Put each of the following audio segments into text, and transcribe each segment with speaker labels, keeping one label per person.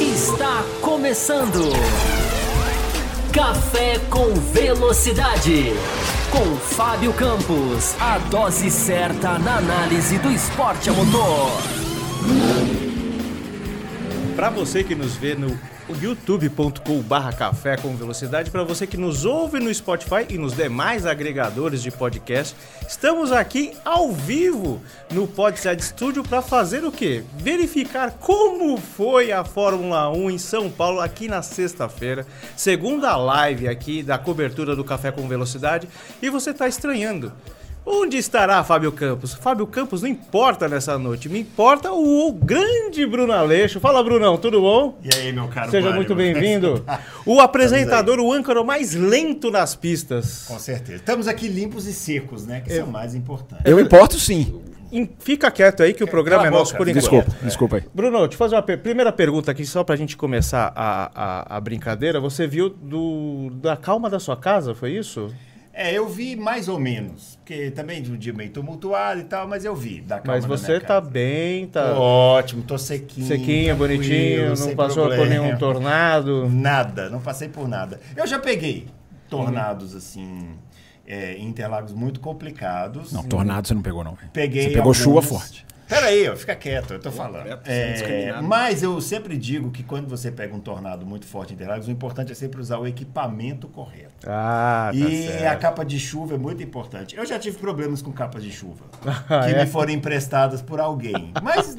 Speaker 1: Está começando. Café com Velocidade. Com Fábio Campos. A dose certa na análise do esporte a motor.
Speaker 2: Para você que nos vê no youtube.com/barra café com velocidade, para você que nos ouve no Spotify e nos demais agregadores de podcast, estamos aqui ao vivo no Podside Studio para fazer o quê? Verificar como foi a Fórmula 1 em São Paulo aqui na sexta-feira, segunda live aqui da cobertura do Café com Velocidade, e você está estranhando. Onde estará Fábio Campos? Fábio Campos não importa nessa noite, me importa o, o grande Bruno Aleixo. Fala, Brunão, tudo bom?
Speaker 3: E aí, meu caro é
Speaker 2: Seja
Speaker 3: Bunny,
Speaker 2: muito
Speaker 3: mano?
Speaker 2: bem-vindo. O apresentador, o âncora mais lento nas pistas.
Speaker 3: Com certeza. Estamos aqui limpos e secos, né? Que são mais importantes.
Speaker 4: Eu importo sim.
Speaker 2: Em- Fica quieto aí que o programa
Speaker 3: cala
Speaker 2: é
Speaker 3: a boca,
Speaker 2: nosso por enquanto.
Speaker 4: Desculpa, desculpa aí.
Speaker 2: Bruno, deixa eu fazer uma per- primeira pergunta aqui, só pra gente começar a, a- a brincadeira. Você viu do, da calma da sua casa, foi isso?
Speaker 3: É, eu vi mais ou menos. Porque também de um dia meio tumultuado e tal, mas eu vi. Da calma
Speaker 2: Mas
Speaker 3: da
Speaker 2: você
Speaker 3: minha
Speaker 2: tá
Speaker 3: casa.
Speaker 2: bem, tá
Speaker 3: Ótimo, tô sequinho.
Speaker 2: sequinho,
Speaker 3: tranquilo,
Speaker 2: bonitinho, não
Speaker 3: sem
Speaker 2: passou por
Speaker 3: problema.
Speaker 2: nenhum tornado.
Speaker 3: Nada, não passei por nada. Eu já peguei tornados,
Speaker 2: Uhum.
Speaker 3: assim, é, em interlagos muito complicados.
Speaker 4: Não, tornado você não pegou, não. velho.
Speaker 3: Peguei
Speaker 4: Você pegou
Speaker 3: alguns.
Speaker 4: chuva forte.
Speaker 3: Peraí, ó, fica quieto, eu tô falando. É, mas eu sempre digo que quando você pega um tornado muito forte em Interlagos, o importante é sempre usar o equipamento correto.
Speaker 2: Ah, tá
Speaker 3: e
Speaker 2: certo.
Speaker 3: a capa de chuva é muito importante. Eu já tive problemas com capas de chuva
Speaker 2: Ah,
Speaker 3: que
Speaker 2: é?
Speaker 3: me foram emprestadas por alguém. Mas.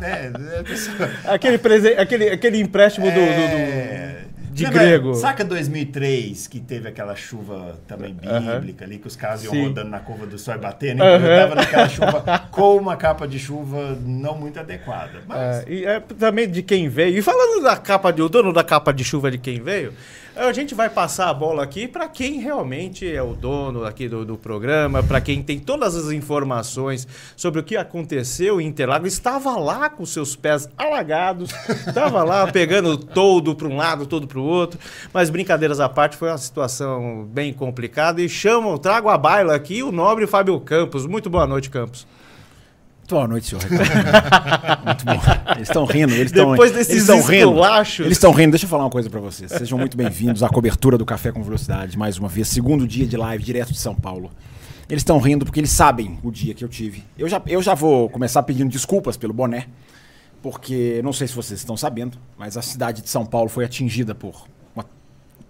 Speaker 3: é, é, a pessoa-
Speaker 2: Aquele, presen- aquele, aquele empréstimo do- do, do-
Speaker 3: é.
Speaker 2: de
Speaker 3: Lembra,
Speaker 2: grego.
Speaker 3: Saca 2003, que teve aquela chuva também bíblica ali, que os caras iam
Speaker 2: Sim.
Speaker 3: rodando na curva do sol e batendo. Então Eu tava naquela chuva com uma capa de chuva não muito adequada. Mas
Speaker 2: Ah, e é também de quem veio. E falando da capa de, o dono da capa de chuva de quem veio, a gente vai passar a bola aqui para quem realmente é o dono aqui do, do programa, para quem tem todas as informações sobre o que aconteceu em Interlagos. Estava lá com seus pés alagados, estava lá pegando todo para um lado, todo para o outro. Mas brincadeiras à parte, foi uma situação bem complicada. E chamam, trago a baila aqui o nobre Fábio Campos. Muito boa noite, Campos.
Speaker 4: Boa noite, senhor. Muito bom. Eles estão rindo, eles estão
Speaker 2: Depois desses
Speaker 4: eles tão rindo.
Speaker 2: esculachos.
Speaker 4: Eles estão rindo. Deixa eu falar uma coisa pra vocês. Sejam muito bem-vindos à cobertura do Café com Velocidade, mais uma vez, segundo dia de live direto de São Paulo. Eles estão rindo porque eles sabem o dia que eu tive. Eu já, eu já vou começar pedindo desculpas pelo boné, porque não sei se vocês estão sabendo, mas a cidade de São Paulo foi atingida por uma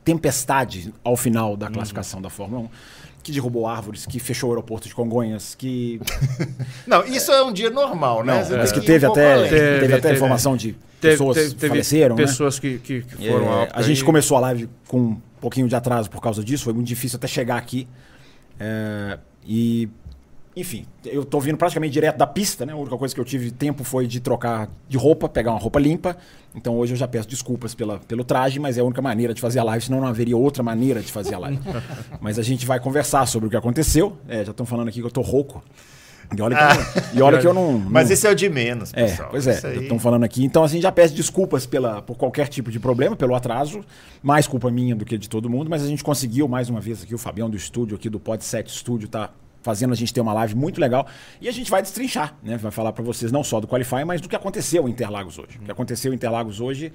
Speaker 4: tempestade ao final
Speaker 2: Uhum.
Speaker 4: da classificação da Fórmula 1, que derrubou árvores, que fechou o aeroporto de Congonhas, que
Speaker 3: Não, isso é um dia normal, né? Você
Speaker 4: mas
Speaker 3: tem
Speaker 4: que teve
Speaker 3: ir um pouco
Speaker 4: até,
Speaker 3: além.
Speaker 4: teve,
Speaker 2: Teve,
Speaker 4: até
Speaker 2: teve.
Speaker 4: informação de
Speaker 2: Teve-
Speaker 4: pessoas
Speaker 2: teve-
Speaker 4: que
Speaker 2: teve
Speaker 4: faleceram, né?
Speaker 2: pessoas que, que, que foram
Speaker 4: É,
Speaker 2: ao
Speaker 4: a gente
Speaker 2: aí.
Speaker 4: começou a live com um pouquinho de atraso por causa disso, foi muito difícil até chegar aqui. É, e, enfim, eu tô vindo praticamente direto da pista, né? A única coisa que eu tive tempo foi de trocar de roupa, pegar uma roupa limpa. Então hoje eu já peço desculpas pela, pelo traje, mas é a única maneira de fazer a live, senão não haveria outra maneira de fazer a live. mas a gente vai conversar sobre o que aconteceu. É, já estão falando aqui que eu tô rouco. E olha que,
Speaker 2: Ah,
Speaker 4: eu, não- e olha que eu não.
Speaker 3: Mas
Speaker 4: não-
Speaker 3: esse é o de menos,
Speaker 4: é,
Speaker 3: pessoal.
Speaker 4: pois é,
Speaker 3: Isso aí-
Speaker 4: estão falando aqui. Então, assim, já peço desculpas pela, por qualquer tipo de problema, pelo atraso. Mais culpa minha do que de todo mundo, mas a gente conseguiu mais uma vez aqui. O Fabião do estúdio, aqui do Podset Studio, tá fazendo a gente ter uma live muito legal. E a gente vai destrinchar, né? Vai falar para vocês não só do Qualify, mas do que aconteceu em Interlagos hoje. O que aconteceu em Interlagos hoje,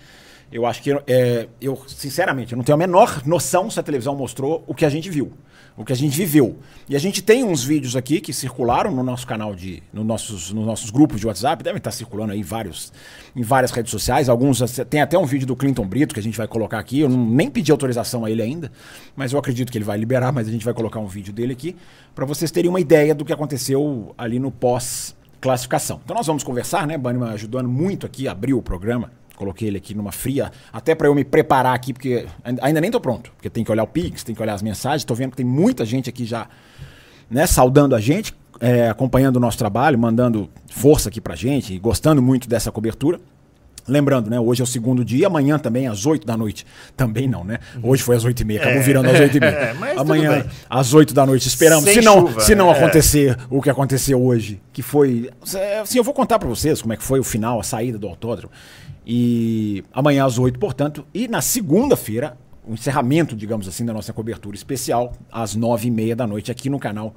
Speaker 4: eu acho que. é, eu, sinceramente, eu não tenho a menor noção se a televisão mostrou o que a gente viu, o que a gente viveu. E a gente tem uns vídeos aqui que circularam no nosso canal de. No nossos, nos nossos grupos de WhatsApp, devem estar circulando aí em, vários, em várias redes sociais. Alguns. até- Tem até um vídeo do Clinton Brito que a gente vai colocar aqui. Eu não, nem pedi autorização a ele ainda, mas eu acredito que ele vai liberar, mas a gente vai colocar um vídeo dele aqui, para vocês terem uma ideia do que aconteceu ali no pós classificação. Então nós vamos conversar, né? Bani me ajudando muito aqui, abriu o programa. Coloquei ele aqui numa fria, até para eu me preparar aqui, porque ainda- ainda nem tô pronto, porque tem que olhar o Pix, tem que olhar as mensagens, tô vendo que tem muita gente aqui já, né, saudando a gente, é, acompanhando o nosso trabalho, mandando força aqui pra gente, e gostando muito dessa cobertura. Lembrando, né? Hoje é o segundo dia, amanhã também às 8 da noite. Também não, né? Hoje foi às 8 e meia, acabou virando às 8 e meia.
Speaker 3: é, mas tudo
Speaker 4: amanhã
Speaker 3: bem.
Speaker 4: às 8 da noite esperamos.
Speaker 3: Sem
Speaker 4: se não,
Speaker 3: chuva,
Speaker 4: se não
Speaker 3: é.
Speaker 4: acontecer acontecer o que aconteceu hoje, que foi. Assim, eu vou contar pra vocês como é que foi o final, a saída do autódromo. E amanhã às 8, portanto, e na segunda-feira, o encerramento, digamos assim, da nossa cobertura especial, às nove e meia da noite, aqui no canal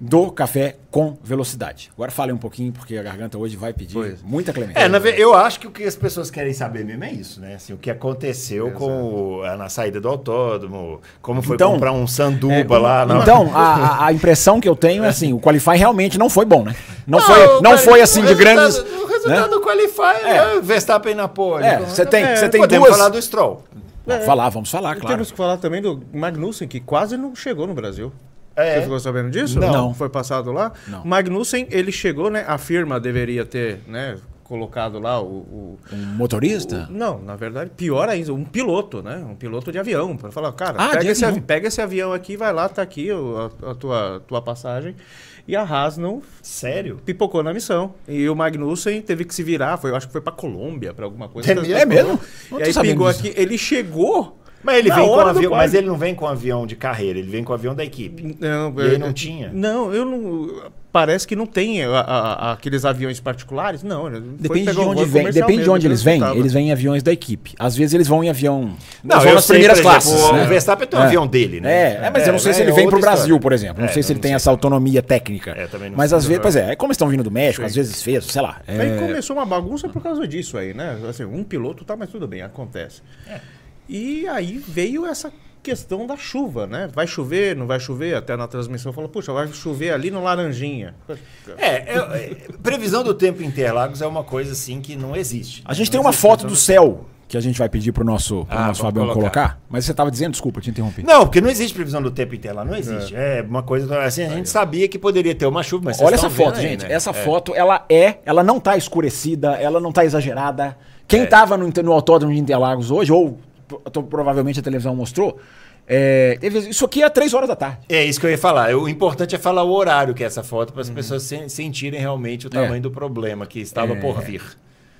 Speaker 4: do Café com Velocidade. Agora falei um pouquinho, porque a garganta hoje vai pedir
Speaker 2: Pois.
Speaker 4: muita clemência.
Speaker 3: É, na ve- eu acho que o que as pessoas querem saber mesmo é isso, né? Assim, o que aconteceu com o- a- na saída do autódromo, como foi
Speaker 4: Então-
Speaker 3: comprar um sanduba lá. na-
Speaker 4: Então, a, a- a impressão que eu tenho é assim, o Qualify realmente não foi bom, né? Não, foi,
Speaker 3: o
Speaker 4: não
Speaker 3: quali-
Speaker 4: foi assim
Speaker 3: o
Speaker 4: de
Speaker 3: resultado-
Speaker 4: grandes...
Speaker 3: O resultado
Speaker 4: né?
Speaker 3: do Qualify é, Verstappen na pole.
Speaker 4: É, você tem- você tem
Speaker 3: podemos
Speaker 4: duas-
Speaker 3: falar do Stroll.
Speaker 4: Vamos falar, vamos falar, claro.
Speaker 2: Temos que falar também do Magnussen, que quase não chegou no Brasil.
Speaker 3: É.
Speaker 2: Você ficou sabendo disso?
Speaker 4: Não.
Speaker 2: Foi passado lá?
Speaker 4: Não.
Speaker 2: Magnussen, ele chegou, né? A firma deveria ter, né? Colocado lá o- o,
Speaker 4: Um motorista?
Speaker 2: Não, na verdade, pior ainda, um piloto, né? Um piloto de avião, para falar, cara,
Speaker 4: Ah, de
Speaker 2: pega, esse
Speaker 4: avião.
Speaker 2: avi- pega esse avião aqui, vai lá, tá aqui o- a, a tua, tua passagem. E a Haas não
Speaker 3: Sério?
Speaker 2: pipocou na missão. E o Magnussen teve que se virar, foi, eu acho que foi para Colômbia, para alguma coisa. Então,
Speaker 3: É
Speaker 2: Tanto-
Speaker 3: mesmo?
Speaker 4: É mesmo? Não
Speaker 2: E
Speaker 4: tô
Speaker 2: aí
Speaker 4: sabendo
Speaker 2: pingou
Speaker 4: disso.
Speaker 2: aqui, ele chegou.
Speaker 3: Mas ele
Speaker 2: na
Speaker 3: vem com um
Speaker 2: hora do
Speaker 3: avião,
Speaker 2: quali.
Speaker 3: mas ele não vem com um avião de carreira, ele vem com um avião da equipe.
Speaker 2: Não,
Speaker 3: E aí
Speaker 2: é-
Speaker 3: não tinha?
Speaker 2: Não, eu não. Parece que não tem a- a- a- aqueles aviões particulares, não. ele foi
Speaker 4: Depende de
Speaker 2: pegar um
Speaker 4: onde,
Speaker 2: voo
Speaker 4: vem,
Speaker 2: comercial
Speaker 4: depende de
Speaker 2: mesmo, né,
Speaker 4: onde eles vêm.
Speaker 2: tava.
Speaker 4: Eles vêm em aviões da equipe. Às vezes eles vão em avião.
Speaker 3: Não,
Speaker 4: eles
Speaker 3: eu
Speaker 4: vão nas
Speaker 3: sei,
Speaker 4: primeiras
Speaker 3: por exemplo,
Speaker 4: classes.
Speaker 3: O
Speaker 4: né?
Speaker 3: Verstappen tem um avião dele, né?
Speaker 4: É, é, mas eu não sei se ele
Speaker 3: é
Speaker 4: vem pro
Speaker 3: outra
Speaker 4: Brasil,
Speaker 3: história.
Speaker 4: por exemplo. Não
Speaker 3: É,
Speaker 4: sei se
Speaker 3: eu
Speaker 4: ele tem essa autonomia técnica.
Speaker 3: É, também não
Speaker 4: mas
Speaker 3: sei.
Speaker 4: às vezes, pois é, é como estão vindo do México, às vezes fez, sei lá. É,
Speaker 2: Aí começou uma bagunça por causa disso aí, né? Assim, um piloto tá, mas tudo bem, acontece.
Speaker 3: É.
Speaker 2: E aí veio essa questão da chuva, né? Vai chover, não vai chover? Até na transmissão falou, puxa, vai chover ali no Laranjinha.
Speaker 3: É, eu- é, previsão do tempo em Interlagos é uma coisa assim que não existe.
Speaker 4: a gente tem uma foto do céu que a gente vai pedir pro nosso, pro
Speaker 3: Ah, vamos
Speaker 4: nosso Fabião colocar.
Speaker 3: colocar.
Speaker 4: Mas você tava dizendo, desculpa, eu te interrompi.
Speaker 3: Não, porque não existe previsão do tempo em Interlagos, não existe. É, uma coisa assim, a gente sabia que poderia ter uma chuva, mas vocês
Speaker 4: Olha essa
Speaker 3: estão vendo
Speaker 4: foto,
Speaker 3: aí,
Speaker 4: gente.
Speaker 3: né?
Speaker 4: Essa foto, ela é, ela não tá escurecida, ela não tá exagerada.
Speaker 3: É.
Speaker 4: Quem tava no, inter- no autódromo de Interlagos hoje, ou pro- to- provavelmente a televisão mostrou, é, teve- isso aqui é três horas da tarde.
Speaker 3: É isso que eu ia falar. O importante é falar o horário que é essa foto, para as pessoas sen- sentirem realmente o tamanho do problema que estava por vir.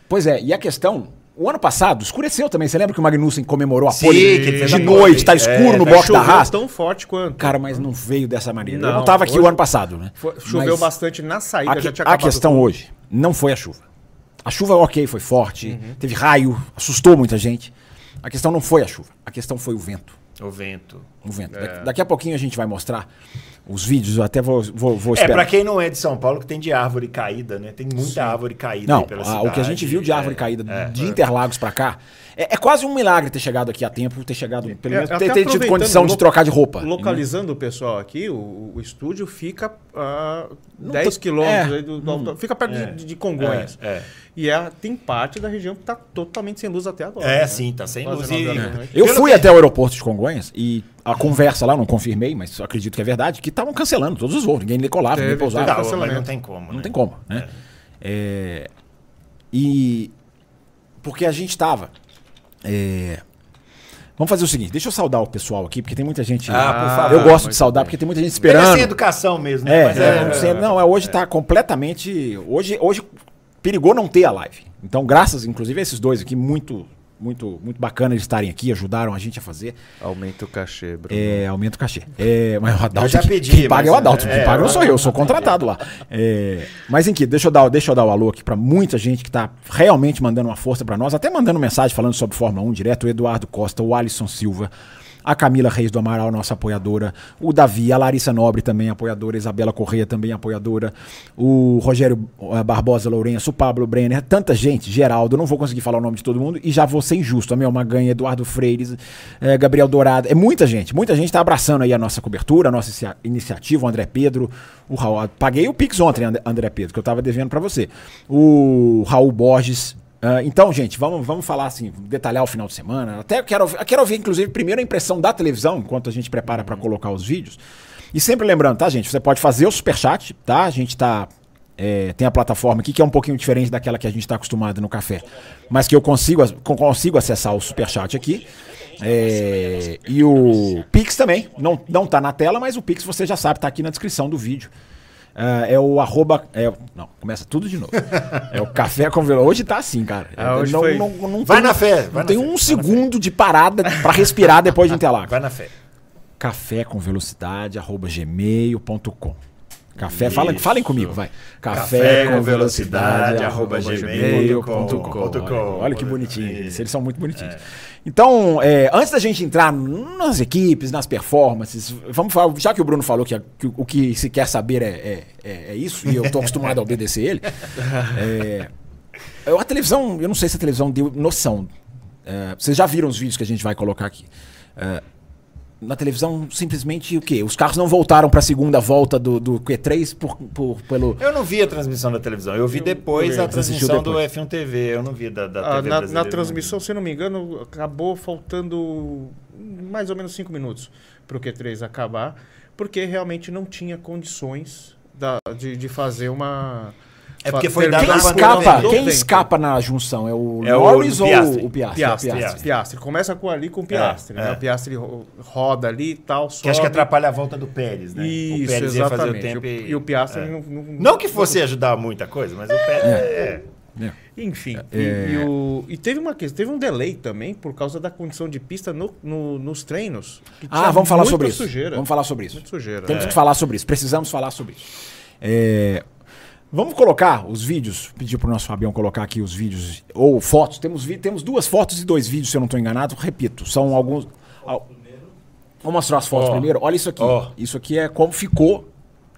Speaker 4: Pois é, e a questão, o ano passado escureceu também. Você lembra que o Magnussen comemorou a
Speaker 3: Sim,
Speaker 4: pole
Speaker 3: que ele fez
Speaker 4: de
Speaker 3: a
Speaker 4: noite,
Speaker 3: pole.
Speaker 4: tá escuro
Speaker 3: É,
Speaker 4: no
Speaker 2: Mas
Speaker 4: box da
Speaker 2: choveu
Speaker 4: Haas?
Speaker 2: tão forte quanto.
Speaker 4: Cara, mas não veio dessa maneira. eu não
Speaker 2: Não,
Speaker 4: tava aqui
Speaker 2: hoje-
Speaker 4: o ano passado, né?
Speaker 2: Foi- choveu
Speaker 4: Mas-
Speaker 2: bastante na saída,
Speaker 4: a,
Speaker 2: já
Speaker 4: que-
Speaker 2: tinha
Speaker 4: a
Speaker 2: acabado.
Speaker 4: questão hoje não foi a chuva. A chuva, ok, foi forte, teve raio, assustou muita gente. A questão não foi a chuva, a questão foi o vento.
Speaker 3: O vento.
Speaker 4: O vento. Da- Daqui a pouquinho a gente vai mostrar os vídeos, eu até vou, vou, vou
Speaker 3: É, para
Speaker 4: esperar.
Speaker 3: quem não é de São Paulo, que tem de árvore caída, né? Tem muita árvore caída
Speaker 4: não,
Speaker 3: aí pela
Speaker 4: a-
Speaker 3: cidade.
Speaker 4: o que a gente viu de árvore
Speaker 3: é.
Speaker 4: caída de Interlagos pra cá é, é quase um milagre ter chegado aqui a tempo, ter chegado, pelo
Speaker 2: É,
Speaker 4: menos,
Speaker 2: até
Speaker 4: ter, ter tido
Speaker 2: aproveitando,
Speaker 4: condição de
Speaker 2: lo-
Speaker 4: trocar de roupa.
Speaker 2: Localizando o pessoal aqui, o, o estúdio fica a
Speaker 4: Não
Speaker 2: 10
Speaker 4: tô-
Speaker 2: quilômetros
Speaker 4: é,
Speaker 2: aí do, do auto- Fica perto de- de, Congonhas.
Speaker 3: Hum. é, é.
Speaker 2: E é- tem parte da região que está totalmente sem luz até agora.
Speaker 3: É,
Speaker 2: né?
Speaker 3: sim, tá sem
Speaker 2: Quase
Speaker 3: luz.
Speaker 2: nove
Speaker 3: e-
Speaker 2: horas da noite.
Speaker 4: Eu
Speaker 3: Pelo
Speaker 4: fui
Speaker 3: que-
Speaker 4: até o aeroporto de Congonhas e a conversa lá, eu não confirmei, mas acredito que é verdade, que estavam cancelando todos os voos, ninguém decolava, ninguém
Speaker 2: Teve,
Speaker 4: pousava.
Speaker 2: teve
Speaker 3: Tá, mas não
Speaker 2: cancelamento.
Speaker 3: tem como, né?
Speaker 4: Não tem como, né? É, e porque a gente tava. é, vamos fazer o seguinte, deixa eu saudar o pessoal aqui, porque tem muita gente.
Speaker 3: Ah, por favor.
Speaker 4: eu gosto de saudar, porque tem muita gente
Speaker 3: Ele é sem
Speaker 4: esperando.
Speaker 3: educação mesmo, né?
Speaker 4: É,
Speaker 3: Mas
Speaker 4: é, não, sei- não, é, hoje tá completamente. Hoje, hoje perigou não ter a live. Então, graças, inclusive, a esses dois aqui, muito, muito, muito bacana eles estarem aqui, ajudaram a gente a fazer.
Speaker 2: Aumenta o cachê, Bruno.
Speaker 4: É, aumenta o cachê. É, mas o Adalto.
Speaker 3: Eu já
Speaker 4: que-
Speaker 3: pedi,
Speaker 4: Quem paga é o
Speaker 3: mas,
Speaker 4: Adalto.
Speaker 3: é,
Speaker 4: quem paga
Speaker 3: é,
Speaker 4: não sou eu, eu sou contratado lá. É, mas em que, deixa eu, dar, deixa eu dar o alô aqui pra muita gente que tá realmente mandando uma força pra nós, até mandando mensagem falando sobre Fórmula 1 direto. O Eduardo Costa, o Alisson Silva. A Camila Reis do Amaral, nossa apoiadora. O Davi, a Larissa Nobre também apoiadora. A Isabela Correia também apoiadora. O Rogério eh, Barbosa Lourenço, o Pablo Brenner. Tanta gente. Geraldo, eu não vou conseguir falar o nome de todo mundo. E já vou ser injusto. A Mel Maganha, Eduardo Freires, eh, Gabriel Dourado. É muita gente. Muita gente tá abraçando aí a nossa cobertura, a nossa inicia- iniciativa. O André Pedro, o Raul. ah, Paguei o Pix ontem, And- André Pedro, que eu tava devendo para você. O Raul Borges. Ah, então, gente, vamos, vamos falar assim, detalhar o final de semana. Até eu quero, eu quero ouvir, inclusive, primeiro a impressão da televisão, enquanto a gente prepara para colocar os vídeos. E sempre lembrando, tá, gente? Você pode fazer o superchat, tá? A gente tá. é, tem a plataforma aqui que é um pouquinho diferente daquela que a gente está acostumado no café, mas que eu consigo, ac- con- consigo acessar o superchat aqui. É, e o Pix também, não, não tá na tela, mas o Pix você já sabe, tá aqui na descrição do vídeo. Ah, é o arroba. é o- não, começa tudo de novo. é o café com velo. Hoje tá assim, cara.
Speaker 2: Ah, hoje
Speaker 4: não,
Speaker 2: foi-
Speaker 4: não- não
Speaker 3: Vai
Speaker 4: tem,
Speaker 3: na fé,
Speaker 4: Não
Speaker 3: vai na
Speaker 4: tem
Speaker 3: fé,
Speaker 4: um
Speaker 3: vai na
Speaker 4: segundo de parada pra respirar depois de Interlagos.
Speaker 3: Vai na fé.
Speaker 4: Café com velocidade, arroba gmail.com. Café, fala,
Speaker 3: Isso.
Speaker 4: falem comigo, vai.
Speaker 3: Café com velocidade, arroba
Speaker 4: gmail.com.
Speaker 3: gmail.com.
Speaker 4: Olha que bonitinho.
Speaker 3: É.
Speaker 4: Eles são muito bonitinhos. Então, é, antes da gente entrar nas equipes, nas performances, vamos falar, já que o Bruno falou que, a- que o que se quer saber é, é- é- é isso, e eu tô acostumado a obedecer ele. é, eu- a televisão, eu não sei se a televisão deu noção. É, vocês já viram os vídeos que a gente vai colocar aqui. É, na televisão, simplesmente o quê? Os carros não voltaram para a segunda volta do, do Q3 por, por- pelo.
Speaker 3: Eu não vi a transmissão da televisão. Eu vi depois a
Speaker 4: Você assistiu
Speaker 3: transmissão
Speaker 4: depois.
Speaker 3: do F1 TV. Eu não vi da, da
Speaker 2: Ah,
Speaker 3: TV
Speaker 2: na, na
Speaker 3: brasileira. né?
Speaker 2: transmissão, se não me engano, acabou faltando mais ou menos cinco minutos para o Q3 acabar, porque realmente não tinha condições da- de, de fazer uma.
Speaker 3: É porque
Speaker 2: fa- um
Speaker 3: foi
Speaker 2: terminar
Speaker 3: dado
Speaker 4: Quem
Speaker 3: na
Speaker 2: por
Speaker 4: escapa,
Speaker 2: dentro.
Speaker 4: quem escapa na junção? É o
Speaker 3: É o
Speaker 4: Norris ou
Speaker 3: Piastri.
Speaker 4: o Piastri?
Speaker 2: Piastre,
Speaker 4: É o
Speaker 2: Piastre. Começa com ali com o Piastre. né?
Speaker 3: é.
Speaker 2: O Piastre ro- roda ali e tal.
Speaker 3: Que acho que
Speaker 2: sobe.
Speaker 3: atrapalha a volta do Pérez, né?
Speaker 2: Isso,
Speaker 3: o Pérez ia fazer
Speaker 2: exatamente.
Speaker 3: o tempo
Speaker 2: e...
Speaker 3: e...
Speaker 2: o Piastre
Speaker 3: é.
Speaker 2: não, não,
Speaker 3: Não que fosse ajudar muita coisa, mas o Pérez... É.
Speaker 4: É.
Speaker 2: Enfim, e- e, o- e teve uma questão, teve um delay também por causa da condição de pista no- no- nos treinos. que
Speaker 4: Ah,
Speaker 2: tinha
Speaker 4: vamos falar
Speaker 2: muita
Speaker 4: sobre isso.
Speaker 2: Sujeira.
Speaker 4: Vamos falar sobre isso.
Speaker 2: Muita sujeira. É.
Speaker 3: É.
Speaker 4: Temos que falar sobre isso. Precisamos falar sobre isso. É, Vamos colocar os vídeos, pedir para o nosso Fabião colocar aqui os vídeos ou fotos. Temos, vi- temos duas fotos e dois vídeos, se eu não estou enganado. Repito, são alguns. al- Vamos mostrar as fotos
Speaker 3: Ó.
Speaker 4: primeiro. Olha isso aqui.
Speaker 3: Ó.
Speaker 4: Isso aqui é como ficou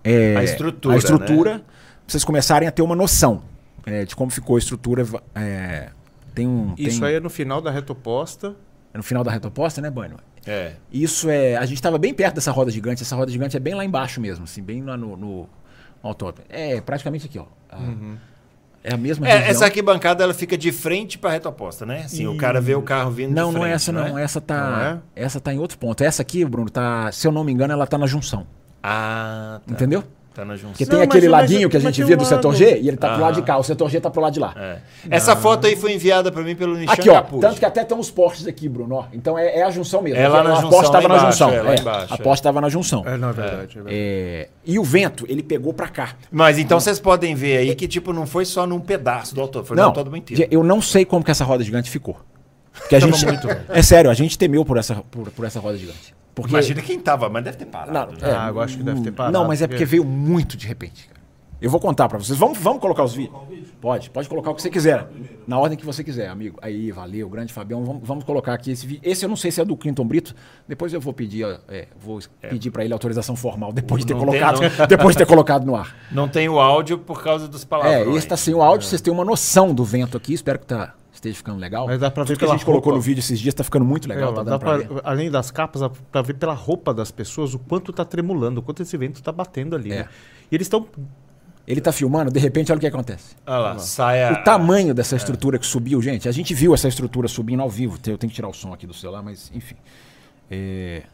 Speaker 4: é,
Speaker 3: A estrutura,
Speaker 4: A estrutura.
Speaker 3: né?
Speaker 4: Pra vocês começarem a ter uma noção é, de como ficou a estrutura. va- é, tem um.
Speaker 2: Isso
Speaker 4: tem-
Speaker 2: aí é no final da reta oposta.
Speaker 4: é no final da reta oposta, né, Bânio?
Speaker 3: É.
Speaker 4: Isso é. A gente estava bem perto dessa roda gigante. Essa roda gigante é bem lá embaixo mesmo, assim, bem lá no, no, no autódromo. É praticamente aqui, ó. A- É a mesma
Speaker 3: Uhum. É,
Speaker 4: região.
Speaker 3: essa arquibancada ela fica de frente para a reta oposta, né? Assim, o cara vê o carro vindo de
Speaker 4: Não, não é
Speaker 3: frente,
Speaker 4: essa, não. Essa tá.
Speaker 2: Não é?
Speaker 4: Essa tá em outro ponto. Essa aqui, Bruno, tá, se eu não me engano, ela tá na junção.
Speaker 3: Ah, tá.
Speaker 4: Entendeu?
Speaker 3: Tá na junção.
Speaker 4: Porque
Speaker 2: Não,
Speaker 4: tem
Speaker 2: mas-
Speaker 4: aquele
Speaker 2: mas-
Speaker 4: ladinho que a
Speaker 2: mas
Speaker 4: gente
Speaker 2: tem
Speaker 4: via
Speaker 2: um
Speaker 4: do setor
Speaker 2: lado.
Speaker 4: G e ele tá pro lado de
Speaker 3: Aham.
Speaker 4: cá. O setor G tá pro lado de lá.
Speaker 3: Ah. É. Essa foto aí foi enviada para mim pelo Nishan
Speaker 4: Ah. Aqui, ó.
Speaker 3: Capucci.
Speaker 4: Tanto que até estão os postes aqui, Bruno. ó. Então é, é a junção mesmo.
Speaker 3: É lá na
Speaker 4: a
Speaker 3: junção,
Speaker 4: poste tava
Speaker 3: lá
Speaker 4: na
Speaker 3: embaixo,
Speaker 4: junção.
Speaker 3: é, lá
Speaker 4: é.
Speaker 3: embaixo,
Speaker 4: a
Speaker 3: é.
Speaker 4: poste tava na junção.
Speaker 2: É, não, é verdade. É. verdade.
Speaker 4: É, e o vento, ele pegou pra cá.
Speaker 3: Mas então vocês podem ver aí que, tipo, não foi só num pedaço do autor, foi no autódromo inteiro.
Speaker 4: Eu não sei como que essa roda gigante ficou. Porque a
Speaker 3: Tava
Speaker 4: gente.
Speaker 3: muito.
Speaker 4: É sério, a gente temeu por essa, por, por essa roda gigante. Porque.
Speaker 3: Imagina quem tava, mas deve ter parado.
Speaker 4: Não,
Speaker 3: né?
Speaker 4: é,
Speaker 2: Ah, eu acho que deve ter parado,
Speaker 4: Não, mas é porque
Speaker 2: porque-
Speaker 4: veio muito de repente, cara. Eu vou contar pra vocês. Vamos, vamos colocar os vídeos? Pode, pode colocar o que você quiser. Na ordem que você quiser, amigo. Aí, valeu, grande Fabião. Vamos, vamos colocar aqui esse vídeo. Esse eu não sei se é do Clinton Brito. Depois eu vou pedir, ó, é, vou pedir para ele autorização formal depois de ter
Speaker 3: Não tem,
Speaker 4: colocado,
Speaker 3: não.
Speaker 4: depois de ter colocado no ar.
Speaker 3: Não tem o áudio por causa dos
Speaker 4: É,
Speaker 3: palavrões.
Speaker 4: esse tá sem o áudio, vocês têm uma noção do vento aqui, espero que tá, esteja ficando legal.
Speaker 2: Mas dá pra ver
Speaker 4: Tudo que a
Speaker 2: pela
Speaker 4: gente colocou
Speaker 2: roupa.
Speaker 4: no vídeo esses dias tá ficando muito
Speaker 2: É,
Speaker 4: legal,
Speaker 2: ó,
Speaker 4: tá
Speaker 2: dá
Speaker 4: dando pra,
Speaker 2: pra-
Speaker 4: ver.
Speaker 2: além das capas, dá pra ver pela roupa das pessoas o quanto tá tremulando, o quanto esse vento tá batendo ali.
Speaker 4: É.
Speaker 2: né? E eles estão.
Speaker 4: Ele tá filmando, de repente, olha o que acontece.
Speaker 3: Olha lá, sai a...
Speaker 4: O
Speaker 2: É.
Speaker 4: tá- tamanho dessa estrutura que subiu, gente, a gente viu essa estrutura subindo ao vivo. Eu tenho que tirar o som aqui do celular, mas enfim. É,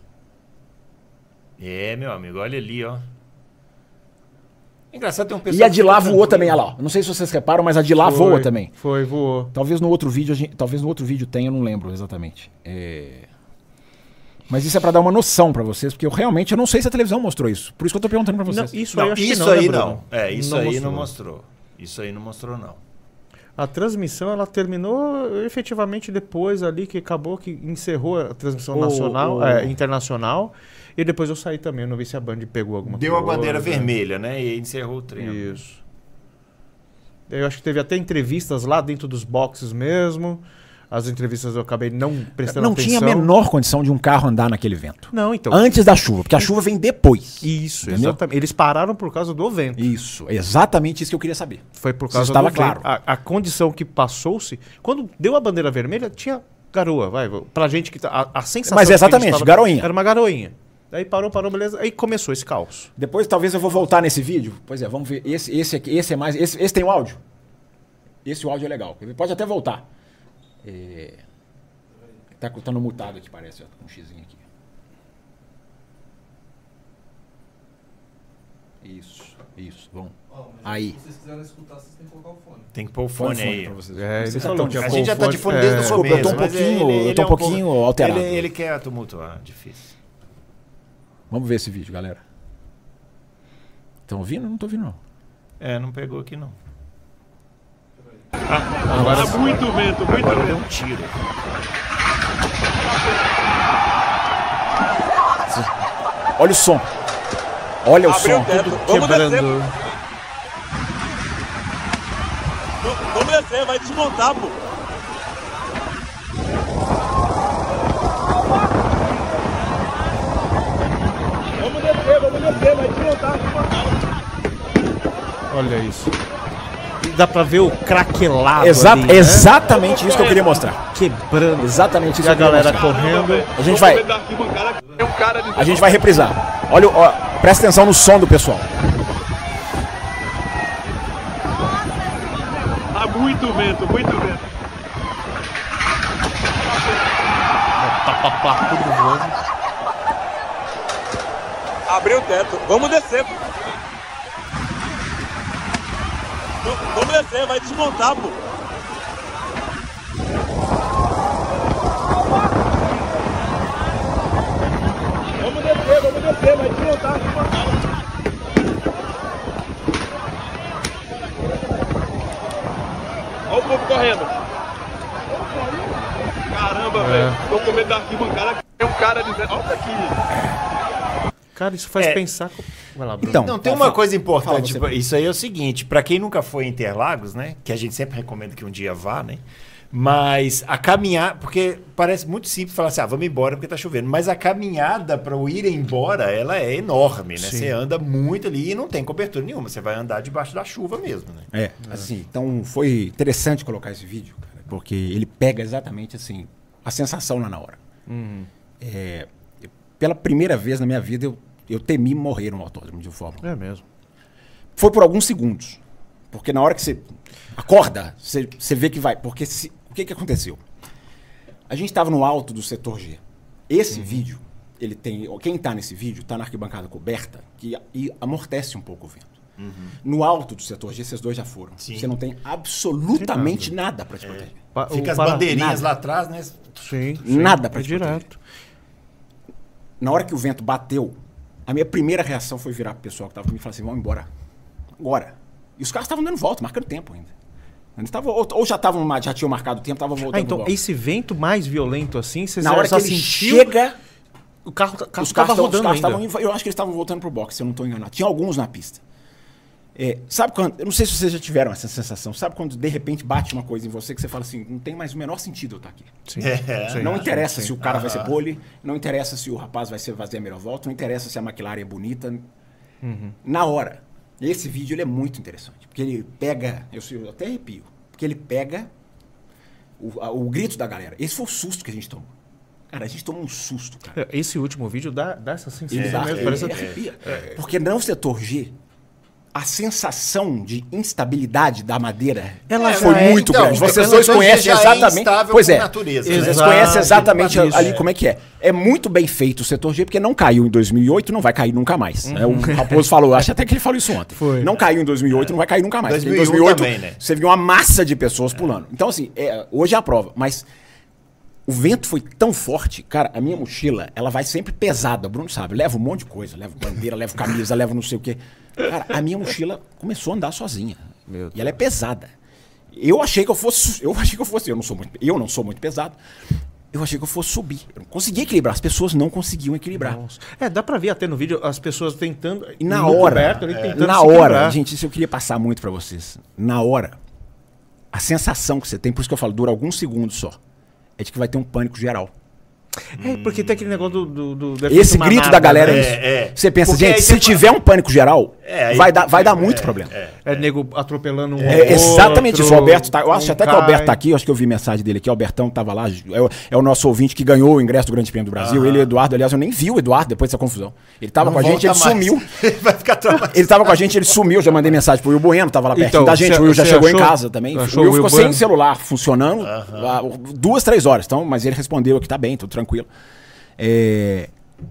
Speaker 3: É, meu amigo, olha ali, ó. Engraçado tem um pessoal...
Speaker 4: E a
Speaker 3: que
Speaker 4: de lá
Speaker 3: fica
Speaker 4: voou também, olha
Speaker 3: tranquilo.
Speaker 4: lá. ó. Não sei se vocês reparam, mas a de lá Ah, voa também.
Speaker 2: Foi, voou.
Speaker 4: Talvez no outro vídeo, a gente- talvez no outro vídeo tenha, eu não lembro exatamente. É, Mas isso é pra dar uma noção pra vocês, porque eu realmente eu não sei se a televisão mostrou isso. Por isso que eu tô perguntando pra vocês.
Speaker 2: Não, isso aí, eu
Speaker 3: Não,
Speaker 2: acho que
Speaker 3: isso
Speaker 2: não, né,
Speaker 3: aí
Speaker 2: Bruno?
Speaker 3: não. É, isso aí não mostrou. Isso aí não mostrou, não.
Speaker 2: A transmissão ela terminou efetivamente depois ali que acabou, que encerrou a transmissão
Speaker 4: O-
Speaker 2: nacional,
Speaker 4: o-
Speaker 2: é, internacional. E depois eu saí também, eu não vi se a Band pegou alguma
Speaker 3: Deu a
Speaker 2: coisa.
Speaker 3: bandeira vermelha, né? E encerrou o treino.
Speaker 2: Isso. Eu acho que teve até entrevistas lá dentro dos boxes mesmo. As entrevistas eu acabei não prestando
Speaker 4: Não
Speaker 2: atenção.
Speaker 4: tinha a menor condição de um carro andar naquele vento.
Speaker 2: Não, então.
Speaker 4: Antes da chuva, porque a chuva vem depois.
Speaker 2: Isso,
Speaker 4: Entendeu?
Speaker 2: exatamente. Eles pararam por causa do vento.
Speaker 4: Isso, é exatamente isso que eu queria saber.
Speaker 2: Foi por
Speaker 4: Isso
Speaker 2: causa
Speaker 4: estava
Speaker 2: do vento.
Speaker 4: claro.
Speaker 2: A, a condição que passou-se. Quando deu a bandeira vermelha, tinha garoa, vai. Pra gente que tá. A, a sensação.
Speaker 4: Mas
Speaker 2: que a gente
Speaker 4: exatamente,
Speaker 2: tava-
Speaker 4: garoinha.
Speaker 2: Era uma garoinha. Aí parou, parou, beleza. Aí começou esse caos.
Speaker 4: Depois talvez eu vou voltar nesse vídeo. Pois é, vamos ver. Esse, esse aqui, esse é mais. Esse, esse tem o áudio? Esse o áudio é legal. Ele pode até voltar. É... Tá, co- tá no mutado aqui, parece, ó. Com um xizinho aqui. Isso, isso, bom. Aí.
Speaker 5: Se vocês quiserem escutar, vocês têm que colocar o fone.
Speaker 3: Tem que pôr o
Speaker 4: Põe
Speaker 3: fone,
Speaker 4: o fone
Speaker 3: aí.
Speaker 4: pra vocês.
Speaker 2: É, ele
Speaker 4: Vocês já
Speaker 2: falou
Speaker 4: tão
Speaker 2: que
Speaker 4: de
Speaker 2: é
Speaker 3: A
Speaker 4: acordo?
Speaker 3: gente já tá de fone desde o
Speaker 4: Desculpa, eu tô um
Speaker 3: começo, mas
Speaker 4: pouquinho-
Speaker 3: ele- ele
Speaker 4: eu tô
Speaker 3: é
Speaker 4: um pouquinho
Speaker 3: pouco-
Speaker 4: alterado.
Speaker 3: Ele, é- ele quer tumultuar, difícil.
Speaker 4: Vamos ver esse vídeo, galera. Estão ouvindo? Não tô ouvindo, não.
Speaker 3: É, não pegou aqui não.
Speaker 2: Agora
Speaker 6: Muito vento, muito
Speaker 3: Agora
Speaker 6: vento.
Speaker 3: deu um tiro.
Speaker 4: Olha o som. Olha o
Speaker 6: Abriu
Speaker 4: som.
Speaker 6: o teto. Vamos descer.
Speaker 2: Quebrando.
Speaker 6: v- Vamos descer, vai desmontar, pô. Vamos descer, vamos descer, vai desmontar.
Speaker 2: Olha isso. E dá pra ver o craquelado
Speaker 4: Exa-
Speaker 2: ali, né?
Speaker 4: Exatamente isso que eu queria mostrar.
Speaker 2: Quebrando.
Speaker 4: Exatamente isso
Speaker 2: E a
Speaker 4: que eu queria
Speaker 2: galera
Speaker 4: mostrar.
Speaker 2: correndo.
Speaker 4: A gente vai,
Speaker 6: Tem um cara de
Speaker 4: a gente vai reprisar. Olha, o- ó, presta atenção no som do pessoal.
Speaker 6: Há muito vento, muito vento.
Speaker 2: Papapá, tudo voando.
Speaker 6: Abriu o teto. Vamos descer. pô. V- Vamos descer, vai desmontar, pô. Vamos descer, vamos descer, vai desmontar. Olha o povo correndo. Caramba, velho. Tô com medo da arquibancada. Tem um cara dizendo. Olha aqui.
Speaker 2: Cara, isso faz
Speaker 3: É.
Speaker 2: pensar. co- Vai lá, Bruno.
Speaker 4: Então,
Speaker 3: Não, tem uma coisa importante.
Speaker 4: Fala você.
Speaker 3: Isso aí é o seguinte: pra quem nunca foi em Interlagos, né? Que a gente sempre recomenda que um dia vá, né? Mas a caminhar, porque parece muito simples falar assim, ah, vamos embora porque tá chovendo. Mas a caminhada para o ir embora, ela é enorme, né? Você anda muito ali e não tem cobertura nenhuma. Você vai andar debaixo da chuva mesmo, né?
Speaker 4: É, assim, então foi interessante colocar esse vídeo, cara, porque ele pega exatamente assim a sensação lá na hora. É, eu- pela primeira vez na minha vida eu, eu temi morrer no autódromo de Fórmula.
Speaker 2: É mesmo.
Speaker 4: Foi por alguns segundos, porque na hora que você acorda, você, você vê que vai, porque se- o que que aconteceu? A gente estava no alto do setor G. Esse vídeo, ele tem, quem está nesse vídeo está na arquibancada coberta que e amortece um pouco o vento. No alto do setor G, vocês dois já foram.
Speaker 3: Sim.
Speaker 4: Você não tem absolutamente nada para te proteger.
Speaker 2: Pa- o
Speaker 3: Fica as
Speaker 2: para-
Speaker 3: bandeirinhas
Speaker 4: nada.
Speaker 3: lá atrás, né?
Speaker 2: Sim. sim.
Speaker 4: Nada pra
Speaker 2: É
Speaker 4: te
Speaker 2: direto.
Speaker 4: Na hora que o vento bateu, a minha primeira reação foi virar pro pessoal que estava comigo e falar assim: vamos embora. Agora. E os carros estavam dando volta, marcando tempo ainda. Eles tavam, ou, ou já, tavam, ma- já tinham marcado o tempo, estavam
Speaker 2: Ah,
Speaker 4: voltando.
Speaker 2: então,
Speaker 4: embora.
Speaker 2: esse vento mais violento assim, vocês
Speaker 4: Na hora que
Speaker 2: só
Speaker 4: ele
Speaker 2: sentiu,
Speaker 4: chega,
Speaker 2: o carro, o carro tava
Speaker 4: os carros tavam- os
Speaker 2: rodando
Speaker 4: carros
Speaker 2: ainda.
Speaker 4: tavam inv- eu acho que eles estavam voltando pro box, se eu não estou enganado. Tinha alguns na pista. É, sabe quando? Eu não sei se vocês já tiveram essa sensação. Sabe quando de repente bate uma coisa em você que você fala assim, não tem mais o menor sentido eu estar aqui.
Speaker 2: Sim.
Speaker 3: É.
Speaker 2: Sim.
Speaker 4: Não
Speaker 2: Sim.
Speaker 4: interessa
Speaker 2: Sim.
Speaker 4: se o cara vai ser pole, não interessa se o rapaz vai ser fazer a melhor volta, não interessa se a McLaren é bonita.
Speaker 2: Uhum.
Speaker 4: Na hora. Esse vídeo ele é muito interessante, porque ele pega, eu, sei, eu até arrepio, porque ele pega o, a- o grito da galera. Esse foi o susto que a gente tomou. Cara, a gente tomou um susto, cara.
Speaker 2: É, Esse último vídeo dá, dá essa sensação
Speaker 4: Ele dá-
Speaker 2: É,
Speaker 4: É.
Speaker 2: mesmo.
Speaker 4: ele
Speaker 2: parece- É,
Speaker 4: arrepia. Porque no setor G, a sensação de instabilidade da madeira
Speaker 2: Ela
Speaker 4: foi
Speaker 2: já é-
Speaker 4: muito
Speaker 3: então,
Speaker 4: grande.
Speaker 3: ela
Speaker 4: Vocês dois
Speaker 3: já é
Speaker 4: conhecem exatamente.
Speaker 3: instável
Speaker 4: Pois
Speaker 3: por
Speaker 4: é.
Speaker 3: natureza, né?
Speaker 4: Vocês
Speaker 2: Exato,
Speaker 4: conhecem exatamente
Speaker 2: tipo isso,
Speaker 4: ali
Speaker 2: é.
Speaker 4: como é que é. É muito bem feito o setor G, porque não caiu em 2008, não vai cair nunca mais. né? O Raposo falou, eu acho até que ele falou isso ontem.
Speaker 2: Foi.
Speaker 4: Não caiu em 2008, não vai cair nunca mais. Porque em
Speaker 3: 2001
Speaker 4: 2008
Speaker 3: também, né?
Speaker 4: você viu uma massa de pessoas pulando. Então, assim, é, hoje é a prova, mas o vento foi tão forte, cara, a minha mochila, ela vai sempre pesada, o Bruno sabe. Eu levo um monte de coisa, levo bandeira, levo camisa, levo não sei o quê. Cara, a minha mochila começou a andar sozinha. e ela é pesada. Eu achei que eu fosse, eu achei que eu fosse, eu não sou muito, eu não sou muito pesado. Eu achei que eu fosse subir. Eu não conseguia equilibrar, as pessoas não conseguiam equilibrar.
Speaker 2: Nossa. É, dá pra ver até no vídeo as pessoas tentando.
Speaker 4: E na
Speaker 2: no
Speaker 4: hora, é,
Speaker 2: coberto ali, tentando
Speaker 4: na
Speaker 2: se
Speaker 4: hora,
Speaker 2: quebrar.
Speaker 4: gente, isso eu queria passar muito pra vocês. Na hora, a sensação que você tem, por isso que eu falo, dura alguns segundos só, é de que vai ter um pânico geral.
Speaker 2: É, porque tem aquele negócio do. do, do do
Speaker 4: Esse
Speaker 2: efeito
Speaker 4: grito
Speaker 2: manada,
Speaker 4: da galera
Speaker 2: né?
Speaker 4: é
Speaker 3: né?
Speaker 4: isso.
Speaker 3: É, é.
Speaker 4: Você pensa,
Speaker 3: Porque aí
Speaker 4: gente,
Speaker 3: você
Speaker 4: se tiver um pânico geral,
Speaker 3: É, aí-
Speaker 4: vai dar, vai dar muito problema. É,
Speaker 2: É, nego atropelando um. ao
Speaker 4: exatamente
Speaker 2: outro,
Speaker 4: isso. O Alberto tá, eu acho
Speaker 2: um
Speaker 4: até que o
Speaker 2: cai.
Speaker 4: Alberto tá aqui, eu acho que eu vi mensagem dele aqui. O Albertão tava lá, é o, é o nosso ouvinte que ganhou o ingresso do Grande Prêmio do Brasil. Ele e o Eduardo, aliás, eu nem vi o Eduardo depois dessa confusão. Ele tava
Speaker 3: Não
Speaker 4: com a gente,
Speaker 3: volta
Speaker 4: ele
Speaker 3: mais.
Speaker 4: sumiu.
Speaker 3: vai ficar traumatizado.
Speaker 4: Ele tava com a gente, ele sumiu. Eu já mandei mensagem pro Will Bueno, tava lá pertinho
Speaker 2: Então,
Speaker 4: da gente.
Speaker 2: cê-
Speaker 4: o Will já
Speaker 2: cê
Speaker 4: chegou
Speaker 2: achou-
Speaker 4: em casa também. O Will
Speaker 2: achou
Speaker 4: ficou
Speaker 2: o Will
Speaker 4: sem
Speaker 2: Bueno?
Speaker 4: o celular funcionando ah, duas, três horas. Então, mas ele respondeu que tá bem, tudo tranquilo. É,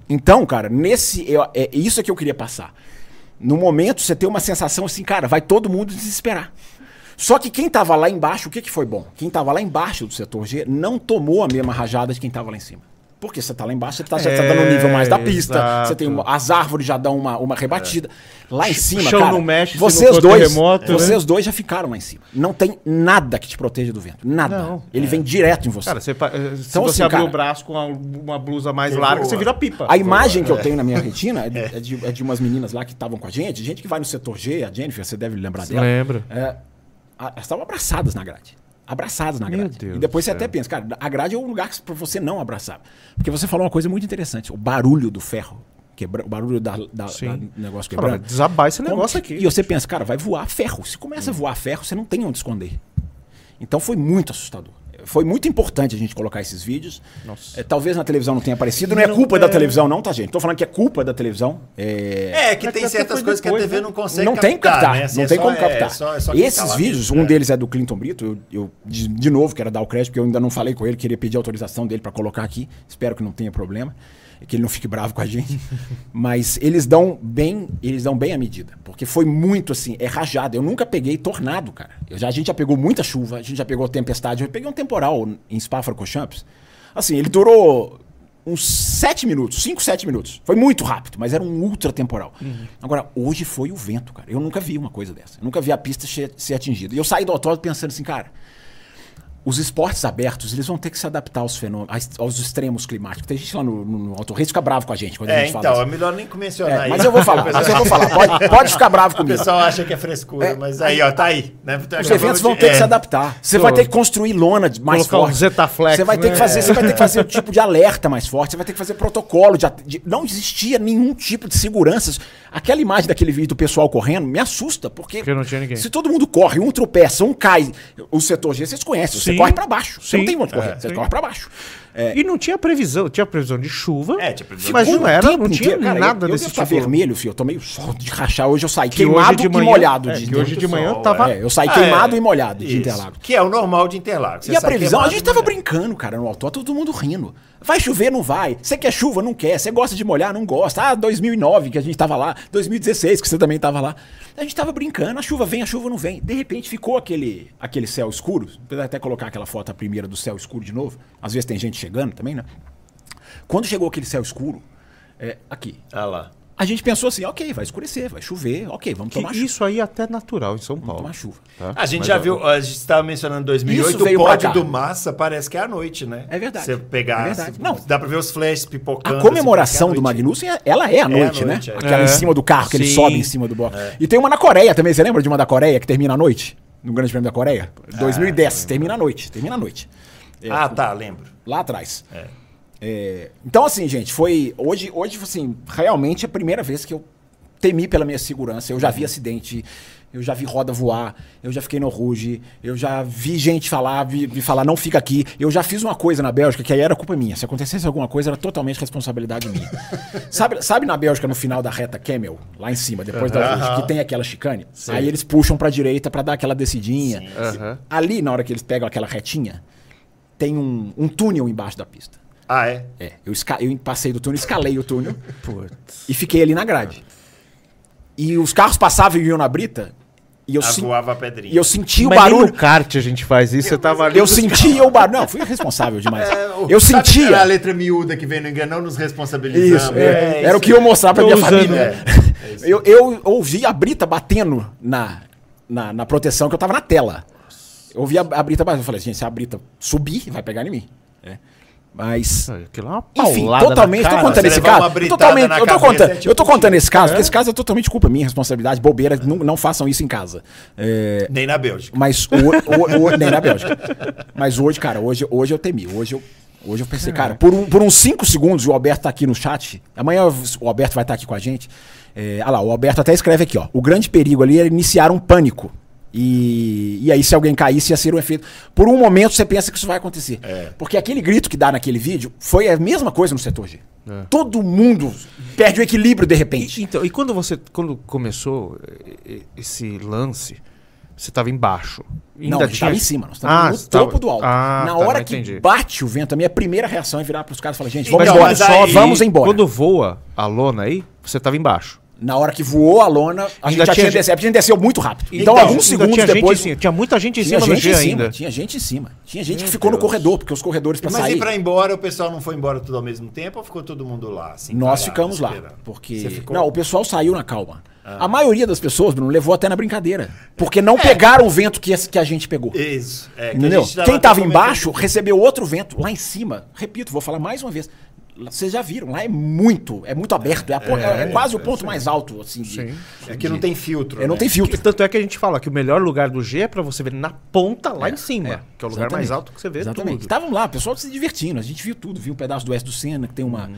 Speaker 4: então, cara, nesse. eu- é isso é que eu queria passar. No momento, você tem uma sensação assim, cara, vai todo mundo desesperar. Só que quem tava lá embaixo, o que, que foi bom? Quem tava lá embaixo do setor G não tomou a mesma rajada de quem tava lá em cima. Porque você tá lá embaixo, você tá, já tá dando um nível mais da pista,
Speaker 2: É, exato. É.
Speaker 4: você tem uma- as árvores já dão uma, uma rebatida. Lá em cima,
Speaker 2: chão
Speaker 4: cara,
Speaker 2: não mexe se não
Speaker 4: vocês
Speaker 2: for
Speaker 4: dois,
Speaker 2: terremoto, né?
Speaker 4: vocês dois já ficaram lá em cima. Não tem nada que te proteja do vento, nada.
Speaker 2: Não. é.
Speaker 4: Ele vem direto em você.
Speaker 2: Cara, você, pa- eh, se
Speaker 4: Então,
Speaker 2: você
Speaker 4: assim,
Speaker 2: abrir
Speaker 4: cara- é.
Speaker 2: o braço com uma, uma blusa mais larga, você vira pipa.
Speaker 4: A imagem que eu tenho na minha retina é de, é de- é de umas meninas lá que estavam com a gente, gente que vai no setor G, a Jennifer, você deve lembrar dela.
Speaker 2: Lembro.
Speaker 4: É, a- elas estavam abraçadas na grade. Abraçadas na
Speaker 2: Meu
Speaker 4: grade.
Speaker 2: Deus
Speaker 4: e depois
Speaker 2: do
Speaker 4: você
Speaker 2: céu.
Speaker 4: até pensa, cara, a grade é um lugar para você não abraçar. Porque você falou uma coisa muito interessante: o barulho do ferro. Quebra, o barulho da, da,
Speaker 2: Sim.
Speaker 4: da negócio
Speaker 2: Cara, vai
Speaker 4: quebrando.
Speaker 2: desabar esse
Speaker 4: Como
Speaker 2: negócio
Speaker 4: que-
Speaker 2: aqui.
Speaker 4: E você pensa, cara, vai voar ferro. Se começa a voar ferro, você não tem onde esconder. Então foi muito assustador. Foi muito importante a gente colocar esses vídeos.
Speaker 2: Nossa.
Speaker 4: É, talvez na televisão não tenha aparecido. Não é culpa da televisão, não, tá, gente? Tô falando que é culpa da televisão. É,
Speaker 3: É, que
Speaker 2: Mas
Speaker 3: tem
Speaker 2: até
Speaker 3: certas
Speaker 2: foi
Speaker 3: coisas que a
Speaker 2: depois,
Speaker 3: TV
Speaker 2: né?
Speaker 3: não consegue
Speaker 4: não tem captar,
Speaker 3: né? Assim,
Speaker 4: não
Speaker 3: é
Speaker 4: tem
Speaker 3: só-
Speaker 4: como
Speaker 3: é
Speaker 4: captar.
Speaker 3: só- é só quem tá
Speaker 4: Esses
Speaker 3: lá
Speaker 4: vídeos,
Speaker 3: mesmo,
Speaker 4: um
Speaker 3: é.
Speaker 4: deles é do Clinton Brito, eu, eu de, de novo quero dar o crédito, porque eu ainda não falei com ele, queria pedir a autorização dele para colocar aqui, espero que não tenha problema, que ele não fique bravo com a gente. Mas eles dão bem, eles dão bem a medida, porque foi muito assim, é rajada. Eu nunca peguei tornado, cara. Eu já, a gente já pegou muita chuva, a gente já pegou tempestade, eu peguei um temporal em Spa-Francorchamps. Assim, ele durou uns 7 minutos, 5, 7 minutos. Foi muito rápido, mas era um ultra temporal.
Speaker 3: Uhum.
Speaker 4: Agora, hoje foi o vento, cara. Eu nunca vi uma coisa dessa. Eu nunca vi a pista che- ser atingida. E eu saí do autódromo pensando assim, cara, os esportes abertos, eles vão ter que se adaptar aos fenômenos, aos- aos extremos climáticos. Tem gente lá no, no, no autorreio que fica bravo com a gente quando a
Speaker 3: É,
Speaker 4: gente
Speaker 3: então,
Speaker 4: fala
Speaker 3: é
Speaker 4: assim.
Speaker 3: melhor nem mencionar
Speaker 4: É,
Speaker 3: isso.
Speaker 4: mas eu vou falar, mas eu vou falar. Pode, pode ficar bravo
Speaker 3: O
Speaker 4: comigo.
Speaker 3: pessoal acha que é frescura,
Speaker 4: É,
Speaker 3: mas aí, ó, tá aí. Né?
Speaker 4: Os eventos vão ter que se adaptar. Você vai ter que construir lona de- mais
Speaker 2: É. Colocar um
Speaker 4: forte.
Speaker 2: Zetaflex,
Speaker 4: você vai ter
Speaker 2: né?
Speaker 4: que fazer, você vai ter que fazer um tipo de alerta mais forte. Você vai ter que fazer protocolo de, at- de- não existia nenhum tipo de segurança. Aquela imagem daquele vídeo do pessoal correndo me assusta porque,
Speaker 2: Porque não tinha ninguém.
Speaker 4: Se todo mundo corre, um tropeça, um cai, o setor G vocês conhecem. Você
Speaker 2: Sim.
Speaker 4: corre pra baixo.
Speaker 2: Sim.
Speaker 4: Você não tem onde correr.
Speaker 2: É.
Speaker 4: Você
Speaker 2: Sim.
Speaker 4: corre pra baixo.
Speaker 2: E não tinha previsão. Tinha previsão de chuva.
Speaker 3: É, tinha previsão
Speaker 2: Mas
Speaker 4: Ficou
Speaker 2: não
Speaker 4: um
Speaker 2: era,
Speaker 4: tempo
Speaker 2: não tinha
Speaker 4: inteiro, cara, eu-
Speaker 2: nada
Speaker 4: eu,
Speaker 2: desse
Speaker 4: devo
Speaker 2: tipo.
Speaker 4: tá vermelho, filho. Eu tomei o sol de rachar. Hoje eu saí
Speaker 2: Que hoje
Speaker 4: queimado
Speaker 2: de manhã-
Speaker 4: e molhado.
Speaker 2: é,
Speaker 4: de
Speaker 2: que hoje de
Speaker 4: Interlagos.
Speaker 2: manhã
Speaker 3: sol,
Speaker 2: tava...
Speaker 4: É, eu saí queimado e molhado de Interlagos.
Speaker 3: Interlagos. Que é o normal de Interlagos. Você
Speaker 4: E a
Speaker 2: é
Speaker 3: sai
Speaker 4: previsão, a
Speaker 3: queimado,
Speaker 4: gente tá- tava
Speaker 3: né?
Speaker 4: brincando, cara, no autódromo, todo mundo rindo. Vai chover, não vai. Você quer chuva, não quer. Você gosta de molhar, não gosta. Ah, 2009 que a gente tava lá, 2016 que você também tava lá. A gente tava brincando, a chuva vem, a chuva não vem. De repente ficou aquele, aquele céu escuro. Vou até colocar aquela foto a primeira do céu escuro de novo. Às vezes tem gente chegando também, né? Quando chegou aquele céu escuro, é, aqui,
Speaker 3: Ah lá.
Speaker 4: a gente pensou assim, ok, vai escurecer, vai chover, ok, vamos tomar
Speaker 2: Que
Speaker 4: chuva.
Speaker 2: isso aí é até natural em São Paulo.
Speaker 4: Tomar chuva.
Speaker 2: tá?
Speaker 3: A gente
Speaker 2: Mas
Speaker 3: já
Speaker 2: é-
Speaker 3: viu, a gente estava mencionando 2008,
Speaker 4: Isso veio
Speaker 3: o
Speaker 4: pra
Speaker 3: pódio
Speaker 4: cá.
Speaker 3: do Massa parece que é à noite, né?
Speaker 4: É verdade.
Speaker 3: Você pegar,
Speaker 4: É verdade.
Speaker 3: se-
Speaker 4: Não.
Speaker 3: dá pra ver os flashes pipocando.
Speaker 4: A
Speaker 3: assim,
Speaker 4: comemoração
Speaker 3: parece
Speaker 4: do
Speaker 3: que é à noite.
Speaker 4: Magnussen, ela é à noite,
Speaker 3: noite,
Speaker 4: né?
Speaker 3: é.
Speaker 4: Aquela
Speaker 2: É.
Speaker 4: em cima do carro, que ele
Speaker 2: Sim.
Speaker 4: sobe em cima do bloco. E tem uma na Coreia também, você lembra de uma da Coreia que termina à noite? No Grande Prêmio da Coreia?
Speaker 3: É.
Speaker 4: 2010, termina à noite, termina à noite.
Speaker 3: Ah, tá, lembro.
Speaker 4: Lá atrás. É, então, assim, gente, foi. Hoje, hoje, assim, realmente é a primeira vez que eu temi pela minha segurança. Eu já vi acidente, eu já vi roda voar, eu já fiquei no ruge, eu já vi gente falar, vi, vi falar, não fica aqui. Eu já fiz uma coisa na Bélgica que aí era culpa minha. Se acontecesse alguma coisa, era totalmente responsabilidade minha. sabe, sabe na Bélgica, no final da reta Camel, lá em cima, depois da Ruge, que tem aquela chicane? Aí eles puxam pra direita pra dar aquela descidinha.
Speaker 2: Aham.
Speaker 4: Ali, na hora que eles pegam aquela retinha, tem um, um túnel embaixo da pista.
Speaker 3: Ah, é?
Speaker 4: É, eu, esca- eu passei do túnel, escalei o túnel e fiquei ali na grade. E os carros passavam e iam na brita e eu,
Speaker 3: Ah,
Speaker 4: sen-
Speaker 3: voava a pedrinha.
Speaker 4: e eu senti o
Speaker 2: Mas nem
Speaker 4: barulho.
Speaker 2: no kart a gente faz isso. Você tava ali...
Speaker 4: Eu sentia o barulho. Não, fui irresponsável demais.
Speaker 2: É,
Speaker 3: o-
Speaker 4: eu
Speaker 3: sabe
Speaker 4: sentia.
Speaker 3: aquela letra miúda que vem no engano, não nos responsabilizamos.
Speaker 4: Isso, é,
Speaker 3: É,
Speaker 4: era o
Speaker 3: isso
Speaker 4: que eu ia mostrar pra
Speaker 2: Tô
Speaker 4: minha
Speaker 2: usando,
Speaker 4: família. É
Speaker 3: né?
Speaker 4: eu, eu ouvi a Brita batendo na, na, na proteção que eu tava na tela. Eu ouvi a, a Brita batendo. Eu falei, gente, se a Brita subir, vai pegar em mim. É. Mas.
Speaker 2: Aquilo é uma
Speaker 4: Enfim,
Speaker 2: paulada na
Speaker 4: totalmente, eu tô
Speaker 2: cara.
Speaker 4: contando
Speaker 3: você
Speaker 4: esse
Speaker 3: levar uma
Speaker 4: caso. Eu
Speaker 3: britada
Speaker 4: Totalmente,
Speaker 3: na
Speaker 4: eu tô
Speaker 3: cabeça,
Speaker 4: contando,
Speaker 3: é tipo
Speaker 4: eu tô
Speaker 3: tiro.
Speaker 4: contando esse caso, porque esse caso é totalmente culpa minha, responsabilidade, bobeira, não, não façam isso em casa. É,
Speaker 3: Nem na Bélgica.
Speaker 4: mas o, o- o- nem na Bélgica. Mas hoje, cara, hoje, hoje eu temi. Hoje eu, hoje eu pensei, cara, por, um- por uns 5 segundos, o Alberto tá aqui no chat. Amanhã o Alberto vai estar aqui com a gente. É, ah lá, o Alberto até escreve aqui, ó. O grande perigo ali era iniciar um pânico. E, e aí, se alguém caísse, ia ser um efeito. Por um momento, você pensa que isso vai acontecer. Porque aquele grito que dá naquele vídeo foi a mesma coisa no setor G. Todo mundo perde o equilíbrio de repente.
Speaker 2: E, então, e quando você quando começou eh, esse lance, você tava embaixo. Ainda
Speaker 4: não, a gente
Speaker 2: tinha-
Speaker 4: tava em cima, nós estávamos
Speaker 2: Ah,
Speaker 4: no
Speaker 2: você tava-
Speaker 4: topo do alto.
Speaker 2: Ah,
Speaker 4: Na
Speaker 2: tá,
Speaker 4: hora
Speaker 2: não,
Speaker 4: que
Speaker 2: entendi.
Speaker 4: bate o vento, a minha primeira reação é virar pros caras e falar, gente, vamos
Speaker 3: Então,
Speaker 4: embora,
Speaker 3: mas aí-
Speaker 4: vamos embora.
Speaker 2: Quando voa a lona aí, você tava embaixo.
Speaker 4: Na hora que voou a lona, a
Speaker 2: Ainda
Speaker 4: gente já
Speaker 2: tinha
Speaker 4: tinha,
Speaker 2: gente-
Speaker 4: descido. A gente desceu muito rápido. Então,
Speaker 2: Então,
Speaker 4: alguns
Speaker 2: ainda
Speaker 4: segundos
Speaker 2: tinha gente em
Speaker 4: depois.
Speaker 2: cima- tinha muita gente em cima
Speaker 4: tinha
Speaker 2: do
Speaker 4: gente em
Speaker 2: Jean
Speaker 4: cima,
Speaker 2: ainda.
Speaker 4: Tinha gente em cima. Tinha gente
Speaker 2: Meu
Speaker 4: que ficou
Speaker 2: Deus.
Speaker 4: no corredor, porque os corredores pra
Speaker 3: Mas
Speaker 4: sair.
Speaker 3: e pra ir embora, o pessoal não foi embora tudo ao mesmo tempo ou ficou todo mundo lá? assim,
Speaker 2: Ah,
Speaker 4: Nós
Speaker 3: parado,
Speaker 4: ficamos lá.
Speaker 3: esperando? Você
Speaker 4: Porque.
Speaker 3: ficou?
Speaker 4: Não, o pessoal saiu na calma.
Speaker 2: Ah.
Speaker 4: A maioria das pessoas, Bruno, levou até na brincadeira. Porque
Speaker 2: É.
Speaker 4: não pegaram o vento que, que a gente pegou.
Speaker 3: Isso. É, que a
Speaker 4: Entendeu?
Speaker 3: gente tava
Speaker 4: Quem
Speaker 3: até
Speaker 4: tava
Speaker 3: comentando-
Speaker 4: embaixo recebeu outro vento lá em cima. Repito, vou falar mais uma vez. Lá- Vocês já viram, lá é muito, é muito aberto. É, a po- é quase o ponto mais alto, assim. De,
Speaker 2: Sim.
Speaker 3: É que não tem filtro.
Speaker 4: É, não
Speaker 3: né?
Speaker 4: tem filtro.
Speaker 2: Tanto é que a gente fala que o melhor lugar do G é pra você ver na ponta, lá em cima. que é o lugar mais
Speaker 4: Exatamente.
Speaker 2: alto que você vê
Speaker 4: Exatamente.
Speaker 2: tudo.
Speaker 4: Estavam lá, o pessoal se divertindo. A gente viu tudo. Viu um pedaço do oeste do Sena, que tem uma...
Speaker 3: Uhum.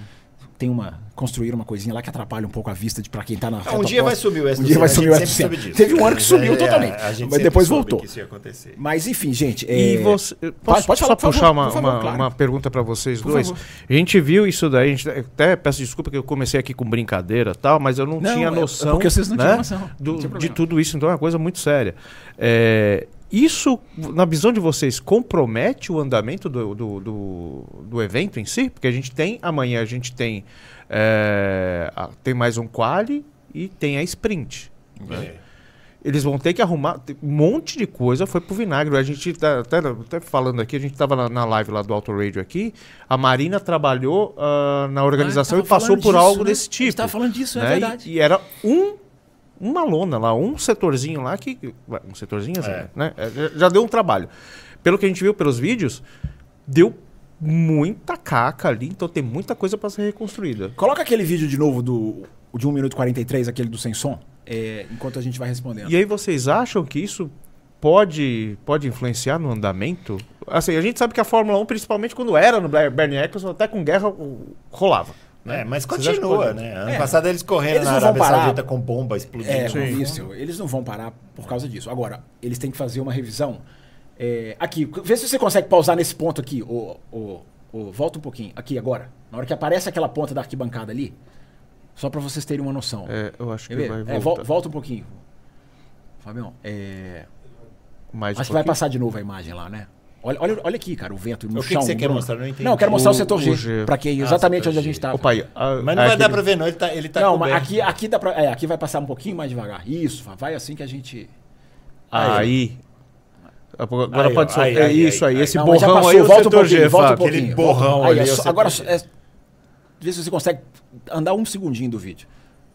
Speaker 4: Tem uma... Construíram uma coisinha lá que atrapalha um pouco a vista de pra quem tá na
Speaker 3: Ah,
Speaker 4: reta
Speaker 3: Um dia vai
Speaker 4: oposta.
Speaker 3: subir o S
Speaker 4: Um dia vai subir o
Speaker 3: S
Speaker 4: oeste do Sena. Teve um ano que
Speaker 3: É,
Speaker 4: subiu totalmente. Mas depois voltou.
Speaker 3: isso ia acontecer.
Speaker 4: Mas enfim, gente...
Speaker 2: E
Speaker 4: é,
Speaker 2: você. Posso
Speaker 4: Pode, pode
Speaker 2: só
Speaker 4: falar, por
Speaker 2: puxar
Speaker 4: favor,
Speaker 2: uma,
Speaker 4: por favor,
Speaker 2: uma,
Speaker 4: claro.
Speaker 2: uma pergunta pra vocês
Speaker 4: Por
Speaker 2: dois?
Speaker 4: favor.
Speaker 2: A gente viu isso daí, a gente até peço desculpa que eu comecei aqui com brincadeira e tal, mas eu não,
Speaker 4: Não,
Speaker 2: tinha
Speaker 4: é- é
Speaker 2: noção.
Speaker 4: porque vocês não
Speaker 2: né,
Speaker 4: tinham noção, não
Speaker 2: do-
Speaker 4: tinha
Speaker 2: de
Speaker 4: problema.
Speaker 2: tudo isso, então é uma coisa muito séria. É, isso, na visão de vocês, compromete o andamento do, do, do, do evento em si? Porque a gente tem, amanhã a gente tem, é, a- tem mais um quali e tem a sprint.
Speaker 3: É.
Speaker 2: Eles vão ter que arrumar. tem Um monte de coisa foi pro vinagre. A gente tá até, até falando aqui, a gente tava na, na live lá do Auto Radio aqui. A Marina trabalhou ah, na organização
Speaker 4: Ah,
Speaker 2: e
Speaker 4: tava
Speaker 2: passou
Speaker 4: falando
Speaker 2: por
Speaker 4: disso,
Speaker 2: algo
Speaker 4: né?
Speaker 2: desse
Speaker 4: A
Speaker 2: tipo.
Speaker 4: gente tava falando disso, é
Speaker 2: né? E-
Speaker 4: verdade.
Speaker 2: E, era um uma lona lá, um setorzinho lá que. ué, Um setorzinho assim,
Speaker 3: É.
Speaker 2: né? É, já- Já deu um trabalho. Pelo que a gente viu pelos vídeos, deu muita caca ali, então tem muita coisa pra ser reconstruída.
Speaker 4: Coloca aquele vídeo de novo do o de 1 minuto e 43, aquele do sem som, é, enquanto a gente vai respondendo.
Speaker 2: E aí vocês acham que isso pode, pode influenciar no andamento? Assim, a gente sabe que a Fórmula 1, principalmente quando era no Ber- Bernie Eccleston, até com guerra o- rolava.
Speaker 4: né?
Speaker 3: É, mas
Speaker 2: Vocês acham que
Speaker 3: continua,
Speaker 2: pode-
Speaker 3: né? Ano
Speaker 4: É.
Speaker 3: passado eles correram
Speaker 4: Eles
Speaker 3: na
Speaker 4: não vão
Speaker 3: Arábia
Speaker 4: parar.
Speaker 3: Saudita com bomba explodindo.
Speaker 4: É,
Speaker 2: Sim.
Speaker 4: isso, eles não vão parar por causa disso. Agora, eles têm que fazer uma revisão. É, aqui, vê se você consegue pausar nesse ponto aqui. ô, ô, ô, volta um pouquinho. Aqui, agora. Na hora que aparece aquela ponta da arquibancada ali, só pra vocês terem uma noção.
Speaker 2: É, eu acho
Speaker 4: Quer
Speaker 2: que
Speaker 4: ver?
Speaker 2: vai
Speaker 4: É, vol-
Speaker 2: voltar.
Speaker 4: volta um pouquinho. Fabião, é,
Speaker 2: Mais um
Speaker 4: acho que vai
Speaker 2: pouquinho.
Speaker 4: passar de novo a imagem lá, né? Olha, olha, olha aqui, cara, o vento no
Speaker 3: O que que
Speaker 4: chão.
Speaker 3: você quer
Speaker 4: Bruno.
Speaker 3: mostrar? Eu não entendi. Ah,
Speaker 4: eu quero mostrar o,
Speaker 2: O-
Speaker 4: setor
Speaker 2: o
Speaker 4: G,
Speaker 2: G.
Speaker 4: pra que é exatamente
Speaker 3: setor
Speaker 4: onde a
Speaker 3: G.
Speaker 4: gente tá.
Speaker 2: Ô, pai, a-
Speaker 3: Mas não
Speaker 2: a-
Speaker 3: vai dar
Speaker 2: ah, aquele-
Speaker 3: pra ver, não. Ele tá, ele tá
Speaker 4: não, mas
Speaker 3: coberto.
Speaker 4: aqui, aqui dá pra. É, aqui vai passar um pouquinho mais devagar. Isso, vai assim que a gente.
Speaker 2: Aí. Agora
Speaker 3: Aí,
Speaker 2: pode
Speaker 3: ó,
Speaker 2: ser.
Speaker 3: aí,
Speaker 2: é
Speaker 3: aí,
Speaker 2: isso aí,
Speaker 3: aí.
Speaker 2: esse
Speaker 4: Não, mas já
Speaker 2: borrão
Speaker 4: passou,
Speaker 2: aí, é o
Speaker 4: volta um
Speaker 2: setor G,
Speaker 4: pouquinho, volta um
Speaker 2: Fábio.
Speaker 3: Aquele
Speaker 4: pouquinho,
Speaker 3: borrão
Speaker 4: volta-
Speaker 3: ali,
Speaker 4: aí, é
Speaker 3: o
Speaker 4: só-
Speaker 3: setor
Speaker 4: agora,
Speaker 3: G.
Speaker 4: é, vê se você consegue andar um segundinho do vídeo.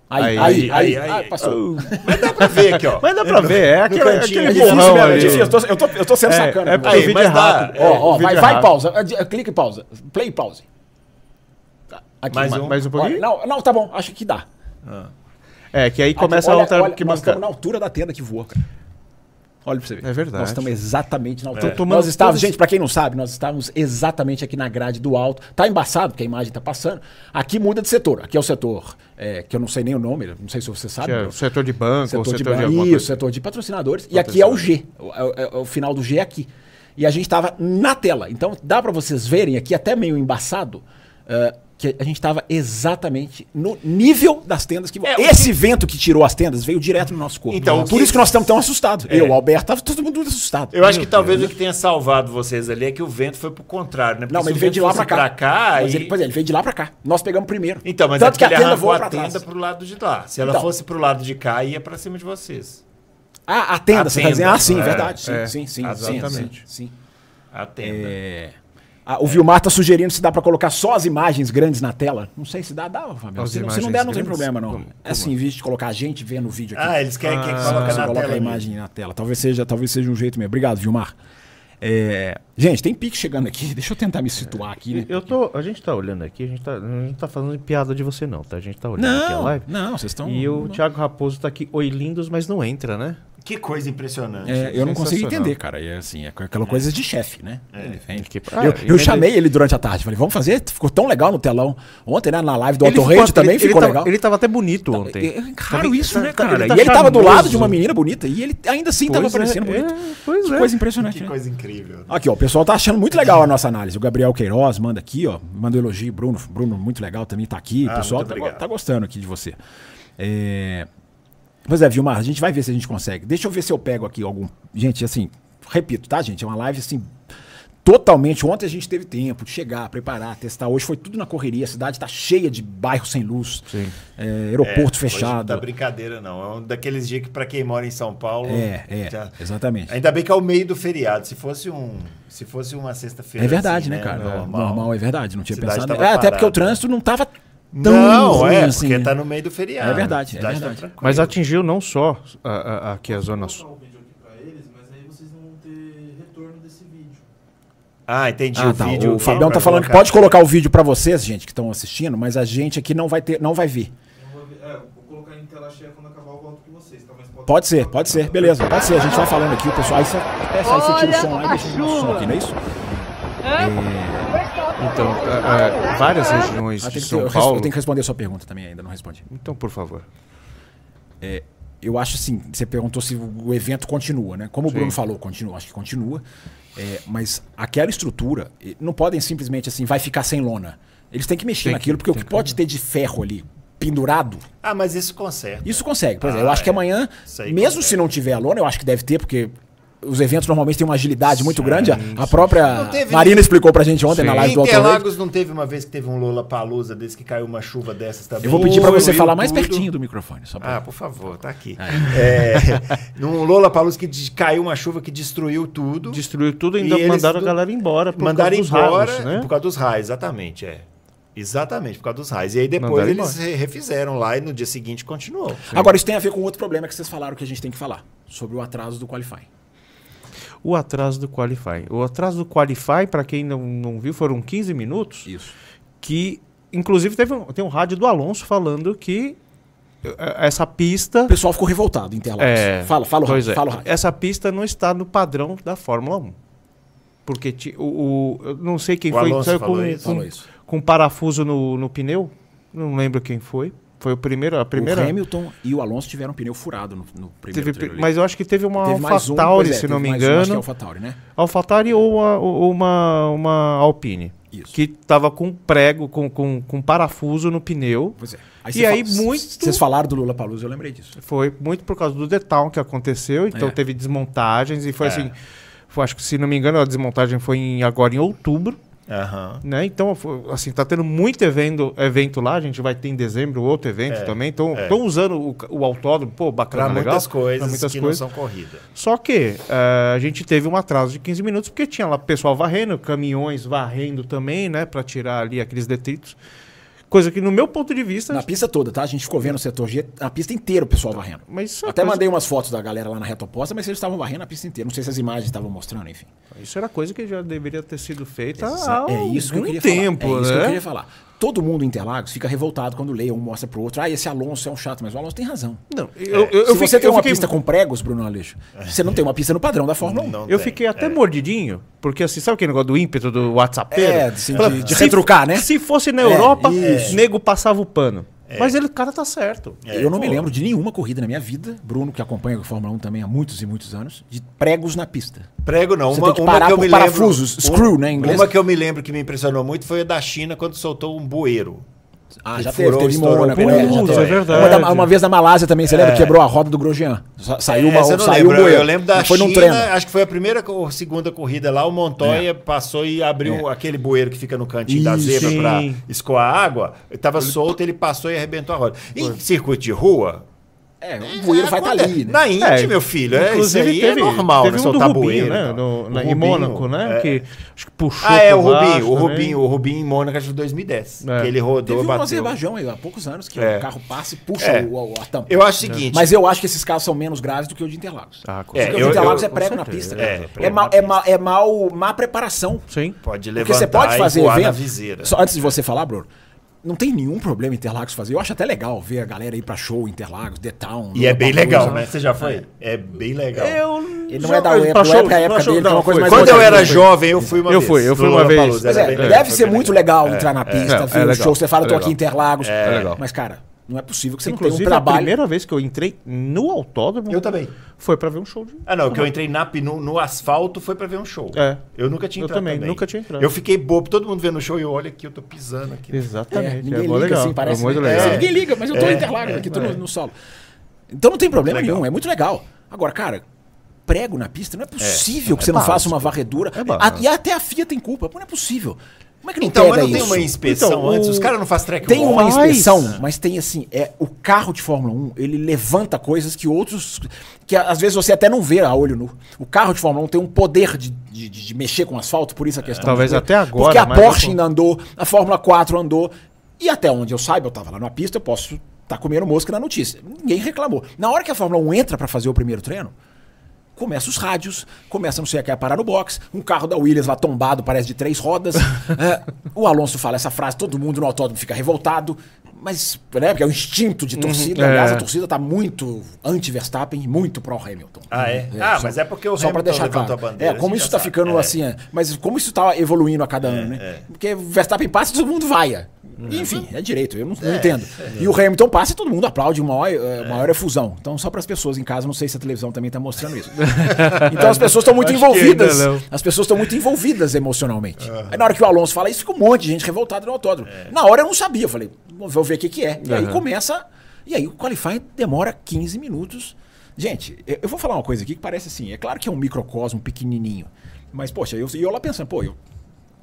Speaker 4: Aí,
Speaker 2: Aí,
Speaker 4: aí, aí,
Speaker 3: aí, aí,
Speaker 4: ah,
Speaker 3: aí.
Speaker 4: passou.
Speaker 3: Mas dá pra ver aqui, ó.
Speaker 2: Mas dá pra ver, é
Speaker 3: No
Speaker 2: aquele,
Speaker 3: cantinho,
Speaker 2: aquele
Speaker 3: é
Speaker 4: difícil
Speaker 2: borrão
Speaker 4: mesmo, é
Speaker 2: ali.
Speaker 4: difícil. Eu tô, eu, tô, eu tô sendo
Speaker 2: É,
Speaker 4: sacana.
Speaker 2: é
Speaker 4: com
Speaker 2: porque
Speaker 4: você.
Speaker 2: o
Speaker 3: Aí,
Speaker 2: vídeo
Speaker 3: mas
Speaker 2: é
Speaker 3: dá.
Speaker 2: rápido.
Speaker 3: É,
Speaker 4: ó, ó,
Speaker 2: o vídeo
Speaker 4: vai,
Speaker 2: é
Speaker 4: vai e
Speaker 2: rápido.
Speaker 4: pausa. Adi- Clique e pausa. Play e pause. Aqui,
Speaker 3: Mais
Speaker 4: ma-
Speaker 3: um.
Speaker 2: Mais um
Speaker 4: Olha,
Speaker 2: pouquinho?
Speaker 4: não, não, tá bom, acho que dá.
Speaker 2: É, que aí começa
Speaker 4: Aqui,
Speaker 2: a alta
Speaker 4: olha,
Speaker 2: que
Speaker 4: Nós
Speaker 2: banca.
Speaker 4: estamos na altura da tenda que voa, cara. Olha pra você ver.
Speaker 2: É verdade.
Speaker 4: Nós estamos exatamente na altura.
Speaker 2: Tô tomando
Speaker 4: Nós estávamos,
Speaker 2: todas-
Speaker 4: gente, pra quem não sabe, nós estávamos exatamente aqui na grade do alto. Tá embaçado, porque a imagem tá passando. Aqui muda de setor. Aqui é o setor é, que eu não sei nem o nome, não sei se você sabe.
Speaker 2: que é
Speaker 4: Bruno.
Speaker 2: o setor de banco,
Speaker 4: setor,
Speaker 2: o setor de,
Speaker 4: de, ban-
Speaker 2: alguma
Speaker 4: Isso,
Speaker 2: coisa.
Speaker 4: setor de patrocinadores. E aqui é o G. O, é- é- o final do G é aqui. E a gente estava na tela. Então dá pra vocês verem aqui, até meio embaçado, eh, que a gente estava exatamente no nível das tendas que. Esse vento que tirou as tendas veio direto no nosso corpo.
Speaker 3: É, Então, o
Speaker 4: Por
Speaker 3: que- É.
Speaker 4: isso que nós estamos tão assustados. Eu, Alberto, tava todo mundo assustado.
Speaker 3: Eu acho que talvez o que tenha salvado vocês ali é que o vento foi pro contrário, né? Porque
Speaker 4: Não,
Speaker 3: se
Speaker 4: mas ele
Speaker 3: o
Speaker 4: veio
Speaker 3: vento
Speaker 4: de lá
Speaker 3: fosse
Speaker 4: pra cá.
Speaker 3: Pra cá
Speaker 4: mas
Speaker 3: e-
Speaker 4: ele, pois é, ele veio de lá pra cá. Nós pegamos primeiro.
Speaker 3: Então, mas
Speaker 4: Tanto que a tenda
Speaker 3: arrancou
Speaker 4: voou
Speaker 3: a
Speaker 4: pra trás.
Speaker 3: tenda pro lado de lá. tá, Se ela
Speaker 4: Então.
Speaker 3: fosse pro lado de cá, ia pra cima de vocês.
Speaker 4: Ah, a tenda,
Speaker 3: A
Speaker 4: você tá dizendo?
Speaker 3: tenda.
Speaker 4: Ah, sim,
Speaker 3: É,
Speaker 4: verdade. Sim,
Speaker 2: é.
Speaker 4: sim, sim,
Speaker 2: Exatamente.
Speaker 4: Sim, sim, sim.
Speaker 3: A tenda.
Speaker 4: É, Ah, o Vilmar tá sugerindo se dá pra colocar só as imagens grandes na tela. Não sei se dá, dá, Fabiano.
Speaker 2: As
Speaker 4: Se, não- se
Speaker 2: imagens
Speaker 4: não der, não tem
Speaker 2: grandes?
Speaker 4: problema, não.
Speaker 2: Como-
Speaker 4: É assim, em vez de colocar a gente vendo o vídeo aqui.
Speaker 3: Ah, eles querem, querem colocar
Speaker 4: você
Speaker 3: na
Speaker 4: coloca
Speaker 3: tela.
Speaker 4: a
Speaker 3: ali.
Speaker 4: imagem na tela. Talvez seja, talvez seja um jeito mesmo. Obrigado, Vilmar. É, Gente, tem pique chegando aqui. Deixa eu tentar me situar aqui, né?
Speaker 2: Eu tô, a gente tá olhando aqui, a gente tá, não tá falando de piada de você não, tá? A gente tá olhando aqui a
Speaker 4: Não,
Speaker 2: live.
Speaker 4: não, vocês estão...
Speaker 2: E o Thiago Raposo tá aqui, oi lindos, mas não entra, né?
Speaker 3: Que coisa impressionante.
Speaker 4: É, eu não consigo
Speaker 2: Sensacional.
Speaker 4: entender, cara. E é assim, é aquela coisa de chefe, né? Ele vem.
Speaker 2: Que-
Speaker 4: Eu-
Speaker 2: Ah,
Speaker 4: eu
Speaker 2: ele-
Speaker 4: chamei ele durante a tarde. Falei, vamos fazer? Ficou tão legal no telão. Ontem, né, na live do
Speaker 2: Ele
Speaker 4: Auto
Speaker 2: ficou-
Speaker 4: Rede também
Speaker 2: ele-
Speaker 4: ficou
Speaker 2: ele
Speaker 4: legal.
Speaker 2: Tava, ele tava até bonito ontem.
Speaker 4: É raro isso, né,
Speaker 2: Tá- tá-
Speaker 4: cara?
Speaker 2: tá
Speaker 4: e ele tava do
Speaker 2: charmoso.
Speaker 4: lado de uma menina bonita e ele ainda assim tava
Speaker 2: Pois é,
Speaker 4: parecendo bonito.
Speaker 2: é, pois
Speaker 4: que
Speaker 2: é.
Speaker 4: coisa impressionante,
Speaker 3: Que
Speaker 4: né?
Speaker 3: coisa incrível.
Speaker 4: Aqui, ó, o pessoal tá achando muito legal a nossa análise. O Gabriel Queiroz manda aqui, ó, manda um elogio. Bruno, Bruno, muito legal também tá aqui. O
Speaker 3: Ah,
Speaker 4: pessoal
Speaker 3: muito
Speaker 4: tá,
Speaker 3: obrigado.
Speaker 4: tá gostando aqui de você. É... Pois é, Vilmar, a gente vai ver se a gente consegue. Deixa eu ver se eu pego aqui algum. Gente, assim, repito, tá, gente? É uma live assim. totalmente. Ontem a gente teve tempo de chegar, preparar, testar. Hoje foi tudo na correria. A cidade está cheia de bairros sem luz, é, aeroporto
Speaker 3: Hoje tá Não
Speaker 4: fechado.
Speaker 3: dá brincadeira, não. É um daqueles dias que, pra quem mora em São Paulo.
Speaker 4: É, é,
Speaker 3: já-
Speaker 4: exatamente.
Speaker 3: Ainda bem que é o meio do feriado. Se fosse, um, se fosse uma sexta-feira.
Speaker 4: É
Speaker 3: assim,
Speaker 4: verdade, né, cara? É
Speaker 3: Normal.
Speaker 4: Normal, é verdade. Não tinha
Speaker 3: Cidade
Speaker 4: pensado.
Speaker 3: tava
Speaker 4: É, até
Speaker 3: parada. né?
Speaker 4: porque o trânsito não estava tão
Speaker 3: Não,
Speaker 4: ruim
Speaker 3: é,
Speaker 4: assim.
Speaker 3: porque
Speaker 4: né?
Speaker 3: tá no meio do feriado.
Speaker 4: É verdade, é
Speaker 3: A cidade tá
Speaker 4: verdade.
Speaker 3: tranquila.
Speaker 2: Mas atingiu não só a- a- aqui a zona sul.
Speaker 5: Vou um vídeo aqui pra eles, mas aí vocês não vão ter retorno desse vídeo.
Speaker 3: Ah, entendi.
Speaker 4: Ah,
Speaker 3: o
Speaker 4: tá.
Speaker 3: vídeo.
Speaker 4: o Fabião
Speaker 3: pra assim.
Speaker 4: tá falando que pode colocar o vídeo pra vocês, gente, que estão assistindo, mas a gente aqui não vai ter, não vai ver.
Speaker 5: Não vou ver- É, vou colocar em tela cheia quando acabar o voto com vocês, tá? Mas
Speaker 4: Pode ser, pode ser, beleza. Pode ser, a gente vai falando aqui, o pessoal. Aí você, aí você tira o som lá e deixa o som aqui, não é isso?
Speaker 2: Então, é, é, várias regiões
Speaker 4: Ah,
Speaker 2: de
Speaker 4: tem que,
Speaker 2: São
Speaker 4: eu, res-
Speaker 2: Paulo.
Speaker 4: eu tenho que responder a sua pergunta também, ainda não respondi.
Speaker 2: Então, por favor.
Speaker 4: Eu acho assim, você perguntou se o evento continua, né? Como o Bruno falou, continua, acho que continua. É, mas aquela estrutura, eh, não podem simplesmente assim, vai ficar sem lona. Eles têm que mexer
Speaker 2: Tem que-
Speaker 4: naquilo, porque o
Speaker 2: tem
Speaker 4: que
Speaker 2: que
Speaker 4: pode ter de ferro ali, pendurado,
Speaker 3: Ah, mas isso conserta.
Speaker 4: Isso consegue. Por exemplo,
Speaker 3: Ah,
Speaker 4: eu acho que
Speaker 3: é.
Speaker 4: amanhã,
Speaker 3: Isso aí
Speaker 4: mesmo
Speaker 3: consegue.
Speaker 4: se não tiver a lona, eu acho que deve ter, porque os eventos normalmente têm uma agilidade muito grande. A- A própria
Speaker 3: Não teve
Speaker 4: Marina
Speaker 3: nem-
Speaker 4: explicou pra gente ontem
Speaker 2: Sim.
Speaker 4: na live do Autor Wave.
Speaker 3: Interlagos não teve uma vez que teve um Lola Palusa desse que caiu uma chuva dessas também.
Speaker 4: Eu vou pedir pra você
Speaker 3: Destruiu
Speaker 4: falar mais
Speaker 3: tudo.
Speaker 4: pertinho do microfone. Só pra...
Speaker 3: Ah, por favor, tá aqui. É, num Lola Palusa que de- caiu uma chuva que destruiu tudo.
Speaker 2: Destruiu tudo e
Speaker 3: E
Speaker 2: ainda
Speaker 3: eles
Speaker 2: mandaram
Speaker 3: do-
Speaker 2: a galera embora. Por
Speaker 3: mandaram
Speaker 2: causa dos
Speaker 3: embora
Speaker 2: raios, né?
Speaker 3: por causa dos raios, exatamente, é. Exatamente, por causa dos raios. E aí depois
Speaker 2: Mandaram
Speaker 3: eles re- refizeram lá e no dia seguinte continuou.
Speaker 4: Agora, isso tem a ver com outro problema que vocês falaram que a gente tem que falar. Sobre o atraso do qualifying.
Speaker 2: O atraso do Qualify. O atraso do Qualify, para quem não, não viu, foram 15 minutos.
Speaker 4: Isso.
Speaker 2: Que, inclusive, teve um- tem um rádio do Alonso falando que eh, essa pista.
Speaker 4: O pessoal ficou revoltado, Interlagos.
Speaker 2: É,
Speaker 4: Fala, fala o
Speaker 2: pois
Speaker 4: rádio,
Speaker 2: é.
Speaker 4: fala o rádio.
Speaker 2: Essa pista não está no padrão da Fórmula 1. Porque ti- o, o- eu não sei quem
Speaker 3: O
Speaker 2: foi
Speaker 3: Alonso
Speaker 2: saiu
Speaker 3: falou
Speaker 2: com,
Speaker 3: isso.
Speaker 2: com,
Speaker 4: Falou isso.
Speaker 2: com parafuso no, no pneu. Não lembro quem foi. Foi o primeiro, a primeira.
Speaker 4: O Hamilton e o Alonso tiveram pneu furado no, no primeiro
Speaker 2: Teve,
Speaker 4: treino ali.
Speaker 2: mas eu acho que teve uma
Speaker 4: Teve mais um,
Speaker 2: AlphaTauri,
Speaker 4: pois é,
Speaker 2: se não
Speaker 4: teve
Speaker 2: me
Speaker 4: mais um, acho que é
Speaker 2: engano.
Speaker 4: AlphaTauri, né?
Speaker 2: AlphaTauri ou a- ou uma, uma Alpine.
Speaker 4: Isso.
Speaker 2: Que tava com prego, com, com, com parafuso no pneu.
Speaker 4: Pois é.
Speaker 2: e
Speaker 4: você
Speaker 2: aí
Speaker 4: fala-
Speaker 2: muito.
Speaker 4: Vocês falaram do Lula Palusa, eu lembrei disso.
Speaker 2: Foi muito por causa do detalhe que aconteceu. Então
Speaker 4: É.
Speaker 2: teve desmontagens e foi assim. foi- acho que, se não me engano, a desmontagem foi em- agora em outubro.
Speaker 3: Aham.
Speaker 2: Né? Então, fo- assim, tá tendo muito evento, evento lá. A gente vai ter em dezembro outro evento também. Então, estão usando o, ca- o autódromo, pô, bacana,
Speaker 3: Pra
Speaker 2: legal.
Speaker 3: muitas coisas
Speaker 2: pra muitas
Speaker 3: que
Speaker 2: coisas.
Speaker 3: não são corrida.
Speaker 2: Só que eh, a gente teve um atraso de 15 minutos, porque tinha lá pessoal varrendo, caminhões varrendo também, né? Pra tirar ali aqueles detritos. Coisa que, no meu ponto de vista.
Speaker 4: Na pista toda, tá? A gente ficou vendo o setor G, a pista inteira o pessoal varrendo.
Speaker 2: Mas isso, é
Speaker 4: Até
Speaker 2: coisa-
Speaker 4: mandei umas fotos da galera lá na reta oposta, mas eles estavam varrendo a pista inteira. Não sei se as imagens estavam mostrando, enfim.
Speaker 2: isso era coisa que já deveria ter sido feita há
Speaker 4: é isso que eu
Speaker 2: algum
Speaker 4: queria
Speaker 2: Tá um tempo,
Speaker 4: falar. É isso que eu
Speaker 2: né?
Speaker 4: queria falar. Todo mundo em Interlagos fica revoltado quando lê um mostra pro outro. Ah, esse Alonso é um chato, mas o Alonso tem razão.
Speaker 2: Não, eu, eu, eu
Speaker 4: É, Se
Speaker 2: fiquei-
Speaker 4: você tem
Speaker 2: eu
Speaker 4: uma
Speaker 2: fiquei-
Speaker 4: pista com pregos, Bruno Aleixo, você não tem uma pista no padrão da Fórmula 1.
Speaker 3: É. Não
Speaker 2: Eu
Speaker 3: tem.
Speaker 2: fiquei até mordidinho, porque assim, sabe aquele negócio do ímpeto do WhatsApp?
Speaker 4: É, de- de- de retrucar, né? É,
Speaker 2: Se fosse na Europa,
Speaker 4: isso. É.
Speaker 2: nego passava o pano. Mas ele, o cara tá certo.
Speaker 4: eu
Speaker 3: É,
Speaker 4: não me lembro de nenhuma corrida na minha vida, Bruno, que acompanha a Fórmula 1 também há muitos e muitos anos, de pregos na pista.
Speaker 3: Prego não,
Speaker 4: Você
Speaker 3: uma,
Speaker 4: tem que
Speaker 3: uma
Speaker 4: parar
Speaker 3: que eu
Speaker 4: por
Speaker 3: me
Speaker 4: parafusos,
Speaker 3: lembro.
Speaker 4: screw, né, em inglês.
Speaker 3: Uma que eu me lembro que me impressionou muito foi a da China quando soltou um bueiro.
Speaker 4: Ah,
Speaker 3: Que
Speaker 4: já teve,
Speaker 3: furou,
Speaker 4: teve em
Speaker 3: estourou
Speaker 4: Mônaco,
Speaker 3: o
Speaker 4: né?
Speaker 3: pneu. É.
Speaker 4: Já
Speaker 2: Putz,
Speaker 4: teve.
Speaker 2: é verdade.
Speaker 4: Uma, da- uma vez na Malásia também, você lembra? Quebrou a roda do Grosjean. Sa- Saiu uma
Speaker 3: Essa eu não
Speaker 4: saiu
Speaker 3: lembro.
Speaker 4: um bueiro.
Speaker 3: Eu lembro da
Speaker 4: Não foi
Speaker 3: China,
Speaker 4: num treino. É.
Speaker 3: acho que foi a primeira ou segunda corrida lá, o Montoya passou e abriu aquele bueiro que fica no cantinho da
Speaker 4: Isso.
Speaker 3: zebra
Speaker 2: Sim.
Speaker 3: pra escoar água. Tava solto, ele passou e arrebentou a roda. Em circuito de rua...
Speaker 4: É, o bueiro vai estar
Speaker 3: acontece.
Speaker 4: ali, né?
Speaker 3: Na Indy,
Speaker 2: É,
Speaker 3: meu filho, é, isso
Speaker 2: Inclusive,
Speaker 3: aí é normal,
Speaker 2: teve
Speaker 3: né?
Speaker 2: um do
Speaker 3: Soltar
Speaker 2: Rubinho,
Speaker 3: bueiro. e
Speaker 2: né?
Speaker 3: tal.
Speaker 2: No-
Speaker 3: O
Speaker 2: na- em
Speaker 3: Rubinho,
Speaker 2: Mônaco, né?
Speaker 3: é.
Speaker 2: Que acho que puxou
Speaker 3: Ah, é, o
Speaker 2: por baixo
Speaker 3: Rubinho, o
Speaker 2: também.
Speaker 3: Rubinho, o Rubinho em Mônaco, acho que de 2010.
Speaker 2: É.
Speaker 3: Que ele rodou,
Speaker 4: Teve um no
Speaker 3: bateu.
Speaker 4: Azerbaijão aí, há poucos anos que
Speaker 3: É.
Speaker 4: o carro passa e puxa
Speaker 3: É.
Speaker 4: o, o, a tampa.
Speaker 3: Eu acho o seguinte,
Speaker 4: Mas eu acho que esses casos são menos graves do que o de Interlagos.
Speaker 2: Ah, com
Speaker 3: É,
Speaker 2: certeza.
Speaker 4: Porque o
Speaker 3: eu-
Speaker 4: de Interlagos
Speaker 3: eu-
Speaker 4: é prego
Speaker 2: com
Speaker 4: na
Speaker 2: certeza.
Speaker 4: pista.
Speaker 3: É,
Speaker 4: cara. É,
Speaker 3: prego
Speaker 4: mal,
Speaker 3: na
Speaker 4: é, mal, é mal, má preparação.
Speaker 2: Sim.
Speaker 3: pode
Speaker 4: Porque
Speaker 3: levantar
Speaker 4: você pode fazer
Speaker 3: e voar na
Speaker 4: evento.
Speaker 3: viseira.
Speaker 4: Só antes de você falar, Bruno, não tem nenhum problema Interlagos fazer. Eu acho até legal ver a galera ir pra show Interlagos, The Town.
Speaker 3: E é bem
Speaker 4: Lollapalooza.
Speaker 3: legal, né? Você já foi? É bem legal.
Speaker 4: Ele não é da época,
Speaker 2: Baixou-
Speaker 4: não é pra época
Speaker 2: baixou-
Speaker 4: dele, que é uma
Speaker 2: foi.
Speaker 4: coisa mais
Speaker 3: Quando
Speaker 4: Mas
Speaker 3: eu
Speaker 4: outra
Speaker 3: era
Speaker 4: vez,
Speaker 3: jovem, eu fui uma
Speaker 2: Eu
Speaker 3: vez.
Speaker 2: fui, eu
Speaker 3: no
Speaker 2: fui uma
Speaker 3: Lollapalooza,
Speaker 2: vez.
Speaker 3: era
Speaker 4: Pois é,
Speaker 3: bem legal,
Speaker 4: deve
Speaker 3: foi
Speaker 4: ser
Speaker 3: bem
Speaker 4: muito
Speaker 3: legal.
Speaker 4: legal, entrar na pista,
Speaker 2: É,
Speaker 4: ver
Speaker 2: é
Speaker 4: um
Speaker 2: legal,
Speaker 4: show. Você fala,
Speaker 2: é
Speaker 4: tô aqui em
Speaker 2: legal.
Speaker 4: Interlagos.
Speaker 2: legal.
Speaker 4: Mas, cara, não é possível que você não
Speaker 2: Inclusive,
Speaker 4: tenha um
Speaker 2: a
Speaker 4: trabalho.
Speaker 2: primeira vez que eu entrei no autódromo
Speaker 3: Eu também.
Speaker 2: foi pra ver um show de.
Speaker 3: Ah, não, que eu entrei na, pi- no, no asfalto foi pra ver um show.
Speaker 2: É.
Speaker 3: Eu nunca tinha
Speaker 2: Eu
Speaker 3: entrado.
Speaker 2: também, nunca tinha entrado.
Speaker 3: Eu fiquei bobo, todo mundo vendo o show e eu olho aqui, eu tô pisando aqui.
Speaker 4: É,
Speaker 2: Exatamente.
Speaker 4: ninguém
Speaker 2: é
Speaker 4: liga
Speaker 2: mó legal.
Speaker 4: assim, parece.
Speaker 2: é muito
Speaker 4: né?
Speaker 2: legal.
Speaker 4: É, Ninguém liga, mas eu tô em Interlagos aqui, tô no, no solo. Então não tem problema nenhum, é muito legal. Agora, cara, prego na pista. Não é possível que você não faça uma varredura.
Speaker 2: básico.
Speaker 4: A- e até a FIA tem culpa. Não é possível. Como é que não
Speaker 3: Então, mas
Speaker 4: pega
Speaker 3: não tem
Speaker 4: isso?
Speaker 3: uma inspeção
Speaker 2: Então,
Speaker 3: antes?
Speaker 2: o-
Speaker 3: Os caras não fazem track
Speaker 4: Tem uma
Speaker 3: walk?
Speaker 4: inspeção, mas tem assim, é o carro de Fórmula 1, ele levanta coisas que outros que a- às vezes você até não vê a olho nu. O carro de Fórmula 1 tem um poder de, de, de- de mexer com o asfalto, por isso a questão.
Speaker 2: talvez
Speaker 4: do-
Speaker 2: até agora,
Speaker 4: Porque a
Speaker 2: mas eu
Speaker 4: Porsche
Speaker 2: con-
Speaker 4: ainda andou, a Fórmula 4 andou e até onde eu saiba, eu tava lá na pista, eu posso estar comendo mosca na notícia. Ninguém reclamou. Na hora que a Fórmula 1 entra para fazer o primeiro treino, Começa os rádios, começa não sei o que a parar no box, um carro da Williams lá tombado, parece de três rodas. É, o Alonso fala essa frase, todo mundo no autódromo fica revoltado, mas né, porque é o instinto
Speaker 3: Uhum.
Speaker 4: de torcida. Aliás,
Speaker 2: é.
Speaker 4: a torcida tá muito anti-Verstappen e muito pró-Hamilton.
Speaker 3: Ah, é? Ah, mas é porque o
Speaker 4: Só para
Speaker 3: Hamilton
Speaker 4: deixar
Speaker 3: levantou
Speaker 4: claro.
Speaker 3: a bandeira,
Speaker 4: é,
Speaker 3: a gente
Speaker 4: como isso
Speaker 3: já
Speaker 4: tá
Speaker 3: sabe.
Speaker 4: ficando
Speaker 3: É.
Speaker 4: assim, é, mas como isso tá evoluindo a cada ano, né? Porque o Verstappen passa e todo mundo vaia.
Speaker 3: Uhum.
Speaker 4: Enfim, é direito, eu não, não entendo.
Speaker 3: é.
Speaker 4: E o Hamilton passa e todo mundo aplaude, maior, é, maior efusão. Então, só para as pessoas em casa, não sei se a televisão também tá mostrando isso. então as pessoas estão muito
Speaker 2: Acho que ainda
Speaker 4: envolvidas.
Speaker 2: não.
Speaker 4: As pessoas estão muito envolvidas emocionalmente. Aí na hora que o Alonso fala isso, fica um monte de gente revoltada no autódromo.
Speaker 3: É.
Speaker 4: Na hora eu não sabia, eu falei, vou ver o que, que é. E aí começa. E aí o qualifying demora 15 minutos. Gente, eu eu vou falar uma coisa aqui que parece assim, é claro que é um microcosmo pequenininho. Mas, poxa, eu, e eu lá pensando, pô, eu,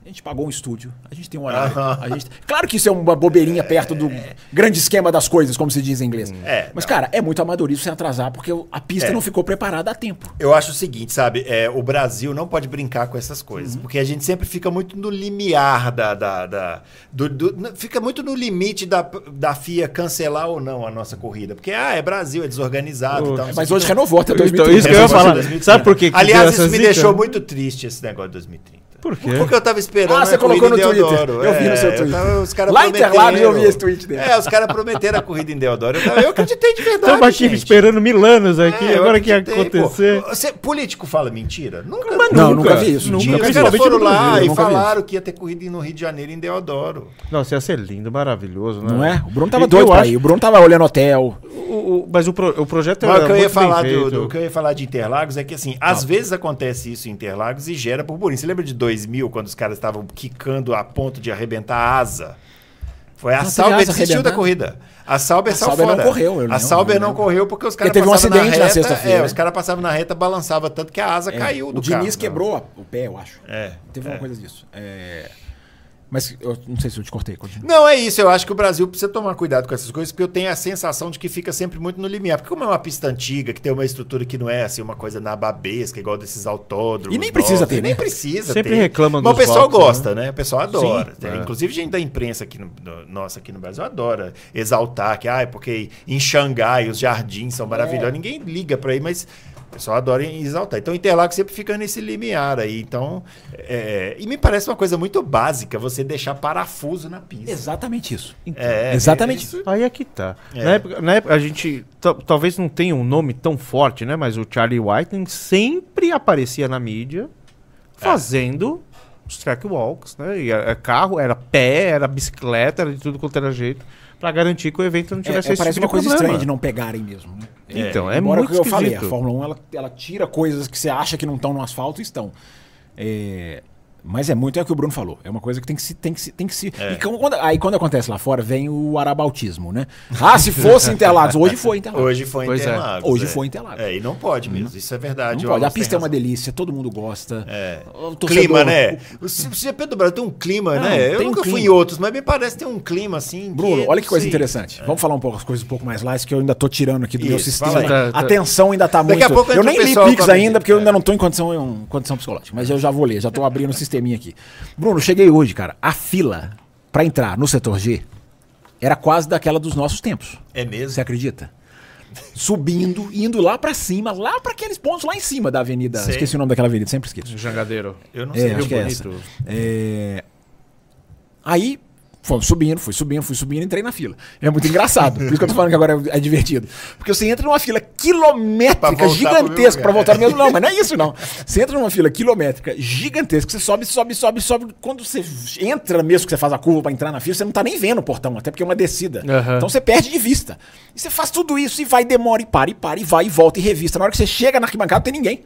Speaker 4: a gente pagou um estúdio, a gente tem um horário. a gente- claro que isso é uma bobeirinha perto do grande esquema das coisas, como se diz em inglês.
Speaker 3: É,
Speaker 4: Mas,
Speaker 3: não.
Speaker 4: cara, é muito amadorismo você atrasar porque o- a pista
Speaker 3: É.
Speaker 4: não ficou preparada a tempo.
Speaker 3: Eu acho o seguinte, sabe? É, o Brasil não pode brincar com essas
Speaker 4: Uhum.
Speaker 3: coisas, porque a gente sempre fica muito no limiar da. da- da- do- do- n- fica muito no limite da, da FIA cancelar ou não a nossa corrida. Porque, ah, é Brasil, é desorganizado e tal. não
Speaker 4: Mas
Speaker 3: sei o
Speaker 4: hoje é
Speaker 3: quê. é
Speaker 4: renovou até
Speaker 2: Então,
Speaker 4: 2030.
Speaker 2: isso que eu ia falar.
Speaker 3: 2030.
Speaker 2: Sabe por que que deu
Speaker 3: Aliás,
Speaker 2: essa
Speaker 3: isso me
Speaker 2: zica?
Speaker 3: deixou muito triste esse negócio de 2030.
Speaker 2: Por quê?
Speaker 3: Porque eu tava esperando.
Speaker 4: Ah, você
Speaker 3: a corrida
Speaker 4: colocou no
Speaker 3: em
Speaker 4: Twitter.
Speaker 3: Deodoro. É,
Speaker 4: Eu vi no seu
Speaker 3: eu
Speaker 4: Twitter.
Speaker 3: tava- os caras
Speaker 4: Lá em Interlagos eu vi
Speaker 3: prometeram.
Speaker 4: esse tweet dele.
Speaker 3: É, os caras prometeram a corrida em Deodoro. Eu, tava- eu acreditei de verdade.
Speaker 2: Estamos aqui
Speaker 3: gente.
Speaker 2: Então, esperando mil anos aqui,
Speaker 3: É, eu
Speaker 2: agora que ia
Speaker 3: acreditei, pô.
Speaker 2: acontecer.
Speaker 3: Você, político fala mentira? Nunca.
Speaker 2: Mas
Speaker 4: Não, nunca vi isso.
Speaker 2: Nunca,
Speaker 3: Mentira. Os caras
Speaker 2: principalmente
Speaker 3: foram
Speaker 2: no
Speaker 3: lá
Speaker 2: Brasil,
Speaker 3: e
Speaker 2: nunca vi
Speaker 3: falaram que ia ter corrida no Rio de Janeiro em Deodoro.
Speaker 2: isso. Nossa, ia ser lindo, maravilhoso, né?
Speaker 4: Não é? O Bruno tava
Speaker 2: Eu
Speaker 4: doido pra
Speaker 2: acho-
Speaker 4: ir. O Bruno tava olhando hotel.
Speaker 2: o- o- mas o, pro- o projeto
Speaker 3: Mas
Speaker 2: era
Speaker 3: o que eu
Speaker 2: Então, é, muito
Speaker 3: ia
Speaker 2: bem
Speaker 3: falar do,
Speaker 2: feito.
Speaker 3: do- o que eu ia falar de Interlagos é que assim, às vezes acontece isso em Interlagos e gera burburinho. Você lembra de 2000 quando os caras estavam quicando a ponto de arrebentar a asa? Foi a
Speaker 4: teve
Speaker 3: Sauber
Speaker 4: asa
Speaker 3: desistiu
Speaker 4: arrebentar?
Speaker 3: da corrida. A Sauber
Speaker 4: A
Speaker 3: saiu
Speaker 4: Sauber não
Speaker 3: fora.
Speaker 4: correu, eu lembro,
Speaker 3: A Sauber
Speaker 4: eu
Speaker 3: não
Speaker 4: lembro.
Speaker 3: correu porque os caras
Speaker 4: Porque teve um
Speaker 3: passavam
Speaker 4: acidente na
Speaker 3: reta,
Speaker 4: sexta-feira,
Speaker 3: É,
Speaker 4: né?
Speaker 3: os caras passavam na reta, balançava tanto que a asa caiu do
Speaker 4: É, o
Speaker 3: carro.
Speaker 4: Diniz
Speaker 3: Não.
Speaker 4: quebrou a- o pé, eu acho.
Speaker 3: É,
Speaker 4: Teve uma coisa disso. É, Mas eu não sei se eu te cortei. Continua.
Speaker 3: Não, é isso. Eu acho que o Brasil precisa tomar cuidado com essas coisas, porque eu tenho a sensação de que fica sempre muito no limiar. Porque como é uma pista antiga, que tem uma estrutura que não é assim, uma coisa nababesca, igual desses autódromos.
Speaker 4: E nem precisa ter, né?
Speaker 3: Nem precisa
Speaker 2: Sempre
Speaker 3: ter.
Speaker 2: reclamam
Speaker 3: Mas o
Speaker 2: dos
Speaker 3: pessoal
Speaker 2: boxes,
Speaker 3: gosta, né? O pessoal adora.
Speaker 2: Sim,
Speaker 3: Tem-
Speaker 2: é.
Speaker 3: Inclusive, gente da imprensa aqui no, no- nossa aqui no Brasil adora exaltar que, ah, é porque em Xangai os jardins
Speaker 4: É.
Speaker 3: são maravilhosos. Ninguém liga pra aí, mas. O pessoal adora exaltar. Então, Interlagos sempre fica nesse limiar aí. Então, é, e me parece uma coisa muito básica você deixar parafuso na pista.
Speaker 4: Exatamente isso.
Speaker 3: É,
Speaker 4: Exatamente.
Speaker 3: isso.
Speaker 2: Aí é que tá.
Speaker 3: É.
Speaker 2: Na, época, na época, a gente ta- talvez não tenha um nome tão forte, né? Mas o Charlie Whiting sempre aparecia na mídia
Speaker 3: É.
Speaker 2: fazendo os track walks, né? E era carro, era pé, era bicicleta, era de tudo quanto era jeito, pra garantir que o evento não
Speaker 4: É, é,
Speaker 2: tivesse esse
Speaker 4: parece
Speaker 2: tipo
Speaker 4: uma
Speaker 2: de
Speaker 4: coisa
Speaker 2: problema.
Speaker 4: estranha de não pegarem mesmo. Né?
Speaker 2: Então, é,
Speaker 4: Embora o
Speaker 2: muito
Speaker 4: que eu falei, a
Speaker 2: esquisito.
Speaker 4: Fórmula 1 ela, ela tira coisas que você acha que não estão no asfalto e estão. É, mas é muito é o que o Bruno falou. É uma coisa que tem que se. Tem que se, tem que se
Speaker 3: É.
Speaker 4: e com- quando- aí quando acontece lá fora, vem o arabautismo, né? Ah, se fosse Interlagos. Hoje foi Interlagos.
Speaker 3: Hoje foi
Speaker 2: Pois é.
Speaker 3: Interlagos.
Speaker 4: Hoje foi Interlagos.
Speaker 3: É, e não pode mesmo. Isso é verdade.
Speaker 4: Não
Speaker 3: o
Speaker 4: pode. A
Speaker 3: Alonso tem
Speaker 4: pista é uma
Speaker 3: razão.
Speaker 4: delícia, todo mundo gosta.
Speaker 3: É.
Speaker 4: O torcedor-
Speaker 3: Clima, né? O C- o CP do Brasil tem um clima,
Speaker 4: Não,
Speaker 3: né? Eu
Speaker 4: tem um
Speaker 3: nunca fui em
Speaker 4: clima.
Speaker 3: outros, mas me parece que tem um clima assim.
Speaker 4: Bruno, olha que coisa
Speaker 3: sei.
Speaker 4: interessante. Vamos falar um pouco as coisas um pouco mais light, que eu ainda tô tirando aqui do
Speaker 3: É.
Speaker 4: meu
Speaker 3: Isso,
Speaker 4: sistema.
Speaker 3: fala aí.
Speaker 2: Tá, tá.
Speaker 4: A tensão ainda tá
Speaker 3: Daqui
Speaker 4: muito.
Speaker 3: a pouco
Speaker 4: eu
Speaker 3: entra o
Speaker 4: nem li
Speaker 3: pessoal
Speaker 4: Pix
Speaker 3: com a É.
Speaker 4: ainda,
Speaker 3: medida.
Speaker 4: porque eu ainda não tô em condição, em condição psicológica. Mas eu já vou ler, já tô abrindo o sisteminha aqui. Bruno, cheguei hoje, cara. A fila pra entrar no setor G era quase daquela dos nossos tempos.
Speaker 3: É mesmo?
Speaker 4: Você acredita? Subindo, indo lá pra cima, lá pra aqueles pontos lá em cima da avenida.
Speaker 3: Sei.
Speaker 4: Esqueci o nome daquela avenida, sempre esqueço.
Speaker 2: Jangadeiro.
Speaker 3: Eu não um
Speaker 4: É,
Speaker 3: sei.
Speaker 4: acho que é essa. É, Aí, fomos subindo, fui subindo, fui subindo, entrei na fila. É muito engraçado. Por isso que eu tô falando que agora é divertido. Porque você entra numa fila
Speaker 3: Pra
Speaker 4: quilométrica,
Speaker 3: voltar pro mesmo
Speaker 4: gigantesca, pra
Speaker 3: lugar.
Speaker 4: voltar no mesmo. Não, mas não é isso, não. Você entra numa fila quilométrica, gigantesca, você sobe, sobe, sobe, sobe. Quando você entra mesmo, que você faz a curva pra entrar na fila, você não tá nem vendo o portão, até porque é uma descida.
Speaker 2: Aham.
Speaker 4: Então você perde de vista. E você faz tudo isso e vai, demora, e para, e para, e vai, e volta, e revista. Na hora que você chega na arquibancada, não tem ninguém.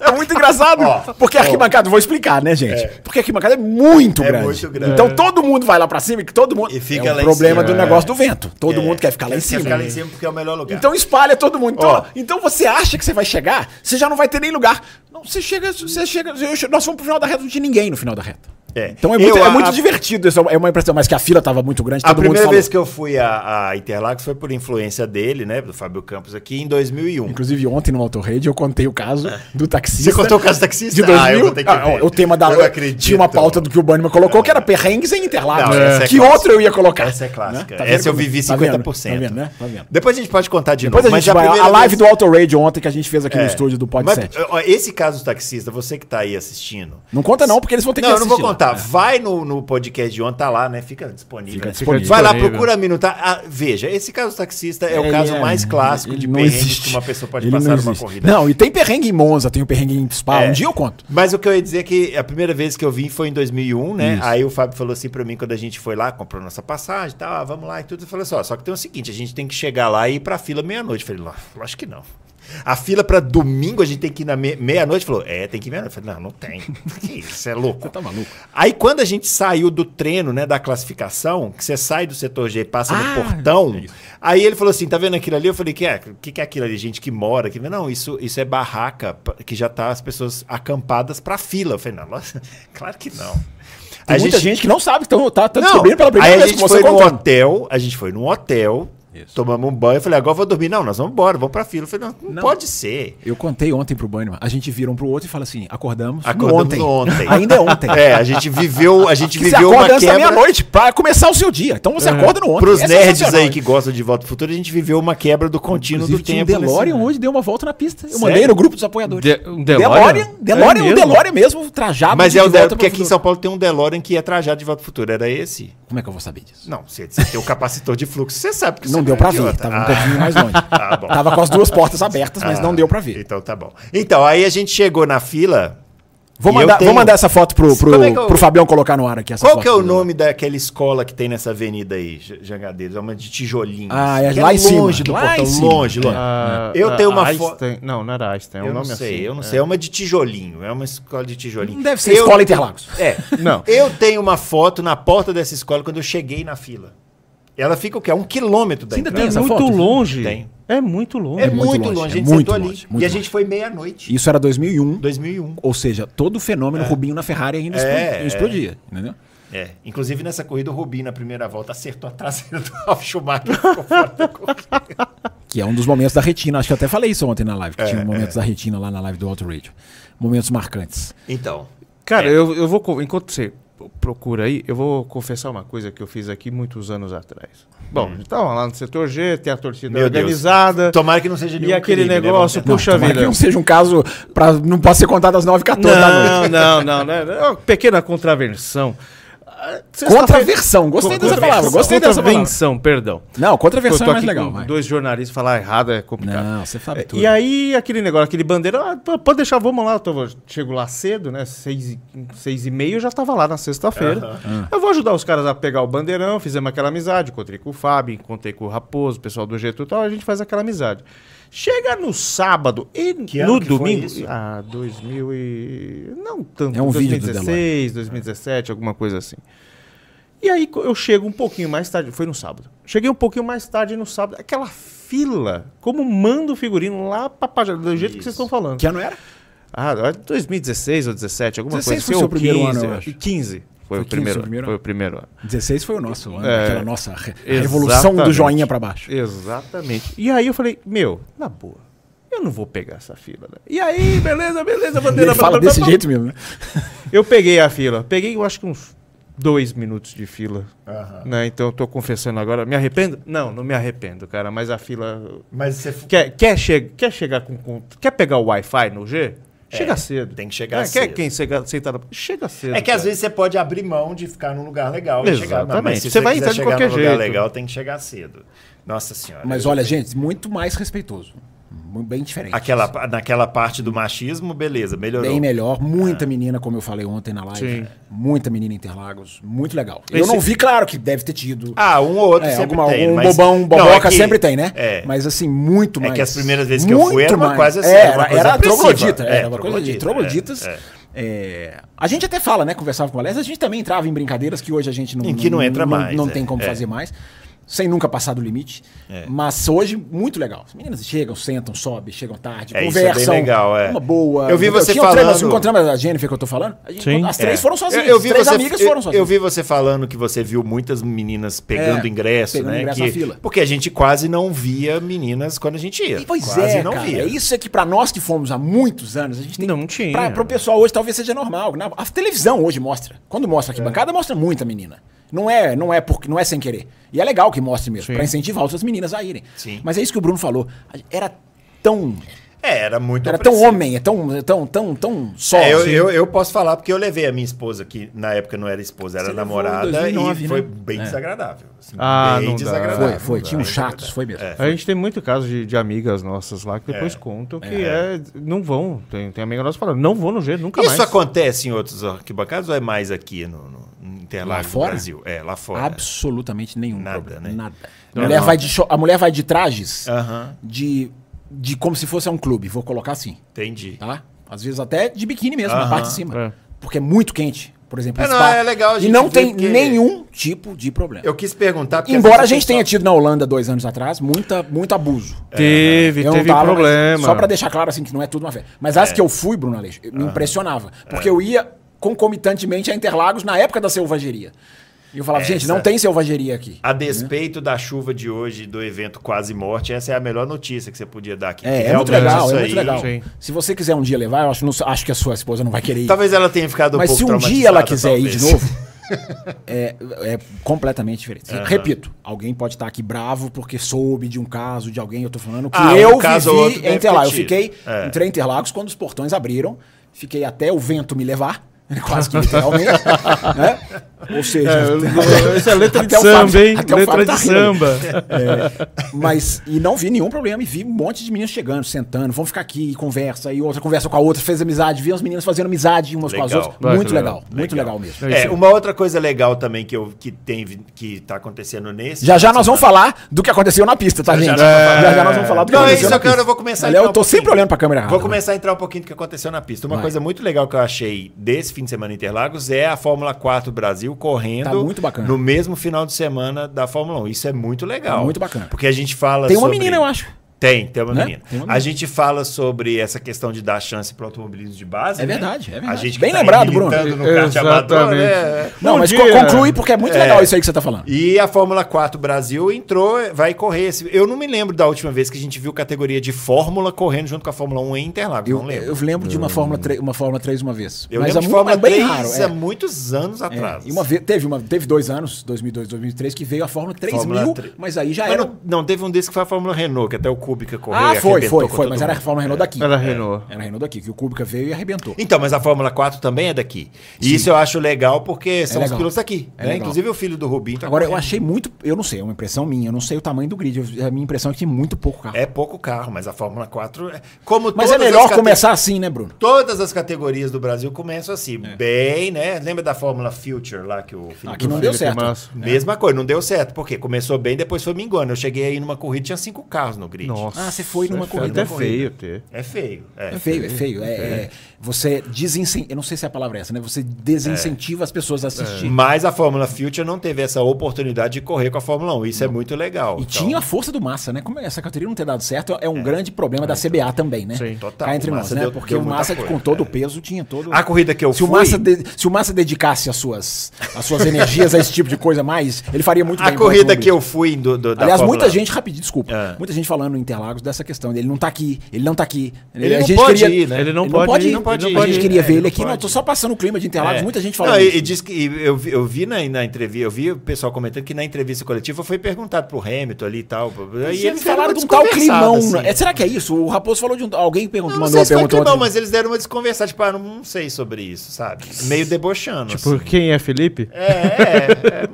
Speaker 3: É
Speaker 4: muito engraçado. porque a arquibancada, vou explicar, né, gente? Porque a arquibancada é muito
Speaker 3: É
Speaker 4: grande.
Speaker 3: muito grande.
Speaker 4: Então todo mundo vai lá pra cima e todo mundo.
Speaker 3: E fica
Speaker 4: é um
Speaker 3: lá em
Speaker 4: problema
Speaker 3: cima,
Speaker 4: do
Speaker 3: é.
Speaker 4: negócio do vento. Todo
Speaker 3: É.
Speaker 4: mundo quer ficar lá em
Speaker 3: Quer
Speaker 4: cima.
Speaker 3: Ficar lá em cima porque é o melhor lugar.
Speaker 4: Então espalha todo mundo. Então,
Speaker 3: Ó.
Speaker 4: então você acha que você vai chegar, você já não vai ter nem lugar. Não, você chega, você chega. eu che- nós fomos pro final da reta, não tinha ninguém no final da reta.
Speaker 3: É.
Speaker 4: Então é muito,
Speaker 3: Eu,
Speaker 4: é
Speaker 3: a-
Speaker 4: muito
Speaker 3: a-
Speaker 4: divertido. essa é uma impressão, mas que a fila tava muito grande, todo
Speaker 3: a primeira
Speaker 4: mundo
Speaker 3: vez que eu fui a, a Interlagos foi por influência dele, né? Do Fábio Campos aqui em 2001.
Speaker 4: Inclusive, ontem no Autorrade eu contei o caso do taxista.
Speaker 3: É. Você contou o caso do taxista?
Speaker 4: De 2000?
Speaker 3: Ah, eu vou ter que
Speaker 4: Ah,
Speaker 3: ver.
Speaker 4: o tema da
Speaker 3: Eu não acredito.
Speaker 4: Tinha uma pauta do que o Bannerman colocou, que era perrengues em Interlagos.
Speaker 3: Não, essa é
Speaker 4: que
Speaker 3: clássica.
Speaker 4: outra eu ia colocar?
Speaker 3: Essa é clássica.
Speaker 4: Né? Tá vendo
Speaker 3: Essa eu
Speaker 4: como-
Speaker 3: vivi
Speaker 4: tá vendo?
Speaker 3: 50%.
Speaker 4: Tá vendo, né? Tá vendo.
Speaker 3: Depois a gente pode contar de
Speaker 4: Depois
Speaker 3: novo.
Speaker 4: a gente vai. A
Speaker 3: primeira
Speaker 4: live
Speaker 3: vez-
Speaker 4: do Autorade ontem que a gente fez aqui no
Speaker 3: É.
Speaker 4: estúdio do Pod
Speaker 3: Mas,
Speaker 4: 7.
Speaker 3: ó, Esse caso do taxista, você que tá aí assistindo.
Speaker 4: Não conta não, porque eles vão ter
Speaker 3: Não,
Speaker 4: que
Speaker 3: eu
Speaker 4: assistir.
Speaker 3: não vou
Speaker 4: lá. É.
Speaker 3: contar. Vai no, no podcast de ontem, tá lá, né? Fica disponível.
Speaker 4: Fica
Speaker 3: né?
Speaker 4: disponível.
Speaker 3: Vai lá,
Speaker 2: Disponível.
Speaker 3: procura minutar. Ah, veja, esse caso do taxista é,
Speaker 4: Ele
Speaker 3: o caso mais clássico
Speaker 4: ele
Speaker 3: de
Speaker 4: não
Speaker 3: perrengue
Speaker 4: existe.
Speaker 3: que uma pessoa pode
Speaker 4: Ele
Speaker 3: passar
Speaker 4: não
Speaker 3: numa
Speaker 4: existe.
Speaker 3: corrida.
Speaker 4: Não, e tem perrengue em Monza, tem o perrengue em Spa.
Speaker 3: É.
Speaker 4: Um dia eu conto.
Speaker 3: Mas o que eu ia dizer é que a primeira vez que eu vim foi em 2001, né? Aí o Fábio falou assim pra mim, quando a gente foi lá, comprou nossa passagem e tal, ah, vamos lá e tudo. Eu falei assim, ó, só que tem o seguinte, a gente tem que chegar lá e ir pra fila meia-noite. Eu Falei, "Lá, lógico que não. A fila pra domingo a gente tem que ir na me- meia-noite? Falou, é, tem que ir meia-noite. Eu Falei, não, não tem. Que isso, é louco. Você tá
Speaker 4: maluco?
Speaker 3: Aí quando a gente saiu do treino, né, da classificação, que você sai do setor G e passa
Speaker 4: Ah,
Speaker 3: no portão,
Speaker 4: é
Speaker 3: aí ele falou assim, tá vendo aquilo ali? Eu falei, que é? O que, que é aquilo ali? Gente que mora aqui. Não, isso, isso é barraca, pra- que já tá as pessoas acampadas pra fila. Eu falei, não, nossa, claro que não. Aí
Speaker 4: Tem
Speaker 3: a
Speaker 4: muita gente... que não sabe, então tá, tá
Speaker 3: Não,
Speaker 4: descobrindo pela primeira
Speaker 3: aí a
Speaker 4: vez
Speaker 3: gente
Speaker 4: que você
Speaker 3: foi num
Speaker 4: contando.
Speaker 3: hotel, a gente foi num hotel, tomamos um banho, eu falei, agora eu vou dormir. Não, nós vamos embora, vamos pra fila. Eu falei, não, não, pode ser.
Speaker 4: Eu contei ontem pro Bannerman. A gente vira um pro outro e fala assim: acordamos,
Speaker 3: Acordamos
Speaker 4: ontem.
Speaker 3: ontem.
Speaker 4: Ainda é ontem.
Speaker 3: É, a gente viveu, a gente
Speaker 4: Que você
Speaker 3: viveu uma
Speaker 4: acorda antes da
Speaker 3: quebra...
Speaker 4: meia-noite pra começar o seu dia. Então você acorda no ontem.
Speaker 3: Pros
Speaker 4: É
Speaker 3: nerds
Speaker 4: sensacional.
Speaker 3: aí que gostam de Volta ao Futuro, a gente viveu uma quebra do contínuo
Speaker 4: Inclusive,
Speaker 3: do
Speaker 4: tinha
Speaker 3: tempo. né?
Speaker 4: um DeLorean
Speaker 3: nesse-
Speaker 4: hoje deu uma volta na pista. Eu
Speaker 3: Sério?
Speaker 4: mandei no grupo dos apoiadores.
Speaker 2: De- um DeLorean?
Speaker 4: DeLorean,
Speaker 2: É
Speaker 4: DeLorean,
Speaker 2: mesmo?
Speaker 4: o DeLorean mesmo, trajado
Speaker 3: Mas
Speaker 4: de
Speaker 3: é o
Speaker 4: volta
Speaker 3: DeLorean,
Speaker 4: pro
Speaker 3: porque aqui em
Speaker 4: futuro.
Speaker 3: São Paulo tem um DeLorean que é trajado de Volta ao Futuro. Era esse?
Speaker 4: Como é que eu vou saber disso?
Speaker 3: Não, você, você tem o capacitor de fluxo. Você sabe que
Speaker 4: Não
Speaker 3: você
Speaker 4: deu
Speaker 3: é
Speaker 4: pra ver,
Speaker 3: idiota.
Speaker 4: tava um
Speaker 3: Ah,
Speaker 4: pouquinho mais longe.
Speaker 3: Ah, bom.
Speaker 4: Tava com as duas portas abertas, mas
Speaker 3: ah,
Speaker 4: não deu pra ver.
Speaker 3: Então tá bom. Então, aí a gente chegou na fila.
Speaker 4: Vou
Speaker 3: E eu
Speaker 4: mandar,
Speaker 3: tenho-
Speaker 4: vou mandar essa foto pro, pro,
Speaker 3: Como é que eu-
Speaker 4: pro Fabião colocar no ar aqui. Essa
Speaker 3: Qual
Speaker 4: foto
Speaker 3: que é o
Speaker 4: do-
Speaker 3: nome daquela escola que tem nessa avenida aí, Ja- Jangadeiros? É uma de tijolinhos.
Speaker 4: Ah, é
Speaker 3: Que
Speaker 4: lá em cima.
Speaker 3: Longe do
Speaker 4: Lá em
Speaker 3: portão,
Speaker 4: cima. é.
Speaker 3: longe, longe.
Speaker 2: Ah,
Speaker 3: Eu tenho
Speaker 2: ah,
Speaker 3: uma foto.
Speaker 2: Einstein. Não, não era Einstein. É um
Speaker 3: Eu não
Speaker 2: nome
Speaker 3: sei,
Speaker 2: assim.
Speaker 3: eu não sei. É uma de tijolinho, é uma escola de tijolinho.
Speaker 4: Não deve ser
Speaker 3: Eu-
Speaker 4: Escola Interlagos.
Speaker 3: É,
Speaker 2: Não.
Speaker 3: Eu tenho uma foto na porta dessa escola quando eu cheguei na fila. Ela fica o quê? A Um quilômetro da
Speaker 4: Você
Speaker 2: É
Speaker 4: ainda
Speaker 3: entrada.
Speaker 4: Tem essa
Speaker 2: muito
Speaker 4: foto?
Speaker 2: longe.
Speaker 3: Tem.
Speaker 2: É muito longe.
Speaker 3: É,
Speaker 4: muito
Speaker 3: muito
Speaker 4: longe,
Speaker 3: longe,
Speaker 4: é
Speaker 3: a gente
Speaker 4: muito
Speaker 3: sentou ali.
Speaker 4: longe,
Speaker 3: e
Speaker 4: muito
Speaker 3: a gente foi meia-noite,
Speaker 4: Isso era 2001,
Speaker 3: 2001.
Speaker 4: ou seja, todo o fenômeno Rubinho na Ferrari ainda
Speaker 3: É,
Speaker 4: explodia, explodia, entendeu?
Speaker 3: É. Inclusive nessa corrida o Rubinho na primeira volta acertou a traseira do Ralf Schumacher. ficou fora da corrida.
Speaker 4: Que é um dos momentos da retina. Acho que eu até falei isso ontem na live, que
Speaker 2: É,
Speaker 4: tinha momentos da retina lá na live do Auto Radio. Momentos marcantes.
Speaker 3: então,
Speaker 2: Cara,
Speaker 3: É.
Speaker 2: eu, eu vou. co- Enquanto você procura aí, eu vou confessar uma coisa que eu fiz aqui muitos anos atrás. Bom, estava lá no setor G, tem a torcida
Speaker 3: Meu Deus.
Speaker 2: organizada.
Speaker 3: tomara que não seja nenhum
Speaker 2: E aquele
Speaker 3: crime, né?
Speaker 2: negócio,
Speaker 3: Vamos
Speaker 2: puxa
Speaker 4: Tomara que
Speaker 2: vida.
Speaker 4: não seja um caso pra não possa ser contado às 9h14 da noite.
Speaker 2: Não, não, não, não. É uma pequena contravenção. Ah, sexta-feira-
Speaker 4: Contraversão, gostei dessa palavra, gostei dessa palavra.
Speaker 2: Contravenção, perdão.
Speaker 4: Não, contraversão
Speaker 2: Eu tô
Speaker 4: é mais
Speaker 2: aqui
Speaker 4: legal.
Speaker 2: com
Speaker 4: vai.
Speaker 2: Dois jornalistas falar errado é complicado.
Speaker 4: Não, você sabe
Speaker 2: É,
Speaker 4: tudo.
Speaker 2: E aí, aquele negócio, aquele bandeira, ah, p- pode deixar, vamos lá, eu tô- chego lá cedo, né? Seis, e- seis e meia, eu já tava lá na sexta-feira.
Speaker 3: Ah.
Speaker 2: Eu vou ajudar os caras a pegar o bandeirão, fizemos aquela amizade, encontrei com o Fábio, encontrei com o Raposo, o pessoal do Getúlio e tal, a gente faz aquela amizade. Chega no sábado e
Speaker 3: Que
Speaker 2: no
Speaker 3: ano que foi
Speaker 2: domingo.
Speaker 3: isso?
Speaker 2: Ah, 2000 e. Não tanto.
Speaker 4: É um vídeo do
Speaker 2: 2016, 2017, alguma coisa assim. E aí co- eu chego um pouquinho mais tarde, foi no sábado. Cheguei um pouquinho mais tarde no sábado, aquela fila, como manda o figurino lá pra Pajé, do jeito que vocês estão falando.
Speaker 4: Que ano era?
Speaker 2: Ah, era 2016 ou 17, alguma
Speaker 4: 16
Speaker 2: coisa
Speaker 4: foi
Speaker 2: assim.
Speaker 4: o
Speaker 2: ou
Speaker 4: seu primeiro ano, eu acho.
Speaker 2: 15 foi,
Speaker 4: Foi
Speaker 2: o
Speaker 4: 15
Speaker 2: primeiro,
Speaker 4: o
Speaker 2: ano,
Speaker 4: primeiro
Speaker 2: Foi
Speaker 4: ano.
Speaker 2: o primeiro ano.
Speaker 4: 16 foi o nosso ano,
Speaker 2: É,
Speaker 4: aquela nossa re- revolução do
Speaker 2: Exatamente.
Speaker 4: joinha pra baixo.
Speaker 2: Exatamente. E aí eu falei, meu, na boa, eu não vou pegar essa fila. né? E aí, beleza, beleza, bandeira.
Speaker 4: Ele fala
Speaker 2: blá, blá,
Speaker 4: desse
Speaker 2: blá,
Speaker 4: jeito mesmo, né?
Speaker 2: Eu peguei a fila. Peguei, eu acho que uns dois minutos de fila. Né? Então eu tô confessando agora. Me arrependo? Não, não me arrependo, cara. Mas a fila.
Speaker 3: Mas você
Speaker 2: Quer, quer, che- quer chegar com, com- Quer pegar o Wi-Fi no G? Chega
Speaker 3: É,
Speaker 2: cedo.
Speaker 3: tem que chegar
Speaker 2: É, Quer
Speaker 3: cedo.
Speaker 2: quem chega, sentado. Chega cedo.
Speaker 3: É que às
Speaker 2: cara.
Speaker 3: vezes você pode abrir mão de ficar num lugar legal e chegar.
Speaker 2: Exatamente.
Speaker 3: Mas
Speaker 2: Você
Speaker 3: se você,
Speaker 2: vai
Speaker 3: quiser
Speaker 2: entrar de
Speaker 3: chegar
Speaker 2: qualquer
Speaker 3: num lugar
Speaker 2: jeito.
Speaker 3: legal, tem que chegar cedo. Nossa senhora.
Speaker 4: Mas
Speaker 3: Eu-
Speaker 4: olha, gente, muito mais respeitoso. Bem diferente.
Speaker 3: Aquela, pa- naquela parte do machismo, beleza, melhorou. É.
Speaker 4: Bem melhor. Muita menina, como eu falei ontem na live.
Speaker 2: Sim.
Speaker 4: Muita menina em Interlagos. Muito legal. Eu
Speaker 2: Esse-
Speaker 4: não vi, claro que deve ter tido.
Speaker 3: Ah, um ou outro
Speaker 4: É,
Speaker 3: sempre
Speaker 4: alguma,
Speaker 3: tem.
Speaker 4: algum
Speaker 3: mas-
Speaker 4: bobão,
Speaker 3: Não,
Speaker 4: boboca
Speaker 3: é que-
Speaker 4: sempre tem, né?
Speaker 3: É.
Speaker 4: Mas assim, muito mais.
Speaker 3: que as primeiras vezes que eu fui era uma
Speaker 4: mais.
Speaker 3: coisa assim,
Speaker 4: É,
Speaker 3: era
Speaker 4: Era,
Speaker 3: uma coisa
Speaker 4: era
Speaker 3: agressiva.
Speaker 4: troglodita.
Speaker 3: É,
Speaker 4: Era uma coisa de
Speaker 3: troglodita, é.
Speaker 4: trogloditas. É. a gente até fala, né? Conversava com o Alex, a gente também entrava em brincadeiras que hoje a gente não,
Speaker 3: Em que não entra mais,
Speaker 4: Não
Speaker 3: é,
Speaker 4: tem como
Speaker 3: é.
Speaker 4: fazer mais. Sem nunca passar do limite. Mas hoje, muito legal. As meninas chegam, sentam, sobem, chegam tarde,
Speaker 3: É, isso é bem
Speaker 4: conversam.
Speaker 3: legal, é.
Speaker 4: Uma boa.
Speaker 3: Eu vi você
Speaker 4: Tinha um trem, Nós
Speaker 3: falando-
Speaker 4: encontramos a Jennifer que eu tô falando. a gente
Speaker 2: Sim.
Speaker 4: encont- As três
Speaker 3: É.
Speaker 4: foram sozinhas.
Speaker 3: Eu, eu vi
Speaker 4: as três
Speaker 3: você,
Speaker 4: amigas
Speaker 3: eu-
Speaker 4: foram sozinhas.
Speaker 3: Eu vi você falando que você viu muitas meninas pegando
Speaker 4: É,
Speaker 3: ingresso,
Speaker 4: pegando
Speaker 3: né?
Speaker 4: ingresso
Speaker 3: que,
Speaker 4: na fila.
Speaker 3: Porque a gente quase não via meninas quando a gente ia.
Speaker 4: E, Pois
Speaker 3: quase
Speaker 4: é,
Speaker 3: não
Speaker 4: cara.
Speaker 3: via.
Speaker 4: Isso é que pra nós que fomos há muitos anos, a gente tem
Speaker 2: Não tinha.
Speaker 4: Pra, pro pessoal hoje talvez seja normal. Na- a televisão hoje mostra. Quando
Speaker 2: É.
Speaker 4: mostra aqui bancada, mostra muita menina. Não é, não é porque não é sem querer. E é legal que mostre mesmo, pra incentivar outras meninas a irem.
Speaker 3: Sim.
Speaker 4: Mas é isso que o Bruno falou. A- Era tão,
Speaker 3: É, era muito
Speaker 4: era tão
Speaker 3: opressivo.
Speaker 4: homem, é tão, tão, tão, tão só.
Speaker 3: É, eu,
Speaker 4: assim.
Speaker 3: eu, eu posso falar porque eu levei a minha esposa, que na época não era esposa, era
Speaker 4: Você levou em
Speaker 3: namorada,
Speaker 4: 2009,
Speaker 3: e foi
Speaker 4: né?
Speaker 3: bem desagradável. assim,
Speaker 2: Ah,
Speaker 3: bem
Speaker 2: não dá.
Speaker 3: desagradável.
Speaker 4: foi, foi, tinha um
Speaker 3: Bem
Speaker 4: uns chatos, foi
Speaker 3: É.
Speaker 4: mesmo.
Speaker 2: A gente tem muito caso de, de amigas nossas lá que depois contam que é. não vão. Tem, tem amiga nossa falando, não vou no jeito, nunca
Speaker 3: Isso
Speaker 2: mais.
Speaker 3: acontece em outros arquibancadas ou é mais aqui no, no Interlagos
Speaker 4: Lá fora?
Speaker 3: do Brasil? É, lá fora.
Speaker 4: Absolutamente nenhum
Speaker 3: Nada,
Speaker 4: problema.
Speaker 3: né?
Speaker 4: Nada. A
Speaker 3: Não,
Speaker 4: mulher,
Speaker 3: não.
Speaker 4: vai de cho- a mulher vai de trajes
Speaker 3: Aham.
Speaker 4: de, de como se fosse a um clube, vou colocar assim.
Speaker 3: Entendi.
Speaker 4: tá? Às vezes até de biquíni mesmo, na
Speaker 3: Aham,
Speaker 4: parte de cima.
Speaker 2: é.
Speaker 4: Porque é muito quente, por exemplo.
Speaker 3: É,
Speaker 4: em
Speaker 3: não, é legal a
Speaker 4: e
Speaker 3: gente
Speaker 4: não
Speaker 3: ver
Speaker 4: tem
Speaker 3: porque-
Speaker 4: nenhum tipo de problema.
Speaker 3: Eu quis perguntar porque. às
Speaker 4: Embora a
Speaker 3: vezes
Speaker 4: gente
Speaker 3: pessoa-
Speaker 4: tenha tido na Holanda dois anos atrás muita, muito abuso.
Speaker 2: É, Teve,
Speaker 4: Eu não
Speaker 2: teve
Speaker 4: tava, É um mas
Speaker 2: problema.
Speaker 4: Só pra deixar claro assim que não é tudo uma fé. Mas as que eu fui, Bruno Aleixo, eu- me impressionava.
Speaker 3: É.
Speaker 4: Porque eu ia concomitantemente a Interlagos na época da selvageria. E eu falava, gente, não
Speaker 3: Essa-
Speaker 4: tem selvageria aqui.
Speaker 3: A despeito da chuva de hoje, do evento Quase Morte, essa é a melhor notícia que você podia dar aqui.
Speaker 4: É, é muito
Speaker 3: Realmente
Speaker 4: legal,
Speaker 3: isso
Speaker 4: é muito
Speaker 3: aí-
Speaker 4: legal.
Speaker 2: sim.
Speaker 4: Se você quiser um dia levar, eu acho, não- acho que a sua esposa não vai querer ir.
Speaker 3: Talvez ela tenha ficado um
Speaker 4: Mas
Speaker 3: pouco
Speaker 4: se um dia ela
Speaker 3: traumatizada,
Speaker 4: quiser ir de
Speaker 3: talvez.
Speaker 4: novo, é, é completamente diferente. Repito, alguém pode estar aqui bravo porque soube de um caso de alguém, eu tô falando que
Speaker 3: Ah, um
Speaker 4: eu
Speaker 3: caso ou outro
Speaker 4: vivi
Speaker 3: deve
Speaker 4: em Interlagos. Eu
Speaker 3: ter tido.
Speaker 4: fiquei,
Speaker 3: É.
Speaker 4: entrei em Interlagos quando os portões abriram, fiquei até o vento me levar, quase que literalmente, né? Ou seja,
Speaker 2: É, Essa é letra de
Speaker 4: Até o Fábio-
Speaker 2: samba, hein?
Speaker 4: até o
Speaker 2: Letra
Speaker 4: Fábio
Speaker 2: de
Speaker 4: tá rindo.
Speaker 2: samba.
Speaker 4: É, Mas, e não vi nenhum problema, e vi um monte de meninas chegando, sentando, vão ficar aqui, e conversa, e outra conversa com a outra, fez amizade, vi as meninas fazendo amizade umas com as
Speaker 3: Legal.
Speaker 4: outras.
Speaker 2: Vai,
Speaker 4: muito
Speaker 2: que legal.
Speaker 4: legal, muito legal mesmo.
Speaker 3: É, uma outra coisa legal também que, eu, que, tem, que tá acontecendo nesse.
Speaker 4: Já já nós vamos falar do que aconteceu na pista, tá,
Speaker 3: Já já
Speaker 4: gente?
Speaker 3: nós vamos
Speaker 4: Já
Speaker 3: falar.
Speaker 4: já nós vamos falar do que
Speaker 3: é. Não, é
Speaker 4: aconteceu
Speaker 3: isso,
Speaker 4: na
Speaker 3: eu, quero,
Speaker 4: pista.
Speaker 3: eu vou começar a
Speaker 4: Aliás,
Speaker 3: entrar
Speaker 4: eu tô
Speaker 3: um pouquinho.
Speaker 4: sempre olhando pra câmera errada.
Speaker 3: Vou começar a entrar um pouquinho do que aconteceu na pista. Uma
Speaker 4: Vai.
Speaker 3: coisa muito legal que eu achei desse fim de semana em Interlagos é a Fórmula 4 Brasil correndo
Speaker 4: Tá muito bacana.
Speaker 3: no mesmo final de semana da Fórmula 1. Isso é muito legal.
Speaker 4: Tá muito bacana.
Speaker 3: Porque a gente fala
Speaker 4: Tem uma
Speaker 3: sobre-
Speaker 4: menina, eu acho.
Speaker 3: Tem, tem uma,
Speaker 4: Né?
Speaker 3: menina.
Speaker 4: Tem uma
Speaker 3: A
Speaker 4: menina.
Speaker 3: gente fala sobre essa questão de dar chance para automobilismo de base.
Speaker 4: É
Speaker 3: né?
Speaker 4: verdade, é
Speaker 3: A
Speaker 4: verdade.
Speaker 3: gente que
Speaker 4: Bem
Speaker 3: tá
Speaker 4: lembrado, Bruno.
Speaker 3: militando no kart amador, né?
Speaker 2: Exatamente.
Speaker 4: Não,
Speaker 2: Bom
Speaker 4: mas co-
Speaker 2: dia.
Speaker 4: conclui porque é muito legal isso aí que você tá falando.
Speaker 3: E a Fórmula 4 Brasil entrou, vai correr. esse- Eu não me lembro da última vez que a gente viu categoria de Fórmula correndo junto com a Fórmula 1 em Interlagos.
Speaker 4: Eu,
Speaker 3: não lembro. Hum.
Speaker 4: eu lembro de uma Fórmula 3, uma Fórmula 3 uma vez.
Speaker 3: Eu
Speaker 4: mas
Speaker 3: lembro
Speaker 4: é
Speaker 3: de
Speaker 4: muito-
Speaker 3: Fórmula
Speaker 4: é bem
Speaker 3: 3
Speaker 4: raro.
Speaker 3: há
Speaker 4: É.
Speaker 3: muitos anos atrás.
Speaker 4: E uma vez, teve, uma, teve dois anos, 2002, 2003, que veio a Fórmula 3000,
Speaker 3: Fórmula 3.
Speaker 4: mas aí já
Speaker 3: Mas
Speaker 4: era.
Speaker 3: não, não, teve um desses que foi a Fórmula Renault, que até o Kubica correu.
Speaker 4: ah,
Speaker 3: e
Speaker 4: foi,
Speaker 3: arrebentou
Speaker 4: foi,
Speaker 3: com
Speaker 4: foi,
Speaker 3: todo
Speaker 4: mas era a
Speaker 3: mundo. É.
Speaker 4: Fórmula Renault daqui.
Speaker 2: Era a Renault.
Speaker 4: Era a Renault daqui, que o Kubica veio e arrebentou.
Speaker 3: Então, mas a Fórmula 4 também é daqui. E isso eu acho legal porque são os
Speaker 4: legal.
Speaker 3: pilotos daqui.
Speaker 4: É
Speaker 3: né?
Speaker 4: legal.
Speaker 3: Inclusive o filho do Rubinho tá
Speaker 4: Agora, eu
Speaker 3: correndo.
Speaker 4: achei muito. Eu não sei, é uma impressão minha. Eu não sei o tamanho do grid. eu- a minha impressão é que tem muito pouco carro.
Speaker 3: É pouco carro, mas a Fórmula 4 é. Como
Speaker 4: mas
Speaker 3: todas
Speaker 4: é
Speaker 3: as
Speaker 4: melhor
Speaker 3: cate-
Speaker 4: começar assim, né, Bruno?
Speaker 3: Todas as categorias do Brasil começam assim,
Speaker 4: É.
Speaker 3: bem, né? Lembra da Fórmula Future lá que o Felipe
Speaker 4: Aqui É, não deu certo.
Speaker 2: Massa.
Speaker 3: Mesma coisa, não deu certo, porque começou bem, depois foi minguando. Eu cheguei aí numa corrida, tinha cinco carros no grid.
Speaker 2: Nossa.
Speaker 4: Ah, você foi numa
Speaker 2: é
Speaker 4: corrida,
Speaker 2: Até
Speaker 4: numa
Speaker 2: feio ter.
Speaker 3: É feio. É.
Speaker 4: É feio, é feio. É, é- você desincentiva. Eu não sei se é a palavra é essa, né? Você desincentiva as pessoas a assistir.
Speaker 3: Mas a Fórmula Future não teve essa oportunidade de correr com a Fórmula 1. Isso é muito legal.
Speaker 4: E
Speaker 3: Então,
Speaker 4: tinha a força do Massa, né? Como essa categoria não ter dado certo, é um grande problema da CBA também, né?
Speaker 2: Sim,
Speaker 3: total.
Speaker 4: Cá entre
Speaker 3: O
Speaker 4: nós,
Speaker 3: Massa
Speaker 4: né?
Speaker 3: deu-
Speaker 4: Porque
Speaker 3: deu
Speaker 4: o
Speaker 3: muita
Speaker 4: Massa,
Speaker 3: coisa,
Speaker 4: com todo
Speaker 3: é.
Speaker 4: o peso, tinha todo.
Speaker 3: A corrida que eu
Speaker 4: se O
Speaker 3: fui-
Speaker 4: Massa de- Se o Massa dedicasse as suas, as suas energias a esse tipo de coisa mais, ele faria muito
Speaker 3: a
Speaker 4: bem. pro
Speaker 3: corrida
Speaker 4: automobilismo.
Speaker 3: que eu fui do, do- da
Speaker 4: Aliás,
Speaker 3: Fórmula- um.
Speaker 4: muita gente, rapidinho, desculpa.
Speaker 3: É.
Speaker 4: Muita gente falando no Interlagos dessa questão. Ele não tá aqui, ele não tá aqui.
Speaker 3: Ele não pode ir, né?
Speaker 2: Ele não pode ir,
Speaker 4: ir,
Speaker 2: não pode
Speaker 4: A
Speaker 2: ir.
Speaker 4: gente queria
Speaker 3: É,
Speaker 4: ver
Speaker 3: ele
Speaker 4: ele
Speaker 3: não
Speaker 4: aqui. Não,
Speaker 3: pode
Speaker 4: tô
Speaker 3: ir.
Speaker 4: só passando o clima de Interlagos.
Speaker 3: É.
Speaker 4: Muita gente
Speaker 3: Não,
Speaker 4: falando
Speaker 3: e,
Speaker 4: isso.
Speaker 3: e diz que e eu, vi- eu vi na, na entrevista, eu vi o pessoal comentando que na entrevista coletiva foi perguntado pro Hamilton ali e tal.
Speaker 4: E
Speaker 3: E
Speaker 4: eles
Speaker 3: deram
Speaker 4: falaram
Speaker 3: uma
Speaker 4: de um tal
Speaker 3: desconversada,
Speaker 4: climão.
Speaker 3: assim.
Speaker 4: né? É, será que é isso? O Raposo falou de um... Alguém perguntou,
Speaker 3: Não, não
Speaker 4: mandou
Speaker 3: sei
Speaker 4: uma
Speaker 3: se foi
Speaker 4: pergunta
Speaker 3: climão,
Speaker 4: ontem.
Speaker 3: mas eles deram uma desconversada, tipo, ah, não
Speaker 4: Tipo,
Speaker 3: sei sobre isso, sabe? Meio debochando.
Speaker 2: Por
Speaker 3: assim.
Speaker 2: quem é Felipe?
Speaker 3: É, é, é,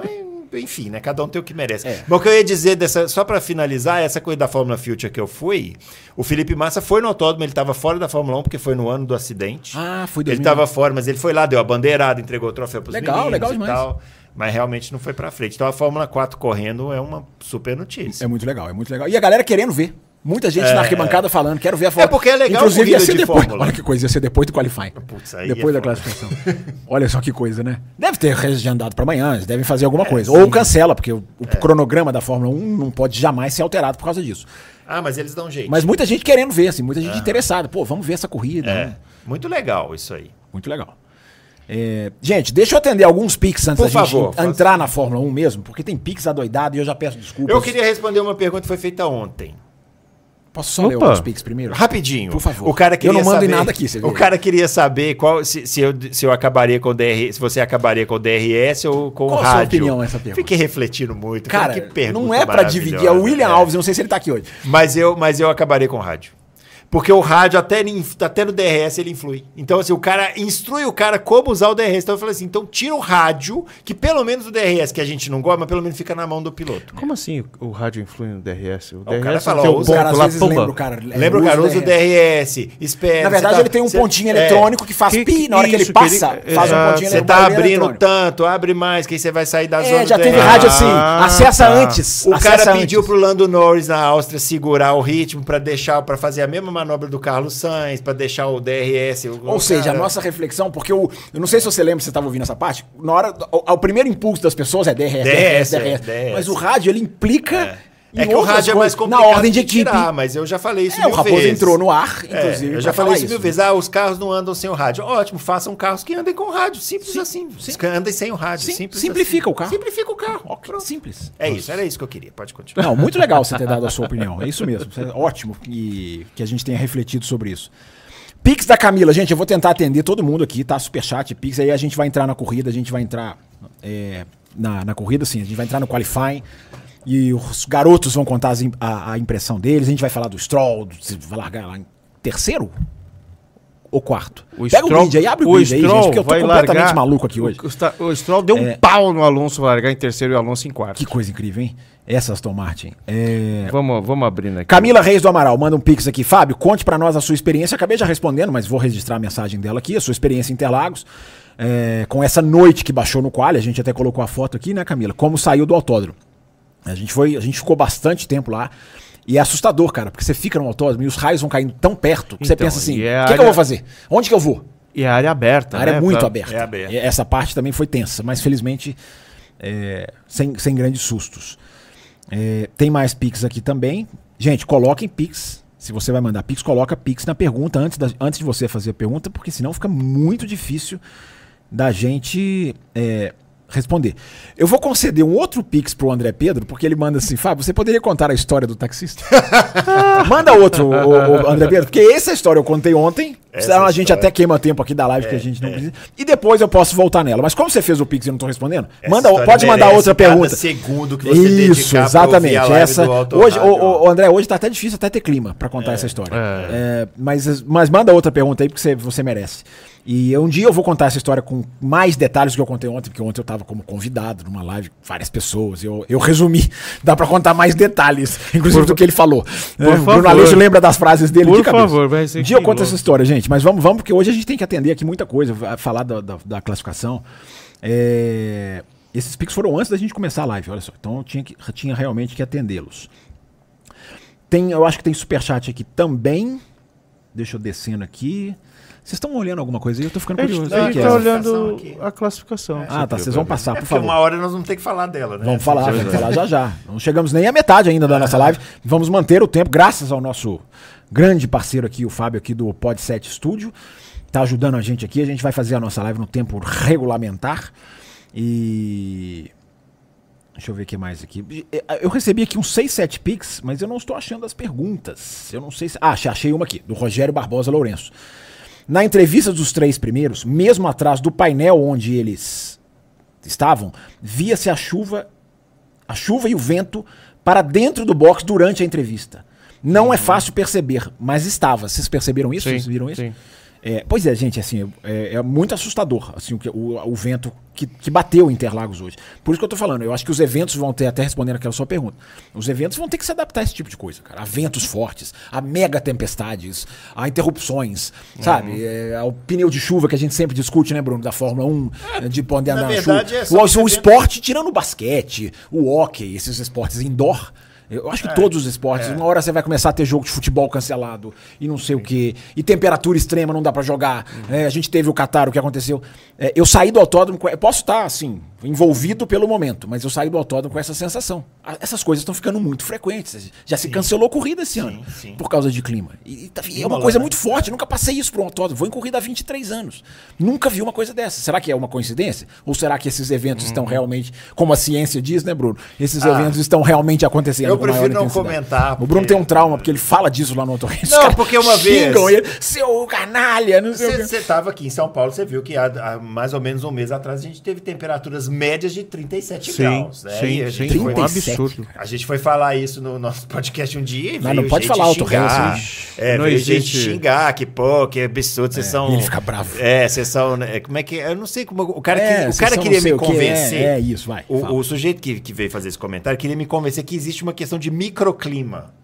Speaker 3: mas enfim, né? Cada um tem o que merece.
Speaker 4: É.
Speaker 3: Mas o que eu ia dizer, dessa, só pra finalizar, essa coisa da Fórmula Future que eu fui, o Felipe Massa foi no autódromo, ele tava fora da Fórmula 1 porque foi no ano do acidente.
Speaker 4: Ah, foi
Speaker 3: Ele
Speaker 4: 2009.
Speaker 3: tava fora, mas ele foi lá, deu a bandeirada, entregou o troféu pros
Speaker 4: Legal,
Speaker 3: meninos
Speaker 4: legal
Speaker 3: e
Speaker 4: demais.
Speaker 3: tal. Mas realmente não foi pra frente. Então a Fórmula 4 correndo é uma super notícia.
Speaker 4: É muito legal, é muito legal. E a galera querendo ver. Muita gente na arquibancada falando, quero ver a foto.
Speaker 3: É porque é legal
Speaker 4: Inclusive, ia
Speaker 3: corrida
Speaker 4: ser
Speaker 3: de
Speaker 4: depois.
Speaker 3: Fórmula.
Speaker 4: Olha que coisa, ia ser depois do qualifying.
Speaker 3: Putz, aí
Speaker 4: depois
Speaker 3: é
Speaker 4: da
Speaker 3: foda.
Speaker 4: classificação. Olha só que coisa, né? Deve ter reagendado pra amanhã, eles devem
Speaker 3: É,
Speaker 4: fazer alguma coisa. Ou cancela, porque o, o cronograma da Fórmula 1 não pode jamais ser alterado por causa disso.
Speaker 3: Ah, mas eles dão um jeito.
Speaker 4: Mas muita gente querendo ver, assim, muita gente interessada. Pô, vamos ver essa corrida.
Speaker 3: É,
Speaker 4: né?
Speaker 3: muito legal isso aí.
Speaker 4: Muito legal. É, gente, deixa eu atender alguns pics antes
Speaker 3: Por
Speaker 4: da gente
Speaker 3: favor,
Speaker 4: en- entrar na Fórmula 1 mesmo, porque tem pics adoidado e eu já peço desculpas.
Speaker 3: Eu queria responder uma pergunta que foi feita ontem.
Speaker 4: Posso só ler
Speaker 2: Opa.
Speaker 4: alguns pics primeiro?
Speaker 3: Rapidinho.
Speaker 4: Por favor.
Speaker 3: O cara queria
Speaker 4: Eu não mando em
Speaker 3: saber-
Speaker 4: nada aqui, você viu?
Speaker 3: O cara queria saber qual se, se eu, se eu acabaria com o DRS, se você acabaria com o DRS ou com
Speaker 4: Qual
Speaker 3: o
Speaker 4: a sua
Speaker 3: rádio.
Speaker 4: opinião essa pergunta?
Speaker 3: Fiquei refletindo muito. Falei,
Speaker 4: Cara,
Speaker 3: que pergunta
Speaker 4: não é pra dividir. É o William
Speaker 3: maravilhosa. né?"
Speaker 4: Alves, eu não sei se ele tá aqui hoje.
Speaker 3: Mas eu, mas eu acabaria com o rádio. Porque o rádio, até, ele inf- até no DRS, ele influi. Então, assim, o cara instrui o cara como usar o DRS. Então, eu falei assim, então tira o rádio, que pelo menos o DRS, que a gente não gosta, mas pelo menos fica na mão do piloto.
Speaker 2: Como assim o, o rádio influi no DRS? O,
Speaker 3: cara
Speaker 2: DRS
Speaker 3: fala,
Speaker 2: tem
Speaker 3: ó,
Speaker 2: um
Speaker 3: os
Speaker 4: Os caras
Speaker 2: ponto
Speaker 4: às
Speaker 2: lá,
Speaker 4: vezes
Speaker 2: pumba.
Speaker 4: lembram, cara. é,
Speaker 3: Lembra o cara, usa o
Speaker 4: DRS.
Speaker 3: DRS, espera.
Speaker 4: Na verdade,
Speaker 3: você tá-
Speaker 4: ele tem um
Speaker 3: você-
Speaker 4: pontinho
Speaker 3: é.
Speaker 4: eletrônico que faz
Speaker 2: Que-
Speaker 4: pi, na hora que ele
Speaker 2: isso, que ele-
Speaker 4: passa, faz um
Speaker 2: Exato.
Speaker 4: pontinho
Speaker 3: Você
Speaker 4: ele-
Speaker 3: tá
Speaker 4: ele é
Speaker 3: abrindo
Speaker 4: eletrônico.
Speaker 3: tanto, abre mais, que aí você vai sair da zona.
Speaker 4: É, já
Speaker 3: do
Speaker 4: teve
Speaker 3: DRS.
Speaker 4: rádio assim,
Speaker 2: Ah,
Speaker 4: acessa
Speaker 2: tá.
Speaker 4: antes.
Speaker 3: O
Speaker 4: acessa
Speaker 3: cara pediu
Speaker 4: antes.
Speaker 3: pro Lando Norris na Áustria segurar o ritmo pra deixar para fazer a mesma manobra do Carlos Sainz, pra deixar o DRS. o-
Speaker 4: Ou
Speaker 3: o
Speaker 4: seja, a
Speaker 3: cara-
Speaker 4: nossa reflexão, porque o, eu não sei se você lembra, você estava ouvindo essa parte, na hora, do- o, o primeiro impulso das pessoas é DRS,
Speaker 3: DRS,
Speaker 4: DRS, DRS,
Speaker 3: DRS.
Speaker 4: Mas o rádio, ele implica
Speaker 3: é
Speaker 4: em
Speaker 3: que o
Speaker 4: outras
Speaker 3: rádio é mais
Speaker 4: coisas,
Speaker 3: complicado
Speaker 4: na ordem de
Speaker 3: de
Speaker 4: equipe.
Speaker 3: tirar, mas eu já falei isso
Speaker 4: É, o Raposo entrou no ar,
Speaker 3: É,
Speaker 4: inclusive,
Speaker 3: eu já
Speaker 4: pra
Speaker 3: falei
Speaker 4: falar
Speaker 3: isso mil
Speaker 4: né?
Speaker 3: vezes. Ah, os carros não andam sem o rádio. Ótimo, façam carros que andem com o rádio. Simples assim. Os que andem sem o rádio.
Speaker 4: Sim,
Speaker 3: simples
Speaker 4: simplifica
Speaker 3: assim.
Speaker 4: o carro.
Speaker 3: Simplifica o carro.
Speaker 4: Ó, que
Speaker 3: Pronto.
Speaker 4: Simples.
Speaker 3: É isso, era isso que eu queria. Pode continuar.
Speaker 4: Não, muito legal você ter dado a sua opinião. É isso mesmo. Isso é Ótimo que, que a gente tenha refletido sobre isso. Pix da Camila, gente, eu vou tentar atender todo mundo aqui, tá? Superchat, Pix, aí a gente vai entrar na corrida, a gente vai entrar é, na, na corrida, sim, a gente vai entrar no qualifying e os garotos vão contar as im- a, a impressão deles, a gente vai falar do Stroll, do- se vai largar lá em terceiro ou quarto?
Speaker 2: O
Speaker 4: Pega o
Speaker 2: Stroll-
Speaker 4: vídeo aí, abre o,
Speaker 2: o
Speaker 4: vídeo aí, gente,
Speaker 2: Stroll
Speaker 4: porque eu tô
Speaker 2: vai
Speaker 4: completamente
Speaker 2: largar-
Speaker 4: maluco aqui
Speaker 2: o-
Speaker 4: hoje.
Speaker 2: O, Sta- o Stroll deu
Speaker 4: É.
Speaker 2: um pau no Alonso largar em terceiro e o Alonso em quarto.
Speaker 4: Que coisa incrível, hein? Essa Aston Martin. É...
Speaker 2: Vamos, vamos abrindo aqui.
Speaker 4: Camila Reis do Amaral manda um pix aqui. Fábio, conte pra nós a sua experiência. Acabei já respondendo, mas vou registrar a mensagem dela aqui, a sua experiência em Interlagos. é, com essa noite que baixou no quali, a gente até colocou a foto aqui, né, Camila? Como saiu do autódromo. A gente foi, a gente ficou bastante tempo lá. E é assustador, cara, porque você fica no autódromo e os raios vão caindo tão perto que você
Speaker 2: Então,
Speaker 4: pensa assim: o
Speaker 2: e
Speaker 4: que,
Speaker 2: é a
Speaker 4: que
Speaker 2: área-
Speaker 4: eu vou fazer? Onde que eu vou?
Speaker 2: E a área aberta,
Speaker 4: A área
Speaker 2: né?
Speaker 4: é muito
Speaker 2: Pra-
Speaker 4: aberta.
Speaker 3: é aberta.
Speaker 4: E Essa parte também foi tensa, mas felizmente é, sem, sem grandes sustos. É, tem mais Pix aqui também. Gente, coloquem Pix. Se você vai mandar Pix, coloca Pix na pergunta antes, da- antes de você fazer a pergunta, porque senão fica muito difícil da gente é, responder. Eu vou conceder um outro Pix pro André Pedro, porque ele manda assim, Fábio, você poderia contar a história do taxista? Manda outro, ô, ô, André Pedro, porque essa história eu contei ontem.
Speaker 3: Essa
Speaker 4: senão a gente
Speaker 3: história. É,
Speaker 4: até queima tempo aqui da live que a gente não precisa. E depois eu posso voltar nela. Mas como você fez o Pix e eu não tô respondendo,
Speaker 3: Essa
Speaker 4: manda,
Speaker 3: história
Speaker 4: pode mandar
Speaker 3: merece
Speaker 4: outra
Speaker 3: cada
Speaker 4: pergunta.
Speaker 3: segundo que você
Speaker 4: Isso,
Speaker 3: dedicar pra ouvir a
Speaker 4: exatamente.
Speaker 3: live
Speaker 4: Essa,
Speaker 3: do Auto
Speaker 4: hoje,
Speaker 3: Rádio.
Speaker 4: ô, ô, André, hoje tá até difícil até ter clima pra contar essa história. É, mas, mas manda outra pergunta aí, porque você, você merece. E um dia eu vou contar essa história com mais detalhes do que eu contei ontem, porque ontem eu tava como convidado numa live, várias pessoas. Eu, eu resumi. Dá pra contar mais detalhes, inclusive do que ele falou. né? O Bruno
Speaker 2: favor.
Speaker 4: Aleixo lembra das frases dele
Speaker 2: Por
Speaker 4: de cabeça.
Speaker 2: favor, vai ser
Speaker 4: Um dia eu
Speaker 2: que
Speaker 4: conto essa
Speaker 2: louco.
Speaker 4: história, gente, mas vamos, vamos, porque hoje a gente tem que atender aqui muita coisa, va- falar da, da- da classificação. É, Esses pics foram antes da gente começar a live, olha só. Então eu tinha, que, tinha realmente que atendê-los. Tem, eu acho que tem superchat aqui também. Deixa eu descendo aqui. Vocês estão olhando alguma coisa aí? Eu tô ficando
Speaker 2: A gente,
Speaker 4: curioso.
Speaker 2: a
Speaker 4: O que
Speaker 2: gente tá olhando
Speaker 3: Classificação aqui.
Speaker 4: que é?
Speaker 2: a classificação.
Speaker 4: Ah, tá. Vocês vão passar,
Speaker 3: É
Speaker 4: por
Speaker 3: porque
Speaker 4: favor.
Speaker 3: uma hora nós vamos ter que falar dela, né?
Speaker 4: Vamos falar, vamos falar já já. Não chegamos nem à metade ainda da nossa live. Vamos manter o tempo, graças ao nosso grande parceiro aqui, o Fábio, aqui do Podset Studio. Tá ajudando a gente aqui. A gente vai fazer a nossa live no tempo regulamentar. E. Deixa eu ver o que mais aqui. Eu recebi aqui uns 6, 7 pics, mas eu não estou achando as perguntas. Eu não sei se. Ah, achei- achei uma aqui, do Rogério Barbosa Lourenço. Na entrevista dos três primeiros, mesmo atrás do painel onde eles estavam, via-se a chuva, a chuva e o vento para dentro do box durante a entrevista. Não é fácil perceber, mas estava. Vocês perceberam isso?
Speaker 2: Uhum. Sim,
Speaker 4: Vocês viram isso?
Speaker 2: sim.
Speaker 4: É, pois é, gente, assim, é, é muito assustador assim, o, que- o- o vento que, que bateu em Interlagos hoje. Por isso que eu tô falando, eu acho que os eventos vão ter, até respondendo aquela sua pergunta, os eventos vão ter que se adaptar a esse tipo de coisa, cara. A ventos fortes, a mega tempestades, a interrupções,
Speaker 3: Uhum.
Speaker 4: sabe? É, ao pneu de chuva que a gente sempre discute, né, Bruno, da Fórmula 1, né, de poder
Speaker 3: É, na
Speaker 4: andar na chuva.
Speaker 3: verdade, é, são
Speaker 4: O-
Speaker 3: os
Speaker 4: o
Speaker 3: eventos-
Speaker 4: esporte, tirando o basquete, o hockey, esses esportes indoor. Eu acho que todos os esportes, uma hora você vai começar a ter jogo de futebol cancelado e não sei o quê. E temperatura extrema não dá pra jogar. É, a gente teve o Catar, o que aconteceu. É, eu saí do autódromo, com- eu posso estar, assim, envolvido pelo momento, mas eu saí do autódromo com essa sensação. A- Essas coisas estão ficando muito frequentes. Já se cancelou corrida esse ano
Speaker 3: sim.
Speaker 4: por causa de clima. E, e tá- e é uma
Speaker 3: Embolada.
Speaker 4: coisa muito forte. eu Nunca passei isso para um autódromo. Vou em corrida há 23 anos. Nunca vi uma coisa dessa. Será que é uma coincidência? Ou será que esses eventos estão
Speaker 3: Uhum.
Speaker 4: realmente, como a ciência diz, né, Bruno? Esses eventos estão realmente acontecendo.
Speaker 3: Ah, eu
Speaker 4: com maior
Speaker 3: prefiro não
Speaker 4: intensidade.
Speaker 3: comentar,
Speaker 4: O Bruno
Speaker 3: porque-
Speaker 4: tem um trauma, porque ele fala disso lá no autódromo. Os
Speaker 3: Não,
Speaker 4: caras
Speaker 3: porque uma vez-
Speaker 4: xingam Ele, Seu canalha, não sei o quê.
Speaker 3: Você estava aqui em São Paulo, você viu que há, há mais ou menos um mês atrás a gente teve temperaturas médias de 37 graus. Né? E a, gente
Speaker 4: sim.
Speaker 2: é
Speaker 3: foi,
Speaker 2: um
Speaker 4: 37.
Speaker 3: a gente foi falar isso no nosso podcast um dia e
Speaker 4: Mas
Speaker 3: veio
Speaker 4: não pode
Speaker 3: gente
Speaker 4: falar assim, alto,
Speaker 3: xingar.
Speaker 4: Renan,
Speaker 3: É,
Speaker 2: Não
Speaker 3: veio
Speaker 2: existe-
Speaker 3: gente xingar, que pô, que absurdo, vocês são...
Speaker 4: ele fica bravo.
Speaker 3: É, vocês são... né, Como é que... Eu não sei como... O cara,
Speaker 4: É,
Speaker 3: que- o
Speaker 4: vocês
Speaker 3: cara
Speaker 4: são
Speaker 3: queria
Speaker 4: não sei
Speaker 3: me
Speaker 4: o quê, é,
Speaker 3: convencer...
Speaker 4: é isso, vai, fala.
Speaker 3: O, o sujeito que, que veio fazer esse comentário queria me convencer que existe uma questão de microclima.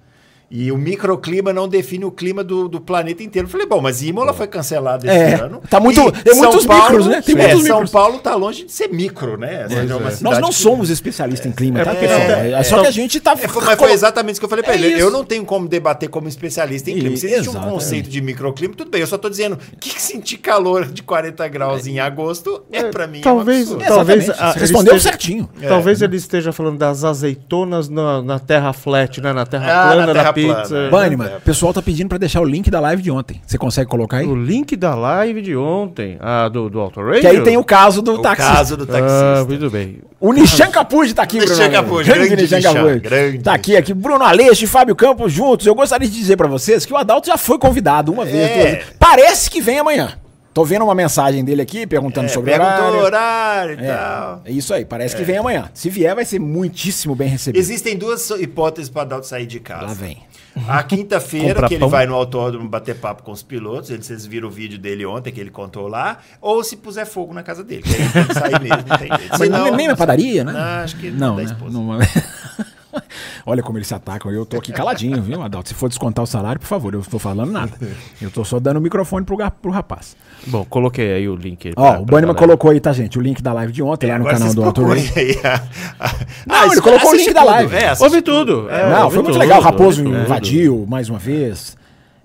Speaker 3: E o microclima não define o clima do, do planeta inteiro. Eu falei, bom, mas Imola foi cancelada esse
Speaker 4: É,
Speaker 3: ano.
Speaker 4: tá muito-
Speaker 3: E
Speaker 4: tem
Speaker 3: São
Speaker 4: muitos
Speaker 3: Paulo-
Speaker 4: micros, né? Tem
Speaker 3: é,
Speaker 4: muitos
Speaker 3: São
Speaker 4: micros.
Speaker 3: Paulo tá longe de ser micro, né? Ou seja, é uma
Speaker 4: Nós
Speaker 3: cidade
Speaker 4: não
Speaker 3: que-
Speaker 4: somos especialistas em clima, tá,
Speaker 2: é,
Speaker 4: pessoal? É,
Speaker 2: é,
Speaker 4: só que a gente tá.
Speaker 3: É, foi- mas foi exatamente isso que eu falei pra
Speaker 4: É
Speaker 3: ele.
Speaker 4: isso.
Speaker 3: Eu não tenho como debater como especialista em
Speaker 4: E-
Speaker 3: clima. Se existe um
Speaker 4: exatamente.
Speaker 3: conceito de microclima, tudo bem. Eu só tô dizendo que, que sentir calor de 40 graus em agosto é pra mim
Speaker 2: talvez-
Speaker 3: um absurdo.
Speaker 2: tal- Talvez
Speaker 4: Exatamente,
Speaker 2: a-
Speaker 4: você respondeu
Speaker 2: ele esteja-
Speaker 4: certinho.
Speaker 3: É.
Speaker 2: Talvez ele esteja falando das azeitonas na, na terra flat, né? Na terra
Speaker 3: Ah, na
Speaker 2: plana da
Speaker 3: terra plana.
Speaker 2: pizza. né?
Speaker 3: É.
Speaker 4: Bânima, o pessoal tá pedindo pra deixar o link da live de ontem. Você consegue colocar aí?
Speaker 2: O link da live de ontem, a do, do Auto Radio.
Speaker 4: Que aí tem o caso do
Speaker 3: É O
Speaker 4: táxi.
Speaker 3: caso do taxista.
Speaker 2: Ah, muito bem.
Speaker 4: O Nishan Capuji tá aqui,
Speaker 3: Nishan
Speaker 4: Bruno. Aleixo.
Speaker 3: Capuji,
Speaker 4: Grande
Speaker 3: grande
Speaker 4: Nishan
Speaker 3: Nishan,
Speaker 4: Capuji.
Speaker 3: grande
Speaker 4: Tá aqui, aqui, Bruno Aleixo e Fábio Campos juntos. Eu gostaria de dizer pra vocês que o Adalto já foi convidado uma vez,
Speaker 3: É.
Speaker 4: duas vezes. Parece que vem amanhã. Tô vendo uma mensagem dele aqui perguntando
Speaker 3: É,
Speaker 4: sobre o
Speaker 3: perguntou
Speaker 4: horário.
Speaker 3: o horário e
Speaker 4: É,
Speaker 3: tal.
Speaker 4: é isso aí, parece que vem amanhã. Se vier, vai ser muitíssimo bem recebido.
Speaker 3: Existem duas so- hipóteses para Adalto sair de casa.
Speaker 4: Lá vem.
Speaker 3: A quinta-feira,
Speaker 2: Comprar
Speaker 3: que ele
Speaker 2: pão.
Speaker 3: vai no autódromo bater papo com os pilotos, ele- vocês viram o vídeo dele ontem que ele contou lá, ou se puser fogo na casa dele, que aí ele tem que sair mesmo, Ah, não tem jeito.
Speaker 4: Mas
Speaker 3: Senão-
Speaker 4: nem, nem na padaria, né?
Speaker 3: Não, acho que
Speaker 4: não,
Speaker 3: da
Speaker 4: né?
Speaker 3: esposa.
Speaker 4: Não- Olha como eles se atacam. Eu tô aqui caladinho, viu, Adalto? Se for descontar o salário, por favor, eu não tô falando nada. Eu tô só dando o microfone pro, ga- pro rapaz.
Speaker 2: Bom, coloquei aí o link.
Speaker 4: Ó, o Bânima colocou aí, tá, gente? O link da live de ontem lá É no
Speaker 3: Ah, Agora
Speaker 4: canal
Speaker 3: vocês
Speaker 4: do Autor. né?
Speaker 3: procurem aí a- a-
Speaker 4: Não, ele
Speaker 3: escuta-
Speaker 4: colocou o link
Speaker 3: assiste
Speaker 4: da
Speaker 3: tudo.
Speaker 4: live.
Speaker 3: É, assiste
Speaker 2: Ouvi
Speaker 3: tudo.
Speaker 2: tudo. é,
Speaker 4: Não,
Speaker 2: ouvi
Speaker 4: foi muito
Speaker 2: tudo,
Speaker 4: legal. O Raposo
Speaker 2: ouvi tudo.
Speaker 4: invadiu mais uma vez.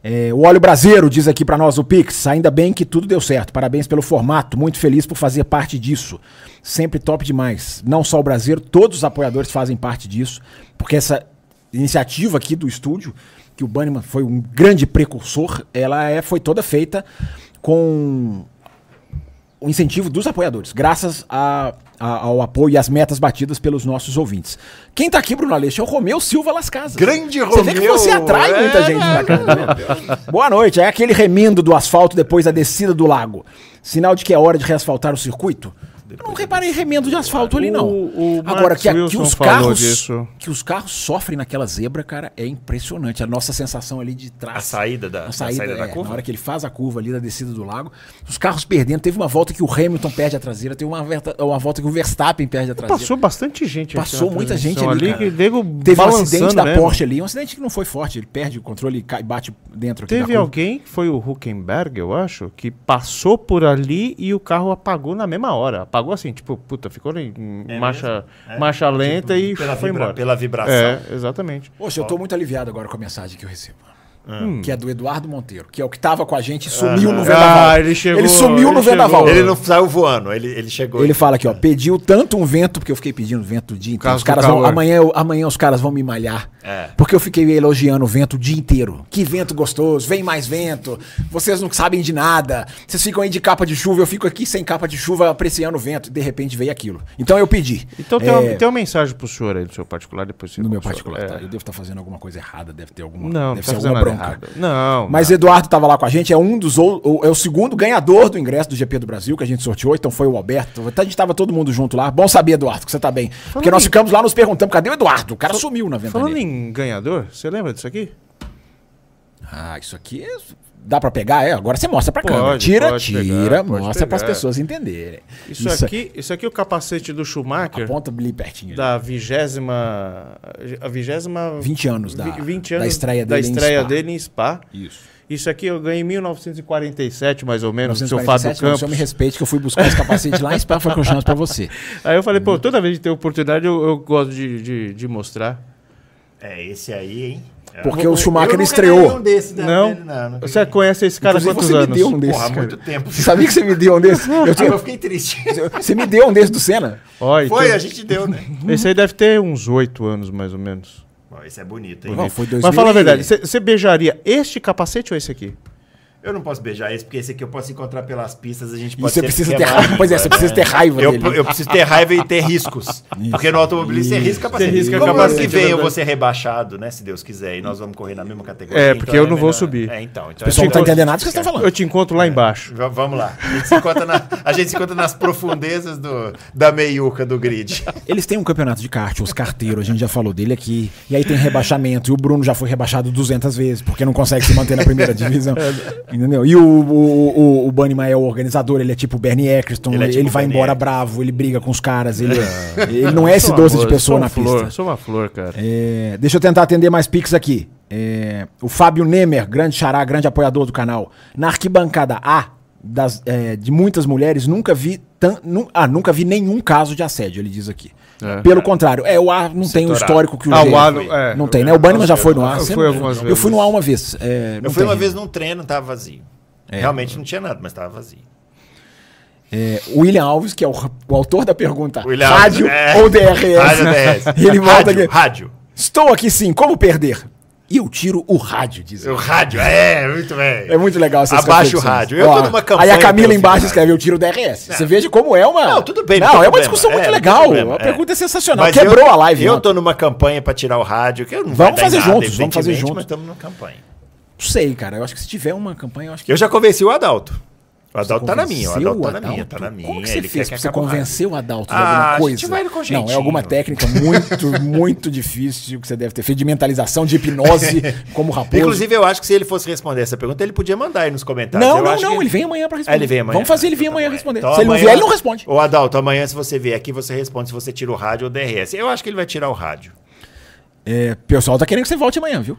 Speaker 4: É, o Óleo Braseiro diz aqui pra nós o Pix. Ainda bem que tudo deu certo. Parabéns pelo formato. Muito feliz por fazer parte disso. Sempre top demais. Não só o Braseiro, todos os apoiadores fazem parte disso. Porque essa iniciativa aqui do estúdio, que o Banniman foi um grande precursor, ela é, foi toda feita com o incentivo dos apoiadores, graças a- a- ao apoio e às metas batidas pelos nossos ouvintes. Quem tá aqui, Bruno Aleixo, é o Romeu Silva Las Casas.
Speaker 3: Grande
Speaker 4: Você vê que
Speaker 3: Romeu!
Speaker 4: você atrai muita
Speaker 3: É,
Speaker 4: gente pra cá. né? Boa noite. É aquele remendo do asfalto depois da descida do lago. Sinal de que é hora de reasfaltar o circuito? Eu não reparei remendo de asfalto ali, não.
Speaker 2: O- o
Speaker 4: Agora,
Speaker 2: Max
Speaker 4: que, que
Speaker 2: Wilson
Speaker 4: os
Speaker 2: falou
Speaker 4: carros
Speaker 2: disso.
Speaker 4: que os carros sofrem naquela zebra, cara, é impressionante. A nossa sensação ali de trás.
Speaker 3: A saída da-
Speaker 4: a saída,
Speaker 3: a saída da
Speaker 4: é,
Speaker 3: curva?
Speaker 4: Na hora que ele faz a curva ali da descida do lago, os carros perdendo. Teve uma volta que o Hamilton perde a traseira, teve uma, verta- uma volta que o Verstappen perde a traseira.
Speaker 2: Passou bastante gente aqui
Speaker 4: Passou
Speaker 2: na
Speaker 4: muita gente
Speaker 2: transmissão
Speaker 4: ali,
Speaker 2: que
Speaker 4: cara.
Speaker 2: nego
Speaker 4: Teve um
Speaker 2: balançando né?
Speaker 4: acidente da
Speaker 2: mesmo.
Speaker 4: Porsche ali, um acidente que não foi forte. Ele perde o controle e cai, bate dentro aqui da
Speaker 2: Teve
Speaker 4: curva.
Speaker 2: alguém, que foi o Huckenberg, eu acho, que passou por ali e o carro apagou na mesma hora. Apagou assim, tipo, puta, ficou
Speaker 3: É
Speaker 2: em marcha, marcha lenta e
Speaker 3: Tipo, pela
Speaker 2: foi
Speaker 3: vibra-
Speaker 2: embora.
Speaker 3: pela vibração.
Speaker 2: É, exatamente.
Speaker 4: Poxa, eu tô muito aliviado agora com a mensagem que eu recebo.
Speaker 2: Hum.
Speaker 4: Que é do Eduardo Monteiro, que é o que tava com a gente e sumiu no vendaval.
Speaker 2: Ah, ele chegou,
Speaker 4: sumiu
Speaker 2: ele
Speaker 4: no vendaval.
Speaker 2: chegou.
Speaker 3: Ele não saiu voando, ele, ele chegou.
Speaker 4: Ele fala aqui, ó, pediu tanto um vento, porque eu fiquei pedindo vento o dia inteiro.
Speaker 2: causa
Speaker 4: Os caras
Speaker 2: do
Speaker 4: vão,
Speaker 2: calor.
Speaker 4: amanhã, eu- amanhã os caras vão me malhar.
Speaker 3: É.
Speaker 4: Porque eu fiquei elogiando o vento o dia inteiro. Que vento gostoso, vem mais vento, vocês não sabem de nada, vocês ficam aí de capa de chuva, eu fico aqui sem capa de chuva apreciando o vento. E de repente veio aquilo. Então eu pedi.
Speaker 2: Então tem,
Speaker 4: É,
Speaker 2: uma, tem uma mensagem pro senhor aí, do seu particular, depois você
Speaker 4: No meu
Speaker 2: do senhor.
Speaker 4: particular,
Speaker 2: É.
Speaker 4: tá? Eu devo estar fazendo alguma coisa errada, deve ter alguma,
Speaker 2: Não, não
Speaker 4: deve
Speaker 2: tá fazendo nada errado. Não,
Speaker 4: mas
Speaker 2: não.
Speaker 4: Eduardo estava lá com a gente, é um dos ou- ou- é o segundo ganhador do ingresso do GP do Brasil que a gente sorteou, então foi o Alberto. Até a gente tava todo mundo junto lá. Bom saber, Eduardo, que você tá bem. Porque nós ficamos lá nos perguntando, cadê o Eduardo? O cara sumiu na
Speaker 2: Falando
Speaker 4: ventania.
Speaker 2: em ganhador, você lembra disso aqui?
Speaker 4: Ah, isso aqui é- dá pra pegar? É, agora você mostra pra
Speaker 2: Pode,
Speaker 4: câmera. Tira,
Speaker 2: pode
Speaker 4: tira,
Speaker 2: pegar, pode
Speaker 4: mostra para as
Speaker 2: pegar.
Speaker 4: pessoas entenderem. é-
Speaker 2: Isso, aqui, isso aqui é o capacete do Schumacher
Speaker 4: Aponta ali pertinho.
Speaker 2: da vigésima. A vigésima.
Speaker 4: 20 anos da-
Speaker 2: vi- 20
Speaker 4: da
Speaker 2: anos
Speaker 4: estreia
Speaker 2: da
Speaker 4: dele em
Speaker 2: estreia
Speaker 4: Spa.
Speaker 2: dele em Spa.
Speaker 4: Isso.
Speaker 2: Isso aqui eu ganhei em 1947, mais ou menos, do seu
Speaker 4: 1947,
Speaker 2: Fábio
Speaker 4: não, o
Speaker 2: Campos.
Speaker 4: senhor me respeite que eu fui buscar esse capacete lá em Spa, foi com chance pra você.
Speaker 2: Aí eu
Speaker 4: Uhum.
Speaker 2: falei, pô, toda vez que tem oportunidade eu, eu gosto de, de, de mostrar.
Speaker 3: É esse aí, hein? É.
Speaker 4: Porque o
Speaker 3: Eu
Speaker 4: Schumacher
Speaker 3: nunca ganhei
Speaker 4: estreou.
Speaker 3: Um desse da
Speaker 2: Não?
Speaker 3: dele, não, nunca
Speaker 2: Você
Speaker 3: ganhei.
Speaker 2: conhece esse cara há
Speaker 4: Inclusive,
Speaker 2: quantos
Speaker 4: você
Speaker 2: anos?
Speaker 4: me deu um desse,
Speaker 3: Porra, há
Speaker 4: cara.
Speaker 3: muito tempo.
Speaker 4: Você sabia que você me deu um desse? Eu
Speaker 3: Aí
Speaker 4: tinha-
Speaker 3: eu fiquei triste.
Speaker 4: Você é me deu um desse do Senna?
Speaker 2: Ó, e
Speaker 3: Foi,
Speaker 2: tem-
Speaker 3: a gente deu, né?
Speaker 2: Esse aí deve ter uns oito anos, mais ou menos.
Speaker 3: Bom, esse é bonito, hein?
Speaker 4: Não, foi
Speaker 2: Mas
Speaker 4: 2000
Speaker 2: fala a
Speaker 4: e-
Speaker 2: verdade, você- você beijaria este capacete ou esse aqui?
Speaker 3: Eu não posso beijar esse, porque esse aqui eu posso encontrar pelas pistas, a gente
Speaker 4: E
Speaker 3: pode
Speaker 4: você
Speaker 3: sempre
Speaker 4: precisa ter
Speaker 3: queimar.
Speaker 4: raiva. Pois é, você precisa ter raiva
Speaker 3: né? Eu,
Speaker 4: dele.
Speaker 3: eu preciso ter raiva e ter riscos. Porque no automobilismo você risca capacete.
Speaker 2: Você risca
Speaker 3: Como ano
Speaker 2: capacete,
Speaker 3: que
Speaker 2: é
Speaker 3: vem eu
Speaker 2: verdade.
Speaker 3: vou ser rebaixado, né? Se Deus quiser. E nós vamos correr na mesma categoria. Então
Speaker 2: É, porque eu não vou subir.
Speaker 3: É, então. então
Speaker 4: O
Speaker 3: é
Speaker 4: pessoal não tá
Speaker 3: melhor-
Speaker 4: entendendo nada do que você tá falando.
Speaker 2: Eu te encontro lá embaixo.
Speaker 3: V- Vamos lá. A gente se encontra, na- a gente se encontra nas profundezas do, da meiuca do grid.
Speaker 4: Eles têm um campeonato de kart, os carteiros, a gente já falou dele aqui. E aí tem rebaixamento. E o Bruno já foi rebaixado 200 vezes, porque não consegue se manter na primeira divisão. Entendeu? E o, o, o, o Bunnyman é o organizador, ele é tipo o Bernie Eccleston.
Speaker 3: Ele
Speaker 4: Ele,
Speaker 3: é tipo
Speaker 4: ele vai
Speaker 3: Bernie
Speaker 4: embora
Speaker 3: Eccleston.
Speaker 4: bravo, ele briga com os caras. Ele, ele não é esse doce de pessoa na
Speaker 2: flor,
Speaker 4: pista.
Speaker 2: Sou uma flor, cara.
Speaker 4: É, deixa eu tentar atender mais Pix aqui. É, o Fábio Nemer, grande xará, grande apoiador do canal. Na arquibancada A das, é, de muitas mulheres, nunca vi tan, nu- ah, nunca vi nenhum caso de assédio, ele diz aqui.
Speaker 2: É.
Speaker 4: Pelo contrário, é, o A não tem o
Speaker 3: torar.
Speaker 4: histórico que o
Speaker 2: Ah,
Speaker 4: G
Speaker 2: o A
Speaker 4: não,
Speaker 2: não- é.
Speaker 4: tem, né? O Bannerman já foi no A.
Speaker 2: Eu
Speaker 4: você
Speaker 2: fui
Speaker 4: não-
Speaker 2: algumas
Speaker 4: eu fui no A
Speaker 2: vezes.
Speaker 4: uma vez. é, não
Speaker 3: Eu fui
Speaker 4: tem.
Speaker 3: uma vez num treino, tava vazio. Realmente não tinha nada, mas tava vazio.
Speaker 4: É, o William Alves, que é o, o autor da pergunta,
Speaker 3: William Alves,
Speaker 4: rádio
Speaker 3: é.
Speaker 4: ou DRS?
Speaker 3: Rádio DRS.
Speaker 4: E ele volta
Speaker 3: rádio,
Speaker 4: aqui.
Speaker 3: rádio.
Speaker 4: Estou aqui sim, como perder? E eu tiro o rádio, diz ele.
Speaker 3: O rádio, é, muito bem.
Speaker 4: É muito legal essas
Speaker 3: Abaixa o
Speaker 4: reflexões.
Speaker 3: rádio. Eu
Speaker 4: Ó,
Speaker 3: tô numa campanha
Speaker 4: Aí a Camila
Speaker 3: pelo
Speaker 4: embaixo
Speaker 3: rádio.
Speaker 4: escreveu tiro DRS. Você veja como é uma.
Speaker 3: Não, tudo bem.
Speaker 4: Não,
Speaker 3: tem
Speaker 4: é uma
Speaker 3: problema.
Speaker 4: discussão muito
Speaker 3: não tem
Speaker 4: legal.
Speaker 3: problema,
Speaker 4: a pergunta é sensacional.
Speaker 3: Mas
Speaker 4: Quebrou
Speaker 3: eu-
Speaker 4: a live.
Speaker 3: Eu
Speaker 4: ontem.
Speaker 3: tô numa campanha pra tirar o rádio, que eu não
Speaker 4: Vamos
Speaker 3: vai dar em
Speaker 4: fazer juntos, vamos fazer
Speaker 3: evidentemente,
Speaker 4: juntos.
Speaker 3: Mas estamos numa campanha.
Speaker 4: Não sei, cara. Eu acho que se tiver uma campanha, eu acho que.
Speaker 3: Eu já convenci o Adalto. O Adalto tá na minha, o
Speaker 4: Convenceu
Speaker 3: Adalto tá na
Speaker 4: Adalto?
Speaker 3: minha, tá na minha.
Speaker 4: Como que você
Speaker 3: ele
Speaker 4: fez?
Speaker 3: quer que
Speaker 4: pra você
Speaker 3: acabe o rádio.
Speaker 4: convenceu o Adalto de
Speaker 3: Ah,
Speaker 4: alguma
Speaker 3: a
Speaker 4: coisa?
Speaker 3: gente vai no com
Speaker 4: Não, é
Speaker 3: jeitinho.
Speaker 4: alguma técnica muito, muito difícil que você deve ter feito de mentalização, de hipnose, como raposo.
Speaker 3: Inclusive, eu acho que se ele fosse responder essa pergunta, ele podia mandar aí nos comentários.
Speaker 4: não,
Speaker 3: Eu
Speaker 4: não,
Speaker 3: acho
Speaker 4: não.
Speaker 3: que-
Speaker 4: Ele vem amanhã pra responder.
Speaker 3: Ah, ele vem amanhã.
Speaker 4: Vamos fazer ele
Speaker 3: Então tá
Speaker 4: vir amanhã
Speaker 3: bom.
Speaker 4: responder.
Speaker 3: Então
Speaker 4: se ele não
Speaker 3: amanhã-
Speaker 4: vier, ele não responde.
Speaker 3: Ô, Adalto, amanhã se você vier aqui, você responde se você tira o rádio ou DRS. Eu acho que ele vai tirar o rádio.
Speaker 4: É, pessoal tá querendo que você volte amanhã, viu?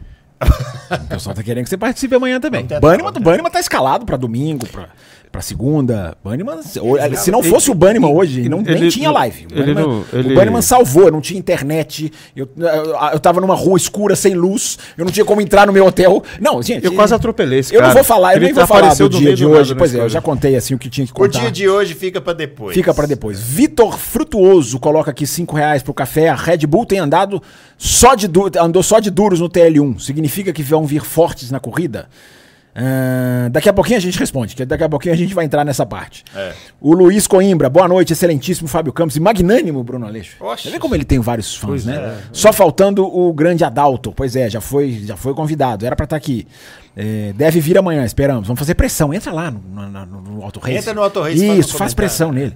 Speaker 4: O pessoal tá querendo que você participe amanhã também.
Speaker 3: Vamos tentar,
Speaker 4: Banniman,
Speaker 3: vamos
Speaker 4: Banniman tá escalado pra domingo, pra, pra segunda. Banniman, se ou- se não fosse o Banniman hoje, não, nem
Speaker 2: ele
Speaker 4: tinha
Speaker 2: não-
Speaker 4: live. O
Speaker 2: ele
Speaker 4: Banniman,
Speaker 2: não- ele-
Speaker 4: o Banniman salvou, não tinha internet. Eu, eu, eu tava numa rua escura, sem luz. Eu não tinha como entrar no meu hotel. Não, gente.
Speaker 2: Eu quase atropelei esse
Speaker 4: Eu não
Speaker 2: cara.
Speaker 4: vou falar, eu
Speaker 2: Ele
Speaker 4: nem vou falar
Speaker 2: apareceu
Speaker 4: do
Speaker 2: do
Speaker 4: dia
Speaker 2: meio
Speaker 4: de
Speaker 2: do nada
Speaker 4: hoje.
Speaker 2: na
Speaker 4: Pois é, eu
Speaker 2: história.
Speaker 4: já contei assim o que tinha que
Speaker 3: O
Speaker 4: contar.
Speaker 3: dia de hoje fica pra depois.
Speaker 4: Fica pra depois. Vitor Frutuoso coloca aqui 5 reais pro café. A Red Bull tem andado só de du- andou só de duros no TL1. Significa que vão vir fortes na corrida? Ah, daqui a pouquinho a gente responde, que daqui a pouquinho a gente vai entrar nessa parte.
Speaker 3: É.
Speaker 4: O Luiz Coimbra, boa noite, excelentíssimo Fábio Campos e magnânimo Bruno Aleixo.
Speaker 3: Oxe. é.
Speaker 4: Você vê como ele tem vários fãs, né? Só faltando o grande Adalto. Pois é, já foi, já foi convidado, era pra estar aqui. É, deve vir amanhã, esperamos. Vamos fazer pressão. Entra lá no, no, no, no Auto Race.
Speaker 3: Entra no Auto Race, faz um
Speaker 4: Isso, faz
Speaker 3: comentário.
Speaker 4: pressão nele.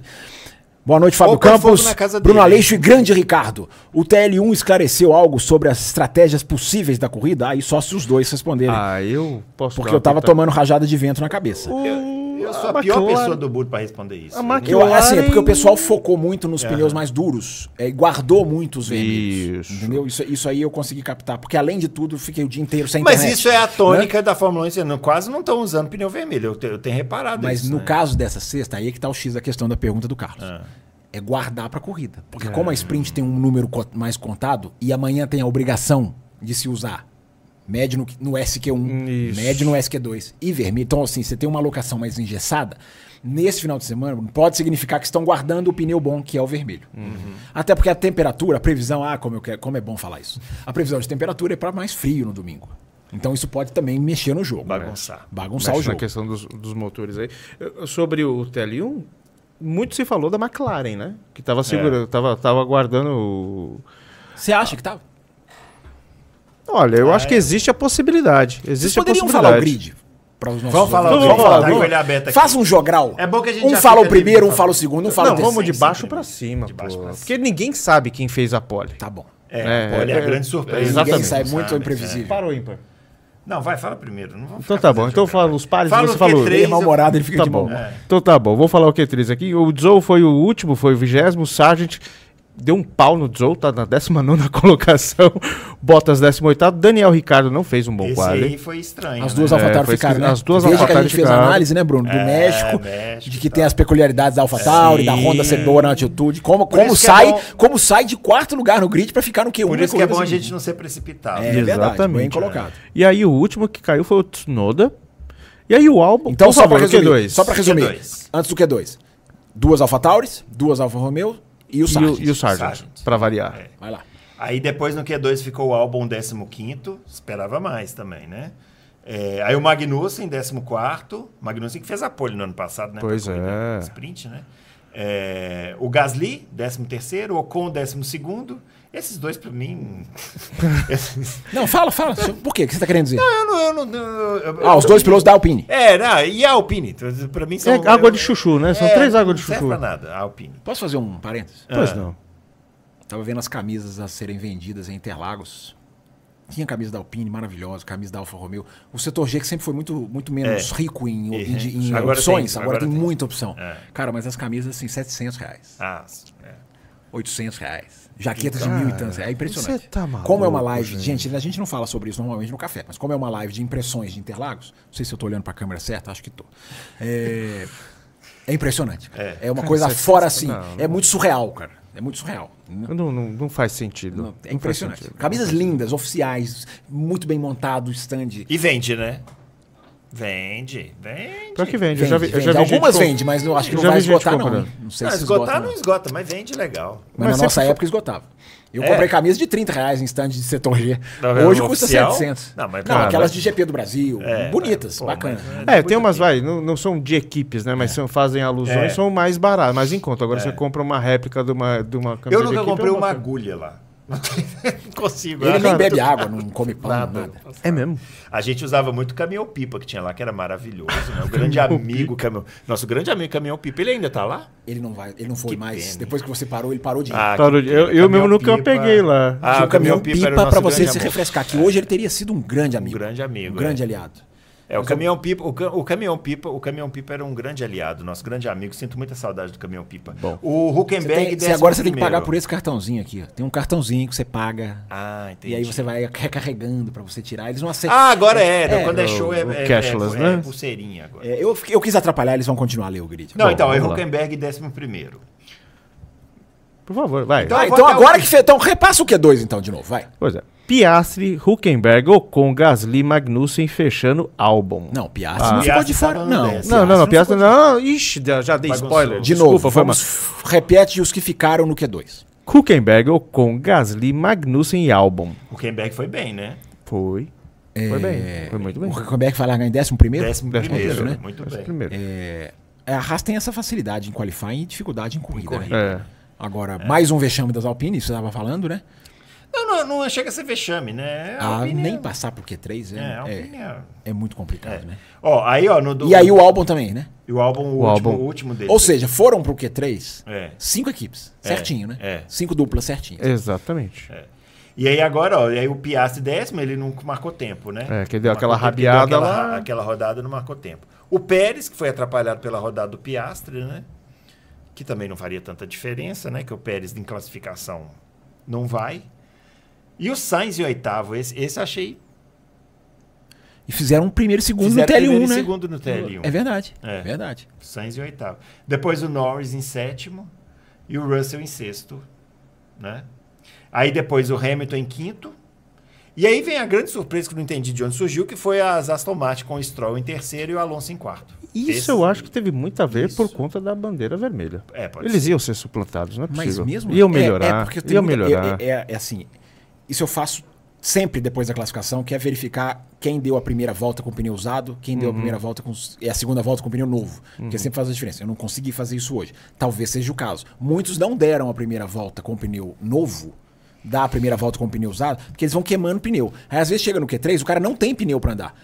Speaker 4: Boa noite, Fábio
Speaker 3: Ou põe
Speaker 4: Campos,
Speaker 3: fogo é na casa
Speaker 4: Bruno
Speaker 3: dele, hein?
Speaker 4: Aleixo e grande Ricardo. O TL1 esclareceu algo sobre as estratégias possíveis da corrida? Aí só se os dois responderem.
Speaker 2: Ah, então. eu posso
Speaker 4: porque
Speaker 2: dar uma
Speaker 4: eu tava
Speaker 2: pita-
Speaker 4: tomando rajada de vento na cabeça.
Speaker 3: Eu
Speaker 4: Ah,
Speaker 3: sou a,
Speaker 2: A
Speaker 3: pior
Speaker 2: McLaren-
Speaker 3: pessoa do mundo pra responder isso.
Speaker 2: A
Speaker 3: Eu
Speaker 2: Mac-
Speaker 4: Eu, assim, é porque o
Speaker 2: McLaren-
Speaker 4: pessoal focou muito nos pneus mais duros é, e guardou muito os vermelhos.
Speaker 2: Isso.
Speaker 4: Entendeu? Isso, isso aí eu consegui captar. Porque além de tudo, eu fiquei o dia inteiro sem
Speaker 3: Mas
Speaker 4: internet,
Speaker 3: isso é a
Speaker 4: né?
Speaker 3: tônica da Fórmula 1. esse ano. Quase não estão usando pneu vermelho. Eu, te- eu tenho reparado
Speaker 4: Mas
Speaker 3: isso.
Speaker 4: no
Speaker 3: né?
Speaker 4: caso dessa sexta, aí é que tá o X da questão da pergunta do Carlos.
Speaker 2: Ah.
Speaker 4: É guardar pra corrida. Porque
Speaker 2: É.
Speaker 4: como a sprint tem um número co- mais contado e amanhã tem a obrigação de se usar médio no, no SQ1,
Speaker 2: Isso.
Speaker 4: médio no SQ2 e vermelho. Então, assim, você tem uma alocação mais engessada. Nesse final de semana, pode significar que estão guardando o pneu bom, que é o vermelho.
Speaker 2: Uhum.
Speaker 4: Até porque a temperatura, a previsão, ah, como, eu quero, como é bom falar isso. A previsão de temperatura é pra mais frio no domingo. Então isso pode também mexer no jogo.
Speaker 3: Bagunçar.
Speaker 4: Bagunçar
Speaker 2: Mexe
Speaker 4: o
Speaker 2: na
Speaker 4: jogo.
Speaker 2: questão dos, dos motores aí. Eu- Sobre o TL1, muito se falou da McLaren, né? Que
Speaker 3: É.
Speaker 2: tava segurando, tava, tava aguardando o...
Speaker 4: Você acha que tá?
Speaker 2: Olha,
Speaker 3: Ah,
Speaker 2: eu
Speaker 3: é.
Speaker 2: acho que existe a possibilidade. Existe
Speaker 4: Vocês
Speaker 2: a
Speaker 4: poderiam
Speaker 2: possibilidade.
Speaker 4: falar o grid para os nossos
Speaker 3: Vamos falar
Speaker 4: ouvintes?
Speaker 2: Vamos
Speaker 3: Vamos
Speaker 2: falar,
Speaker 3: falar. Tá com
Speaker 2: vamos.
Speaker 3: ele aberto aqui.
Speaker 4: Faça um jogral.
Speaker 3: É bom que a gente
Speaker 4: Um
Speaker 3: já
Speaker 4: fala o
Speaker 3: fica livre
Speaker 4: primeiro, um
Speaker 3: pra
Speaker 4: fala o
Speaker 3: falar.
Speaker 4: segundo, um fala
Speaker 2: Não,
Speaker 4: o terceiro.
Speaker 2: vamos de
Speaker 3: sem
Speaker 2: baixo
Speaker 3: sempre.
Speaker 2: pra cima,
Speaker 3: De
Speaker 2: pô.
Speaker 3: baixo pra cima.
Speaker 2: Porque ninguém sabe quem fez a pole.
Speaker 4: Tá bom.
Speaker 3: É, olha, a grande surpresa.
Speaker 4: Ninguém
Speaker 2: exatamente.
Speaker 4: sai
Speaker 3: Não
Speaker 4: muito
Speaker 3: sabe,
Speaker 4: imprevisível.
Speaker 2: Parou ímpar.
Speaker 3: Não, vai, fala primeiro. Não vamos
Speaker 2: Então
Speaker 3: ficar
Speaker 2: tá bom.
Speaker 3: fazendo
Speaker 2: Então eu
Speaker 3: jogada.
Speaker 2: falo os pares
Speaker 3: Fala
Speaker 2: que você
Speaker 3: o
Speaker 2: falou.
Speaker 3: Q3,
Speaker 4: Ele é mal-humorado, ele fica
Speaker 2: Tá
Speaker 4: de
Speaker 2: bom.
Speaker 4: bom.
Speaker 2: Então tá bom, vou falar o Q3 aqui. O Zou foi o último, foi o vigésimo. O Sargent deu um pau no Zou, tá na 19 colocação. Bottas 18. Daniel Ricardo não fez um bom
Speaker 3: Esse
Speaker 2: quadro. hein?
Speaker 3: aí foi estranho.
Speaker 4: As duas
Speaker 3: né?
Speaker 2: É,
Speaker 4: AlphaTauri
Speaker 2: foi
Speaker 4: ficaram, né?
Speaker 2: esquisito. As duas
Speaker 4: Veja que a
Speaker 2: AlphaTauri
Speaker 4: gente fez a
Speaker 2: ficaram.
Speaker 4: análise, né, Bruno? Do México,
Speaker 3: México
Speaker 4: de que
Speaker 3: e
Speaker 4: tem
Speaker 3: tal.
Speaker 4: as peculiaridades da AlphaTauri, da
Speaker 3: Sim.
Speaker 4: Honda ser boa na altitude. Como,
Speaker 3: Por
Speaker 4: como,
Speaker 3: isso que é
Speaker 4: sai,
Speaker 3: bom-
Speaker 4: como sai de quarto lugar no grid pra ficar no Q1.
Speaker 3: Por
Speaker 4: na
Speaker 3: isso que é
Speaker 4: corrida
Speaker 3: bom a
Speaker 4: seguinte.
Speaker 3: gente não ser precipitado.
Speaker 4: É verdade,
Speaker 2: Exatamente,
Speaker 4: bem colocado.
Speaker 2: E aí o último que caiu foi o Tsunoda. E aí o álbum.
Speaker 4: Então, só pra, resumir,
Speaker 2: Q2.
Speaker 4: só pra resumir,
Speaker 3: Q2.
Speaker 4: antes do Q2, duas AlphaTauris, duas Alfa Romeo
Speaker 2: E
Speaker 4: e o
Speaker 2: o,
Speaker 4: Sargent. É.
Speaker 2: e o Sargent,
Speaker 3: Sargent.
Speaker 2: pra variar. É
Speaker 4: Vai lá.
Speaker 3: Aí depois no Q2 ficou o álbum 15, esperava mais também, né? É, aí o Magnussen, 14. Magnussen que fez a pole no ano passado, né?
Speaker 2: Pois
Speaker 3: Pra corrida
Speaker 2: é.
Speaker 3: Sprint, né? É, o Gasly, 13. O Ocon, 12. Esses dois, pra mim. esses-
Speaker 4: Não, fala, fala. Por quê? O que você tá querendo dizer?
Speaker 3: eu não, eu não- eu- eu-
Speaker 4: Ah, os dois pilotos da Alpine.
Speaker 3: É, não, e a Alpine? Pra mim são.
Speaker 4: Então,
Speaker 2: É água de chuchu, né? São três águas de
Speaker 3: não serve
Speaker 2: chuchu.
Speaker 3: pra nada, a Alpine.
Speaker 4: Posso fazer um parênteses?
Speaker 2: Pois não.
Speaker 4: Tava vendo as camisas a serem vendidas em Interlagos. Tinha camisa da Alpine maravilhosa, camisa da Alfa Romeo. O setor G que sempre foi muito, muito menos
Speaker 3: É.
Speaker 4: rico em, em- em
Speaker 3: Agora
Speaker 4: opções,
Speaker 3: tem,
Speaker 4: agora,
Speaker 3: agora
Speaker 4: tem,
Speaker 3: tem.
Speaker 4: muita opção.
Speaker 3: É.
Speaker 4: Cara, mas as camisas assim, 700 reais,
Speaker 3: Ah, é.
Speaker 4: 800 reais, jaquetas de mil e tantos reais. É impressionante.
Speaker 2: você tá maluco,
Speaker 4: como é uma live, gente, a gente não fala sobre isso normalmente no café, mas como é uma live de impressões de Interlagos, não sei se eu tô olhando pra câmera certa, acho que tô. É, é impressionante. cara. É, uma coisa fora assim.
Speaker 2: né?
Speaker 4: É muito surreal, cara. É muito surreal.
Speaker 2: Não, não, não faz sentido.
Speaker 4: Não, é
Speaker 2: Não faz
Speaker 4: impressionante.
Speaker 2: sentido.
Speaker 4: Camisas lindas, oficiais, muito bem montado, stand.
Speaker 3: E vende, né? Vende, vende.
Speaker 2: Pior que vende. eu já vi, eu
Speaker 4: Vende,
Speaker 2: já vi
Speaker 4: vende.
Speaker 2: gente
Speaker 4: Algumas
Speaker 2: com-
Speaker 4: vende, mas não, acho que
Speaker 2: eu
Speaker 4: não
Speaker 2: já
Speaker 4: vai
Speaker 2: vi gente
Speaker 4: esgotar, não.
Speaker 2: comprando.
Speaker 4: Não sei
Speaker 3: Não,
Speaker 4: se
Speaker 3: esgotar
Speaker 4: esgota,
Speaker 3: não
Speaker 4: não.
Speaker 3: esgota, mas vende legal.
Speaker 4: Mas,
Speaker 2: Mas
Speaker 4: na nossa
Speaker 2: sempre-
Speaker 4: época esgotava. Eu
Speaker 3: É.
Speaker 4: comprei camisa de 30 reais em stand de setor G.
Speaker 3: Não, é
Speaker 4: Hoje
Speaker 3: o
Speaker 4: custa
Speaker 3: oficial?
Speaker 4: 700.
Speaker 3: Não, mas-
Speaker 2: Ah,
Speaker 4: aquelas
Speaker 2: mas-
Speaker 4: de GP do Brasil,
Speaker 3: É,
Speaker 4: bonitas,
Speaker 3: pô,
Speaker 4: bacana.
Speaker 3: mas,
Speaker 2: É, tem umas, vai, não, não são de equipes, né? Mas são, fazem alusões,
Speaker 3: É.
Speaker 2: são mais baratas, mais em conta. Agora você compra uma réplica de uma, de uma camisa
Speaker 3: Eu
Speaker 2: de
Speaker 3: nunca
Speaker 2: equipe,
Speaker 3: comprei
Speaker 2: é
Speaker 3: uma agulha lá. Não consigo.
Speaker 4: Ele nem
Speaker 3: nada.
Speaker 4: bebe água, não come pão,
Speaker 3: Nada.
Speaker 4: nada.
Speaker 2: É mesmo?
Speaker 3: A gente usava muito caminhão-pipa que tinha lá, que era maravilhoso, né? O grande amigo caminhão... Nosso grande amigo caminhão-pipa, ele ainda tá lá?
Speaker 4: Ele não vai, ele não foi
Speaker 3: Que
Speaker 4: mais.
Speaker 3: pena.
Speaker 4: Depois que você parou, ele parou de ir.
Speaker 3: Ah, que
Speaker 2: Parou de- eu- eu mesmo nunca
Speaker 3: Caminhão-pipa.
Speaker 2: peguei lá.
Speaker 3: Ah,
Speaker 4: Tinha
Speaker 3: o caminhão-pipa era o nosso
Speaker 4: pra você
Speaker 3: grande
Speaker 4: se
Speaker 3: amor.
Speaker 4: refrescar, que hoje ele teria sido um grande amigo.
Speaker 3: grande amigo,
Speaker 4: Um grande
Speaker 3: é.
Speaker 4: aliado.
Speaker 3: É, o caminhão pipa, o, ca- o caminhão pipa, o caminhão pipa era um grande aliado, nosso grande amigo. Sinto muita saudade do caminhão pipa. O
Speaker 4: Você
Speaker 3: Huckenberg
Speaker 4: tem- você
Speaker 3: décimo
Speaker 4: agora você tem que pagar
Speaker 3: primeiro.
Speaker 4: por esse cartãozinho aqui. ó. Tem um cartãozinho que você paga.
Speaker 3: Ah, entendi.
Speaker 4: e aí você vai recarregando pra você tirar. Eles não aceitam.
Speaker 3: Ah, agora é, não, quando é show é,
Speaker 2: o
Speaker 3: é,
Speaker 2: cashless,
Speaker 3: é- é
Speaker 2: né?
Speaker 3: pulseirinha agora.
Speaker 4: É, eu, fiquei- eu quis atrapalhar, eles vão continuar a ler o grid.
Speaker 3: Não,
Speaker 2: Bom,
Speaker 3: então, é
Speaker 2: vamos lá.
Speaker 3: Huckenberg décimo primeiro.
Speaker 2: Por favor, vai.
Speaker 3: Então-
Speaker 4: Ah,
Speaker 3: eu
Speaker 4: então
Speaker 3: vou até
Speaker 4: agora
Speaker 3: o-
Speaker 4: que fe... Então repassa o Q2 então de novo, vai.
Speaker 2: Pois é. Piastri, Huckenberg, Ocon, Gasly, Magnussen fechando álbum.
Speaker 4: Não, Piastri não ficou
Speaker 3: Piastri
Speaker 4: de fora.
Speaker 3: tá no
Speaker 4: Não.
Speaker 3: décimo.
Speaker 2: não, não, não,
Speaker 4: Piastri
Speaker 2: Piastri não. Ixi, já já dei
Speaker 3: Bagunçou.
Speaker 2: spoiler.
Speaker 4: De
Speaker 2: Desculpa,
Speaker 4: novo,
Speaker 2: foi uma.
Speaker 4: vamos... repete os que ficaram no Q2.
Speaker 2: Huckenberg, Ocon, Gasly, Magnussen e álbum.
Speaker 3: Huckenberg foi bem, né?
Speaker 2: Foi.
Speaker 4: É.
Speaker 2: Foi bem. Foi muito bem.
Speaker 4: O Huckenberg vai largar é em décimo primeiro?
Speaker 3: Décimo,
Speaker 2: Décimo
Speaker 3: primeiro,
Speaker 2: primeiro,
Speaker 3: né? Muito
Speaker 2: Esse
Speaker 3: bem.
Speaker 2: primeiro.
Speaker 4: É, a Haas tem essa facilidade em qualifying e dificuldade em corrida. né?
Speaker 2: É.
Speaker 4: Agora, mais um vexame das Alpine, você estava falando, né?
Speaker 3: Não, não, não chega a ser vexame, né? A
Speaker 4: Ah,
Speaker 3: Alpine é-
Speaker 4: nem passar pro Q3
Speaker 3: É, a
Speaker 4: é,
Speaker 3: Alpine
Speaker 4: é,
Speaker 3: é-
Speaker 4: é muito complicado, né?
Speaker 3: Ó, aí, ó, no do...
Speaker 4: E aí o álbum também, né?
Speaker 3: e o álbum, o, último,
Speaker 2: álbum.
Speaker 3: o último dele.
Speaker 4: Ou seja, foram pro Q3
Speaker 3: É.
Speaker 4: cinco equipes, certinho, né?
Speaker 3: é.
Speaker 4: Cinco duplas certinho.
Speaker 2: Exatamente.
Speaker 3: E aí agora, ó, e aí o Piastri décimo, ele não marcou tempo, né?
Speaker 2: É, que deu
Speaker 3: Marcou
Speaker 2: aquela
Speaker 3: tempo, que
Speaker 2: rabiada
Speaker 3: aquela,
Speaker 2: lá.
Speaker 3: Aquela rodada não marcou tempo. O Pérez, que foi atrapalhado pela rodada do Piastri, né? Que também não faria tanta diferença, né? Que o Pérez em classificação não vai. E o Sainz em oitavo, esse, esse eu achei...
Speaker 4: E fizeram um primeiro e segundo
Speaker 3: Fizeram
Speaker 4: no TL1,
Speaker 3: primeiro e
Speaker 4: né?
Speaker 3: segundo no TL1.
Speaker 4: É verdade.
Speaker 3: É.
Speaker 4: É verdade.
Speaker 3: Sainz em oitavo. Depois o Norris em sétimo e o Russell em sexto, né? Aí depois o Hamilton em quinto. E aí vem a grande surpresa que eu não entendi de onde surgiu, que foi as Aston Martin com o Stroll em terceiro e o Alonso em quarto.
Speaker 2: Isso
Speaker 3: Esse-
Speaker 2: eu acho que teve muito a ver
Speaker 3: Isso.
Speaker 2: por conta da bandeira vermelha.
Speaker 3: É, pode
Speaker 2: Eles
Speaker 3: ser.
Speaker 2: iam ser suplantados, não é
Speaker 4: Mas
Speaker 2: possível.
Speaker 4: mesmo
Speaker 2: Iam
Speaker 4: É,
Speaker 2: melhorar,
Speaker 4: É, porque tem
Speaker 2: iam
Speaker 4: muita-
Speaker 2: melhorar.
Speaker 4: É, é- é assim. Isso eu faço sempre depois da classificação, que é verificar quem deu a primeira volta com o pneu usado, quem
Speaker 2: Uhum.
Speaker 4: deu a primeira volta com s- e a segunda volta com o pneu novo, porque sempre faz a diferença. Eu não consegui fazer isso hoje. Talvez seja o caso. Muitos não deram a primeira volta com o pneu novo. Dá a primeira volta com o pneu usado, porque eles vão queimando o pneu. Aí às vezes chega no Q3, o cara não tem pneu pra andar.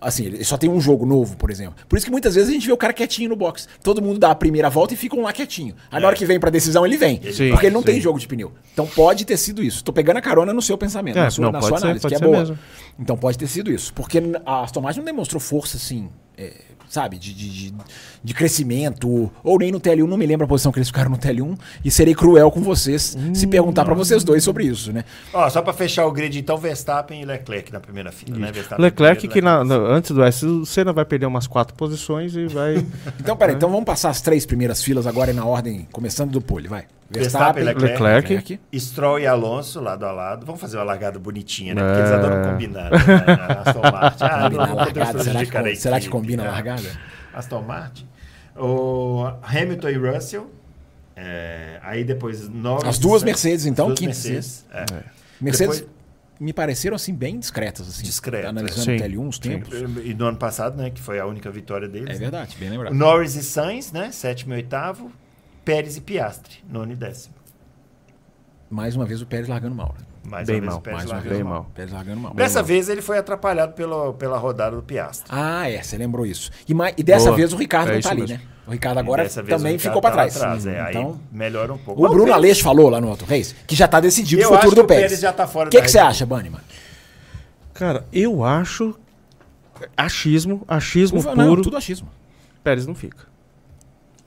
Speaker 4: Assim, ele só tem um jogo novo, por exemplo. Por isso que muitas vezes a gente vê o cara quietinho no box. Todo mundo dá a primeira volta e ficam lá quietinho. Aí na hora que vem pra decisão, ele vem.
Speaker 2: Sim,
Speaker 4: porque ele não
Speaker 2: É. sim.
Speaker 4: tem jogo de pneu. Então pode ter sido isso. Tô pegando a carona no seu pensamento,
Speaker 2: É,
Speaker 4: na sua,
Speaker 2: não,
Speaker 4: na
Speaker 2: pode
Speaker 4: sua
Speaker 2: ser,
Speaker 4: análise,
Speaker 2: pode
Speaker 4: que é
Speaker 2: ser
Speaker 4: boa.
Speaker 2: mesmo.
Speaker 4: Então pode ter sido isso. Porque a Aston Martin não demonstrou força assim, é, sabe, de, de, de- de crescimento. Ou nem no TL1, não me lembro a posição que eles ficaram no TL1. E serei cruel com vocês
Speaker 2: Hum.
Speaker 4: se perguntar pra vocês dois sobre isso, né?
Speaker 3: Ó, só pra fechar o grid, então, Verstappen e Leclerc na primeira fila, né?
Speaker 4: tá
Speaker 3: Verstappen
Speaker 2: Leclerc,
Speaker 3: primeiro,
Speaker 2: que na- na- antes do S, o Senna vai perder umas quatro posições e vai.
Speaker 4: Então, peraí, então vamos passar as três primeiras filas agora e na ordem, começando do pole, vai.
Speaker 3: Verstappen, Leclerc.
Speaker 2: Leclerc.
Speaker 3: Stroll e Alonso, lado a lado. Vamos fazer uma largada bonitinha, né? Porque eles adoram combinar. Né? na Aston Martin. Ah,
Speaker 4: Combinar
Speaker 3: não,
Speaker 4: a
Speaker 3: não
Speaker 4: largada,
Speaker 3: podemos
Speaker 4: será que,
Speaker 3: prejudicar a
Speaker 4: com- será que
Speaker 3: equipe,
Speaker 4: combina a
Speaker 3: né?
Speaker 4: largada?
Speaker 3: Aston Martin. O Hamilton e Russell. É, aí depois Norris.
Speaker 4: As duas
Speaker 3: Sainz.
Speaker 4: Mercedes, então,
Speaker 3: As duas
Speaker 4: quinto e
Speaker 3: Mercedes. É.
Speaker 4: Mercedes
Speaker 3: Depois-
Speaker 4: me pareceram assim bem discretas assim.
Speaker 3: Discretas.
Speaker 4: Analisando
Speaker 2: é. Sim.
Speaker 4: o TL1 os tempos.
Speaker 3: E do ano passado, né? Que foi a única vitória deles.
Speaker 4: É
Speaker 3: né?
Speaker 4: verdade, bem
Speaker 3: O
Speaker 4: lembrado.
Speaker 3: Norris e Sainz, né? Sétimo e oitavo. Pérez e Piastre, nono e décimo.
Speaker 4: Mais uma vez o Pérez largando mal. né?
Speaker 3: Mais
Speaker 2: Bem
Speaker 3: uma vez
Speaker 2: mal, um
Speaker 3: o Pérez
Speaker 4: Mais uma
Speaker 3: largando
Speaker 4: vez
Speaker 2: bem
Speaker 4: o
Speaker 2: mal.
Speaker 4: Pérez largando mal.
Speaker 3: Dessa vez ele foi atrapalhado pelo, pela rodada do Piastre.
Speaker 4: Ah, é, você lembrou isso. E, ma- e dessa
Speaker 2: Boa.
Speaker 4: vez o Ricardo
Speaker 2: É
Speaker 4: não
Speaker 2: isso
Speaker 4: tá ali,
Speaker 2: mesmo.
Speaker 4: né? O Ricardo agora
Speaker 3: Dessa vez o
Speaker 4: também
Speaker 3: Ricardo
Speaker 4: ficou pra
Speaker 3: tava
Speaker 4: trás.
Speaker 3: atrás, é,
Speaker 4: então,
Speaker 3: Aí melhora um pouco.
Speaker 4: o Bruno Aleixo falou lá no outro Reis que já tá decidido
Speaker 3: Eu
Speaker 4: o futuro
Speaker 3: acho
Speaker 4: do
Speaker 3: que o Pérez
Speaker 4: Pérez.
Speaker 3: já tá fora
Speaker 4: O que
Speaker 3: da
Speaker 4: que você
Speaker 3: Red Bull.
Speaker 4: acha, Banniman?
Speaker 2: Cara, eu acho. Achismo, achismo
Speaker 4: Ufa,
Speaker 2: puro.
Speaker 4: Não, tudo achismo.
Speaker 2: Pérez não fica.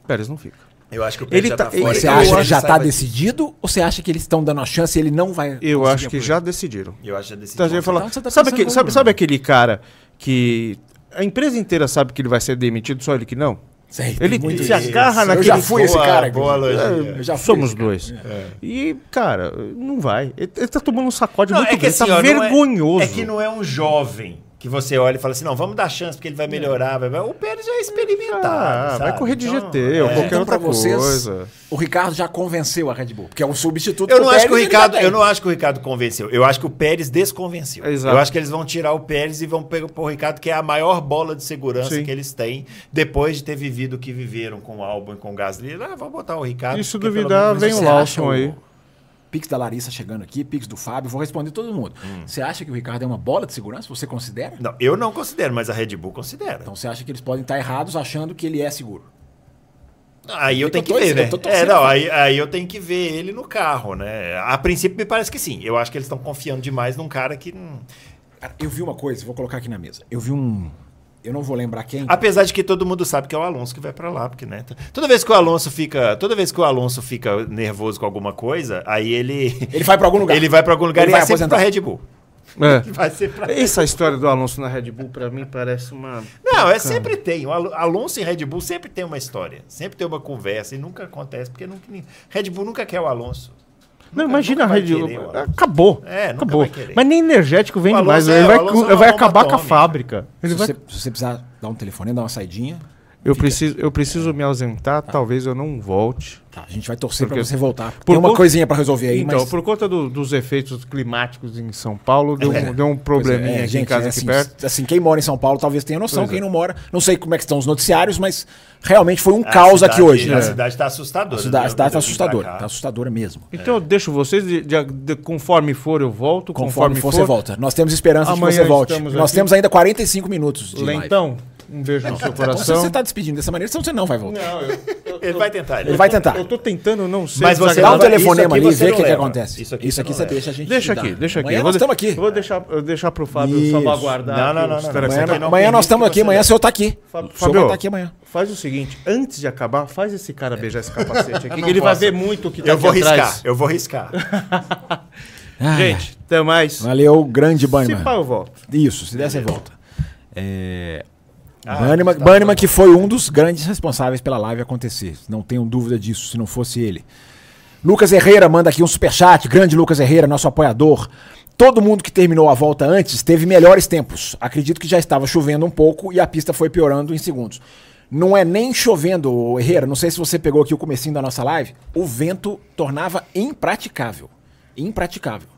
Speaker 2: Pérez não fica.
Speaker 3: Eu acho que o
Speaker 2: Pérez Ele já tá tá- fora.
Speaker 4: Você
Speaker 2: Eu
Speaker 4: acha
Speaker 2: acho
Speaker 4: que já
Speaker 3: sai
Speaker 4: tá
Speaker 3: daqui.
Speaker 4: decidido ou você acha que eles estão dando a chance e ele não vai.
Speaker 2: Eu
Speaker 4: conseguir
Speaker 2: acho que
Speaker 4: apoiar?
Speaker 2: já decidiram.
Speaker 3: Eu acho que já decidiu.
Speaker 2: Então, a gente vai falar-
Speaker 4: Então, você tá
Speaker 2: sabe,
Speaker 4: pensando
Speaker 2: aquele,
Speaker 4: como,
Speaker 2: sabe,
Speaker 4: Bruno?
Speaker 2: sabe aquele cara que a empresa inteira sabe que ele vai ser demitido, só ele que não?
Speaker 4: Sei, tem
Speaker 2: Ele
Speaker 4: muito
Speaker 2: se
Speaker 4: isso.
Speaker 2: agarra
Speaker 4: Eu
Speaker 2: naquele...
Speaker 4: já fui esse
Speaker 3: Boa-
Speaker 4: cara.
Speaker 3: boa
Speaker 4: inclusive.
Speaker 3: analogia.
Speaker 4: É, Eu já fui
Speaker 2: É. Somos
Speaker 4: esse cara. É.
Speaker 2: dois. E, cara, não vai. Ele, ele tá tomando um sacode
Speaker 3: Não,
Speaker 2: muito
Speaker 3: é que
Speaker 2: grande,
Speaker 3: assim,
Speaker 2: tá
Speaker 3: ó, não é-
Speaker 2: vergonhoso.
Speaker 3: É, que não é um jovem que você olha e fala assim, não, vamos dar chance porque ele vai melhorar. vai- vai- O Pérez já é experimentado.
Speaker 2: Ah, vai
Speaker 3: sabe?
Speaker 2: correr de
Speaker 3: Então,
Speaker 2: GT ou tá qualquer
Speaker 4: Então, pra
Speaker 2: outra
Speaker 4: vocês,
Speaker 2: coisa.
Speaker 4: o Ricardo já convenceu a Red Bull, porque é um substituto
Speaker 3: Eu
Speaker 4: pro
Speaker 3: não, acho
Speaker 4: Pérez,
Speaker 3: que o
Speaker 4: ele já
Speaker 2: tá
Speaker 3: Ricardo,
Speaker 4: tem.
Speaker 3: eu não acho que o Ricardo convenceu. Eu acho que o Pérez desconvenceu.
Speaker 2: Exato.
Speaker 3: Eu acho que eles vão tirar o Pérez e vão pegar pro Ricardo, que é a maior bola de segurança
Speaker 2: Sim.
Speaker 3: que eles têm, depois de ter vivido o que viveram com o Albon e com o Gasly. Ah, vamos botar o Ricardo.
Speaker 2: E se
Speaker 3: porque pelo
Speaker 2: duvidar,
Speaker 3: menos
Speaker 2: vem o
Speaker 3: você acha
Speaker 2: Lawson aí.
Speaker 4: Pix da Larissa chegando aqui, Pix do Fábio, vou responder todo mundo.
Speaker 2: Hum.
Speaker 4: Você acha que o Ricardo é uma bola de segurança? Você considera?
Speaker 3: é- Não, eu não considero, mas a Red Bull considera.
Speaker 4: Então você acha que eles podem estar errados achando que ele é seguro?
Speaker 3: Aí eu
Speaker 4: Eu tô
Speaker 3: tenho que ver,
Speaker 4: torcendo,
Speaker 3: né?
Speaker 4: eu tô torcendo.
Speaker 3: É, não, aí, aí eu tenho que ver ele no carro, né? A princípio me parece que sim. Eu acho que eles estão confiando demais num cara que. hum,
Speaker 4: Cara, eu vi uma coisa, vou colocar aqui na mesa. Eu vi um. Eu não vou lembrar quem.
Speaker 2: Ah,
Speaker 3: Apesar de que todo mundo sabe que é o Alonso que vai pra lá, porque né? t- Toda vez que o Alonso fica, toda vez que o Alonso fica nervoso com alguma coisa, aí ele
Speaker 4: Ele vai pra algum lugar.
Speaker 3: ele vai pra algum lugar
Speaker 4: Ele
Speaker 3: e
Speaker 4: vai
Speaker 3: vai sempre
Speaker 4: aposentar.
Speaker 3: pra Red Bull.
Speaker 2: É.
Speaker 3: Vai ser pra...
Speaker 2: Essa história do Alonso na Red Bull, pra mim, parece uma...
Speaker 3: Não, é sempre tem. O Al- Alonso e Red Bull sempre tem uma história, sempre tem uma conversa e nunca acontece porque nunca nin- Red Bull nunca quer o Alonso.
Speaker 2: Não, imagina a
Speaker 3: nunca vai
Speaker 2: Red
Speaker 3: querer
Speaker 2: Bull.
Speaker 3: o Alonso.
Speaker 2: Acabou.
Speaker 3: É, nunca
Speaker 2: acabou.
Speaker 3: vai querer.
Speaker 2: Mas nem energético vende
Speaker 3: O Alonso
Speaker 2: mais.
Speaker 3: é-
Speaker 2: Ele vai,
Speaker 3: o Alonso é
Speaker 2: cu-
Speaker 3: uma
Speaker 2: vai
Speaker 3: bomba
Speaker 2: acabar com a
Speaker 3: atômica.
Speaker 2: fábrica. Ele
Speaker 4: se,
Speaker 2: vai...
Speaker 4: você, se você precisar dar um telefonema, dar uma saidinha,
Speaker 2: Eu preciso, eu preciso me ausentar, talvez eu não volte.
Speaker 4: tá, a gente vai torcer Ah. pra
Speaker 2: Porque-
Speaker 4: você voltar.
Speaker 2: por
Speaker 4: Tem uma
Speaker 2: conta-
Speaker 4: coisinha pra resolver aí,
Speaker 2: Então,
Speaker 4: mas.
Speaker 2: por conta do- dos efeitos climáticos em São Paulo, deu, um- deu um probleminha
Speaker 4: Pois é,
Speaker 2: aqui
Speaker 4: gente,
Speaker 2: em casa
Speaker 4: é
Speaker 2: aqui
Speaker 4: assim,
Speaker 2: perto.
Speaker 4: Assim, quem mora em São Paulo talvez tenha noção,
Speaker 2: Pois é.
Speaker 4: quem não mora, não sei como é que estão os noticiários, mas realmente foi um
Speaker 3: A
Speaker 4: caos
Speaker 3: cidade-
Speaker 4: aqui hoje.
Speaker 3: A
Speaker 4: né?
Speaker 3: cidade tá assustadora.
Speaker 4: A cidade, a
Speaker 3: né?
Speaker 4: cidade tá
Speaker 3: Eu vim pra
Speaker 4: assustadora,
Speaker 3: cá.
Speaker 4: tá assustadora mesmo.
Speaker 2: Então eu deixo vocês, de, de- de- conforme for eu volto, conforme,
Speaker 4: Conforme, for,
Speaker 2: for
Speaker 4: você volta. Nós temos esperança de que
Speaker 2: Amanhã
Speaker 4: você volte.
Speaker 2: estamos
Speaker 4: Nós
Speaker 2: aqui.
Speaker 4: temos ainda 45 minutos de live.
Speaker 2: Lentão, um beijo no seu
Speaker 4: Então, se
Speaker 2: coração.
Speaker 4: você está despedindo dessa maneira, senão você não vai voltar.
Speaker 2: Não, eu, eu-
Speaker 3: Ele vai tentar.
Speaker 4: Ele vai tentar.
Speaker 2: eu tô tentando não ser
Speaker 3: Mas você
Speaker 2: desagradável.
Speaker 3: Isso
Speaker 4: Dá um
Speaker 3: aqui
Speaker 4: telefonema ali e
Speaker 3: você
Speaker 4: vê o
Speaker 3: não
Speaker 4: que, que
Speaker 3: leva.
Speaker 4: acontece. Isso
Speaker 3: Isso
Speaker 4: aqui,
Speaker 3: aqui você não
Speaker 4: você
Speaker 3: leva.
Speaker 4: deixa a gente
Speaker 2: Deixa
Speaker 4: estudar.
Speaker 2: aqui, deixa aqui.
Speaker 4: Amanhã
Speaker 2: Eu
Speaker 4: nós
Speaker 2: de-
Speaker 4: estamos aqui.
Speaker 2: eu Vou deixar, eu deixar pro Fábio
Speaker 4: Isso.
Speaker 2: salvaguardar.
Speaker 3: Não,
Speaker 2: aqui
Speaker 3: não, não,
Speaker 2: os
Speaker 3: não, não.
Speaker 2: trechos
Speaker 4: Amanhã,
Speaker 2: aqui. né?
Speaker 3: não
Speaker 4: amanhã nós
Speaker 3: permite
Speaker 4: estamos
Speaker 3: que
Speaker 4: aqui,
Speaker 3: você
Speaker 4: amanhã o
Speaker 3: leve.
Speaker 4: senhor está aqui.
Speaker 2: Fá-
Speaker 4: o senhor vai
Speaker 2: Fábio,
Speaker 4: estar aqui amanhã.
Speaker 2: faz o seguinte, antes de acabar, faz esse cara beijar esse capacete aqui,
Speaker 3: Não
Speaker 2: que ele vai
Speaker 3: posso.
Speaker 2: ver muito o que tá
Speaker 3: Eu vou
Speaker 2: aqui
Speaker 3: riscar,
Speaker 2: atrás.
Speaker 3: eu vou riscar.
Speaker 2: Gente, até mais.
Speaker 4: Valeu, grande
Speaker 2: Se pá,
Speaker 4: Bannerman.
Speaker 2: eu volto.
Speaker 4: Isso, se der, você volta. É...
Speaker 3: Ah,
Speaker 4: Bannerman,
Speaker 3: tá
Speaker 4: Bannerman que foi um dos grandes responsáveis pela live acontecer. Não tenho dúvida disso, se não fosse ele. Lucas Herrera manda aqui um superchat. Grande Lucas Herrera, nosso apoiador. Todo mundo que terminou a volta antes teve melhores tempos. Acredito que já estava chovendo um pouco e a pista foi piorando em segundos. Não é nem chovendo, ô Herrera. Não sei se você pegou aqui o comecinho da nossa live. O vento tornava impraticável. Impraticável.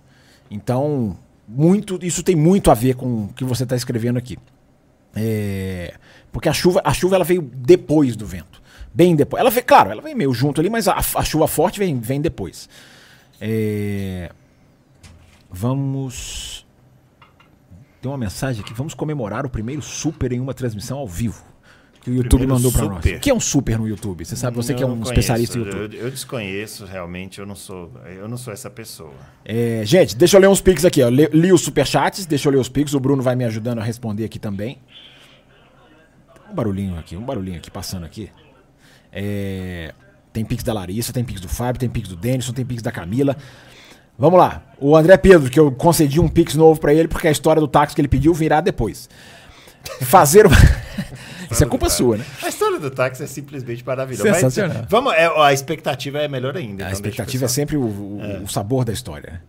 Speaker 4: Então, muito, isso tem muito a ver com o que você está escrevendo aqui. É, porque a chuva, a chuva ela veio depois do vento. Bem depois. Ela veio, claro, ela veio meio junto ali, mas a, a chuva forte vem, vem depois. É, vamos. Tem uma mensagem aqui. Vamos comemorar o primeiro super em uma transmissão ao vivo. Que o YouTube
Speaker 3: Primeiro
Speaker 4: mandou pra nós.
Speaker 3: super?
Speaker 4: O que é um super no YouTube? Você sabe, você que é
Speaker 3: Eu
Speaker 4: um
Speaker 3: não
Speaker 4: especialista em
Speaker 3: conheço,
Speaker 4: YouTube.
Speaker 3: Eu, eu desconheço realmente, eu não sou, eu não sou essa pessoa.
Speaker 4: É, gente, deixa eu ler uns pics aqui. Ó. Le- li os superchats, deixa eu ler os pics. O Bruno vai me ajudando a responder aqui também. Um barulhinho aqui, um barulhinho aqui passando aqui. É, tem pix da Larissa, tem pix do Fábio, tem pix do Denison, tem pix da Camila. Vamos lá. O André Pedro, que eu concedi um pix novo pra ele, porque a história do táxi que ele pediu virá depois. Fazer uma... Isso é culpa sua, né?
Speaker 3: A história do táxi é simplesmente maravilhosa. Mas,
Speaker 4: Sensacional.
Speaker 3: vamos, é, ó, a expectativa é melhor ainda. então
Speaker 4: A
Speaker 3: deixa eu
Speaker 4: expectativa é
Speaker 3: pensar.
Speaker 4: sempre o, o- o sabor da história. né?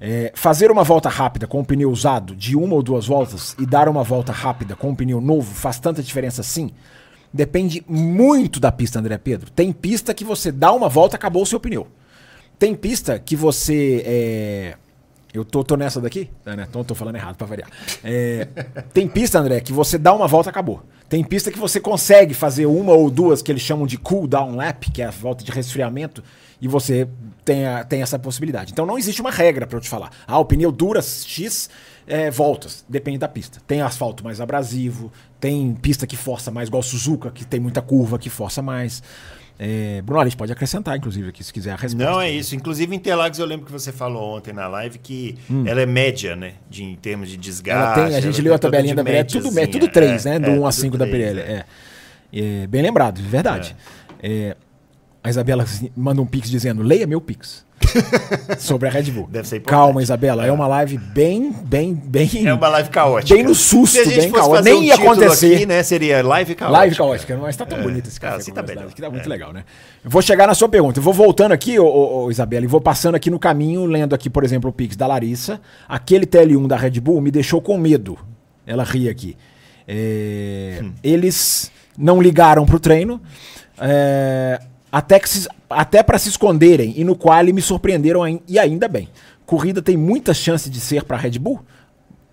Speaker 4: É, fazer uma volta rápida com o pneu usado de uma ou duas voltas e dar uma volta rápida com o pneu novo faz tanta diferença assim? Depende muito da pista, André Pedro. Tem pista que você dá uma volta, acabou o seu pneu. Tem pista que você. é, Eu tô, tô nessa daqui? Tá, né? Tô, tô falando errado pra variar. É, Tem pista, André, que você dá uma volta, acabou. Tem pista que você consegue fazer uma ou duas que eles chamam de cool down lap, que é a volta de resfriamento, e você tem, a- tem essa possibilidade. Então não existe uma regra pra eu te falar. Ah, o pneu dura X é, voltas. Depende da pista. Tem asfalto mais abrasivo, tem pista que força mais, igual Suzuka, que tem muita curva que força mais. É, Bruno, a gente pode acrescentar, inclusive, aqui, se quiser a resposta.
Speaker 3: Não é isso. Inclusive, Interlagos, eu lembro que você falou ontem na live que ela é média, né? De, em termos de
Speaker 4: Hum. Ela
Speaker 3: desgaste.
Speaker 4: tem, a gente
Speaker 3: ela
Speaker 4: leu a
Speaker 3: tá toda
Speaker 4: tabelinha
Speaker 3: de
Speaker 4: da Pirelli, é tudo, é
Speaker 3: médiazinha.
Speaker 4: tudo 3, né?
Speaker 3: É,
Speaker 4: Do
Speaker 3: é,
Speaker 4: 1 a
Speaker 3: tudo
Speaker 4: 5 da
Speaker 3: três,
Speaker 4: Pirelli.
Speaker 3: é.
Speaker 4: É. É, bem lembrado, de verdade. É, a Isabela manda um pix dizendo: leia meu pix. Sobre a Red Bull.
Speaker 3: Deve ser importante.
Speaker 4: Calma, Isabela. É. uma live bem, bem, bem.
Speaker 3: É uma live caótica.
Speaker 4: Bem no susto,
Speaker 3: Se a gente
Speaker 4: bem
Speaker 3: fosse
Speaker 4: caótica.
Speaker 3: fazer um
Speaker 4: Nem ia
Speaker 3: título
Speaker 4: acontecer.
Speaker 3: aqui, né? Seria live caótica.
Speaker 4: Live caótica, mas tá tão bonito esse
Speaker 3: tá,
Speaker 4: café
Speaker 3: assim
Speaker 4: com
Speaker 3: tá
Speaker 4: velocidade,
Speaker 3: melhor.
Speaker 4: que tá muito
Speaker 3: É.
Speaker 4: legal, né? Eu Vou chegar na sua pergunta. Eu vou voltando aqui, ô, ô, ô, Isabela, e vou passando aqui no caminho, lendo aqui, por exemplo, o Pix da Larissa. Aquele TL1 da Red Bull me deixou com medo. Ela ri aqui. É,
Speaker 3: Hum.
Speaker 4: Eles não ligaram pro treino. é, Até, que se- até para se esconderem e no qual me surpreenderam ain- e ainda bem. Corrida tem muita chance de ser pra Red Bull?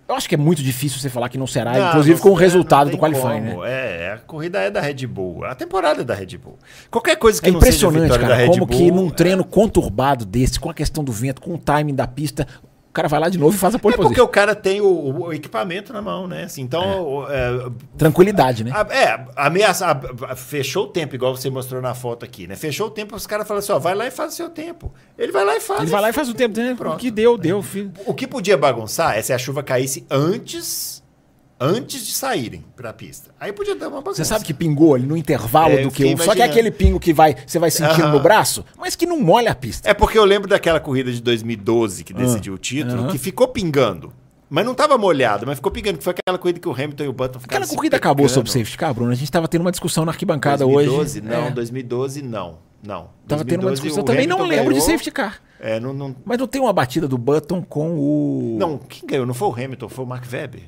Speaker 4: Eu acho que é muito difícil você falar que não será,
Speaker 3: Não,
Speaker 4: inclusive
Speaker 3: não-
Speaker 4: com o
Speaker 3: é,
Speaker 4: resultado
Speaker 3: não
Speaker 4: do
Speaker 3: tem
Speaker 4: qualifying, né?
Speaker 3: como. É, a corrida é da Red Bull. A temporada é da Red Bull. Qualquer coisa que
Speaker 4: É
Speaker 3: não seja
Speaker 4: impressionante,
Speaker 3: vitória da
Speaker 4: cara,
Speaker 3: Red
Speaker 4: como
Speaker 3: Bull,
Speaker 4: que num treino conturbado desse, com a questão do vento, com o timing da pista, o cara vai lá de novo e faz a pole
Speaker 3: É porque
Speaker 4: position.
Speaker 3: o cara tem o, o equipamento na mão, né? Assim, então, o- é,
Speaker 4: Tranquilidade, né?
Speaker 3: A- é, ameaça. a- a- fechou o tempo, igual você mostrou na foto aqui, né? Fechou o tempo, os caras falam assim: ó, vai lá e faz o seu tempo. Ele vai lá e faz.
Speaker 4: Ele vai lá e faz o tempo, né? O
Speaker 3: Pronto. É.
Speaker 4: que deu, deu, filho.
Speaker 3: O que podia bagunçar é se a chuva caísse antes. Antes de saírem pra pista. Aí podia dar uma bagunça.
Speaker 4: Você sabe que pingou ali no intervalo
Speaker 3: É, eu
Speaker 4: do que
Speaker 3: fiquei
Speaker 4: um. Só que é
Speaker 3: imaginando.
Speaker 4: aquele pingo que vai, você vai sentindo
Speaker 3: Aham.
Speaker 4: no braço, mas que não molha a pista.
Speaker 3: É porque eu lembro daquela corrida de 2012 que decidiu o
Speaker 4: Ah,
Speaker 3: título, que ficou pingando. Mas não tava molhado, mas ficou pingando, que foi aquela corrida que o Hamilton e o Button ficaram
Speaker 4: Aquela
Speaker 3: tá se
Speaker 4: corrida acabou
Speaker 3: pegando.
Speaker 4: sobre safety car, Bruno. A gente tava tendo uma discussão na arquibancada hoje.
Speaker 3: não,
Speaker 4: é,
Speaker 3: 2012 não, não.
Speaker 4: tava tendo uma
Speaker 3: 2012
Speaker 4: discussão.
Speaker 3: o
Speaker 4: Também não
Speaker 3: Hamilton
Speaker 4: lembro de
Speaker 3: ganhou.
Speaker 4: safety car.
Speaker 3: É, não, não,
Speaker 4: Mas não tem uma batida do Button com o.
Speaker 3: não, quem ganhou? Não foi o Hamilton, foi o Mark Webber.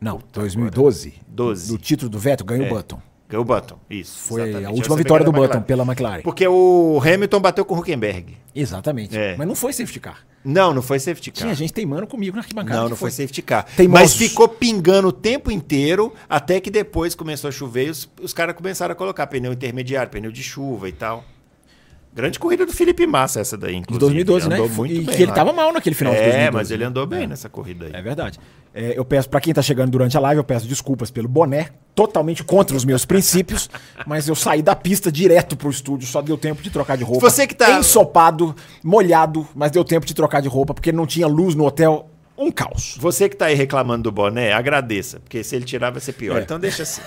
Speaker 4: Não, 2012.
Speaker 3: 12.
Speaker 4: Do título do Vettel,
Speaker 3: É.
Speaker 4: ganhou o Button.
Speaker 3: Ganhou o Button, isso.
Speaker 4: Foi a
Speaker 3: exatamente.
Speaker 4: última
Speaker 3: Essa
Speaker 4: vitória do
Speaker 3: pegada da
Speaker 4: Button pela McLaren.
Speaker 3: Porque o Hamilton bateu com o Huckenberg.
Speaker 4: Exatamente.
Speaker 3: É.
Speaker 4: Mas não foi safety car.
Speaker 3: Não, não foi safety car.
Speaker 4: Tinha gente teimando comigo na arquibancada.
Speaker 3: Não,
Speaker 4: que
Speaker 3: não foi safety car.
Speaker 4: Teimosos.
Speaker 3: Mas ficou pingando o tempo inteiro, até que depois começou a chover e os, os caras começaram a colocar pneu intermediário, pneu de chuva e tal. Grande corrida do Felipe Massa essa daí,
Speaker 4: De
Speaker 3: inclusive.
Speaker 4: 2012, né?
Speaker 3: Andou
Speaker 4: E
Speaker 3: muito
Speaker 4: que
Speaker 3: bem
Speaker 4: ele
Speaker 3: lá.
Speaker 4: tava mal naquele final de
Speaker 3: É,
Speaker 4: 2012.
Speaker 3: mas ele andou bem nessa corrida aí.
Speaker 4: né? É verdade. É, eu peço, pra quem tá chegando durante a live, eu peço desculpas pelo boné, totalmente contra os meus princípios, mas eu saí da pista direto pro estúdio, só deu tempo de trocar de roupa.
Speaker 3: Você que tá-
Speaker 4: Ensopado, molhado, mas deu tempo de trocar de roupa, porque não tinha luz no hotel. Um caos.
Speaker 3: Você que tá aí reclamando do boné, agradeça, porque se ele tirar vai ser pior.
Speaker 4: É.
Speaker 3: Então deixa assim.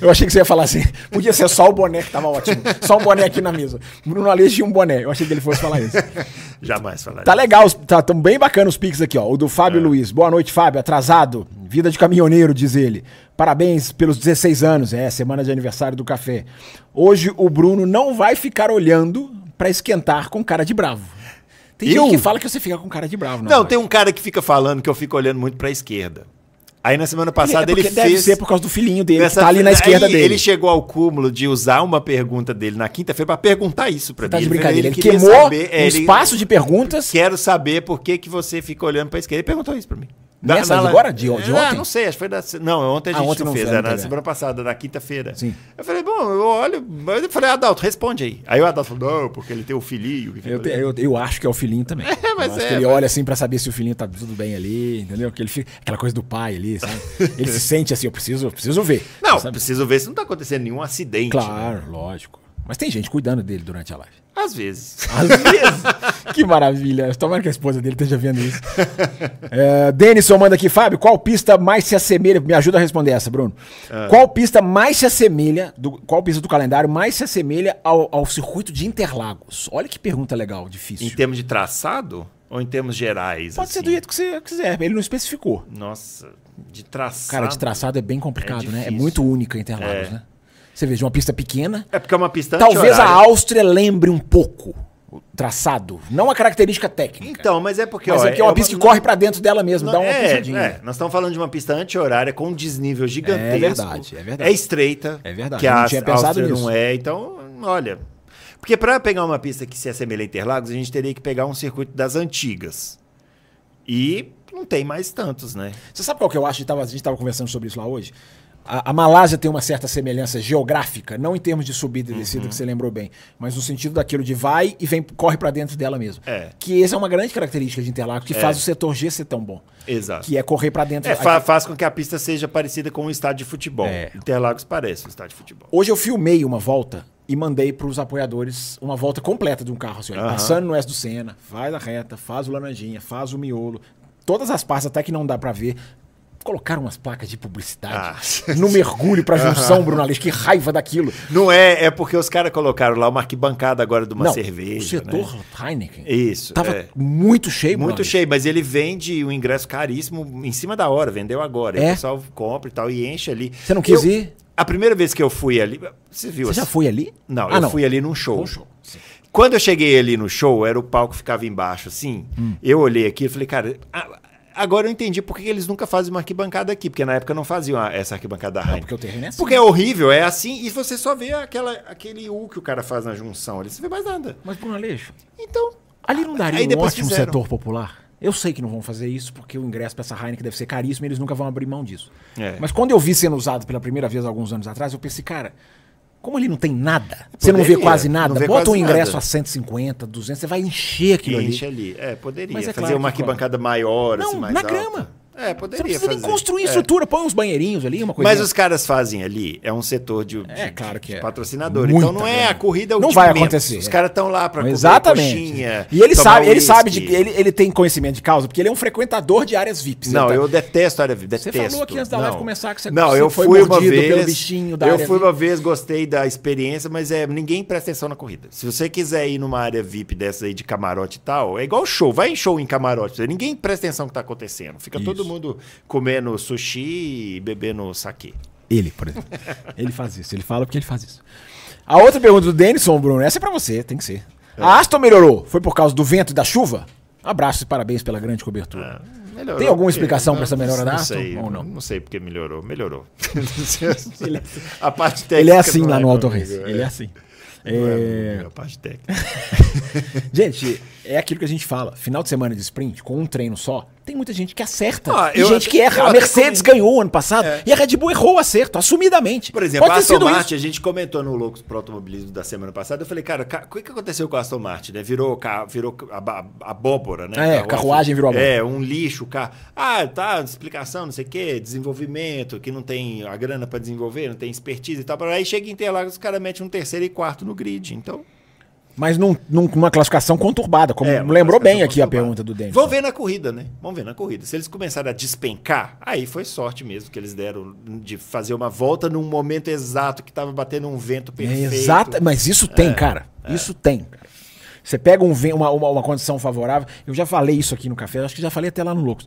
Speaker 4: Eu achei que você ia falar assim. Podia ser só o boné que tava ótimo. Só um boné aqui na mesa. Bruno Aleixo tinha um boné. Eu achei que ele fosse falar isso.
Speaker 3: Jamais falar
Speaker 4: Tá
Speaker 3: disso.
Speaker 4: legal, os- tá tão bem bacana os pics aqui, ó. O do Fábio
Speaker 3: É.
Speaker 4: Luiz. Boa noite, Fábio. Atrasado. Vida de caminhoneiro, diz ele. Parabéns pelos 16 anos. É, semana de aniversário do café. Hoje o Bruno não vai ficar olhando pra esquentar com cara de bravo. Tem
Speaker 3: Eu?
Speaker 4: gente que fala que você fica com cara de bravo,
Speaker 3: Não,
Speaker 4: vai.
Speaker 3: tem um cara que fica falando que eu fico olhando muito pra esquerda. Aí na semana passada
Speaker 4: é
Speaker 3: ele, fez...
Speaker 4: porque deve ser por causa do filhinho dele
Speaker 3: Nessa-
Speaker 4: que tá ali na
Speaker 3: aí
Speaker 4: esquerda dele.
Speaker 3: Ele chegou ao cúmulo de usar uma pergunta dele na quinta-feira pra perguntar isso pra mim.
Speaker 4: Tá de
Speaker 3: Ele-
Speaker 4: brincadeira. Ele,
Speaker 3: queria
Speaker 4: queimou
Speaker 3: saber- é,
Speaker 4: um
Speaker 3: ele-
Speaker 4: espaço de perguntas.
Speaker 3: Quero saber por que, que você fica olhando pra esquerda. Ele perguntou isso pra mim.
Speaker 4: Nessa de
Speaker 3: na-
Speaker 4: agora? De, de
Speaker 3: Ah,
Speaker 4: ontem?
Speaker 3: não sei, acho que foi da. Não, ontem a
Speaker 4: Ah,
Speaker 3: gente
Speaker 4: ontem
Speaker 3: não
Speaker 4: não
Speaker 3: fez,
Speaker 4: foi,
Speaker 3: era
Speaker 4: não
Speaker 3: na
Speaker 4: teve.
Speaker 3: semana passada, na quinta-feira.
Speaker 4: Sim.
Speaker 3: Eu falei, bom, eu olho. mas Eu falei, Adalto, responde aí. Aí o Adalto falou, não, porque ele tem o filhinho. que fica
Speaker 4: Eu, te-
Speaker 3: ali.
Speaker 4: eu, eu acho que é o filhinho também. É,
Speaker 3: mas é,
Speaker 4: ele
Speaker 3: mas-
Speaker 4: olha assim pra saber se o filhinho tá tudo bem ali, entendeu? Que ele fica, aquela coisa do pai ali, sabe? Ele se sente assim, eu preciso, eu preciso ver.
Speaker 3: Não,
Speaker 4: sabe?
Speaker 3: preciso ver se não tá acontecendo nenhum acidente. né?
Speaker 4: Claro, lógico. Mas tem gente cuidando dele durante a live.
Speaker 3: Às vezes.
Speaker 4: Às vezes. que maravilha. Tomara que a esposa dele esteja vendo isso. É, Denison manda aqui, Fábio, qual pista mais se assemelha? Me ajuda a responder essa, Bruno. Qual pista mais se assemelha, do, qual pista do calendário mais se assemelha ao, ao circuito de Interlagos? Olha que pergunta legal, difícil.
Speaker 3: Em termos de traçado ou em termos gerais?
Speaker 4: Pode ser
Speaker 3: assim?
Speaker 4: do jeito que você quiser, ele não especificou.
Speaker 3: Nossa, de traçado.
Speaker 4: Cara, de traçado é bem complicado, né? É
Speaker 3: difícil.
Speaker 4: muito única Interlagos,
Speaker 3: É.
Speaker 4: né? Você veja, uma pista pequena,
Speaker 3: É porque é uma pista
Speaker 4: talvez a
Speaker 3: anti-horário.
Speaker 4: Áustria lembre um pouco o traçado, não a característica técnica.
Speaker 3: Então, mas é porque.
Speaker 4: mas
Speaker 3: ó,
Speaker 4: é porque é uma pista que corre pra dentro dela mesmo,
Speaker 3: Não,
Speaker 4: dá uma
Speaker 3: é,
Speaker 4: puxadinha.
Speaker 3: é, nós estamos falando de uma pista anti-horária com um desnível gigantesco.
Speaker 4: É verdade, é verdade.
Speaker 3: É estreita.
Speaker 4: É verdade,
Speaker 3: Que
Speaker 4: eu
Speaker 3: a
Speaker 4: não tinha pensado
Speaker 3: Áustria
Speaker 4: nisso.
Speaker 3: não é. Então, olha. Porque para pegar uma pista que se assemelha a Interlagos, a gente teria que pegar um circuito das antigas. E não tem mais tantos, né?
Speaker 4: Você sabe qual que eu acho? A gente tava- a gente estava conversando sobre isso lá hoje. A, a Malásia tem uma certa semelhança geográfica, não em termos de subida e
Speaker 3: Uhum.
Speaker 4: descida, que você lembrou bem, mas no sentido daquilo de vai e vem, corre pra dentro dela mesmo.
Speaker 3: É.
Speaker 4: Que essa é uma grande característica de Interlagos, que faz o setor G ser tão bom.
Speaker 3: Exato.
Speaker 4: Que é correr pra dentro.
Speaker 3: É, fa-
Speaker 4: Aqui-
Speaker 3: faz com que a pista seja parecida com um estádio de futebol.
Speaker 4: É.
Speaker 3: Interlagos parece um estádio de futebol.
Speaker 4: Hoje eu filmei uma volta e mandei para os apoiadores uma volta completa de um carro. Assim, olha,
Speaker 3: Aham.
Speaker 4: Passando no S do Senna, faz a reta, faz o laranjinha, faz o miolo. Todas as partes, até que não dá para ver. Colocaram umas placas de publicidade
Speaker 3: Ah,
Speaker 4: no mergulho para junção, Bruno Alex. Que raiva daquilo.
Speaker 3: Não é, é porque os caras colocaram lá uma arquibancada agora de uma
Speaker 4: não,
Speaker 3: cerveja. né?
Speaker 4: o setor Heineken
Speaker 3: Isso,
Speaker 4: tava
Speaker 3: é.
Speaker 4: muito cheio, Bruno
Speaker 3: Muito
Speaker 4: Alex.
Speaker 3: cheio, mas ele vende o ingresso caríssimo em cima da hora, vendeu agora. E
Speaker 4: É?
Speaker 3: O pessoal compra e tal e enche ali.
Speaker 4: Você não quis
Speaker 3: Eu-
Speaker 4: ir?
Speaker 3: A primeira vez que eu fui ali. Você viu
Speaker 4: Você
Speaker 3: assim?
Speaker 4: já foi ali?
Speaker 3: Não,
Speaker 4: Ah,
Speaker 3: eu fui ali num show.
Speaker 4: Foi um show, sim.
Speaker 3: Quando eu cheguei ali no show, era o palco que ficava embaixo, assim.
Speaker 4: Hum.
Speaker 3: Eu olhei aqui e falei, cara. a- Agora eu entendi por que eles nunca fazem uma arquibancada aqui, porque na época não faziam a- essa arquibancada da Heineken.
Speaker 4: porque o terreno é assim.
Speaker 3: Porque é horrível, é assim, e você só vê aquela, aquele U que o cara faz na junção ali, você não vê mais nada.
Speaker 4: Mas, Bruno Aleixo,
Speaker 3: Então,
Speaker 4: Ali não daria
Speaker 3: Aí
Speaker 4: um
Speaker 3: depois
Speaker 4: ótimo
Speaker 3: fizeram.
Speaker 4: setor popular? Eu sei que não vão fazer isso, porque o ingresso pra essa Heineken deve ser caríssimo e eles nunca vão abrir mão disso.
Speaker 3: É.
Speaker 4: Mas quando eu vi sendo usado pela primeira vez alguns anos atrás, eu pensei, cara, como ele não tem nada, você não vê
Speaker 3: Poderia,
Speaker 4: quase nada,
Speaker 3: não vê
Speaker 4: bota um
Speaker 3: quase
Speaker 4: ingresso
Speaker 3: nada.
Speaker 4: a 150, 200, você vai encher
Speaker 3: que
Speaker 4: aquilo
Speaker 3: enche
Speaker 4: ali.
Speaker 3: ali. É, poderia.
Speaker 4: Mas é
Speaker 3: fazer
Speaker 4: claro
Speaker 3: uma
Speaker 4: que pode.
Speaker 3: arquibancada maior,
Speaker 4: Não,
Speaker 3: assim, mais
Speaker 4: na
Speaker 3: alta.
Speaker 4: grama.
Speaker 3: É,
Speaker 4: Você não
Speaker 3: poderia
Speaker 4: precisa nem
Speaker 3: fazer.
Speaker 4: construir
Speaker 3: É.
Speaker 4: estrutura, põe uns banheirinhos ali, uma coisa.
Speaker 3: Mas assim, os caras fazem ali, é um setor de,
Speaker 4: É,
Speaker 3: de-
Speaker 4: claro que
Speaker 3: de
Speaker 4: é.
Speaker 3: patrocinadores.
Speaker 4: Muita
Speaker 3: Então não é
Speaker 4: grana.
Speaker 3: a corrida é o
Speaker 4: Não
Speaker 3: de
Speaker 4: vai
Speaker 3: menos.
Speaker 4: acontecer,
Speaker 3: Os
Speaker 4: é.
Speaker 3: caras estão lá pra comer
Speaker 4: Exatamente.
Speaker 3: coxinha.
Speaker 4: e ele
Speaker 3: tomar
Speaker 4: sabe, ele
Speaker 3: uísque.
Speaker 4: sabe de que ele, ele tem conhecimento de causa, porque ele é um frequentador de áreas VIPs.
Speaker 3: Não,
Speaker 4: Ele tá-
Speaker 3: eu detesto a área VIP,
Speaker 4: Você
Speaker 3: detesto.
Speaker 4: falou aqui antes da
Speaker 3: Não.
Speaker 4: live começar que você-
Speaker 3: Não,
Speaker 4: você
Speaker 3: eu
Speaker 4: foi
Speaker 3: fui uma
Speaker 4: mordido
Speaker 3: vez.
Speaker 4: pelo bichinho da
Speaker 3: eu
Speaker 4: área
Speaker 3: fui
Speaker 4: VIP.
Speaker 3: uma vez, gostei da experiência, mas é, ninguém presta atenção na corrida. Se você quiser ir numa área VIP dessa aí de camarote e tal, é igual show, vai em show em camarote, ninguém presta atenção no que tá acontecendo. Fica todo mundo comendo sushi e bebendo saquê.
Speaker 4: Ele, por exemplo. ele faz isso. Ele fala porque ele faz isso. A outra pergunta do Denison, Bruno, essa é pra você, tem que ser.
Speaker 3: É.
Speaker 4: A Aston melhorou? Foi por causa do vento e da chuva? Abraço e parabéns pela grande cobertura.
Speaker 3: Melhorou
Speaker 4: Tem alguma
Speaker 3: porque-
Speaker 4: explicação pra essa melhora
Speaker 3: não
Speaker 4: da Aston
Speaker 3: sei,
Speaker 4: ou não?
Speaker 3: não? Não sei porque melhorou, melhorou. é a parte técnica
Speaker 4: Ele é assim
Speaker 3: não
Speaker 4: lá no Auto
Speaker 3: comigo,
Speaker 4: Race. Ele é assim.
Speaker 3: não é
Speaker 4: É,
Speaker 3: comigo, a parte técnica.
Speaker 4: Gente, é aquilo que a gente fala. Final de semana de sprint, com um treino só, tem muita gente que acerta.
Speaker 3: Ah,
Speaker 4: e
Speaker 3: eu
Speaker 4: gente
Speaker 3: até-
Speaker 4: que erra.
Speaker 3: eu
Speaker 4: A
Speaker 3: até É.
Speaker 4: Mercedes ganhou ano passado e a Red Bull errou o acerto, assumidamente.
Speaker 3: Por exemplo,
Speaker 4: Pode
Speaker 3: a
Speaker 4: ter
Speaker 3: Aston
Speaker 4: sido
Speaker 3: Martin, a gente comentou no Loucos pro Automobilismo da semana passada. Eu falei, cara, ca- o que, que aconteceu com a Aston Martin? né? Virou, ca- virou a, ba- abóbora, né?
Speaker 4: Ah, é, carruagem virou abóbora.
Speaker 3: É, um lixo. Carro. Ah, tá, explicação, não sei o quê, desenvolvimento, que não tem a grana pra desenvolver, não tem expertise e tal. Aí chega em Interlagos, os caras metem um terceiro e quarto no grid. Então,
Speaker 4: Mas num- num- numa classificação conturbada, como
Speaker 3: É, uma
Speaker 4: lembrou
Speaker 3: classificação
Speaker 4: bem aqui a
Speaker 3: conturbada.
Speaker 4: pergunta do Denison.
Speaker 3: Vamos ver na corrida, né? Vamos ver na corrida. Se eles começarem a despencar, aí foi sorte mesmo que eles deram de fazer uma volta num momento exato que tava batendo um
Speaker 4: É,
Speaker 3: vento perfeito.
Speaker 4: Exato, mas isso tem, cara. Isso tem. Você pega um ven- uma, uma, uma condição favorável. Eu já falei isso aqui no café, acho que já falei até lá no Loucos.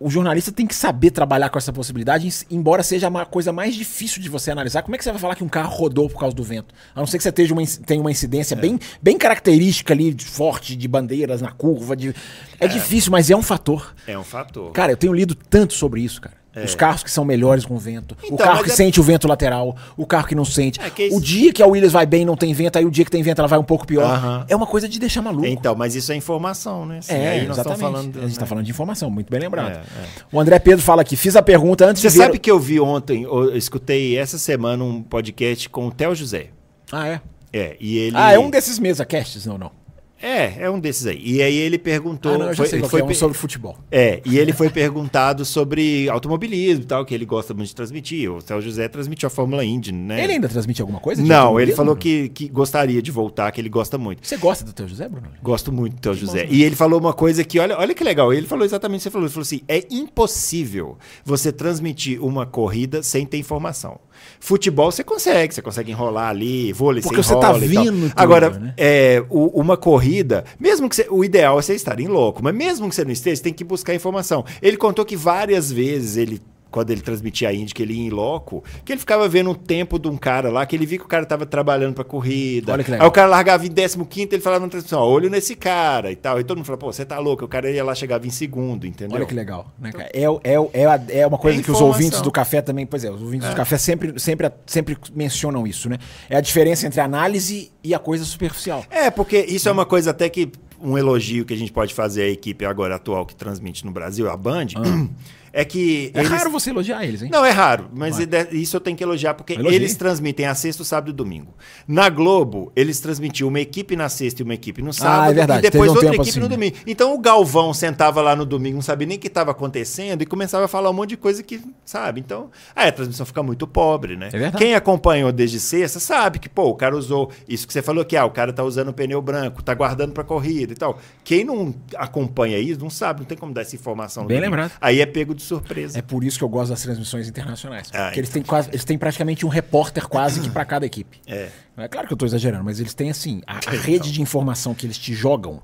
Speaker 4: O jornalista tem que saber trabalhar com essa possibilidade, ens- embora seja uma coisa mais difícil de você analisar. Como é que você vai falar que um carro rodou por causa do vento? A não ser que você tenha uma, inci- tenha uma incidência bem, bem característica ali, de- forte, de bandeiras na curva. De... É, difícil, mas é um fator.
Speaker 3: É um fator.
Speaker 4: Cara, eu tenho lido tanto sobre isso, cara. Os carros que são melhores com vento. o
Speaker 3: É. Então,
Speaker 4: carro
Speaker 3: mas
Speaker 4: que
Speaker 3: é-
Speaker 4: sente o vento lateral. O carro que não sente.
Speaker 3: É, que isso-
Speaker 4: O dia que a Williams vai bem e não tem vento, aí o dia que tem vento ela vai um pouco pior.
Speaker 3: Aham.
Speaker 4: É uma coisa de deixar maluco.
Speaker 3: Então, mas isso é informação, né? Assim,
Speaker 4: É,
Speaker 3: aí nós
Speaker 4: exatamente.
Speaker 3: estamos falando.
Speaker 4: a gente tá está
Speaker 3: né?
Speaker 4: falando de informação, muito bem lembrado.
Speaker 3: É, é.
Speaker 4: O André Pedro fala aqui, fiz a pergunta antes
Speaker 3: Você
Speaker 4: de ver...
Speaker 3: sabe que eu vi ontem, eu escutei essa semana um podcast com o Theo José.
Speaker 4: Ah, é?
Speaker 3: É, e ele.
Speaker 4: Ah, é um desses mesa casts, não, não.
Speaker 3: É, é um desses aí. E aí ele perguntou.
Speaker 4: ah, não, eu já
Speaker 3: foi-
Speaker 4: sei qual
Speaker 3: foi
Speaker 4: que é, um
Speaker 3: pe-
Speaker 4: sobre futebol.
Speaker 3: É, e ele foi perguntado sobre automobilismo e tal, que ele gosta muito de transmitir. O Theo José transmitiu a Fórmula Indy, né?
Speaker 4: Ele ainda transmite alguma coisa? de
Speaker 3: Não, ele
Speaker 4: automobilismo,
Speaker 3: falou
Speaker 4: Bruno?
Speaker 3: que, que gostaria de voltar, que ele gosta muito.
Speaker 4: Você gosta do teu José, Bruno?
Speaker 3: Gosto muito do Theo José. E ele falou uma coisa que, olha, olha que legal, ele falou exatamente o que você falou. Ele falou assim: é impossível você transmitir uma corrida sem ter informação. Futebol você consegue, você consegue enrolar ali, vôlei
Speaker 4: Porque
Speaker 3: você
Speaker 4: você tá
Speaker 3: enrola e tal.
Speaker 4: vendo tudo,
Speaker 3: Agora,
Speaker 4: né?
Speaker 3: é, o- uma corrida, mesmo que você, o ideal é você estar em loco, mas mesmo que você não esteja, você tem que buscar informação. Ele contou que várias vezes ele quando ele transmitia a Indy, que ele ia em loco, que ele ficava vendo o tempo de um cara lá, que ele via que o cara tava trabalhando pra corrida.
Speaker 4: Olha que legal.
Speaker 3: Aí o cara largava em 15 quinto, ele falava na transmissão, ó, olho nesse cara e tal. E todo mundo falava, pô, você tá louco, o cara ia lá, chegava em segundo, entendeu?
Speaker 4: Olha que legal. Né, cara? É, o- é, o- é, a- é uma coisa
Speaker 3: É
Speaker 4: que os
Speaker 3: informação.
Speaker 4: ouvintes do café também. Pois é, os ouvintes do café sempre, sempre, sempre mencionam isso, né? É a diferença entre a análise e a coisa superficial.
Speaker 3: É, porque isso é uma coisa até que um elogio que a gente pode fazer à equipe agora atual que transmite no Brasil, a Band, é que
Speaker 4: Ah. É
Speaker 3: eles-
Speaker 4: raro você elogiar eles, hein?
Speaker 3: Não, é raro, mas ide- isso eu tenho que elogiar, porque
Speaker 4: Elogie.
Speaker 3: eles transmitem a sexta, o sábado e o domingo. Na Globo, eles transmitiam uma equipe na sexta e uma equipe no sábado,
Speaker 4: é verdade,
Speaker 3: e depois
Speaker 4: teve um
Speaker 3: outra
Speaker 4: tempo
Speaker 3: equipe
Speaker 4: assim,
Speaker 3: no
Speaker 4: né?
Speaker 3: domingo. Então o Galvão sentava lá no domingo, não sabia nem o que estava acontecendo, e começava a falar um monte de coisa que, sabe? Então, aí a transmissão fica muito pobre, né?
Speaker 4: É verdade.
Speaker 3: Quem acompanhou desde sexta sabe que, pô, o cara usou isso que você falou que ah, o cara tá usando o pneu branco, tá guardando pra corrida e tal. Quem não acompanha isso, não sabe, não tem como dar essa informação. no
Speaker 4: Bem
Speaker 3: domingo.
Speaker 4: lembrado.
Speaker 3: Aí é pego de surpresa.
Speaker 4: É por isso que eu gosto das transmissões internacionais.
Speaker 3: Ah,
Speaker 4: porque eles têm, quase, eles têm praticamente um repórter quase que para cada equipe.
Speaker 3: É. Então.
Speaker 4: É claro que eu tô exagerando, mas eles têm assim, a, a rede de informação que eles te jogam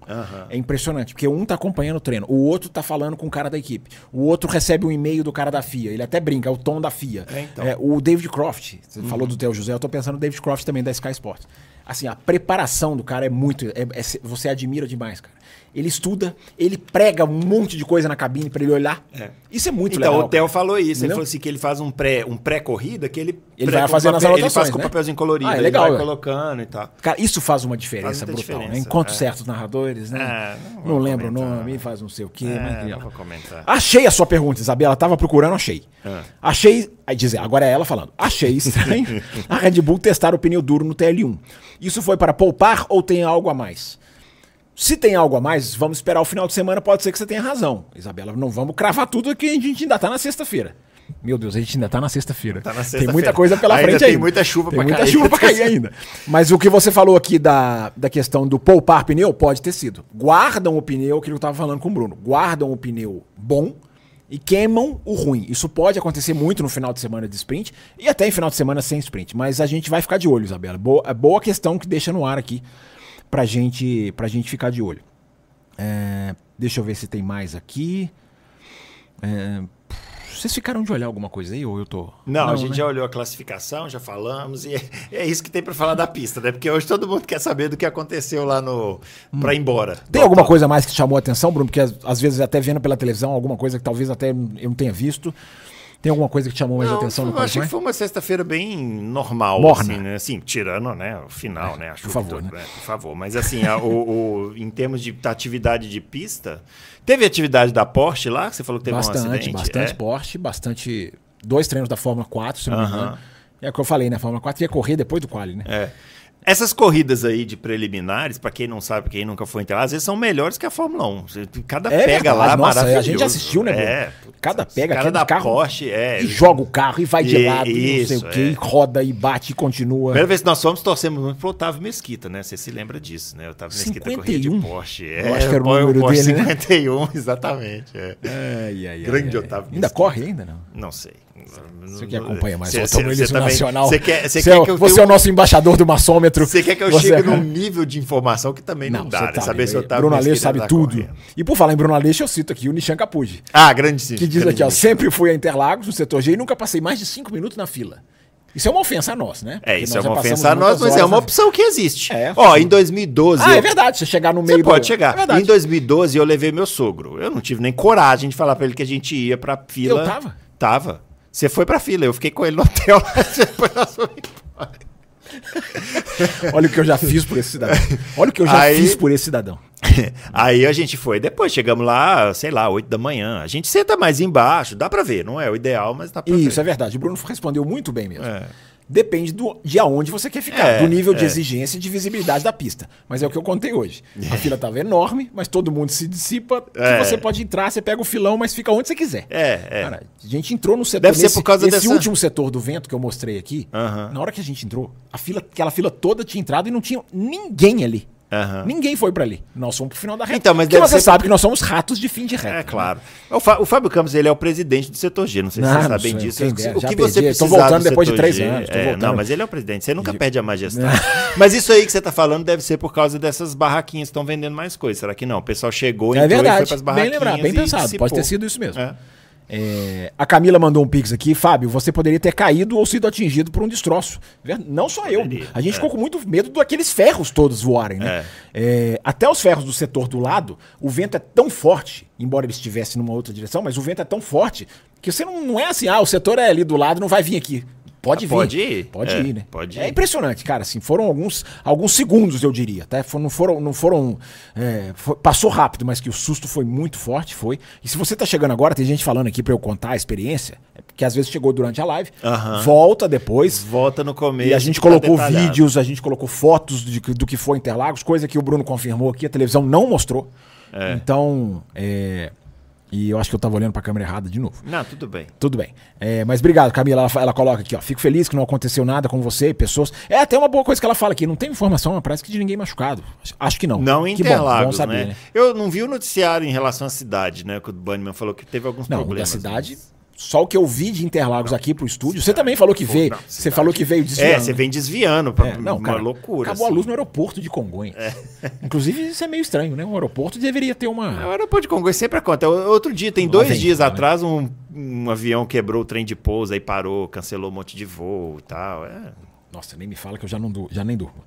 Speaker 4: é impressionante, porque um tá acompanhando o treino, o outro tá falando com o cara da equipe, o outro recebe um e-mail do cara da FIA, ele até brinca, é o tom da FIA.
Speaker 3: É, então. Uhum.
Speaker 4: o David Croft, você falou do Theo José, eu tô pensando no David Croft também da Sky Sports. Assim, a preparação do cara é muito. é- é- você admira demais, cara. Ele estuda, ele prega um monte de coisa na cabine pra ele olhar. Isso é muito
Speaker 3: então,
Speaker 4: legal.
Speaker 3: o Theo
Speaker 4: cara.
Speaker 3: falou isso. Ele
Speaker 4: Entendeu?
Speaker 3: falou assim que ele faz um pré, um pré-corrida que ele
Speaker 4: Ele
Speaker 3: pré- com
Speaker 4: vai fazendo as
Speaker 3: papel- Ele
Speaker 4: anotações,
Speaker 3: faz com
Speaker 4: né?
Speaker 3: papelzinho colorido,
Speaker 4: Ah, é
Speaker 3: ele
Speaker 4: legal,
Speaker 3: vai
Speaker 4: é.
Speaker 3: colocando e tal.
Speaker 4: Cara, isso faz uma
Speaker 3: muita
Speaker 4: diferença brutal, né?
Speaker 3: diferença,
Speaker 4: Enquanto
Speaker 3: é.
Speaker 4: certos narradores, né?
Speaker 3: É, não
Speaker 4: não
Speaker 3: vou
Speaker 4: lembro o
Speaker 3: comentar.
Speaker 4: nome, faz não sei o quê. mas-
Speaker 3: É, não vou comentar.
Speaker 4: Achei a sua pergunta, Isabela. Tava procurando, achei.
Speaker 3: É.
Speaker 4: Achei. Aí dizer, agora é ela falando. Achei estranho a Red Bull testar o pneu duro no TL1. Isso foi para poupar ou tem algo a mais? Se tem algo a mais, vamos esperar o final de semana. Pode ser que você tenha razão, Isabela. Não vamos cravar tudo que a gente ainda tá na sexta-feira. Meu Deus, a gente ainda tá na sexta-feira.
Speaker 3: Tá na
Speaker 4: Tem
Speaker 3: sexta-feira.
Speaker 4: muita coisa pela
Speaker 3: Ainda
Speaker 4: frente
Speaker 3: tem
Speaker 4: ainda.
Speaker 3: muita chuva
Speaker 4: tem
Speaker 3: pra
Speaker 4: muita
Speaker 3: cair.
Speaker 4: chuva pra cair ainda. Mas o que você falou aqui da, da questão do poupar pneu, pode ter sido. Guardam o pneu, que eu tava falando com o Bruno. Guardam o pneu bom e queimam o ruim. Isso pode acontecer muito no final de semana de sprint e até em final de semana sem sprint. Mas a gente vai ficar de olho, Isabela. Boa, é boa questão que deixa no ar aqui pra gente, pra gente ficar de olho. É, deixa eu ver se tem mais aqui. É, vocês ficaram de olhar alguma coisa aí ou eu tô?
Speaker 3: Não, a gente
Speaker 4: né?
Speaker 3: já olhou a classificação, já falamos, e é, é isso que tem pra falar da pista, né? Porque hoje todo mundo quer saber do que aconteceu lá no. pra ir embora.
Speaker 4: Tem alguma coisa mais que te chamou a atenção, Bruno? Porque às, às vezes até vendo pela televisão, alguma coisa que talvez até eu não tenha visto. Tem alguma coisa que te chamou mais
Speaker 3: Não,
Speaker 4: atenção
Speaker 3: foi-
Speaker 4: no
Speaker 3: eu achei
Speaker 4: Paraguai?
Speaker 3: que foi uma sexta-feira bem normal,
Speaker 4: Morna. É,
Speaker 3: assim, né? Assim, tirando, né, o final, né? A chuva
Speaker 4: favor,
Speaker 3: toda, né? Por favor. Mas assim, a- o, o- em termos de atividade de pista, teve atividade da Porsche lá, que você falou que teve um
Speaker 4: Bastante,
Speaker 3: acidente.
Speaker 4: bastante
Speaker 3: é?
Speaker 4: Porsche, bastante. Dois treinos da Fórmula 4, se não me
Speaker 3: Aham.
Speaker 4: engano. É o que eu falei, né? A Fórmula 4 ia correr depois do quali, né?
Speaker 3: É. Essas corridas aí de preliminares, pra quem não sabe, pra quem nunca foi entrar, às vezes são melhores que a Fórmula 1. Você- Cada
Speaker 4: É
Speaker 3: pega
Speaker 4: verdade,
Speaker 3: lá,
Speaker 4: nossa,
Speaker 3: maravilhoso.
Speaker 4: a gente assistiu, né, Bruno?
Speaker 3: É, putz,
Speaker 4: Cada
Speaker 3: os
Speaker 4: pega
Speaker 3: cara
Speaker 4: aquele
Speaker 3: da
Speaker 4: carro
Speaker 3: Porsche, é.
Speaker 4: E joga o carro e vai de
Speaker 3: E-
Speaker 4: lado, e não sei
Speaker 3: isso,
Speaker 4: o quê,
Speaker 3: é.
Speaker 4: e roda e bate e continua.
Speaker 3: Primeira vez que nós fomos, torcemos muito pro Otávio Mesquita, né? Você se lembra disso, né? Otávio Mesquita corria de
Speaker 4: 51.
Speaker 3: Porsche. É,
Speaker 4: Eu acho que era o
Speaker 3: Porsche-
Speaker 4: número
Speaker 3: Porsche
Speaker 4: dele, né?
Speaker 3: 51, exatamente. é.
Speaker 4: Ai, ai, ai,
Speaker 3: Grande
Speaker 4: ai.
Speaker 3: Otávio
Speaker 4: Ainda
Speaker 3: Mesquita.
Speaker 4: corre ainda, não?
Speaker 3: Não sei.
Speaker 4: Você que acompanha mais
Speaker 3: Cê-
Speaker 4: o
Speaker 3: cê- cê
Speaker 4: automobilismo
Speaker 3: também-
Speaker 4: nacional.
Speaker 3: Você quer, cê
Speaker 4: Você
Speaker 3: quer
Speaker 4: é o-
Speaker 3: que eu
Speaker 4: você
Speaker 3: tenha
Speaker 4: é o nosso embaixador do maçômetro.
Speaker 3: Você quer que eu
Speaker 4: Você- é-
Speaker 3: chegue num nível de informação que também não, dá, né?
Speaker 4: tá
Speaker 3: Saber
Speaker 4: bem,
Speaker 3: se o
Speaker 4: bem.
Speaker 3: Otávio
Speaker 4: Bruno Aleixo
Speaker 3: Mesquita
Speaker 4: sabe
Speaker 3: tá
Speaker 4: tudo.
Speaker 3: correndo.
Speaker 4: E por falar em Bruno Aleixo, eu cito aqui o Nishan Capuji,
Speaker 3: Ah, grande sim.
Speaker 4: que diz aqui, ó, sempre fui a Interlagos, no setor G, e nunca passei mais de cinco minutos na fila. Isso é uma ofensa a nós, né?
Speaker 3: É,
Speaker 4: Porque
Speaker 3: isso é
Speaker 4: nós já
Speaker 3: uma
Speaker 4: passamos
Speaker 3: ofensa a nós,
Speaker 4: muitas
Speaker 3: mas é
Speaker 4: horas
Speaker 3: uma
Speaker 4: na-
Speaker 3: opção que existe.
Speaker 4: É,
Speaker 3: Ó, em 2012.
Speaker 4: Ah, é
Speaker 3: eu-
Speaker 4: verdade, você chegar no meio
Speaker 3: Você
Speaker 4: do-
Speaker 3: pode chegar.
Speaker 4: É verdade.
Speaker 3: Em 2012, eu levei meu sogro. Eu não tive nem coragem de falar pra ele que a gente ia pra fila.
Speaker 4: Eu tava?
Speaker 3: Tava. Você foi pra fila, eu fiquei com ele no hotel. Depois nós fomos embora.
Speaker 4: Olha o que eu já fiz por esse cidadão. Olha o que eu já
Speaker 3: Aí-
Speaker 4: fiz por esse cidadão.
Speaker 3: Aí a gente foi. Depois chegamos lá, sei lá, 8 da manhã. A gente senta mais embaixo, dá pra ver. Não é o ideal, mas dá pra
Speaker 4: Isso, é
Speaker 3: ver.
Speaker 4: verdade. O Bruno respondeu muito bem mesmo. Depende do, de aonde você quer ficar,
Speaker 3: É,
Speaker 4: do nível de
Speaker 3: é.
Speaker 4: exigência e de visibilidade da pista. Mas é o que eu contei hoje. A fila estava enorme, mas todo mundo se dissipa. que
Speaker 3: É.
Speaker 4: Você pode entrar, você pega o filão, mas fica onde você quiser.
Speaker 3: É, é.
Speaker 4: Cara, a gente entrou no setor.
Speaker 3: Deve ser por causa
Speaker 4: desse
Speaker 3: dessa-
Speaker 4: último setor do vento que eu mostrei aqui.
Speaker 3: Aham.
Speaker 4: Na hora que a gente entrou, a fila, aquela fila toda tinha entrado e não tinha ninguém ali.
Speaker 3: Aham.
Speaker 4: Ninguém foi pra ali. Nós fomos pro final da reta.
Speaker 3: Então, mas
Speaker 4: Porque
Speaker 3: deve
Speaker 4: você
Speaker 3: ser-
Speaker 4: sabe que nós somos ratos de fim de reta.
Speaker 3: É claro. O, Fá- o Fábio Campos ele é o presidente do setor G, não sei se
Speaker 4: Ah, Não,
Speaker 3: vocês
Speaker 4: não
Speaker 3: sabem
Speaker 4: sei,
Speaker 3: disso.
Speaker 4: quem
Speaker 3: O que-
Speaker 4: dera,
Speaker 3: o
Speaker 4: já
Speaker 3: que
Speaker 4: perdi.
Speaker 3: você
Speaker 4: Tô
Speaker 3: precisa
Speaker 4: voltando depois de três anos, tô
Speaker 3: É, não,
Speaker 4: voltando.
Speaker 3: mas ele é o presidente, você nunca perde a majestade. mas isso aí que você está falando deve ser por causa dessas barraquinhas que estão vendendo mais coisas. Será que não? O pessoal chegou,
Speaker 4: É
Speaker 3: entrou e foi
Speaker 4: verdade.
Speaker 3: para as
Speaker 4: Bem
Speaker 3: barraquinhas.
Speaker 4: lembrado, bem
Speaker 3: e
Speaker 4: pensado.
Speaker 3: dissipou.
Speaker 4: Pode ter sido isso mesmo.
Speaker 3: É.
Speaker 4: É, a Camila mandou um pix aqui. Fábio, você poderia ter caído ou sido atingido por um destroço. Ver- Não só eu.
Speaker 3: Poderia, é.
Speaker 4: A gente ficou com muito medo daqueles ferros todos voarem, né? É, até os ferros do setor do lado, o vento é tão forte, embora ele estivesse numa outra direção, mas o vento é tão forte que você não, não é assim, ah, o setor é ali do lado, não vai vir aqui. Pode
Speaker 3: Ah,
Speaker 4: vir.
Speaker 3: pode ir.
Speaker 4: Pode
Speaker 3: É,
Speaker 4: ir, né?
Speaker 3: pode
Speaker 4: É
Speaker 3: ir.
Speaker 4: impressionante, cara. Assim, foram alguns, alguns segundos, eu diria. Tá? For- Não foram. Não foram é, fo- passou rápido, mas que o susto foi muito forte, foi. E se você tá chegando agora, tem gente falando aqui pra eu contar a experiência, é porque às vezes chegou durante a live,
Speaker 3: Aham.
Speaker 4: volta depois.
Speaker 3: Volta no começo.
Speaker 4: E a gente
Speaker 3: tá
Speaker 4: colocou
Speaker 3: detalhado.
Speaker 4: vídeos, a gente colocou fotos de- do que foi Interlagos, coisa que o Bruno confirmou aqui, a televisão não mostrou. Então, é, e eu acho que eu tava olhando pra câmera errada de novo.
Speaker 3: Não, tudo bem.
Speaker 4: Tudo bem. É, mas obrigado, Camila. Ela, fa- ela coloca aqui, ó. Fico feliz que não aconteceu nada com você e pessoas. É até uma boa coisa que ela fala aqui. Não tem informação, parece que de ninguém machucado. Acho- Acho que não.
Speaker 3: Não em
Speaker 4: que
Speaker 3: Interlagos, né? Eu não vi o noticiário em relação à cidade, né? Que o Bunnyman falou que teve alguns
Speaker 4: Não,
Speaker 3: problemas. né? É,
Speaker 4: da cidade. Só o que eu vi de Interlagos aqui pro estúdio. Você também falou que veio. Você falou que veio desviando.
Speaker 3: É, você vem desviando. Pra,
Speaker 4: É, não,
Speaker 3: uma
Speaker 4: cara,
Speaker 3: loucura.
Speaker 4: Acabou a
Speaker 3: assim.
Speaker 4: luz no aeroporto de Congonhas. Inclusive, isso é meio estranho, né? Um aeroporto deveria ter
Speaker 3: É,
Speaker 4: uma.
Speaker 3: O aeroporto de Congonhas sempre acontece. O- Outro dia, tem
Speaker 4: Lá
Speaker 3: dois
Speaker 4: vem,
Speaker 3: dias
Speaker 4: lá
Speaker 3: atrás, um, um avião quebrou o trem de pouso, aí parou, cancelou um monte de voo e tal. é.
Speaker 4: Nossa, nem me fala que eu já, não du- já nem durmo.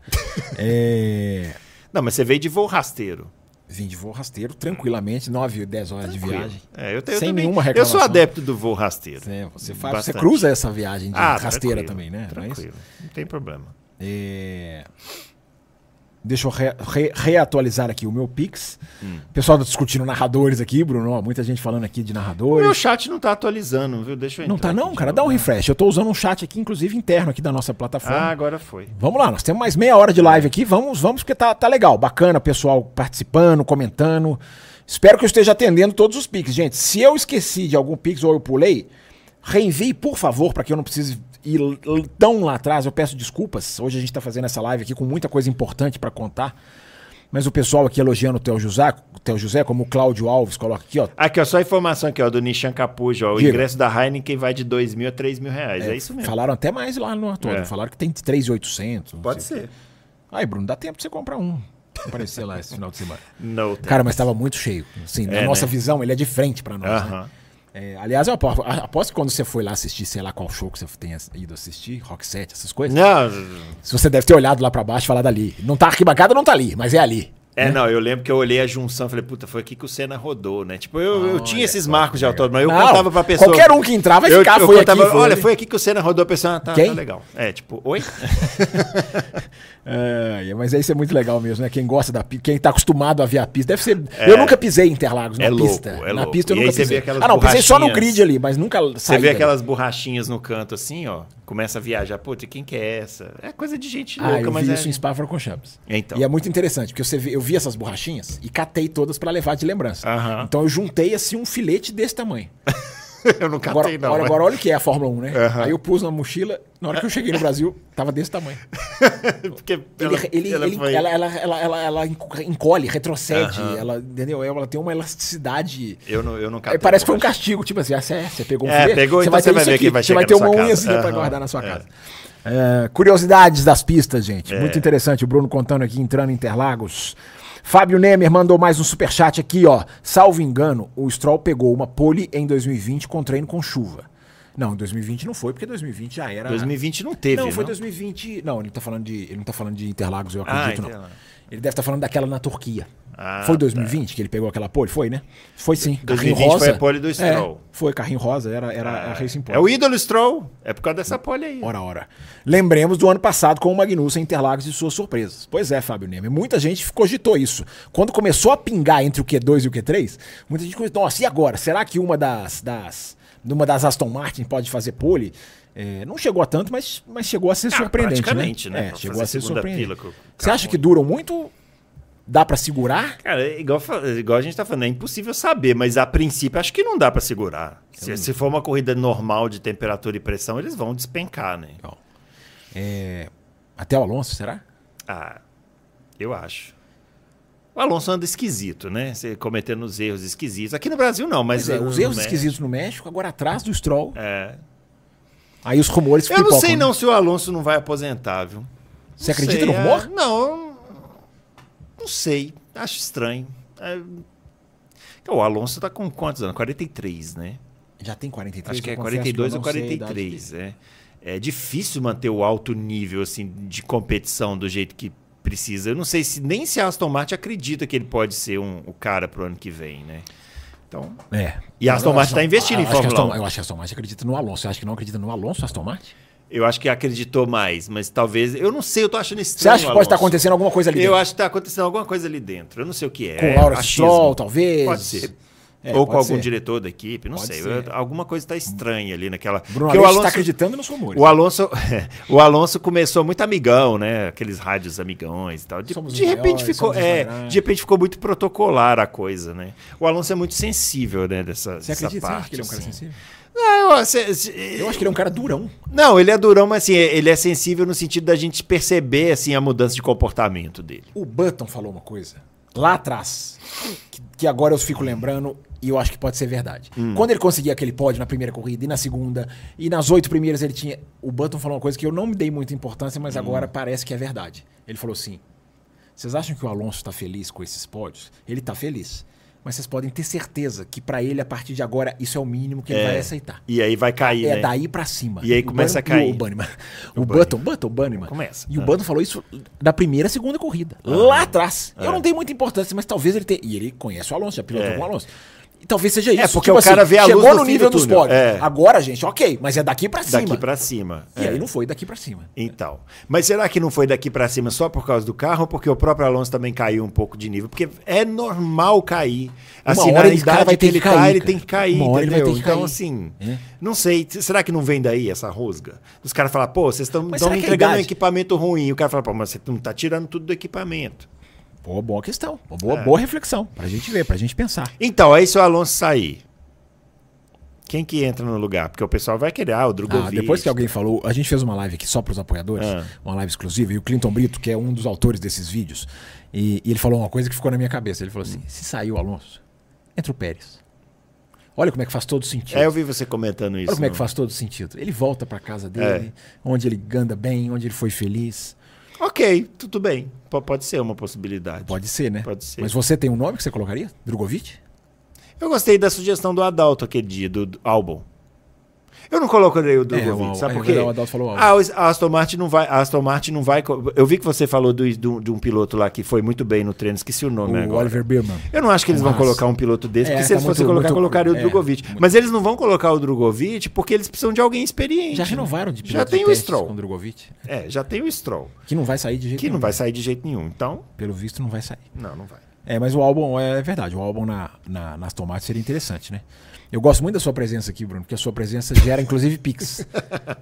Speaker 4: é.
Speaker 3: Não, mas você veio de voo rasteiro.
Speaker 4: Vim de voo rasteiro, tranquilamente, 9, 10 horas de viagem.
Speaker 3: É, eu tenho
Speaker 4: Sem
Speaker 3: eu também-
Speaker 4: nenhuma
Speaker 3: Eu sou
Speaker 4: reclamação.
Speaker 3: adepto do voo rasteiro.
Speaker 4: É, você, faz, você
Speaker 3: Bastante.
Speaker 4: cruza essa viagem de
Speaker 3: Ah,
Speaker 4: rasteira
Speaker 3: tranquilo,
Speaker 4: também, né? Não é isso?
Speaker 3: Tranquilo, não tem problema.
Speaker 4: É, Deixa eu re- re- reatualizar aqui o meu Pix.
Speaker 3: Hum.
Speaker 4: O pessoal tá discutindo narradores aqui, Bruno. ó, Muita gente falando aqui de
Speaker 3: O meu
Speaker 4: narradores.
Speaker 3: chat não tá atualizando, viu? Deixa eu
Speaker 4: Não
Speaker 3: entrar
Speaker 4: tá,
Speaker 3: aqui
Speaker 4: não,
Speaker 3: de
Speaker 4: cara.
Speaker 3: novo.
Speaker 4: Dá um refresh. Eu tô usando um chat aqui, inclusive interno aqui da nossa plataforma.
Speaker 3: Ah, agora foi.
Speaker 4: Vamos lá, nós temos mais meia
Speaker 3: É.
Speaker 4: hora de live aqui. Vamos, vamos, porque tá, tá legal. Bacana, pessoal participando, comentando. Espero que eu esteja atendendo todos os piques, gente. Se eu esqueci de algum pix ou eu pulei, reenvie, por favor, para que eu não precise ir l- l- tão lá atrás. Eu peço desculpas. Hoje a gente tá fazendo essa live aqui com muita coisa importante para contar. Mas o pessoal aqui elogiando o Theo José, o Theo José, como o Cláudio Alves coloca aqui, ó.
Speaker 3: Aqui, ó, só a informação aqui, ó, do Nishan Capujo, ó. O
Speaker 4: Diga.
Speaker 3: ingresso da Heineken vai de 2 mil a 3 mil reais. É, isso mesmo.
Speaker 4: Falaram até mais lá no ator.
Speaker 3: É.
Speaker 4: Falaram que tem 3,800. não
Speaker 3: Pode
Speaker 4: sei o quê.
Speaker 3: ser.
Speaker 4: Aí, Bruno, dá tempo de você comprar um. Aparecer lá esse final de semana.
Speaker 3: Não tem.
Speaker 4: Cara, mas estava muito cheio. Assim, na
Speaker 3: É,
Speaker 4: nossa
Speaker 3: né?
Speaker 4: visão, ele é de frente para nós. né?
Speaker 3: Aham.
Speaker 4: É, aliás, eu aposto, a- aposto que quando você foi lá assistir, sei lá qual show que você tenha ido assistir, Rock Set, essas coisas,
Speaker 3: Né? Não,
Speaker 4: se você deve ter olhado lá para baixo e falado ali. Não tá arquibancada, não tá ali, mas é ali.
Speaker 3: É, não, eu lembro que eu olhei a junção e falei, puta, foi aqui que o Senna rodou, né? Tipo, eu, eu tinha esses marcos de autódromo, mas eu
Speaker 4: né? Não,
Speaker 3: contava pra pessoa.
Speaker 4: qualquer um que entrar vai
Speaker 3: eu,
Speaker 4: ficar,
Speaker 3: eu
Speaker 4: foi
Speaker 3: contava,
Speaker 4: aqui, foi
Speaker 3: Olha,
Speaker 4: ali."
Speaker 3: foi aqui que o Senna rodou, a pessoa, ah, tá,
Speaker 4: Quem?
Speaker 3: tá legal. É, tipo, oi?
Speaker 4: É, mas isso é muito legal mesmo, né? Quem gosta da pista, quem tá acostumado a ver a pista, deve ser. eu nunca pisei em Interlagos na
Speaker 3: É louco,
Speaker 4: pista.
Speaker 3: é
Speaker 4: na
Speaker 3: louco.
Speaker 4: pista eu
Speaker 3: E
Speaker 4: nunca
Speaker 3: aí você vê
Speaker 4: pisei.
Speaker 3: aquelas
Speaker 4: Ah, não, pisei só no
Speaker 3: borrachinhas.
Speaker 4: grid ali, mas nunca
Speaker 3: Você
Speaker 4: saí
Speaker 3: vê
Speaker 4: dali.
Speaker 3: aquelas borrachinhas no canto assim, ó, começa a viajar, puta, e quem que é essa? É coisa de gente
Speaker 4: Ah,
Speaker 3: louca,
Speaker 4: eu
Speaker 3: mas
Speaker 4: vi
Speaker 3: é...
Speaker 4: isso em Spa Francorchamps.
Speaker 3: Então.
Speaker 4: E é muito interessante, porque você vê- eu vi essas borrachinhas e catei todas pra levar de lembrança.
Speaker 3: Aham.
Speaker 4: Então eu juntei assim um filete desse tamanho.
Speaker 3: eu não
Speaker 4: Agora,
Speaker 3: catei não.
Speaker 4: agora,
Speaker 3: mas-
Speaker 4: agora olha o que é a Fórmula 1, né? Aí eu pus na mochila, na hora que eu cheguei no Brasil, tava desse tamanho.
Speaker 3: Porque
Speaker 4: Ele,
Speaker 3: ela-
Speaker 4: ele-
Speaker 3: ela
Speaker 4: ele-
Speaker 3: foi-
Speaker 4: ela, ela, ela, ela, ela enco- encolhe, retrocede, ela, entendeu? Ela tem uma elasticidade.
Speaker 3: Eu não, eu não catei.
Speaker 4: Aí parece que foi
Speaker 3: não,
Speaker 4: um castigo, tipo assim, ah, você, você pegou um
Speaker 3: É,
Speaker 4: filete,
Speaker 3: pegou, então você vai
Speaker 4: isso
Speaker 3: ver quem vai
Speaker 4: você
Speaker 3: chegar
Speaker 4: vai
Speaker 3: na
Speaker 4: ter
Speaker 3: sua
Speaker 4: uma
Speaker 3: casa.
Speaker 4: unhazinha pra
Speaker 3: Aham.
Speaker 4: guardar na sua
Speaker 3: É.
Speaker 4: casa. É, curiosidades das pistas, gente. Muito interessante. O Bruno contando aqui, entrando em Interlagos. Fábio Nemer mandou mais um superchat aqui, ó. Salvo engano, o Stroll pegou uma pole em 2020 com treino com chuva. Não, 2020 não foi, porque 2020 já era.
Speaker 3: 2020 Ah. não teve,
Speaker 4: Não, foi
Speaker 3: não?
Speaker 4: 2020. Não, ele não tá falando de, ele não tá falando de Interlagos, eu
Speaker 3: Ah,
Speaker 4: acredito, não.
Speaker 3: Interlagos.
Speaker 4: Ele deve estar falando daquela na Turquia.
Speaker 3: Ah,
Speaker 4: foi 2020 que ele pegou aquela pole? Foi, né? Foi sim.
Speaker 3: 2020 foi a pole do Stroll.
Speaker 4: É, foi, carrinho rosa, era, era a Racing Point.
Speaker 3: É o ídolo Stroll. É por causa dessa pole aí.
Speaker 4: Ora, ora. Lembremos do ano passado com o Magnussen Interlagos e suas surpresas. Pois é, Fábio Neme. Muita gente cogitou isso. Quando começou a pingar entre o Q2 e o Q3, muita gente cogitou, nossa, e agora? Será que uma das, das, uma das Aston Martin pode fazer pole? É, não chegou a tanto, mas, mas chegou a ser surpreendente.
Speaker 3: Ah, praticamente, né?
Speaker 4: É,
Speaker 3: Pra
Speaker 4: chegou
Speaker 3: fazer
Speaker 4: a ser
Speaker 3: a segunda
Speaker 4: surpreendente.
Speaker 3: pila com o carro.
Speaker 4: Você acha que duram muito? Dá pra segurar?
Speaker 3: Cara, é igual, fa- é igual a gente tá falando, é impossível saber, mas a princípio acho que não dá pra segurar. Se, se for uma corrida normal de temperatura e pressão, eles vão despencar, né?
Speaker 4: Até o Alonso, será?
Speaker 3: Ah, eu acho. O Alonso anda esquisito, né? Você cometendo os erros esquisitos. Aqui no Brasil não, mas. né?
Speaker 4: Pois é,
Speaker 3: no-
Speaker 4: os
Speaker 3: no
Speaker 4: erros
Speaker 3: México-
Speaker 4: esquisitos no México, agora atrás do Stroll.
Speaker 3: É.
Speaker 4: Aí os rumores
Speaker 3: Eu não
Speaker 4: pipocam,
Speaker 3: sei
Speaker 4: né?
Speaker 3: não se o Alonso não vai aposentar, viu?
Speaker 4: Você
Speaker 3: Não sei,
Speaker 4: acredita no
Speaker 3: é,
Speaker 4: rumor?
Speaker 3: Não. Não sei. Acho estranho. É, O Alonso tá com quantos anos? 43, né?
Speaker 4: Já tem 43.
Speaker 3: Acho que
Speaker 4: eu
Speaker 3: é
Speaker 4: confesso
Speaker 3: 42
Speaker 4: eu
Speaker 3: ou
Speaker 4: não sei a idade
Speaker 3: 43, é. É difícil manter o alto nível assim de competição do jeito que precisa. Eu não sei se nem se a Aston Martin acredita que ele pode ser um, o cara pro ano que vem, né? Então,
Speaker 4: dele. É.
Speaker 3: E a Aston
Speaker 4: Eu
Speaker 3: Martin
Speaker 4: acho-
Speaker 3: tá investindo em
Speaker 4: eu acho que a
Speaker 3: Fórmula
Speaker 4: Aston-
Speaker 3: 1.
Speaker 4: Eu acho que a Aston Martin acredita no Alonso. Você acha que não acredita no Alonso, Aston Martin?
Speaker 3: eu acho que acreditou mais, mas talvez, eu não sei, eu tô achando estranho.
Speaker 4: Você acha que
Speaker 3: o
Speaker 4: pode estar
Speaker 3: Alonso.
Speaker 4: acontecendo alguma coisa ali
Speaker 3: Eu
Speaker 4: dentro?
Speaker 3: acho que tá acontecendo alguma coisa ali dentro. Eu não sei o que é.
Speaker 4: Com o Laura
Speaker 3: achismo.
Speaker 4: Stroll, talvez?
Speaker 3: Pode ser.
Speaker 4: É,
Speaker 3: Ou com
Speaker 4: pode
Speaker 3: algum
Speaker 4: ser.
Speaker 3: diretor da equipe, não
Speaker 4: Pode
Speaker 3: sei.
Speaker 4: ser.
Speaker 3: Eu- alguma coisa está estranha ali naquela.
Speaker 4: Bruno
Speaker 3: Porque
Speaker 4: Alonso, está tá acreditando nos rumores.
Speaker 3: O Alonso, o Alonso começou muito amigão, né? Aqueles rádios amigões e tal. De,
Speaker 4: Somos
Speaker 3: de
Speaker 4: os
Speaker 3: repente
Speaker 4: maiores,
Speaker 3: ficou,
Speaker 4: somos os
Speaker 3: é,
Speaker 4: mais grandes.
Speaker 3: de repente ficou muito protocolar a coisa, né? O Alonso é muito sensível, né? Dessa,
Speaker 4: Você
Speaker 3: dessa
Speaker 4: acredita? Você acha
Speaker 3: parte.
Speaker 4: que ele é um cara
Speaker 3: assim.
Speaker 4: sensível?
Speaker 3: Não, eu, se- se-
Speaker 4: Eu acho que ele é um cara durão.
Speaker 3: não, ele é durão, mas assim, ele é sensível no sentido da gente perceber assim a mudança de comportamento dele.
Speaker 4: O Button falou uma coisa lá atrás, que, que agora eu fico lembrando e eu acho que pode ser verdade. Quando ele conseguia aquele pódio na primeira corrida e na segunda, e nas oito primeiras ele tinha. O Button falou uma coisa que eu não me dei muita importância, mas agora parece que é verdade. Ele falou assim: vocês acham que o Alonso está feliz com esses pódios? Ele está feliz. Mas vocês podem ter certeza que para ele, a partir de agora, isso é o mínimo que ele vai aceitar.
Speaker 3: E aí vai cair,
Speaker 4: É
Speaker 3: né?
Speaker 4: daí pra cima.
Speaker 3: E aí
Speaker 4: O
Speaker 3: começa
Speaker 4: Bunny-
Speaker 3: a cair.
Speaker 4: O Bunnyman. O, Button, Button, Bunnyman.
Speaker 3: Começa.
Speaker 4: E o
Speaker 3: Ah.
Speaker 4: Button falou isso da primeira, segunda corrida. Lá atrás.
Speaker 3: É.
Speaker 4: Eu não dei muita importância, mas talvez ele tenha. E ele conhece o Alonso, já pilotou com o Alonso. E talvez seja isso.
Speaker 3: É,
Speaker 4: Tipo assim,
Speaker 3: porque o cara vê a luz
Speaker 4: Chegou
Speaker 3: no
Speaker 4: no
Speaker 3: fim
Speaker 4: nível
Speaker 3: do
Speaker 4: dos
Speaker 3: túnel.
Speaker 4: pódios.
Speaker 3: É.
Speaker 4: Agora, gente, ok, mas é daqui pra cima.
Speaker 3: Daqui pra cima.
Speaker 4: E
Speaker 3: é.
Speaker 4: aí não foi daqui pra cima.
Speaker 3: Então, mas será que não foi daqui pra cima só por causa do carro, ou porque o próprio Alonso também caiu um pouco de nível? Porque é normal cair. Assim,
Speaker 4: hora
Speaker 3: na
Speaker 4: esse cara
Speaker 3: idade
Speaker 4: vai
Speaker 3: que
Speaker 4: ter
Speaker 3: ele
Speaker 4: que cair,
Speaker 3: cai, ele
Speaker 4: cara.
Speaker 3: tem que cair,
Speaker 4: Uma hora ele vai
Speaker 3: entendeu?
Speaker 4: ter que
Speaker 3: então,
Speaker 4: cair.
Speaker 3: assim,
Speaker 4: É.
Speaker 3: não sei, t- será que não vem daí essa rusga? Os caras falam, pô, vocês estão
Speaker 4: Mas
Speaker 3: tão
Speaker 4: será
Speaker 3: me
Speaker 4: que a
Speaker 3: entregando um
Speaker 4: idade-
Speaker 3: equipamento ruim. O cara fala, pô, mas você não tá tirando tudo do equipamento.
Speaker 4: Pô, boa questão. Uma
Speaker 3: É.
Speaker 4: Boa, boa reflexão. Pra gente ver, pra gente pensar.
Speaker 3: Então, aí se o Alonso sair, quem que entra no lugar? Porque o pessoal vai querer, ah, o
Speaker 4: Ah,
Speaker 3: Drogovic.
Speaker 4: depois que alguém falou, a gente fez uma live aqui só para os apoiadores,
Speaker 3: Ah.
Speaker 4: uma live exclusiva, e o Clinton Brito, que é um dos autores desses vídeos, e, e ele falou uma coisa que ficou na minha cabeça. Ele falou assim:
Speaker 3: Hum.
Speaker 4: se sair o Alonso, entra o Pérez. Olha como é que faz todo sentido.
Speaker 3: É, eu vi você comentando isso. É.
Speaker 4: Olha como é que
Speaker 3: no-
Speaker 4: faz todo sentido. Ele volta para casa dele, onde ele anda bem, onde ele foi feliz.
Speaker 3: Ok, tudo bem. P- pode ser uma possibilidade.
Speaker 4: Pode ser, né?
Speaker 3: Pode ser.
Speaker 4: Mas você tem um nome que você colocaria? Drogovic?
Speaker 3: Eu gostei da sugestão do Adalto aquele dia, do do álbum. Eu não colocaria o do
Speaker 4: É, o
Speaker 3: Drogovic,
Speaker 4: álbum.
Speaker 3: sabe
Speaker 4: É
Speaker 3: por quê?
Speaker 4: verdade, o Adalto falou o álbum.
Speaker 3: Ah, os- a Aston Martin não vai, a Aston Martin não vai. co- Eu vi que você falou do, do- de um piloto lá que foi muito bem no treino, esqueci o nome
Speaker 4: o
Speaker 3: agora.
Speaker 4: Oliver Birman.
Speaker 3: Eu não acho que eles vão
Speaker 4: Haas.
Speaker 3: colocar um piloto desse,
Speaker 4: É,
Speaker 3: porque se
Speaker 4: tá
Speaker 3: eles fossem
Speaker 4: muito-
Speaker 3: colocar,
Speaker 4: muito-
Speaker 3: colocaria o
Speaker 4: é,
Speaker 3: Drogovic. Mas eles não vão colocar o Drogovic porque eles precisam de alguém experiente.
Speaker 4: Já
Speaker 3: né?
Speaker 4: renovaram de
Speaker 3: Já
Speaker 4: piloto de
Speaker 3: tem o
Speaker 4: testes
Speaker 3: Stroll.
Speaker 4: com o Drogovic,
Speaker 3: É, já tem o Stroll.
Speaker 4: que não vai sair de jeito
Speaker 3: Que não
Speaker 4: nenhum. né?
Speaker 3: vai sair de jeito nenhum. Então,
Speaker 4: Pelo visto, não vai sair.
Speaker 3: não, não vai.
Speaker 4: É, mas o álbum é verdade. O álbum na, na, nas tomates seria interessante, né? Eu gosto muito da sua presença aqui, Bruno, porque a sua presença gera inclusive pix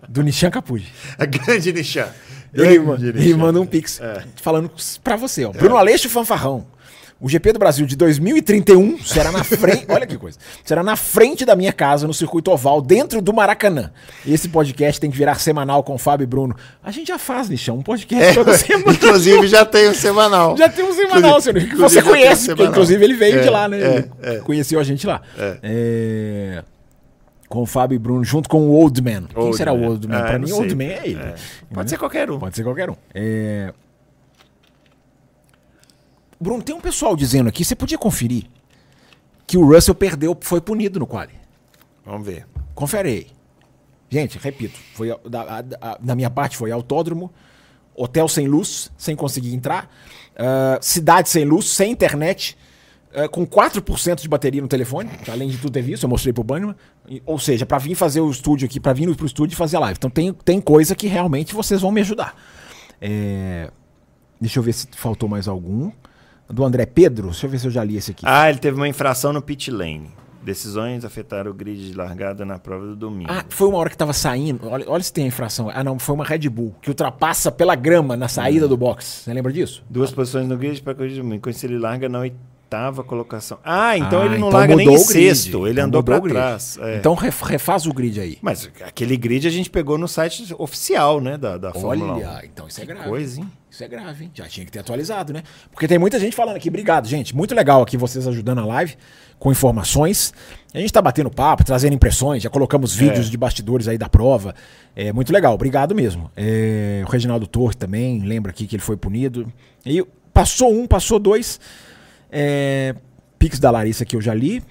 Speaker 4: do Nishan Capuji.
Speaker 3: A grande Nishan.
Speaker 4: Ele,
Speaker 3: Grande
Speaker 4: ele
Speaker 3: Nishan.
Speaker 4: manda um pix falando pra você, ó. Bruno Aleixo Fanfarrão. O GP do Brasil de 2031 será na frente. Olha que coisa. Será na frente da minha casa, no circuito oval, dentro do Maracanã. Esse podcast tem que virar semanal com o Fábio e Bruno. A gente já faz, Nishan, um podcast toda semana.
Speaker 3: Inclusive, já tem o semanal.
Speaker 4: Já tem um semanal,
Speaker 3: Inclusive-
Speaker 4: senhor. Que
Speaker 3: inclusive
Speaker 4: você
Speaker 3: já tem um
Speaker 4: conhece, porque
Speaker 3: semanal.
Speaker 4: inclusive ele veio
Speaker 3: É,
Speaker 4: de lá, né?
Speaker 3: é,
Speaker 4: Ele Conheceu a gente lá. É, Com o Fábio e Bruno, junto com o Old Man. Quem
Speaker 3: Old
Speaker 4: será
Speaker 3: Man.
Speaker 4: o Old Man?
Speaker 3: Ah,
Speaker 4: pra
Speaker 3: eu
Speaker 4: mim,
Speaker 3: não
Speaker 4: Old
Speaker 3: sei.
Speaker 4: Man é ele.
Speaker 3: É.
Speaker 4: né?
Speaker 3: Pode ser qualquer um.
Speaker 4: Pode ser qualquer um. É, Bruno, tem um pessoal dizendo aqui, você podia conferir que o Russell perdeu, foi punido no quali.
Speaker 3: Vamos ver.
Speaker 4: Confere aí. Gente, repito, foi a- da, a- a- da minha parte foi autódromo, hotel sem luz, sem conseguir entrar, ah, cidade sem luz, sem internet, ah, com 4% de bateria no telefone, que além de tudo teve isso, eu mostrei pro Bannerman. E- Ou seja, pra vir fazer o estúdio aqui, pra vir pro estúdio e fazer a live. Então tem, tem coisa que realmente vocês vão me ajudar. É, deixa eu ver se faltou mais algum. Do André Pedro, deixa eu ver se eu já li esse aqui.
Speaker 3: Ah, ele teve uma infração no pit lane. Decisões afetaram o grid de largada na prova do domingo.
Speaker 4: Ah, foi uma hora que tava saindo. Olha, olha se tem a infração. Ah, não, foi uma Red Bull que ultrapassa pela grama na saída do box. Você lembra disso?
Speaker 3: Duas posições no grid para a corrida do domingo. Com isso, ele larga na oitava colocação. Ah, então
Speaker 4: Ah,
Speaker 3: ele não
Speaker 4: então
Speaker 3: larga nem
Speaker 4: mudou
Speaker 3: em
Speaker 4: o grid.
Speaker 3: sexto. Ele
Speaker 4: Então
Speaker 3: andou
Speaker 4: mudou
Speaker 3: para
Speaker 4: o grid.
Speaker 3: trás. é.
Speaker 4: Então ref- refaz o grid aí.
Speaker 3: Mas aquele grid a gente pegou no site oficial, né? Da, da Fórmula 1.
Speaker 4: Olha, então isso é grave.
Speaker 3: coisa, hein?
Speaker 4: Isso é grave, hein? Já tinha que ter atualizado, né? Porque tem muita gente falando aqui. Obrigado, gente. Muito legal aqui vocês ajudando a live com informações. A gente tá batendo papo, trazendo impressões. Já colocamos
Speaker 3: É.
Speaker 4: vídeos de bastidores aí da prova. É muito legal. Obrigado mesmo. É, o Reginaldo Torre também lembra aqui que ele foi punido. E passou um, passou dois. É, Pix da Larissa que eu já li.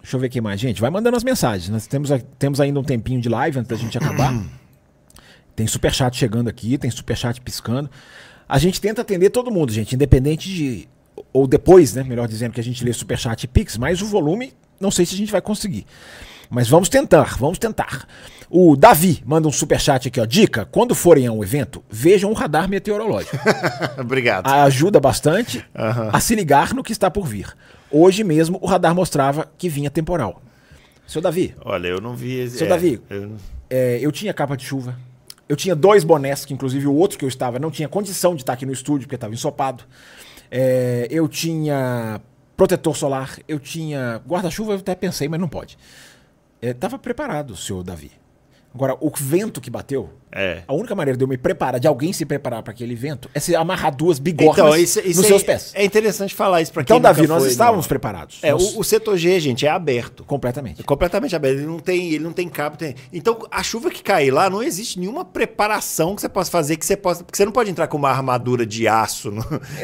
Speaker 4: Deixa eu ver quem mais. Gente, vai mandando as mensagens. Nós temos, a- temos ainda um tempinho de live antes da gente acabar. Tem superchat chegando aqui, tem superchat piscando. A gente tenta atender todo mundo, gente, independente de. Ou depois, né? Melhor dizendo, que a gente lê superchat e pix, mas o volume, não sei se a gente vai conseguir. Mas vamos tentar, vamos tentar. O Davi manda um superchat aqui, ó. Dica: quando forem a um evento, vejam o radar meteorológico.
Speaker 3: um. Obrigado.
Speaker 4: A- ajuda bastante a se ligar no que está por vir. Hoje mesmo, o radar mostrava que vinha temporal. Seu Davi,
Speaker 3: Olha, eu não vi. esse-
Speaker 4: Seu Davi.
Speaker 3: eu-
Speaker 4: é, eu tinha capa de chuva. Eu tinha dois bonés, que inclusive o outro que eu estava não tinha condição de estar aqui no estúdio, porque estava ensopado. É, eu tinha protetor solar, eu tinha guarda-chuva, eu até pensei, mas não pode. Estava preparado, senhor Davi. Agora, o vento que bateu,
Speaker 3: É.
Speaker 4: a única maneira de eu me preparar, de alguém se preparar para aquele vento, é se amarrar duas bigornas nos
Speaker 3: é-
Speaker 4: seus pés.
Speaker 3: É interessante falar isso para quem
Speaker 4: então, Davi,
Speaker 3: nunca
Speaker 4: nós
Speaker 3: foi,
Speaker 4: estávamos
Speaker 3: né?
Speaker 4: preparados.
Speaker 3: É,
Speaker 4: Nós-
Speaker 3: o, o setor G, gente, é aberto.
Speaker 4: Completamente.
Speaker 3: É completamente aberto. Ele não tem, ele não tem cabo. tem- Então, a chuva que cair lá, não existe nenhuma preparação que você possa fazer, que você possa. Porque você não pode entrar com uma armadura de aço no, no,
Speaker 4: Exatamente.
Speaker 3: no,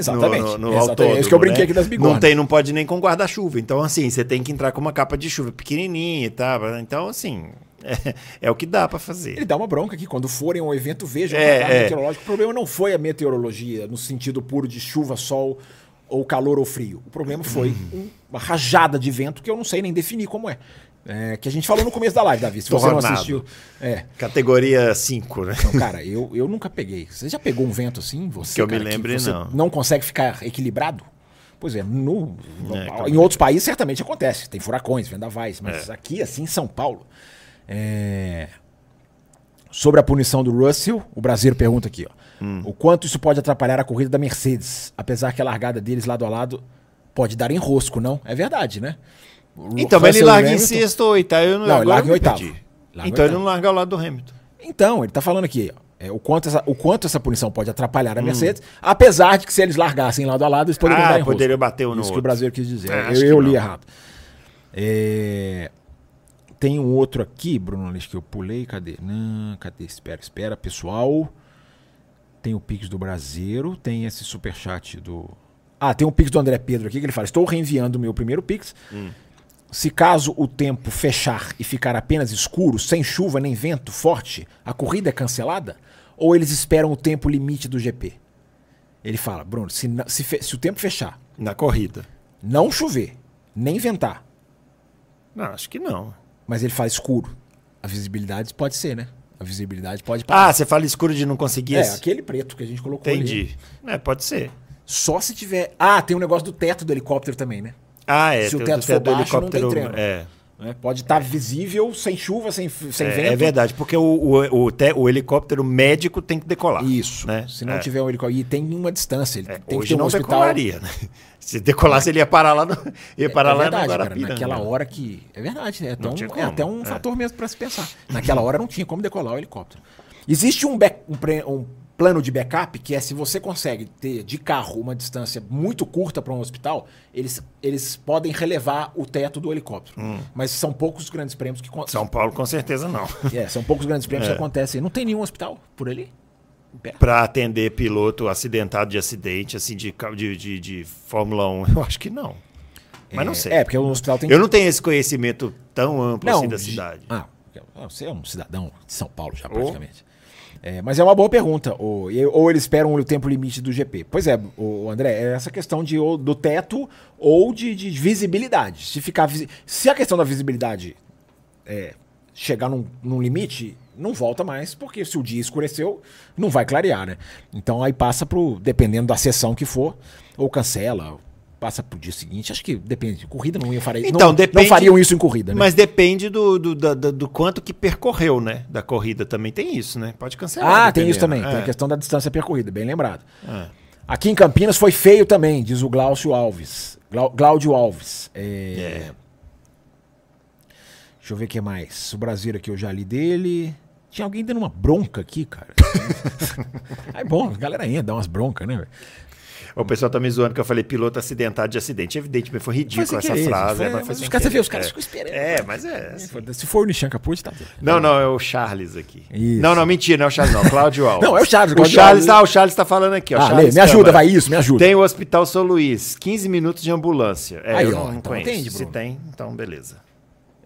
Speaker 4: Exatamente.
Speaker 3: autódromo,
Speaker 4: É isso que eu brinquei
Speaker 3: né?
Speaker 4: aqui das bigornas.
Speaker 3: Não tem, não pode nem com guarda-chuva. Então, assim, você tem que entrar com uma capa de chuva pequenininha e tal. Então, assim, é, é o que dá pra
Speaker 4: Ele
Speaker 3: fazer.
Speaker 4: dá uma bronca que quando forem a um evento vejam
Speaker 3: É,
Speaker 4: o radar
Speaker 3: é.
Speaker 4: meteorológico. O problema não foi a meteorologia no sentido puro de chuva, sol ou calor ou frio. O problema foi
Speaker 3: Uhum.
Speaker 4: um- uma rajada de vento que eu não sei nem definir como é. É, que a gente falou no começo da live, Davi. Se você não
Speaker 3: Tornado.
Speaker 4: assistiu. É.
Speaker 3: Categoria 5, né?
Speaker 4: Não, Então, cara, eu, eu nunca peguei. Você já pegou um vento assim? Você,
Speaker 3: Que eu me
Speaker 4: cara,
Speaker 3: lembre,
Speaker 4: você
Speaker 3: não.
Speaker 4: Não consegue ficar equilibrado? Pois é, no, no-
Speaker 3: É,
Speaker 4: em
Speaker 3: claro.
Speaker 4: outros países certamente acontece. Tem furacões, vendavais, mas
Speaker 3: É.
Speaker 4: aqui, assim, em São Paulo. É, Sobre a punição do Russell, o Brasileiro pergunta aqui, ó.
Speaker 3: Hum.
Speaker 4: O quanto isso pode atrapalhar a corrida da Mercedes? Apesar que a largada deles lado a lado pode dar enrosco, não? É verdade, né? O Ru-
Speaker 3: Então, mas ele
Speaker 4: Russell e
Speaker 3: larga em
Speaker 4: assim, Hamilton-
Speaker 3: sexto ou oitavo. Eu não,
Speaker 4: Não, ele
Speaker 3: agora
Speaker 4: larga em
Speaker 3: eu me
Speaker 4: oitavo.
Speaker 3: perdi.
Speaker 4: Larga em
Speaker 3: então, ele
Speaker 4: oitavo.
Speaker 3: não larga ao lado do Hamilton.
Speaker 4: Então, ele tá falando aqui, ó, é, o, quanto essa, o quanto essa punição pode atrapalhar a Mercedes, apesar de que se eles largassem lado a lado, eles poderiam
Speaker 3: Hum. Ah,
Speaker 4: dar em rosto.
Speaker 3: poderia bater um no
Speaker 4: Isso que
Speaker 3: outro.
Speaker 4: o brasileiro quis dizer.
Speaker 3: Ah,
Speaker 4: eu
Speaker 3: acho que
Speaker 4: eu li
Speaker 3: não.
Speaker 4: errado. É, Tem um outro aqui, Bruno, acho que eu pulei. Cadê? Não, cadê? Espera, espera, pessoal. Tem o Pix do Brasileiro, tem esse superchat do. Ah, tem um Pix do André Pedro aqui que ele fala: Estou reenviando o meu primeiro Pix.
Speaker 3: Hum.
Speaker 4: Se caso o tempo fechar e ficar apenas escuro, sem chuva nem vento forte, a corrida é cancelada? Ou eles esperam o tempo limite do GP? Ele fala, Bruno, se, na- se fe- se o tempo fechar,
Speaker 3: Na corrida.
Speaker 4: não chover, nem ventar,
Speaker 3: Não, acho que não.
Speaker 4: mas ele fala escuro, a visibilidade pode ser, né? A visibilidade pode parar.
Speaker 3: Ah, você fala escuro de não conseguir
Speaker 4: é,
Speaker 3: esse?
Speaker 4: aquele preto que a gente colocou ali.
Speaker 3: Entendi. É, pode ser.
Speaker 4: Só se tiver... Ah, tem um negócio do teto do helicóptero também, né?
Speaker 3: Ah, é.
Speaker 4: Se o
Speaker 3: tem
Speaker 4: teto
Speaker 3: do
Speaker 4: for baixo, não tem treino.
Speaker 3: É,
Speaker 4: Né? Pode estar visível, sem chuva, sem, f- sem
Speaker 3: é,
Speaker 4: vento.
Speaker 3: é verdade, porque o, o, o, te- o helicóptero médico tem que decolar.
Speaker 4: Isso.
Speaker 3: Né?
Speaker 4: Se não
Speaker 3: É.
Speaker 4: tiver um helicóptero. E tem uma distância. Ele
Speaker 3: É,
Speaker 4: tem que
Speaker 3: hoje
Speaker 4: ter um
Speaker 3: não
Speaker 4: hospital.
Speaker 3: decolaria, né? Se decolasse, ele ia parar lá no, ia parar
Speaker 4: é
Speaker 3: lá
Speaker 4: verdade,
Speaker 3: no
Speaker 4: cara,
Speaker 3: Guarapiranga.
Speaker 4: naquela hora que. É verdade, né? é, até
Speaker 3: né? Não
Speaker 4: um-
Speaker 3: tinha
Speaker 4: é
Speaker 3: como,
Speaker 4: até um
Speaker 3: é.
Speaker 4: fator mesmo para se pensar. Naquela hora não tinha como decolar o helicóptero. Existe um, back- um pre- um plano de backup que é se você consegue ter de carro uma distância muito curta para um hospital, eles, eles podem relevar o teto do helicóptero. Mas são poucos os grandes prêmios que con-
Speaker 3: Hum. São Paulo, com certeza, não.
Speaker 4: É, são poucos os grandes prêmios que acontecem. Não tem nenhum hospital por ali? Perto.
Speaker 3: Pra atender piloto acidentado de acidente, assim, de, ca- de, de, de Fórmula 1, eu acho que não. Mas não sei.
Speaker 4: É, porque o hospital tem
Speaker 3: Eu não tenho esse conhecimento tão amplo assim da
Speaker 4: de-
Speaker 3: cidade.
Speaker 4: Ah, Ah, Você é um cidadão de São Paulo já, praticamente. É, mas é uma boa pergunta. Ou, e- ou eles esperam o tempo limite do GP. Pois é, o André, é essa questão de, ou do teto ou de, de visibilidade. Se, ficar, visi- se a questão da visibilidade é, chegar num, num limite, não volta mais, porque se o dia escureceu, não vai clarear, né? Então aí passa pro, dependendo da sessão que for, ou cancela, ou passa pro dia seguinte. Acho que depende. Corrida não ia faria
Speaker 3: Então,
Speaker 4: não,
Speaker 3: depende-
Speaker 4: não fariam isso em corrida, né?
Speaker 3: Mas depende do, do, da- da- do quanto que percorreu, né? Da corrida também tem isso, né? Pode cancelar.
Speaker 4: Ah, tem isso também.
Speaker 3: dependendo.
Speaker 4: Tem a
Speaker 3: É.
Speaker 4: questão da distância percorrida, bem lembrado.
Speaker 3: É.
Speaker 4: Aqui em Campinas foi feio também, diz o Glaucio Alves. Glau- Glaudio Alves. É... Deixa eu ver o que mais. O Brasileiro aqui eu já li dele. Tinha alguém dando uma bronca aqui, cara. é bom, a galera ainda dá umas broncas, né? velho?
Speaker 3: O pessoal tá me zoando que eu falei piloto acidentado de acidente. Evidentemente foi ridículo
Speaker 4: sem
Speaker 3: essa
Speaker 4: querer,
Speaker 3: frase.
Speaker 4: foi-
Speaker 3: é,
Speaker 4: mas
Speaker 3: sem
Speaker 4: os caras- você
Speaker 3: querer.
Speaker 4: vê, os caras
Speaker 3: É.
Speaker 4: ficam esperando.
Speaker 3: É, mas é. assim.
Speaker 4: Se for o Nishan Caput, tá bem.
Speaker 3: Não, não, é o Charles aqui.
Speaker 4: Isso.
Speaker 3: Não, não, mentira, não é o Charles, não. Cláudio Alves.
Speaker 4: Não, é o Charles,
Speaker 3: O
Speaker 4: Cláudio
Speaker 3: Charles,
Speaker 4: Alves.
Speaker 3: ah, o Charles tá falando aqui, ó.
Speaker 4: Ah,
Speaker 3: Charles
Speaker 4: Lê, me ajuda,
Speaker 3: Câmara.
Speaker 4: vai isso, me ajuda.
Speaker 3: Tem o Hospital São Luís, 15 minutos de ambulância. É,
Speaker 4: Aí,
Speaker 3: eu
Speaker 4: ó,
Speaker 3: não
Speaker 4: então
Speaker 3: conheço.
Speaker 4: entende,
Speaker 3: Se
Speaker 4: Bruno.
Speaker 3: tem, então beleza.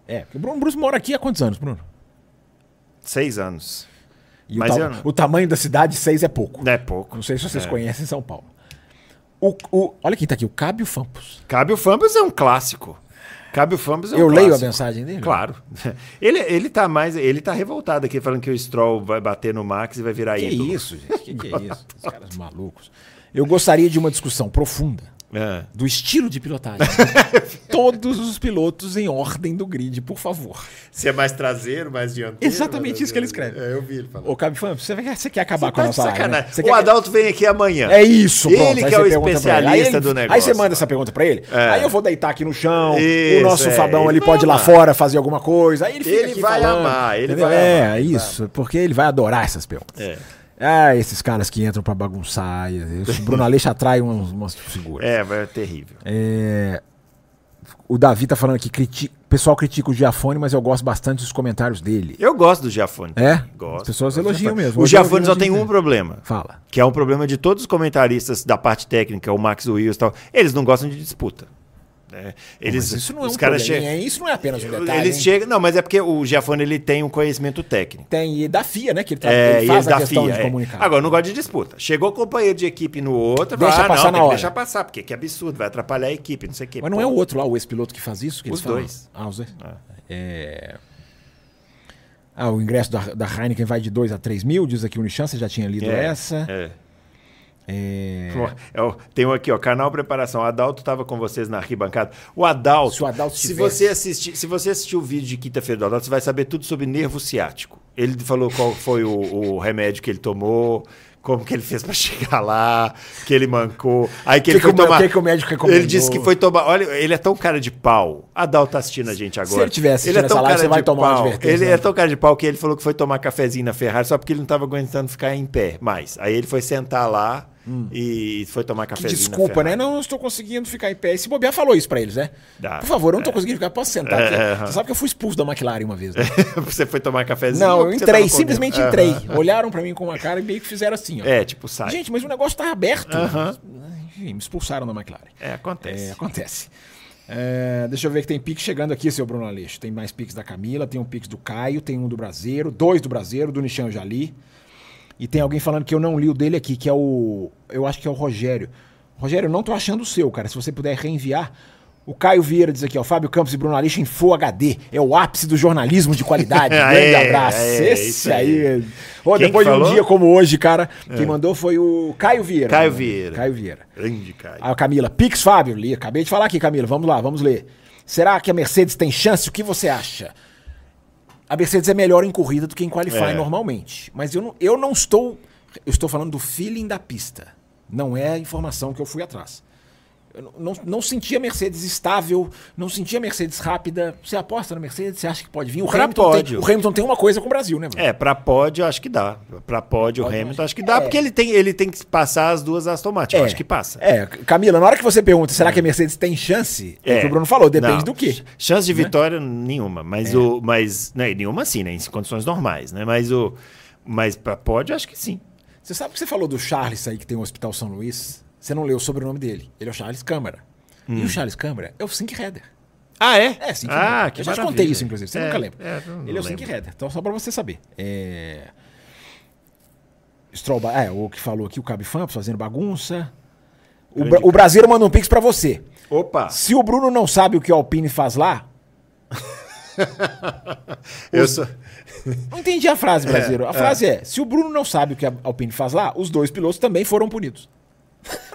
Speaker 4: É, porque o Bruno Bruce mora aqui há quantos anos, Bruno?
Speaker 3: Seis anos.
Speaker 4: E
Speaker 3: Mas
Speaker 4: o, ta-
Speaker 3: eu não-
Speaker 4: o tamanho da cidade, seis é pouco.
Speaker 3: Não é pouco.
Speaker 4: Não sei se vocês conhecem São Paulo. O, o- olha quem tá aqui, o Cábio Fampos.
Speaker 3: Cabe o Fambos é um clássico. Cabe o Fambos é um
Speaker 4: Eu leio a
Speaker 3: clássico.
Speaker 4: mensagem dele? né?
Speaker 3: Claro. Ele, ele tá mais. Ele tá revoltado aqui, falando que o Stroll vai bater no Max e vai virar
Speaker 4: Que
Speaker 3: ídolo.
Speaker 4: isso, gente? Que, que é isso? Os caras malucos. Eu gostaria de uma discussão profunda
Speaker 3: É.
Speaker 4: do estilo de pilotagem. Todos os pilotos em ordem do grid, por favor.
Speaker 3: Se é mais traseiro, mais dianteiro.
Speaker 4: Exatamente
Speaker 3: mais-
Speaker 4: isso que ele escreve.
Speaker 3: É, eu vi ele falando.
Speaker 4: Ô, Cábio Fampos, você, vai- você quer acabar
Speaker 3: Você
Speaker 4: com a
Speaker 3: tá de
Speaker 4: nossa área, né?
Speaker 3: sacanagem.
Speaker 4: Você
Speaker 3: O
Speaker 4: quer-
Speaker 3: Adalto vem aqui amanhã.
Speaker 4: É isso,
Speaker 3: Ele
Speaker 4: pronto.
Speaker 3: que
Speaker 4: Aí
Speaker 3: é o
Speaker 4: você pergunta pra ele. Aí
Speaker 3: especialista
Speaker 4: ele-
Speaker 3: do negócio. É.
Speaker 4: Aí você manda essa pergunta pra ele. Aí eu vou deitar aqui no chão.
Speaker 3: Isso,
Speaker 4: o nosso
Speaker 3: é.
Speaker 4: Fabão ali
Speaker 3: Ele
Speaker 4: pode ir
Speaker 3: vai
Speaker 4: lá
Speaker 3: amar.
Speaker 4: fora fazer alguma coisa. Aí ele fica
Speaker 3: Ele
Speaker 4: aqui
Speaker 3: vai
Speaker 4: falando,
Speaker 3: amar, ele
Speaker 4: entendeu?
Speaker 3: vai
Speaker 4: É,
Speaker 3: amar, ele
Speaker 4: isso. Porque ele vai adorar essas perguntas.
Speaker 3: É.
Speaker 4: Ah, esses caras que entram pra bagunçar. O Bruno Aleixo atrai umas, umas figuras.
Speaker 3: É, vai é terrível.
Speaker 4: É, O Davi tá falando aqui, criti... o pessoal critica o Giafone, mas eu gosto bastante dos comentários dele.
Speaker 3: Eu gosto do Giafone.
Speaker 4: É?
Speaker 3: Gosto.
Speaker 4: As pessoas
Speaker 3: Gosto do
Speaker 4: elogiam
Speaker 3: Giafone.
Speaker 4: mesmo.
Speaker 3: O
Speaker 4: Hoje eu
Speaker 3: Giafone
Speaker 4: ouvi
Speaker 3: só
Speaker 4: hoje
Speaker 3: tem
Speaker 4: dizer.
Speaker 3: um problema.
Speaker 4: Fala.
Speaker 3: Que é um problema de todos os comentaristas da parte técnica, o Max Wills e tal. Eles não gostam de disputa. né? eles,
Speaker 4: Mas isso não é
Speaker 3: os
Speaker 4: um
Speaker 3: caras
Speaker 4: probleminha,
Speaker 3: chegam.
Speaker 4: hein? Isso não é apenas um detalhe.
Speaker 3: Eles
Speaker 4: hein?
Speaker 3: chegam. Não, mas é porque o Giafone ele tem um conhecimento técnico.
Speaker 4: Tem e da FIA, né? Que ele, tá,
Speaker 3: É,
Speaker 4: ele
Speaker 3: e
Speaker 4: faz
Speaker 3: eles
Speaker 4: a
Speaker 3: da
Speaker 4: questão
Speaker 3: FIA.
Speaker 4: de
Speaker 3: é.
Speaker 4: comunicar.
Speaker 3: Agora, eu não gosto de disputa. Chegou o companheiro de equipe no outro,
Speaker 4: Deixa
Speaker 3: fala, ah, não,
Speaker 4: passar na
Speaker 3: tem que
Speaker 4: hora.
Speaker 3: deixar passar, porque que absurdo, vai atrapalhar a equipe, não sei o quê.
Speaker 4: Mas não
Speaker 3: Pô.
Speaker 4: é o outro lá, o ex-piloto que faz isso? Que eles
Speaker 3: Os
Speaker 4: falam?
Speaker 3: dois.
Speaker 4: Ah, os dois? É. Ah, o ingresso da, da Heineken vai de 2 a 3 mil, diz aqui o Unichan, você já tinha lido
Speaker 3: É,
Speaker 4: essa.
Speaker 3: É.
Speaker 4: É.
Speaker 3: Pô, é o- tem um aqui, ó, canal Preparação. O Adalto estava com vocês na arquibancada. O Adalto,
Speaker 4: Se o Adalto
Speaker 3: se
Speaker 4: tivesse-
Speaker 3: você assistir, se você assistir o vídeo de quinta-feira do Adalto, você vai saber tudo sobre nervo ciático. Ele falou qual foi o, o remédio que ele tomou, como que ele fez para chegar lá, que ele mancou. Aí que ele
Speaker 4: Que
Speaker 3: foi
Speaker 4: que o-
Speaker 3: tomar.
Speaker 4: que que o médico recomendou?
Speaker 3: Ele disse que foi tomar. Olha, ele é tão cara de pau. Adalto tá assistindo a gente agora.
Speaker 4: ele tiver assistindo
Speaker 3: ele é tão
Speaker 4: essa live,
Speaker 3: cara
Speaker 4: você vai
Speaker 3: de
Speaker 4: tomar uma
Speaker 3: pau.
Speaker 4: advertência,
Speaker 3: Ele
Speaker 4: né?
Speaker 3: é tão cara de pau que ele falou que foi tomar cafezinho na Ferrari só porque ele não estava aguentando ficar em pé mais. Aí ele foi sentar lá e foi tomar
Speaker 4: Hum. Que
Speaker 3: cafezinho. na
Speaker 4: desculpa,
Speaker 3: Ferrari.
Speaker 4: né? Não estou conseguindo ficar em pé. Esse bobear falou isso pra eles, né?
Speaker 3: Dá.
Speaker 4: Por favor, eu não estou conseguindo ficar. Posso sentar aqui?
Speaker 3: É, é.
Speaker 4: Você sabe que eu fui expulso da McLaren uma vez, né?
Speaker 3: Você foi tomar cafezinho?
Speaker 4: Não, eu
Speaker 3: porque você
Speaker 4: entrei,
Speaker 3: tava comendo.
Speaker 4: simplesmente
Speaker 3: Aham.
Speaker 4: entrei. Olharam pra mim com uma cara e meio que fizeram assim, ó.
Speaker 3: É, tipo, sai.
Speaker 4: Gente, mas o negócio tá aberto. Enfim, me expulsaram da McLaren.
Speaker 3: é, acontece.
Speaker 4: É, acontece. É, deixa eu ver que tem pix chegando aqui, seu Bruno Aleixo. Tem mais pix da Camila, tem um pix do Caio, tem um do Brasileiro, dois do Brasileiro, do Nishan eu já li. E tem alguém falando que eu não li o dele aqui, que é o. Eu acho que é o Rogério. Rogério, eu não tô achando o seu, cara. Se você puder reenviar. O Caio Vieira diz aqui, ó, Fábio Campos e Bruno Aleixo em Full HD. É o ápice do jornalismo de qualidade. Grande
Speaker 3: Aê,
Speaker 4: abraço.
Speaker 3: aê, é
Speaker 4: Esse
Speaker 3: isso
Speaker 4: aí.
Speaker 3: aí.
Speaker 4: Ô,
Speaker 3: Quem que
Speaker 4: depois de um
Speaker 3: falou? É.
Speaker 4: dia como hoje, cara, quem mandou foi o Caio Vieira.
Speaker 3: Caio
Speaker 4: né?
Speaker 3: Vieira.
Speaker 4: Caio Vieira.
Speaker 3: Grande, cara.
Speaker 4: A Camila, Pix Fábio, li, acabei de falar aqui, Camila, vamos lá, vamos ler. Será que a Mercedes tem chance? O que você acha? A Mercedes é melhor em corrida do que em qualify
Speaker 3: É.
Speaker 4: normalmente. Mas eu não, eu não estou. Eu estou falando do feeling da pista. Não é a informação que eu fui atrás. Eu não- não, não senti a Mercedes estável, não senti a Mercedes rápida. Você aposta na Mercedes? Você acha que pode vir? O
Speaker 3: Pra
Speaker 4: Hamilton, tem,
Speaker 3: pódio.
Speaker 4: o Hamilton tem uma coisa com o Brasil, né? Bruno?
Speaker 3: É, pra pódio eu acho que dá. Pra pódio o Hamilton acho que dá, porque ele tem, ele tem que passar as duas Aston Martin. Eu
Speaker 4: É.
Speaker 3: acho que passa. É.
Speaker 4: É, Camila, na hora que você pergunta, será que a Mercedes tem chance? É. o que o Bruno falou, depende
Speaker 3: Não,
Speaker 4: do quê? né? É.
Speaker 3: ch- Chance de vitória nenhuma, mas o mas né, nenhuma sim, né, em condições normais, né? Mas o mas para pódio acho que sim.
Speaker 4: Você sabe que você falou do Charles aí que tem o Hospital São Luís? Você não leu sobre o sobrenome dele. Ele é o Charles Câmara. E o Charles Câmara é o Sink Header.
Speaker 3: Hum. Ah, é?
Speaker 4: É, Sink
Speaker 3: Ah,
Speaker 4: Header.
Speaker 3: que
Speaker 4: Eu já te
Speaker 3: maravilha.
Speaker 4: contei isso, inclusive. Você
Speaker 3: É,
Speaker 4: nunca lembra.
Speaker 3: é, não- não
Speaker 4: Ele é o
Speaker 3: lembro.
Speaker 4: Sink Header. Então, só pra você saber. É... Stroba... É, o que falou aqui, o Cab Famps fazendo bagunça. O, Bra- o Brasileiro manda um pix pra você.
Speaker 3: Opa!
Speaker 4: Se o Bruno não sabe o que a Alpine faz lá...
Speaker 3: Eu sou.
Speaker 4: Não entendi a frase, Brasileiro. A frase é. se o Bruno não sabe o que a Alpine faz lá, os dois pilotos também foram punidos.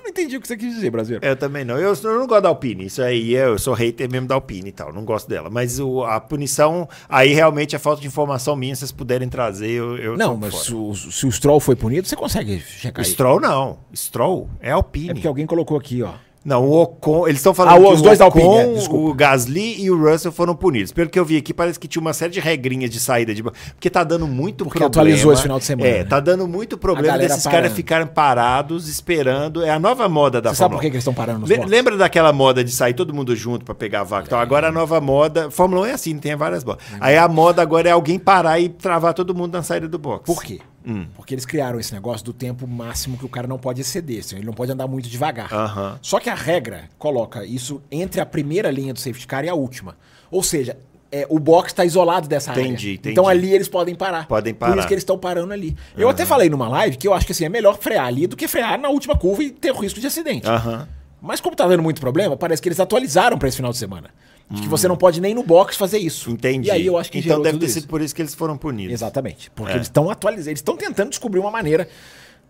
Speaker 4: não entendi o que você quis dizer, Brasileiro.
Speaker 3: Eu também não. Eu, eu não gosto da Alpine. Isso aí, eu sou hater mesmo da Alpine e tal. Não gosto dela. Mas o- a punição, aí realmente é falta de informação minha. Se vocês puderem trazer, eu. eu
Speaker 4: Não,
Speaker 3: tô
Speaker 4: mas
Speaker 3: fora.
Speaker 4: se o, se o Stroll foi punido, você consegue checar isso.
Speaker 3: Stroll Tá não. Stroll é Alpine.
Speaker 4: É porque alguém colocou aqui, ó.
Speaker 3: Não, o Ocon. Eles estão falando
Speaker 4: Ah,
Speaker 3: que
Speaker 4: os dois da Alpine, é, desculpa.
Speaker 3: o Gasly e o Russell foram punidos. Pelo que eu vi aqui, parece que tinha uma série de regrinhas de saída de. ba- Porque tá dando muito
Speaker 4: Porque
Speaker 3: problema.
Speaker 4: atualizou esse final de semana,
Speaker 3: É,
Speaker 4: né?
Speaker 3: tá dando muito problema
Speaker 4: galera
Speaker 3: desses
Speaker 4: parando.
Speaker 3: caras ficarem parados, esperando. É a nova moda da
Speaker 4: Você sabe
Speaker 3: Fórmula
Speaker 4: por que,
Speaker 3: um.
Speaker 4: que eles estão parando nos
Speaker 3: Le-
Speaker 4: boxes?
Speaker 3: lembra daquela moda de sair todo mundo junto pra pegar a vaca? Então, agora a nova moda. Fórmula 1 é assim, tem várias bolas. Aí a moda agora é alguém parar e travar todo mundo na saída do box.
Speaker 4: Por quê?
Speaker 3: Hum.
Speaker 4: Porque eles criaram esse negócio do tempo máximo que o cara não pode exceder, assim, ele não pode andar muito devagar.
Speaker 3: Aham.
Speaker 4: Só que a regra coloca isso entre a primeira linha do safety car e a última. Ou seja, é, o box está isolado dessa área.
Speaker 3: Entendi, entendi.
Speaker 4: Então ali eles podem parar.
Speaker 3: Podem
Speaker 4: Por
Speaker 3: parar.
Speaker 4: isso que eles estão parando ali. Eu até falei numa live que eu acho que assim, é melhor frear ali do que frear na última curva e ter o risco de acidente.
Speaker 3: Aham.
Speaker 4: Mas como tá dando muito problema, parece que eles atualizaram para esse final de semana. De que você não pode nem no box fazer isso.
Speaker 3: Entendi.
Speaker 4: E aí eu acho que
Speaker 3: Então
Speaker 4: gerou
Speaker 3: deve
Speaker 4: tudo
Speaker 3: ter
Speaker 4: isso.
Speaker 3: sido por isso que eles foram punidos.
Speaker 4: Exatamente. Porque
Speaker 3: É.
Speaker 4: eles estão atualizando, eles estão tentando descobrir uma maneira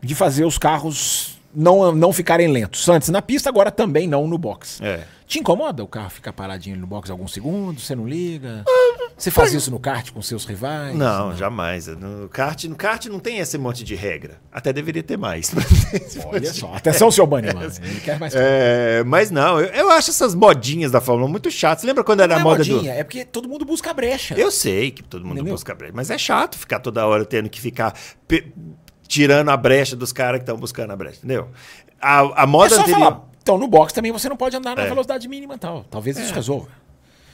Speaker 4: de fazer os carros não, não ficarem lentos. Antes na pista, agora também não no box.
Speaker 3: É.
Speaker 4: Te incomoda o carro ficar paradinho ali no box alguns segundos? Você não liga? Você faz isso no kart com seus
Speaker 3: Ah,
Speaker 4: rivais?
Speaker 3: Não, jamais. No kart, no kart não tem esse monte de regra. Até deveria ter mais.
Speaker 4: Olha só. Atenção, seu Bunny, mano. Ele quer mais
Speaker 3: É, mas não, eu, eu acho essas modinhas da Fórmula 1 muito chatas. Lembra quando era
Speaker 4: Não
Speaker 3: a
Speaker 4: é
Speaker 3: moda do.
Speaker 4: modinha, é porque todo mundo busca a brecha.
Speaker 3: Eu sei que todo mundo
Speaker 4: Entendeu?
Speaker 3: busca brecha, mas é chato ficar toda hora tendo que ficar pe- tirando a brecha dos caras que estão buscando a brecha, entendeu? A, a
Speaker 4: é
Speaker 3: moda
Speaker 4: só
Speaker 3: anterior.
Speaker 4: falar. Então, no box também você não pode andar na
Speaker 3: É.
Speaker 4: velocidade mínima e tal. Talvez isso resolva.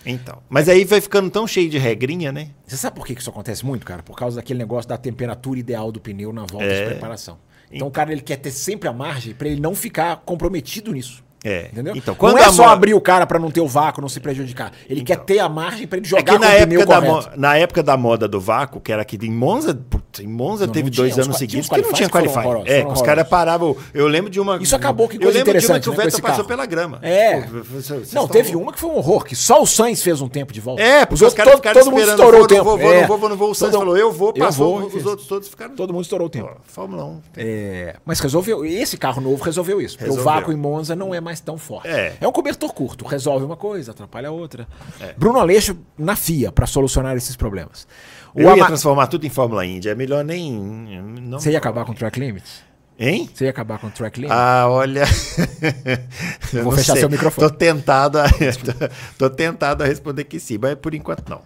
Speaker 3: Então. Mas aí vai ficando tão cheio de regrinha, né?
Speaker 4: Você sabe por que que isso acontece muito, cara? Por causa daquele negócio da temperatura ideal do pneu na volta
Speaker 3: É.
Speaker 4: de preparação. Então o cara ele quer ter sempre a margem pra ele não ficar comprometido nisso.
Speaker 3: É.
Speaker 4: Entendeu?
Speaker 3: Então, quando
Speaker 4: não é
Speaker 3: a
Speaker 4: só
Speaker 3: mo-
Speaker 4: abrir o cara pra não ter o vácuo, não se prejudicar. Ele quer ter a margem pra ele
Speaker 3: É
Speaker 4: jogar
Speaker 3: que na
Speaker 4: com o pneu
Speaker 3: época, da mo-
Speaker 4: correto.
Speaker 3: na época da moda do vácuo, que era que em Monza, putz, em Monza
Speaker 4: Não,
Speaker 3: teve
Speaker 4: não tinha,
Speaker 3: dois
Speaker 4: os
Speaker 3: anos
Speaker 4: qua- tinha
Speaker 3: seguidos
Speaker 4: os
Speaker 3: que não tinha
Speaker 4: qualifies que foram
Speaker 3: qualifying.
Speaker 4: horrorosos,
Speaker 3: é,
Speaker 4: foram
Speaker 3: os caras paravam. Eu lembro de uma.
Speaker 4: Isso acabou, que
Speaker 3: Eu
Speaker 4: coisa
Speaker 3: lembro de uma
Speaker 4: interessante,
Speaker 3: que o
Speaker 4: né, com
Speaker 3: Vettel
Speaker 4: esse
Speaker 3: passou
Speaker 4: carro.
Speaker 3: pela grama.
Speaker 4: É.
Speaker 3: Pô, vocês- vocês
Speaker 4: Não,
Speaker 3: estão
Speaker 4: teve
Speaker 3: loucos.
Speaker 4: uma que foi um horror, que só o Sainz fez um tempo de volta.
Speaker 3: É, porque os caras
Speaker 4: todo-
Speaker 3: ficaram
Speaker 4: todo mundo
Speaker 3: esperando.
Speaker 4: estourou
Speaker 3: vou,
Speaker 4: o tempo.
Speaker 3: Não vou, vou,
Speaker 4: É.
Speaker 3: não vou, vou, não vou. O Santos
Speaker 4: Todo-
Speaker 3: falou, eu vou,
Speaker 4: eu
Speaker 3: passou.
Speaker 4: vou,
Speaker 3: os
Speaker 4: fez.
Speaker 3: outros todos ficaram.
Speaker 4: Todo mundo estourou o tempo.
Speaker 3: Ó, Fórmula 1.
Speaker 4: É, mas resolveu. Esse carro novo resolveu isso. Porque o
Speaker 3: Resolveu.
Speaker 4: vácuo em Monza não é mais tão forte.
Speaker 3: É.
Speaker 4: um cobertor curto. Resolve uma coisa, atrapalha a outra. Bruno Aleixo na FIA para solucionar esses problemas. O
Speaker 3: Eu ia
Speaker 4: Ama-
Speaker 3: transformar tudo em Fórmula Índia. É melhor nem. Não...
Speaker 4: Você ia acabar com o track limits?
Speaker 3: Hein?
Speaker 4: Você ia acabar com o track limits?
Speaker 3: Ah, olha. Eu
Speaker 4: Vou
Speaker 3: não
Speaker 4: fechar
Speaker 3: sei.
Speaker 4: seu microfone.
Speaker 3: Tô tentado, a... Tô tentado a responder que sim, mas por enquanto não.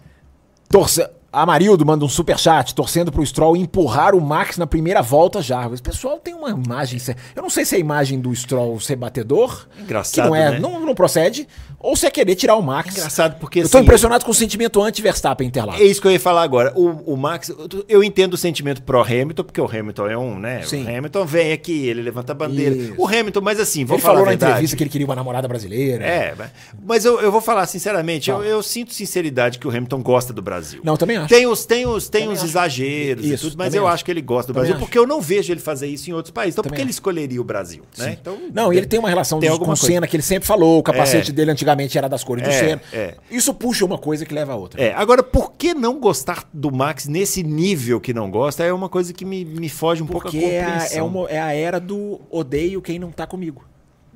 Speaker 4: Torce... Amarildo manda um superchat torcendo pro Stroll empurrar o Max na primeira volta já. O pessoal tem uma imagem. se- Eu não sei se é a imagem do Stroll ser batedor,
Speaker 3: Engraçado,
Speaker 4: que não é,
Speaker 3: né?
Speaker 4: não, não procede, ou se é querer tirar o Max.
Speaker 3: Engraçado, porque,
Speaker 4: Eu tô
Speaker 3: assim,
Speaker 4: impressionado com o sentimento anti-Verstappen Interlagos.
Speaker 3: É isso que eu ia falar agora. O, o Max, eu- eu entendo o sentimento pró-Hamilton, porque o Hamilton é um, né?
Speaker 4: Sim.
Speaker 3: O Hamilton vem aqui, ele levanta a bandeira.
Speaker 4: Isso.
Speaker 3: O Hamilton, mas assim, vou
Speaker 4: ele
Speaker 3: falar
Speaker 4: falou
Speaker 3: a
Speaker 4: na
Speaker 3: verdade.
Speaker 4: entrevista que ele queria uma namorada brasileira.
Speaker 3: É, mas- mas eu, eu vou falar sinceramente, eu, eu sinto sinceridade que o Hamilton gosta do Brasil.
Speaker 4: Não, eu também acho.
Speaker 3: Tem os, tem os, tem os exageros
Speaker 4: Isso,
Speaker 3: e tudo, mas
Speaker 4: também
Speaker 3: eu
Speaker 4: acho.
Speaker 3: acho que ele gosta do
Speaker 4: Também
Speaker 3: Brasil,
Speaker 4: acho.
Speaker 3: porque eu não vejo ele fazer isso em outros países. Então, por
Speaker 4: Também
Speaker 3: que ele
Speaker 4: acho.
Speaker 3: escolheria o Brasil? Né? Então,
Speaker 4: Não, e ele tem uma relação
Speaker 3: Tem
Speaker 4: dos- com
Speaker 3: alguma
Speaker 4: o
Speaker 3: coisa.
Speaker 4: Senna que ele sempre falou. O capacete dele antigamente era das cores do
Speaker 3: É,
Speaker 4: Senna.
Speaker 3: é.
Speaker 4: Isso puxa uma coisa que leva a outra.
Speaker 3: É, agora, por que não gostar do Max nesse nível que não gosta? É uma coisa que me, me foge um pouco a
Speaker 4: Porque é a,
Speaker 3: compreensão.
Speaker 4: é uma- é a era do odeio quem não tá comigo.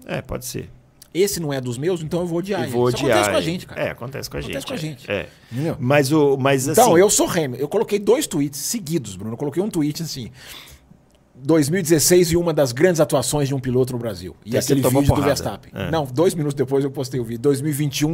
Speaker 3: É, pode ser.
Speaker 4: Esse não é dos meus, então eu vou odiar.
Speaker 3: E
Speaker 4: ele.
Speaker 3: vou
Speaker 4: Isso
Speaker 3: odiar.
Speaker 4: acontece com a
Speaker 3: ele.
Speaker 4: gente, cara.
Speaker 3: É, acontece com a
Speaker 4: Acontece
Speaker 3: gente.
Speaker 4: com a
Speaker 3: é.
Speaker 4: gente.
Speaker 3: É.
Speaker 4: Entendeu?
Speaker 3: Mas o mas
Speaker 4: Então,
Speaker 3: assim,
Speaker 4: eu sou Hamilton. Eu coloquei dois tweets seguidos, Bruno. Eu coloquei um tweet assim. 2016 e uma das grandes atuações de um piloto no Brasil. E
Speaker 3: Aí você
Speaker 4: aquele
Speaker 3: tomou
Speaker 4: vídeo do
Speaker 3: porrada.
Speaker 4: Verstappen.
Speaker 3: É.
Speaker 4: Não, dois minutos depois eu postei o vídeo. 2021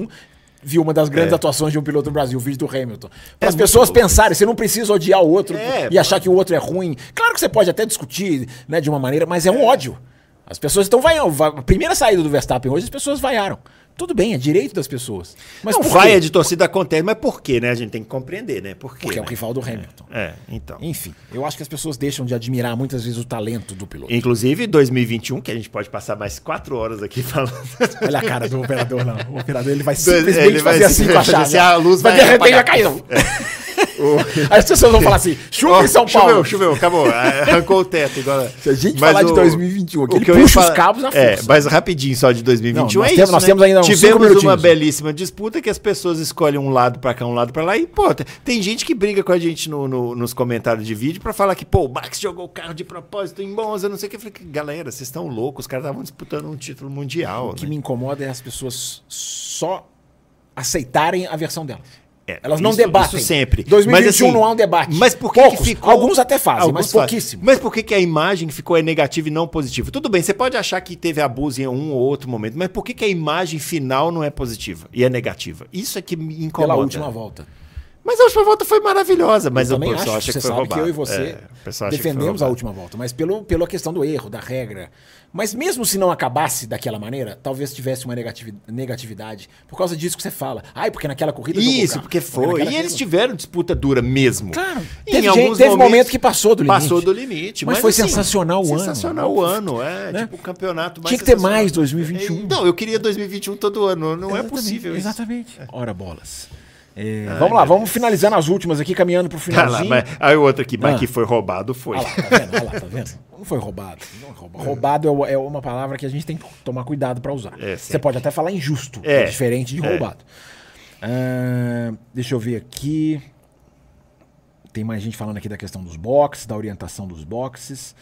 Speaker 4: vi uma das grandes
Speaker 3: É.
Speaker 4: atuações de um piloto no Brasil, o vídeo do Hamilton.
Speaker 3: É
Speaker 4: Para as
Speaker 3: muito
Speaker 4: pessoas
Speaker 3: louco
Speaker 4: pensarem, você não precisa odiar o outro
Speaker 3: É,
Speaker 4: e achar que o outro é ruim. Claro que você pode até discutir né, de uma maneira, mas é um ódio. As pessoas estão vaiando. Va- A primeira saída do Verstappen hoje, as pessoas vaiaram. Tudo bem, é direito das pessoas.
Speaker 3: Mas
Speaker 4: Mas
Speaker 3: não,
Speaker 4: por
Speaker 3: vaia
Speaker 4: quê?
Speaker 3: de torcida acontece, mas por quê, né? A gente tem que compreender, né? Por quê?
Speaker 4: Porque é o
Speaker 3: né?
Speaker 4: rival do Hamilton.
Speaker 3: É, então.
Speaker 4: Enfim, eu acho que as pessoas deixam de admirar muitas vezes o talento do piloto.
Speaker 3: Inclusive, 2021, que a gente pode passar mais quatro horas aqui falando.
Speaker 4: Olha a cara do operador, não. O operador ele vai
Speaker 3: Ele
Speaker 4: simplesmente
Speaker 3: vai
Speaker 4: fazer assim com a
Speaker 3: fazer
Speaker 4: chave.
Speaker 3: assim, a luz vai
Speaker 4: Mas de repente já
Speaker 3: apagar. É.
Speaker 4: caiu. Aí as pessoas vão falar assim: chuva
Speaker 3: Ó,
Speaker 4: em São Paulo.
Speaker 3: Choveu, choveu, acabou. É, Arrancou o teto. Igual...
Speaker 4: Se a gente falar de 2021 aqui, ele
Speaker 3: eu ia
Speaker 4: puxa os cabos na
Speaker 3: É,
Speaker 4: força.
Speaker 3: mas rapidinho só de 2021
Speaker 4: Não, nós
Speaker 3: é
Speaker 4: temos-
Speaker 3: isso,
Speaker 4: nós
Speaker 3: né?
Speaker 4: temos ainda uns cinco
Speaker 3: Tivemos uma
Speaker 4: minutinhos.
Speaker 3: belíssima disputa que as pessoas escolhem um lado pra cá, um lado pra lá. E, pô, tem- tem gente que briga com a gente no- no- nos comentários de vídeo pra falar que, pô, o Max jogou o carro de propósito em Monza, não sei o que. Eu falei, que, galera, vocês estão loucos. Os caras estavam disputando um título mundial,
Speaker 4: O que
Speaker 3: né?
Speaker 4: me incomoda é as pessoas só aceitarem a versão delas.
Speaker 3: É,
Speaker 4: Elas não
Speaker 3: isso-
Speaker 4: debatem.
Speaker 3: Isso sempre.
Speaker 4: 2021
Speaker 3: Mas, assim,
Speaker 4: não há um debate.
Speaker 3: Mas por que,
Speaker 4: Poucos.
Speaker 3: que ficou...
Speaker 4: Alguns até fazem, mas pouquíssimo.
Speaker 3: Mas por que, que a imagem ficou é negativa e não positiva? Tudo bem, você pode achar que teve abuso em um ou outro momento, mas por que, que a imagem final não é positiva e é negativa? Isso é que me incomoda.
Speaker 4: Pela última volta.
Speaker 3: Mas a última volta foi maravilhosa, mas
Speaker 4: eu
Speaker 3: o
Speaker 4: também
Speaker 3: pessoal
Speaker 4: acho,
Speaker 3: acha
Speaker 4: você
Speaker 3: que foi
Speaker 4: sabe
Speaker 3: roubado.
Speaker 4: que eu e você
Speaker 3: É, o pessoal acha que foi
Speaker 4: defendemos a
Speaker 3: roubado.
Speaker 4: última volta, mas pelo, pela questão do erro, da regra. Mas mesmo se não acabasse daquela maneira, talvez tivesse uma negativi- negatividade por causa disso que você fala. Ai, porque naquela corrida... jogou o
Speaker 3: Isso,
Speaker 4: carro,
Speaker 3: porque foi.
Speaker 4: naquela
Speaker 3: E eles
Speaker 4: corrida-
Speaker 3: tiveram disputa dura mesmo.
Speaker 4: Claro.
Speaker 3: Em
Speaker 4: Teve
Speaker 3: alguns
Speaker 4: gente- teve momento que passou do limite.
Speaker 3: Passou do limite. assim,
Speaker 4: Mas foi sensacional o ano.
Speaker 3: Sensacional o ano, é.
Speaker 4: Né?
Speaker 3: Tipo, o campeonato mais
Speaker 4: Tinha que ter
Speaker 3: sensacional.
Speaker 4: mais 2021.
Speaker 3: Não, eu queria 2021 todo ano. Não é
Speaker 4: Exatamente,
Speaker 3: possível isso.
Speaker 4: Exatamente. Ora bolas. É, vamos lá, vamos finalizando as últimas aqui, caminhando pro
Speaker 3: Tá lá,
Speaker 4: finalzinho.
Speaker 3: mas, aí o outro aqui, mas
Speaker 4: Ah.
Speaker 3: que foi roubado foi.
Speaker 4: Olha lá, tá vendo? Olha lá, tá vendo? Não foi roubado. Não é roubado. Roubado é o- é uma palavra que a gente tem que tomar cuidado pra usar.
Speaker 3: É,
Speaker 4: Você
Speaker 3: sempre.
Speaker 4: pode até falar injusto,
Speaker 3: É,
Speaker 4: é diferente de
Speaker 3: é.
Speaker 4: roubado. Ahn, deixa eu ver aqui. Tem mais gente falando aqui da questão dos boxes, da orientação dos boxes.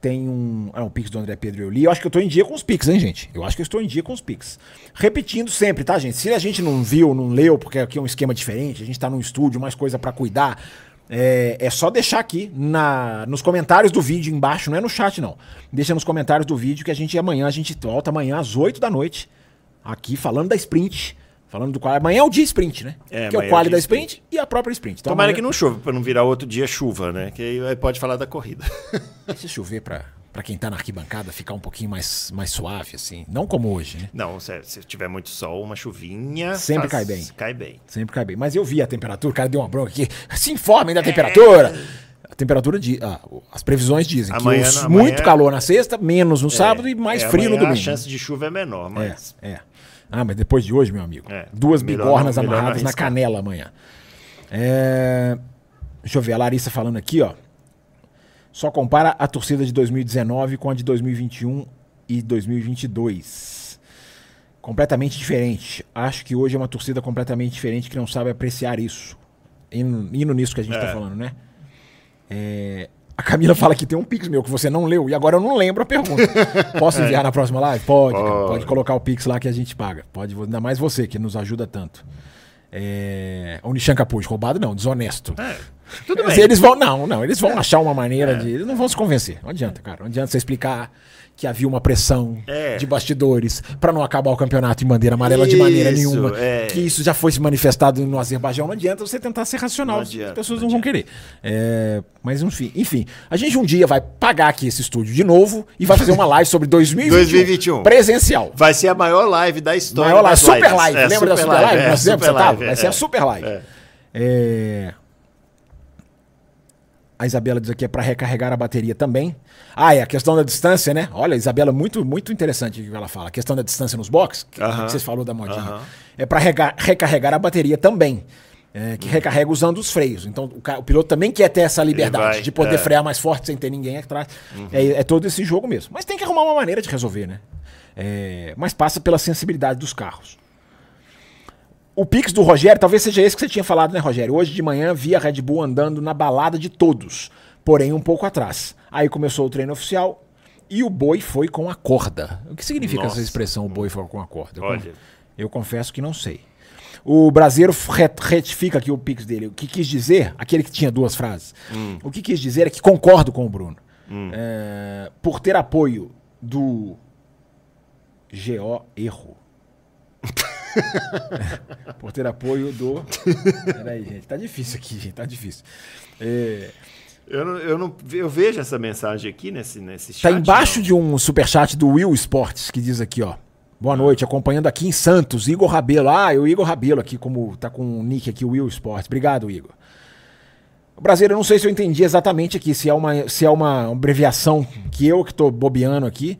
Speaker 4: Tem um. Ah, o Pix do André Pedro eu li. Eu acho que eu tô em dia com os Pix, hein, gente? Eu acho que eu estou em dia com os Pix. Repetindo sempre, tá, gente? Se a gente não viu, não leu, porque aqui é um esquema diferente, a gente tá num estúdio, mais coisa pra cuidar. É, é só deixar aqui na, nos comentários do vídeo embaixo, não é no chat, não. Deixa nos comentários do vídeo que a gente amanhã, a gente volta amanhã às 8 da noite, aqui falando da sprint. Falando do qual. Amanhã é o dia sprint, né?
Speaker 3: É,
Speaker 4: que é
Speaker 3: amanhã é
Speaker 4: o
Speaker 3: o
Speaker 4: quali
Speaker 3: dia
Speaker 4: da
Speaker 3: sprint.
Speaker 4: sprint, e a própria sprint. Então,
Speaker 3: Tomara
Speaker 4: amanhã-
Speaker 3: que não chova, pra não virar outro dia chuva, né? Que aí- aí pode falar da corrida.
Speaker 4: Deixa chover pra, pra quem tá na arquibancada ficar um pouquinho mais, mais suave, assim. Não como hoje, né?
Speaker 3: Não, se, é, se tiver muito sol, uma chuvinha.
Speaker 4: Sempre cai bem.
Speaker 3: Cai bem.
Speaker 4: Sempre cai bem. Mas eu vi a temperatura, o cara deu uma bronca aqui. Se informem da
Speaker 3: É.
Speaker 4: temperatura! A temperatura de. ah, o- as previsões dizem
Speaker 3: Amanhã
Speaker 4: que os-
Speaker 3: não, amanhã-
Speaker 4: muito calor na sexta, menos no sábado e mais
Speaker 3: É,
Speaker 4: frio no
Speaker 3: amanhã
Speaker 4: domingo.
Speaker 3: A chance de chuva é menor,
Speaker 4: É,
Speaker 3: mas.
Speaker 4: é. Ah, mas depois de hoje, meu amigo.
Speaker 3: É.
Speaker 4: Duas
Speaker 3: Melhor
Speaker 4: bigornas
Speaker 3: não- melhor não
Speaker 4: amarradas na
Speaker 3: arriscar.
Speaker 4: canela amanhã. É, Deixa eu ver, a Larissa falando aqui, ó. Só compara a torcida de 2019 com a de 2021 e 2022. Completamente diferente. Acho que hoje é uma torcida completamente diferente que não sabe apreciar isso. Indo, indo nisso que a gente tá falando, né? É, A Camila fala que tem um pix meu que você não leu e agora eu não lembro a pergunta. Posso enviar na próxima live? Pode, cara, pode. colocar o pix lá que a gente paga. Pode, ainda mais você que nos ajuda tanto. É... Unichan Capuz, roubado não, desonesto.
Speaker 3: É, Tudo
Speaker 4: Mas
Speaker 3: bem. É.
Speaker 4: eles vão, não, não, eles vão achar uma maneira de. Eles não vão se convencer. Não adianta, cara. Não adianta você explicar que havia uma pressão
Speaker 3: É.
Speaker 4: de bastidores pra não acabar o campeonato em bandeira amarela de maneira
Speaker 3: Isso,
Speaker 4: nenhuma.
Speaker 3: é.
Speaker 4: Que isso já foi se manifestado no Azerbaijão. Não adianta você tentar ser racional.
Speaker 3: Não adianta,
Speaker 4: As pessoas
Speaker 3: não
Speaker 4: não, vão querer. É, mas enfim, enfim, a gente um dia vai pagar aqui esse estúdio de novo e vai fazer uma live sobre 2021,
Speaker 3: 2021.
Speaker 4: presencial.
Speaker 3: Vai ser a maior live da história.
Speaker 4: Maior live,
Speaker 3: das
Speaker 4: super
Speaker 3: lives.
Speaker 4: live.
Speaker 3: É,
Speaker 4: Lembra da super live? que Nós
Speaker 3: é,
Speaker 4: fizemos,
Speaker 3: super
Speaker 4: você tava?
Speaker 3: live,
Speaker 4: Vai ser
Speaker 3: é.
Speaker 4: a super live.
Speaker 3: É.
Speaker 4: É. A Isabela diz aqui é para recarregar a bateria também. Ah, é a questão da distância, né? Olha, Isabela, muito muito interessante o que ela fala. A questão da distância nos boxes, que,
Speaker 3: Aham.
Speaker 4: que vocês falaram da modinha.
Speaker 3: Aham.
Speaker 4: É para recarregar a bateria também. é,
Speaker 3: Uhum.
Speaker 4: que recarrega usando os freios. Então o, ca- o piloto também quer ter essa liberdade
Speaker 3: vai,
Speaker 4: de poder
Speaker 3: é.
Speaker 4: frear mais forte sem ter ninguém atrás. É, é todo esse jogo mesmo. Mas tem que arrumar uma maneira de resolver, né? É, mas passa pela sensibilidade dos carros. O Pix do Rogério, talvez seja esse que você tinha falado, né, Rogério? Hoje de manhã vi a Red Bull andando na balada de todos, porém um pouco atrás. Aí começou o treino oficial e o boi foi com a corda. O que significa
Speaker 3: Nossa.
Speaker 4: essa expressão, o boi foi com a corda? Eu,
Speaker 3: Olha.
Speaker 4: eu confesso que não sei. O Brasileiro ret- retifica aqui o Pix dele. O que quis dizer, aquele que tinha duas frases, o que quis dizer é que concordo com o Bruno. É, por ter apoio do GO Erro. Por ter apoio do. Peraí, gente. Tá difícil aqui, gente. Tá difícil. É,
Speaker 3: Eu, não- eu, não, eu vejo essa mensagem aqui nesse, nesse chat.
Speaker 4: Tá embaixo de um superchat do Will Sports que diz aqui, ó. Boa noite, acompanhando aqui em Santos, Igor Rabelo. Ah, é o Igor Rabelo aqui, como tá com o nick aqui, Will Sports. Obrigado, Igor. Brasileiro, eu não sei se eu entendi exatamente aqui, se é uma, se é uma abreviação que eu que tô bobeando aqui.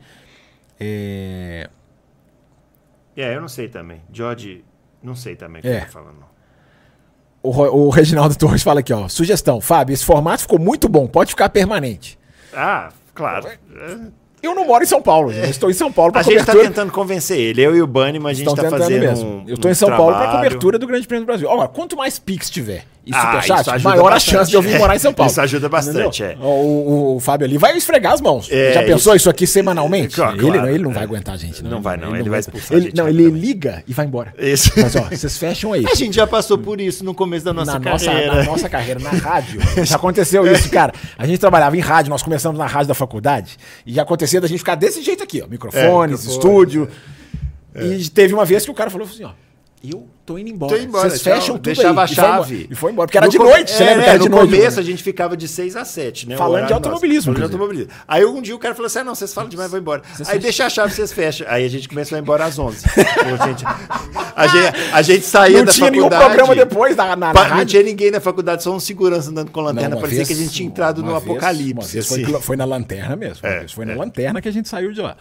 Speaker 4: É,
Speaker 3: não. É, eu não sei também. George, não sei também o que
Speaker 4: É.
Speaker 3: tá falando. não.
Speaker 4: O, Ro- o Reginaldo Torres fala aqui, ó. Sugestão, Fábio, esse formato ficou muito bom, pode ficar permanente.
Speaker 3: Ah, claro. É.
Speaker 4: Eu não moro em São Paulo, eu estou em São Paulo
Speaker 3: A
Speaker 4: para
Speaker 3: gente tá
Speaker 4: cobertura.
Speaker 3: tentando convencer ele, eu e o Bunny, mas a gente
Speaker 4: Estão
Speaker 3: tá
Speaker 4: tentando
Speaker 3: fazendo
Speaker 4: mesmo.
Speaker 3: um-
Speaker 4: eu tô
Speaker 3: um
Speaker 4: em São Paulo pra
Speaker 3: trabalho.
Speaker 4: cobertura do Grande Prêmio do Brasil. Olha, quanto mais Pix tiver e
Speaker 3: Ah,
Speaker 4: superchat,
Speaker 3: isso ajuda
Speaker 4: maior
Speaker 3: bastante.
Speaker 4: a chance de eu vir
Speaker 3: É,
Speaker 4: morar em São Paulo.
Speaker 3: isso ajuda bastante,
Speaker 4: Entendeu? O, o- o Fábio ali vai esfregar as mãos.
Speaker 3: É,
Speaker 4: Já
Speaker 3: isso-
Speaker 4: pensou isso, aqui semanalmente?
Speaker 3: É, claro,
Speaker 4: ele,
Speaker 3: claro.
Speaker 4: ele não vai
Speaker 3: É.
Speaker 4: aguentar a gente. né?
Speaker 3: Não vai, não. Ele
Speaker 4: não
Speaker 3: vai
Speaker 4: aguenta.
Speaker 3: expulsar a
Speaker 4: Ele-
Speaker 3: gente
Speaker 4: Não, ele
Speaker 3: rapidamente.
Speaker 4: liga e vai embora.
Speaker 3: Isso.
Speaker 4: Mas ó, vocês fecham aí.
Speaker 3: A gente já passou por isso no começo da nossa
Speaker 4: na, nossa,
Speaker 3: carreira.
Speaker 4: na nossa carreira, na rádio. Já aconteceu isso, cara. A gente trabalhava em rádio, nós começamos na rádio da faculdade, e já acontecia da gente ficar desse jeito aqui, ó. Microfones,
Speaker 3: É,
Speaker 4: estúdio. E teve uma vez que o cara falou assim, ó. Eu tô indo embora.
Speaker 3: Tô indo embora,
Speaker 4: Vocês
Speaker 3: tchau.
Speaker 4: fecham tudo
Speaker 3: Deixava a
Speaker 4: aí. E foi embora-
Speaker 3: chave.
Speaker 4: E foi embora, porque era
Speaker 3: No
Speaker 4: de
Speaker 3: come-
Speaker 4: noite, você
Speaker 3: é,
Speaker 4: lembra que
Speaker 3: é,
Speaker 4: era de
Speaker 3: no
Speaker 4: noite.
Speaker 3: começo
Speaker 4: né?
Speaker 3: a gente ficava de 6 a 7, né? o
Speaker 4: Falando
Speaker 3: horário
Speaker 4: de
Speaker 3: nosso.
Speaker 4: automobilismo,
Speaker 3: Falando de
Speaker 4: inclusive.
Speaker 3: automobilismo. Aí um dia o cara falou assim: ah, não, vocês falam demais, vou embora. aí deixa a chave, vocês fecham. Aí a gente começou a ir embora às 11. a, gente, a, gente, a gente saía
Speaker 4: Não
Speaker 3: da
Speaker 4: tinha nenhum
Speaker 3: faculdade.
Speaker 4: programa depois na, na, na
Speaker 3: Pa- não
Speaker 4: rádio.
Speaker 3: tinha ninguém na faculdade, só um segurança andando com lanterna.
Speaker 4: uma
Speaker 3: parecia
Speaker 4: vez-
Speaker 3: que a gente tinha entrado
Speaker 4: uma
Speaker 3: no
Speaker 4: vez- uma
Speaker 3: apocalipse.
Speaker 4: vez foi,
Speaker 3: assim.
Speaker 4: que- foi na lanterna mesmo. uma
Speaker 3: É,
Speaker 4: vez foi na
Speaker 3: é.
Speaker 4: lanterna que a gente saiu de lá.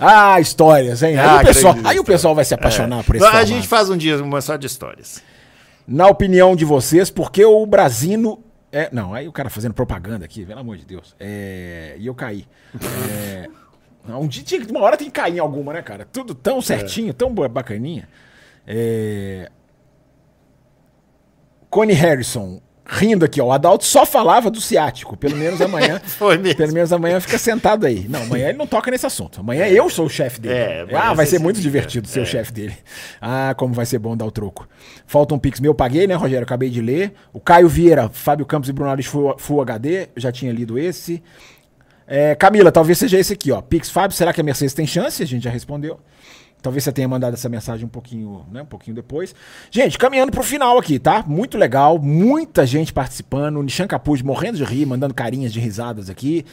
Speaker 4: Ah, histórias, hein? Aí,
Speaker 3: Ah,
Speaker 4: o, pessoal,
Speaker 3: grande
Speaker 4: aí o
Speaker 3: história.
Speaker 4: pessoal vai se apaixonar por esse
Speaker 3: Não, a
Speaker 4: formato.
Speaker 3: gente faz um dia uma só de histórias.
Speaker 4: Na opinião de vocês, por que o Brasino. É, não, aí o cara fazendo propaganda aqui, pelo amor de Deus. É, e eu caí. É, não, um dia, tinha que- uma hora tem que cair em alguma, né, cara? Tudo tão certinho, tão bo- bacaninha. É, Connie Harrison, rindo aqui, ó. O Adalto só falava do ciático. Pelo menos amanhã.
Speaker 3: Foi mesmo.
Speaker 4: Pelo menos amanhã fica sentado aí. Não, amanhã ele não toca nesse assunto. Amanhã eu sou o chefe dele.
Speaker 3: É, amanhã
Speaker 4: ah, vai
Speaker 3: você
Speaker 4: ser muito
Speaker 3: fica.
Speaker 4: divertido ser o chefe dele. Ah, como vai ser bom dar o troco. Falta um pix meu, paguei, né, Rogério? Acabei de ler. O Caio Vieira, Fábio Campos e Bruno Alves Full, Full HD, eu já tinha lido esse. É, Camila, talvez seja esse aqui, ó. Pix Fábio, será que a Mercedes tem chance? A gente já respondeu. Talvez você tenha mandado essa mensagem um pouquinho, né, um pouquinho depois. Gente, caminhando pro final aqui, tá? Muito legal, muita gente participando. O Nishan Capuz morrendo de rir, mandando carinhas de risadas aqui.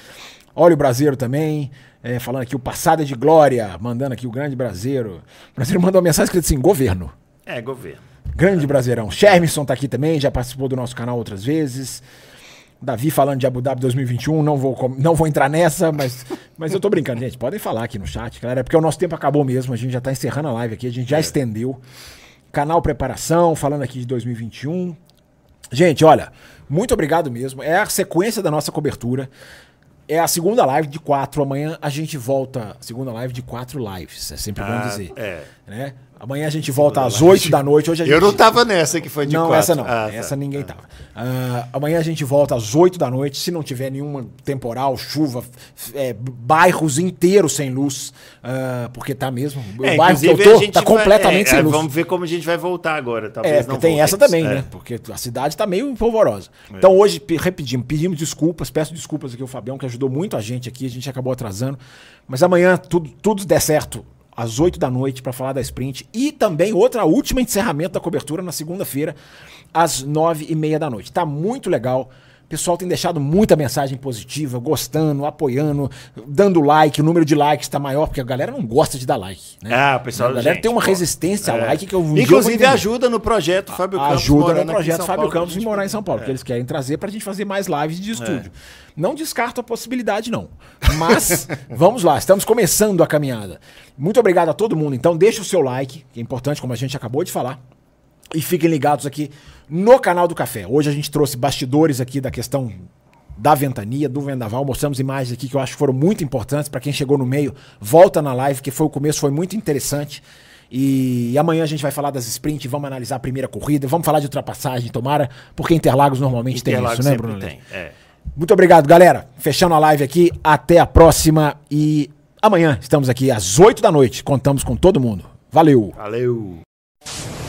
Speaker 4: Olha o Brasileiro também, é, falando aqui o Passada de Glória, mandando aqui o Grande Brasileiro. O Brasileiro mandou uma mensagem escrita assim, governo.
Speaker 3: É, governo.
Speaker 4: Grande Brasileirão. Shermison tá aqui também, já participou do nosso canal outras vezes. Davi falando de Abu Dhabi 2021, não vou, com- não vou entrar nessa, mas, mas eu tô brincando, gente. Podem falar aqui no chat, galera, porque o nosso tempo acabou mesmo, a gente já tá encerrando a live aqui, a gente
Speaker 3: É.
Speaker 4: já estendeu. Canal Preparação, falando aqui de 2021. Gente, olha, muito obrigado mesmo. É a sequência da nossa cobertura. É a segunda live de quatro. Amanhã a gente volta. Segunda live de quatro lives. É sempre bom
Speaker 3: Ah,
Speaker 4: dizer.
Speaker 3: é.
Speaker 4: Né? Amanhã a gente volta às oito da noite. Hoje a
Speaker 3: Eu
Speaker 4: gente-
Speaker 3: não tava nessa que foi de
Speaker 4: não,
Speaker 3: quatro.
Speaker 4: essa não.
Speaker 3: Ah, tá.
Speaker 4: essa ninguém tava. Ah, amanhã a gente volta às 8 da noite. Se não tiver nenhuma temporal, chuva, f- é, b- bairros inteiros sem luz, ah, porque tá mesmo. o
Speaker 3: É,
Speaker 4: bairro que eu
Speaker 3: inclusive, a
Speaker 4: tô
Speaker 3: gente
Speaker 4: tá
Speaker 3: vai-
Speaker 4: completamente
Speaker 3: é,
Speaker 4: sem
Speaker 3: é,
Speaker 4: luz.
Speaker 3: Vamos ver como a gente vai voltar agora. Talvez
Speaker 4: É,
Speaker 3: não
Speaker 4: porque tem
Speaker 3: voltemos.
Speaker 4: essa também,
Speaker 3: É.
Speaker 4: né? Porque a cidade tá meio polvorosa. Então hoje, pe- repetimos, pedimos desculpas, peço desculpas aqui ao Fabião, que ajudou muito a gente aqui, a gente acabou atrasando. Mas amanhã tudo, tudo der certo, às 8 da noite, para falar da sprint. E também outra última encerramento da cobertura na segunda-feira, às 9 e meia da noite. Tá muito legal. O pessoal tem deixado muita mensagem positiva, gostando, apoiando, dando like, o número de likes tá maior, porque a galera não gosta de dar like. Né?
Speaker 3: Ah, o pessoal,
Speaker 4: A galera
Speaker 3: gente,
Speaker 4: tem uma
Speaker 3: pô.
Speaker 4: resistência a
Speaker 3: É.
Speaker 4: like que eu um dia eu vou
Speaker 3: Inclusive
Speaker 4: entender
Speaker 3: ajuda no projeto Fábio Campos.
Speaker 4: ajuda
Speaker 3: morando
Speaker 4: no
Speaker 3: aqui em
Speaker 4: projeto
Speaker 3: São
Speaker 4: Fábio
Speaker 3: Paulo, É. pra
Speaker 4: Campos e
Speaker 3: gente
Speaker 4: morar em
Speaker 3: poder-
Speaker 4: São Paulo, porque eles querem trazer pra gente fazer mais lives de estúdio.
Speaker 3: É.
Speaker 4: Não descarto a possibilidade, não. Mas vamos lá, estamos começando a caminhada. Muito obrigado a todo mundo. Então, deixa o seu like, que é importante, como a gente acabou de falar. E fiquem ligados aqui no canal do Café. Hoje a gente trouxe bastidores aqui da questão da ventania, do vendaval. Mostramos imagens aqui que eu acho que foram muito importantes. Para quem chegou no meio, volta na live, que foi o começo, foi muito interessante. E amanhã a gente vai falar das sprint, vamos analisar a primeira corrida, vamos falar de ultrapassagem, tomara, porque Interlagos normalmente
Speaker 3: Interlagos
Speaker 4: tem isso, né,
Speaker 3: sempre
Speaker 4: Bruno?
Speaker 3: tem, é.
Speaker 4: Muito obrigado, galera. Fechando a live aqui, até a próxima e amanhã estamos aqui às 8 da noite. Contamos com todo mundo. Valeu!
Speaker 3: Valeu.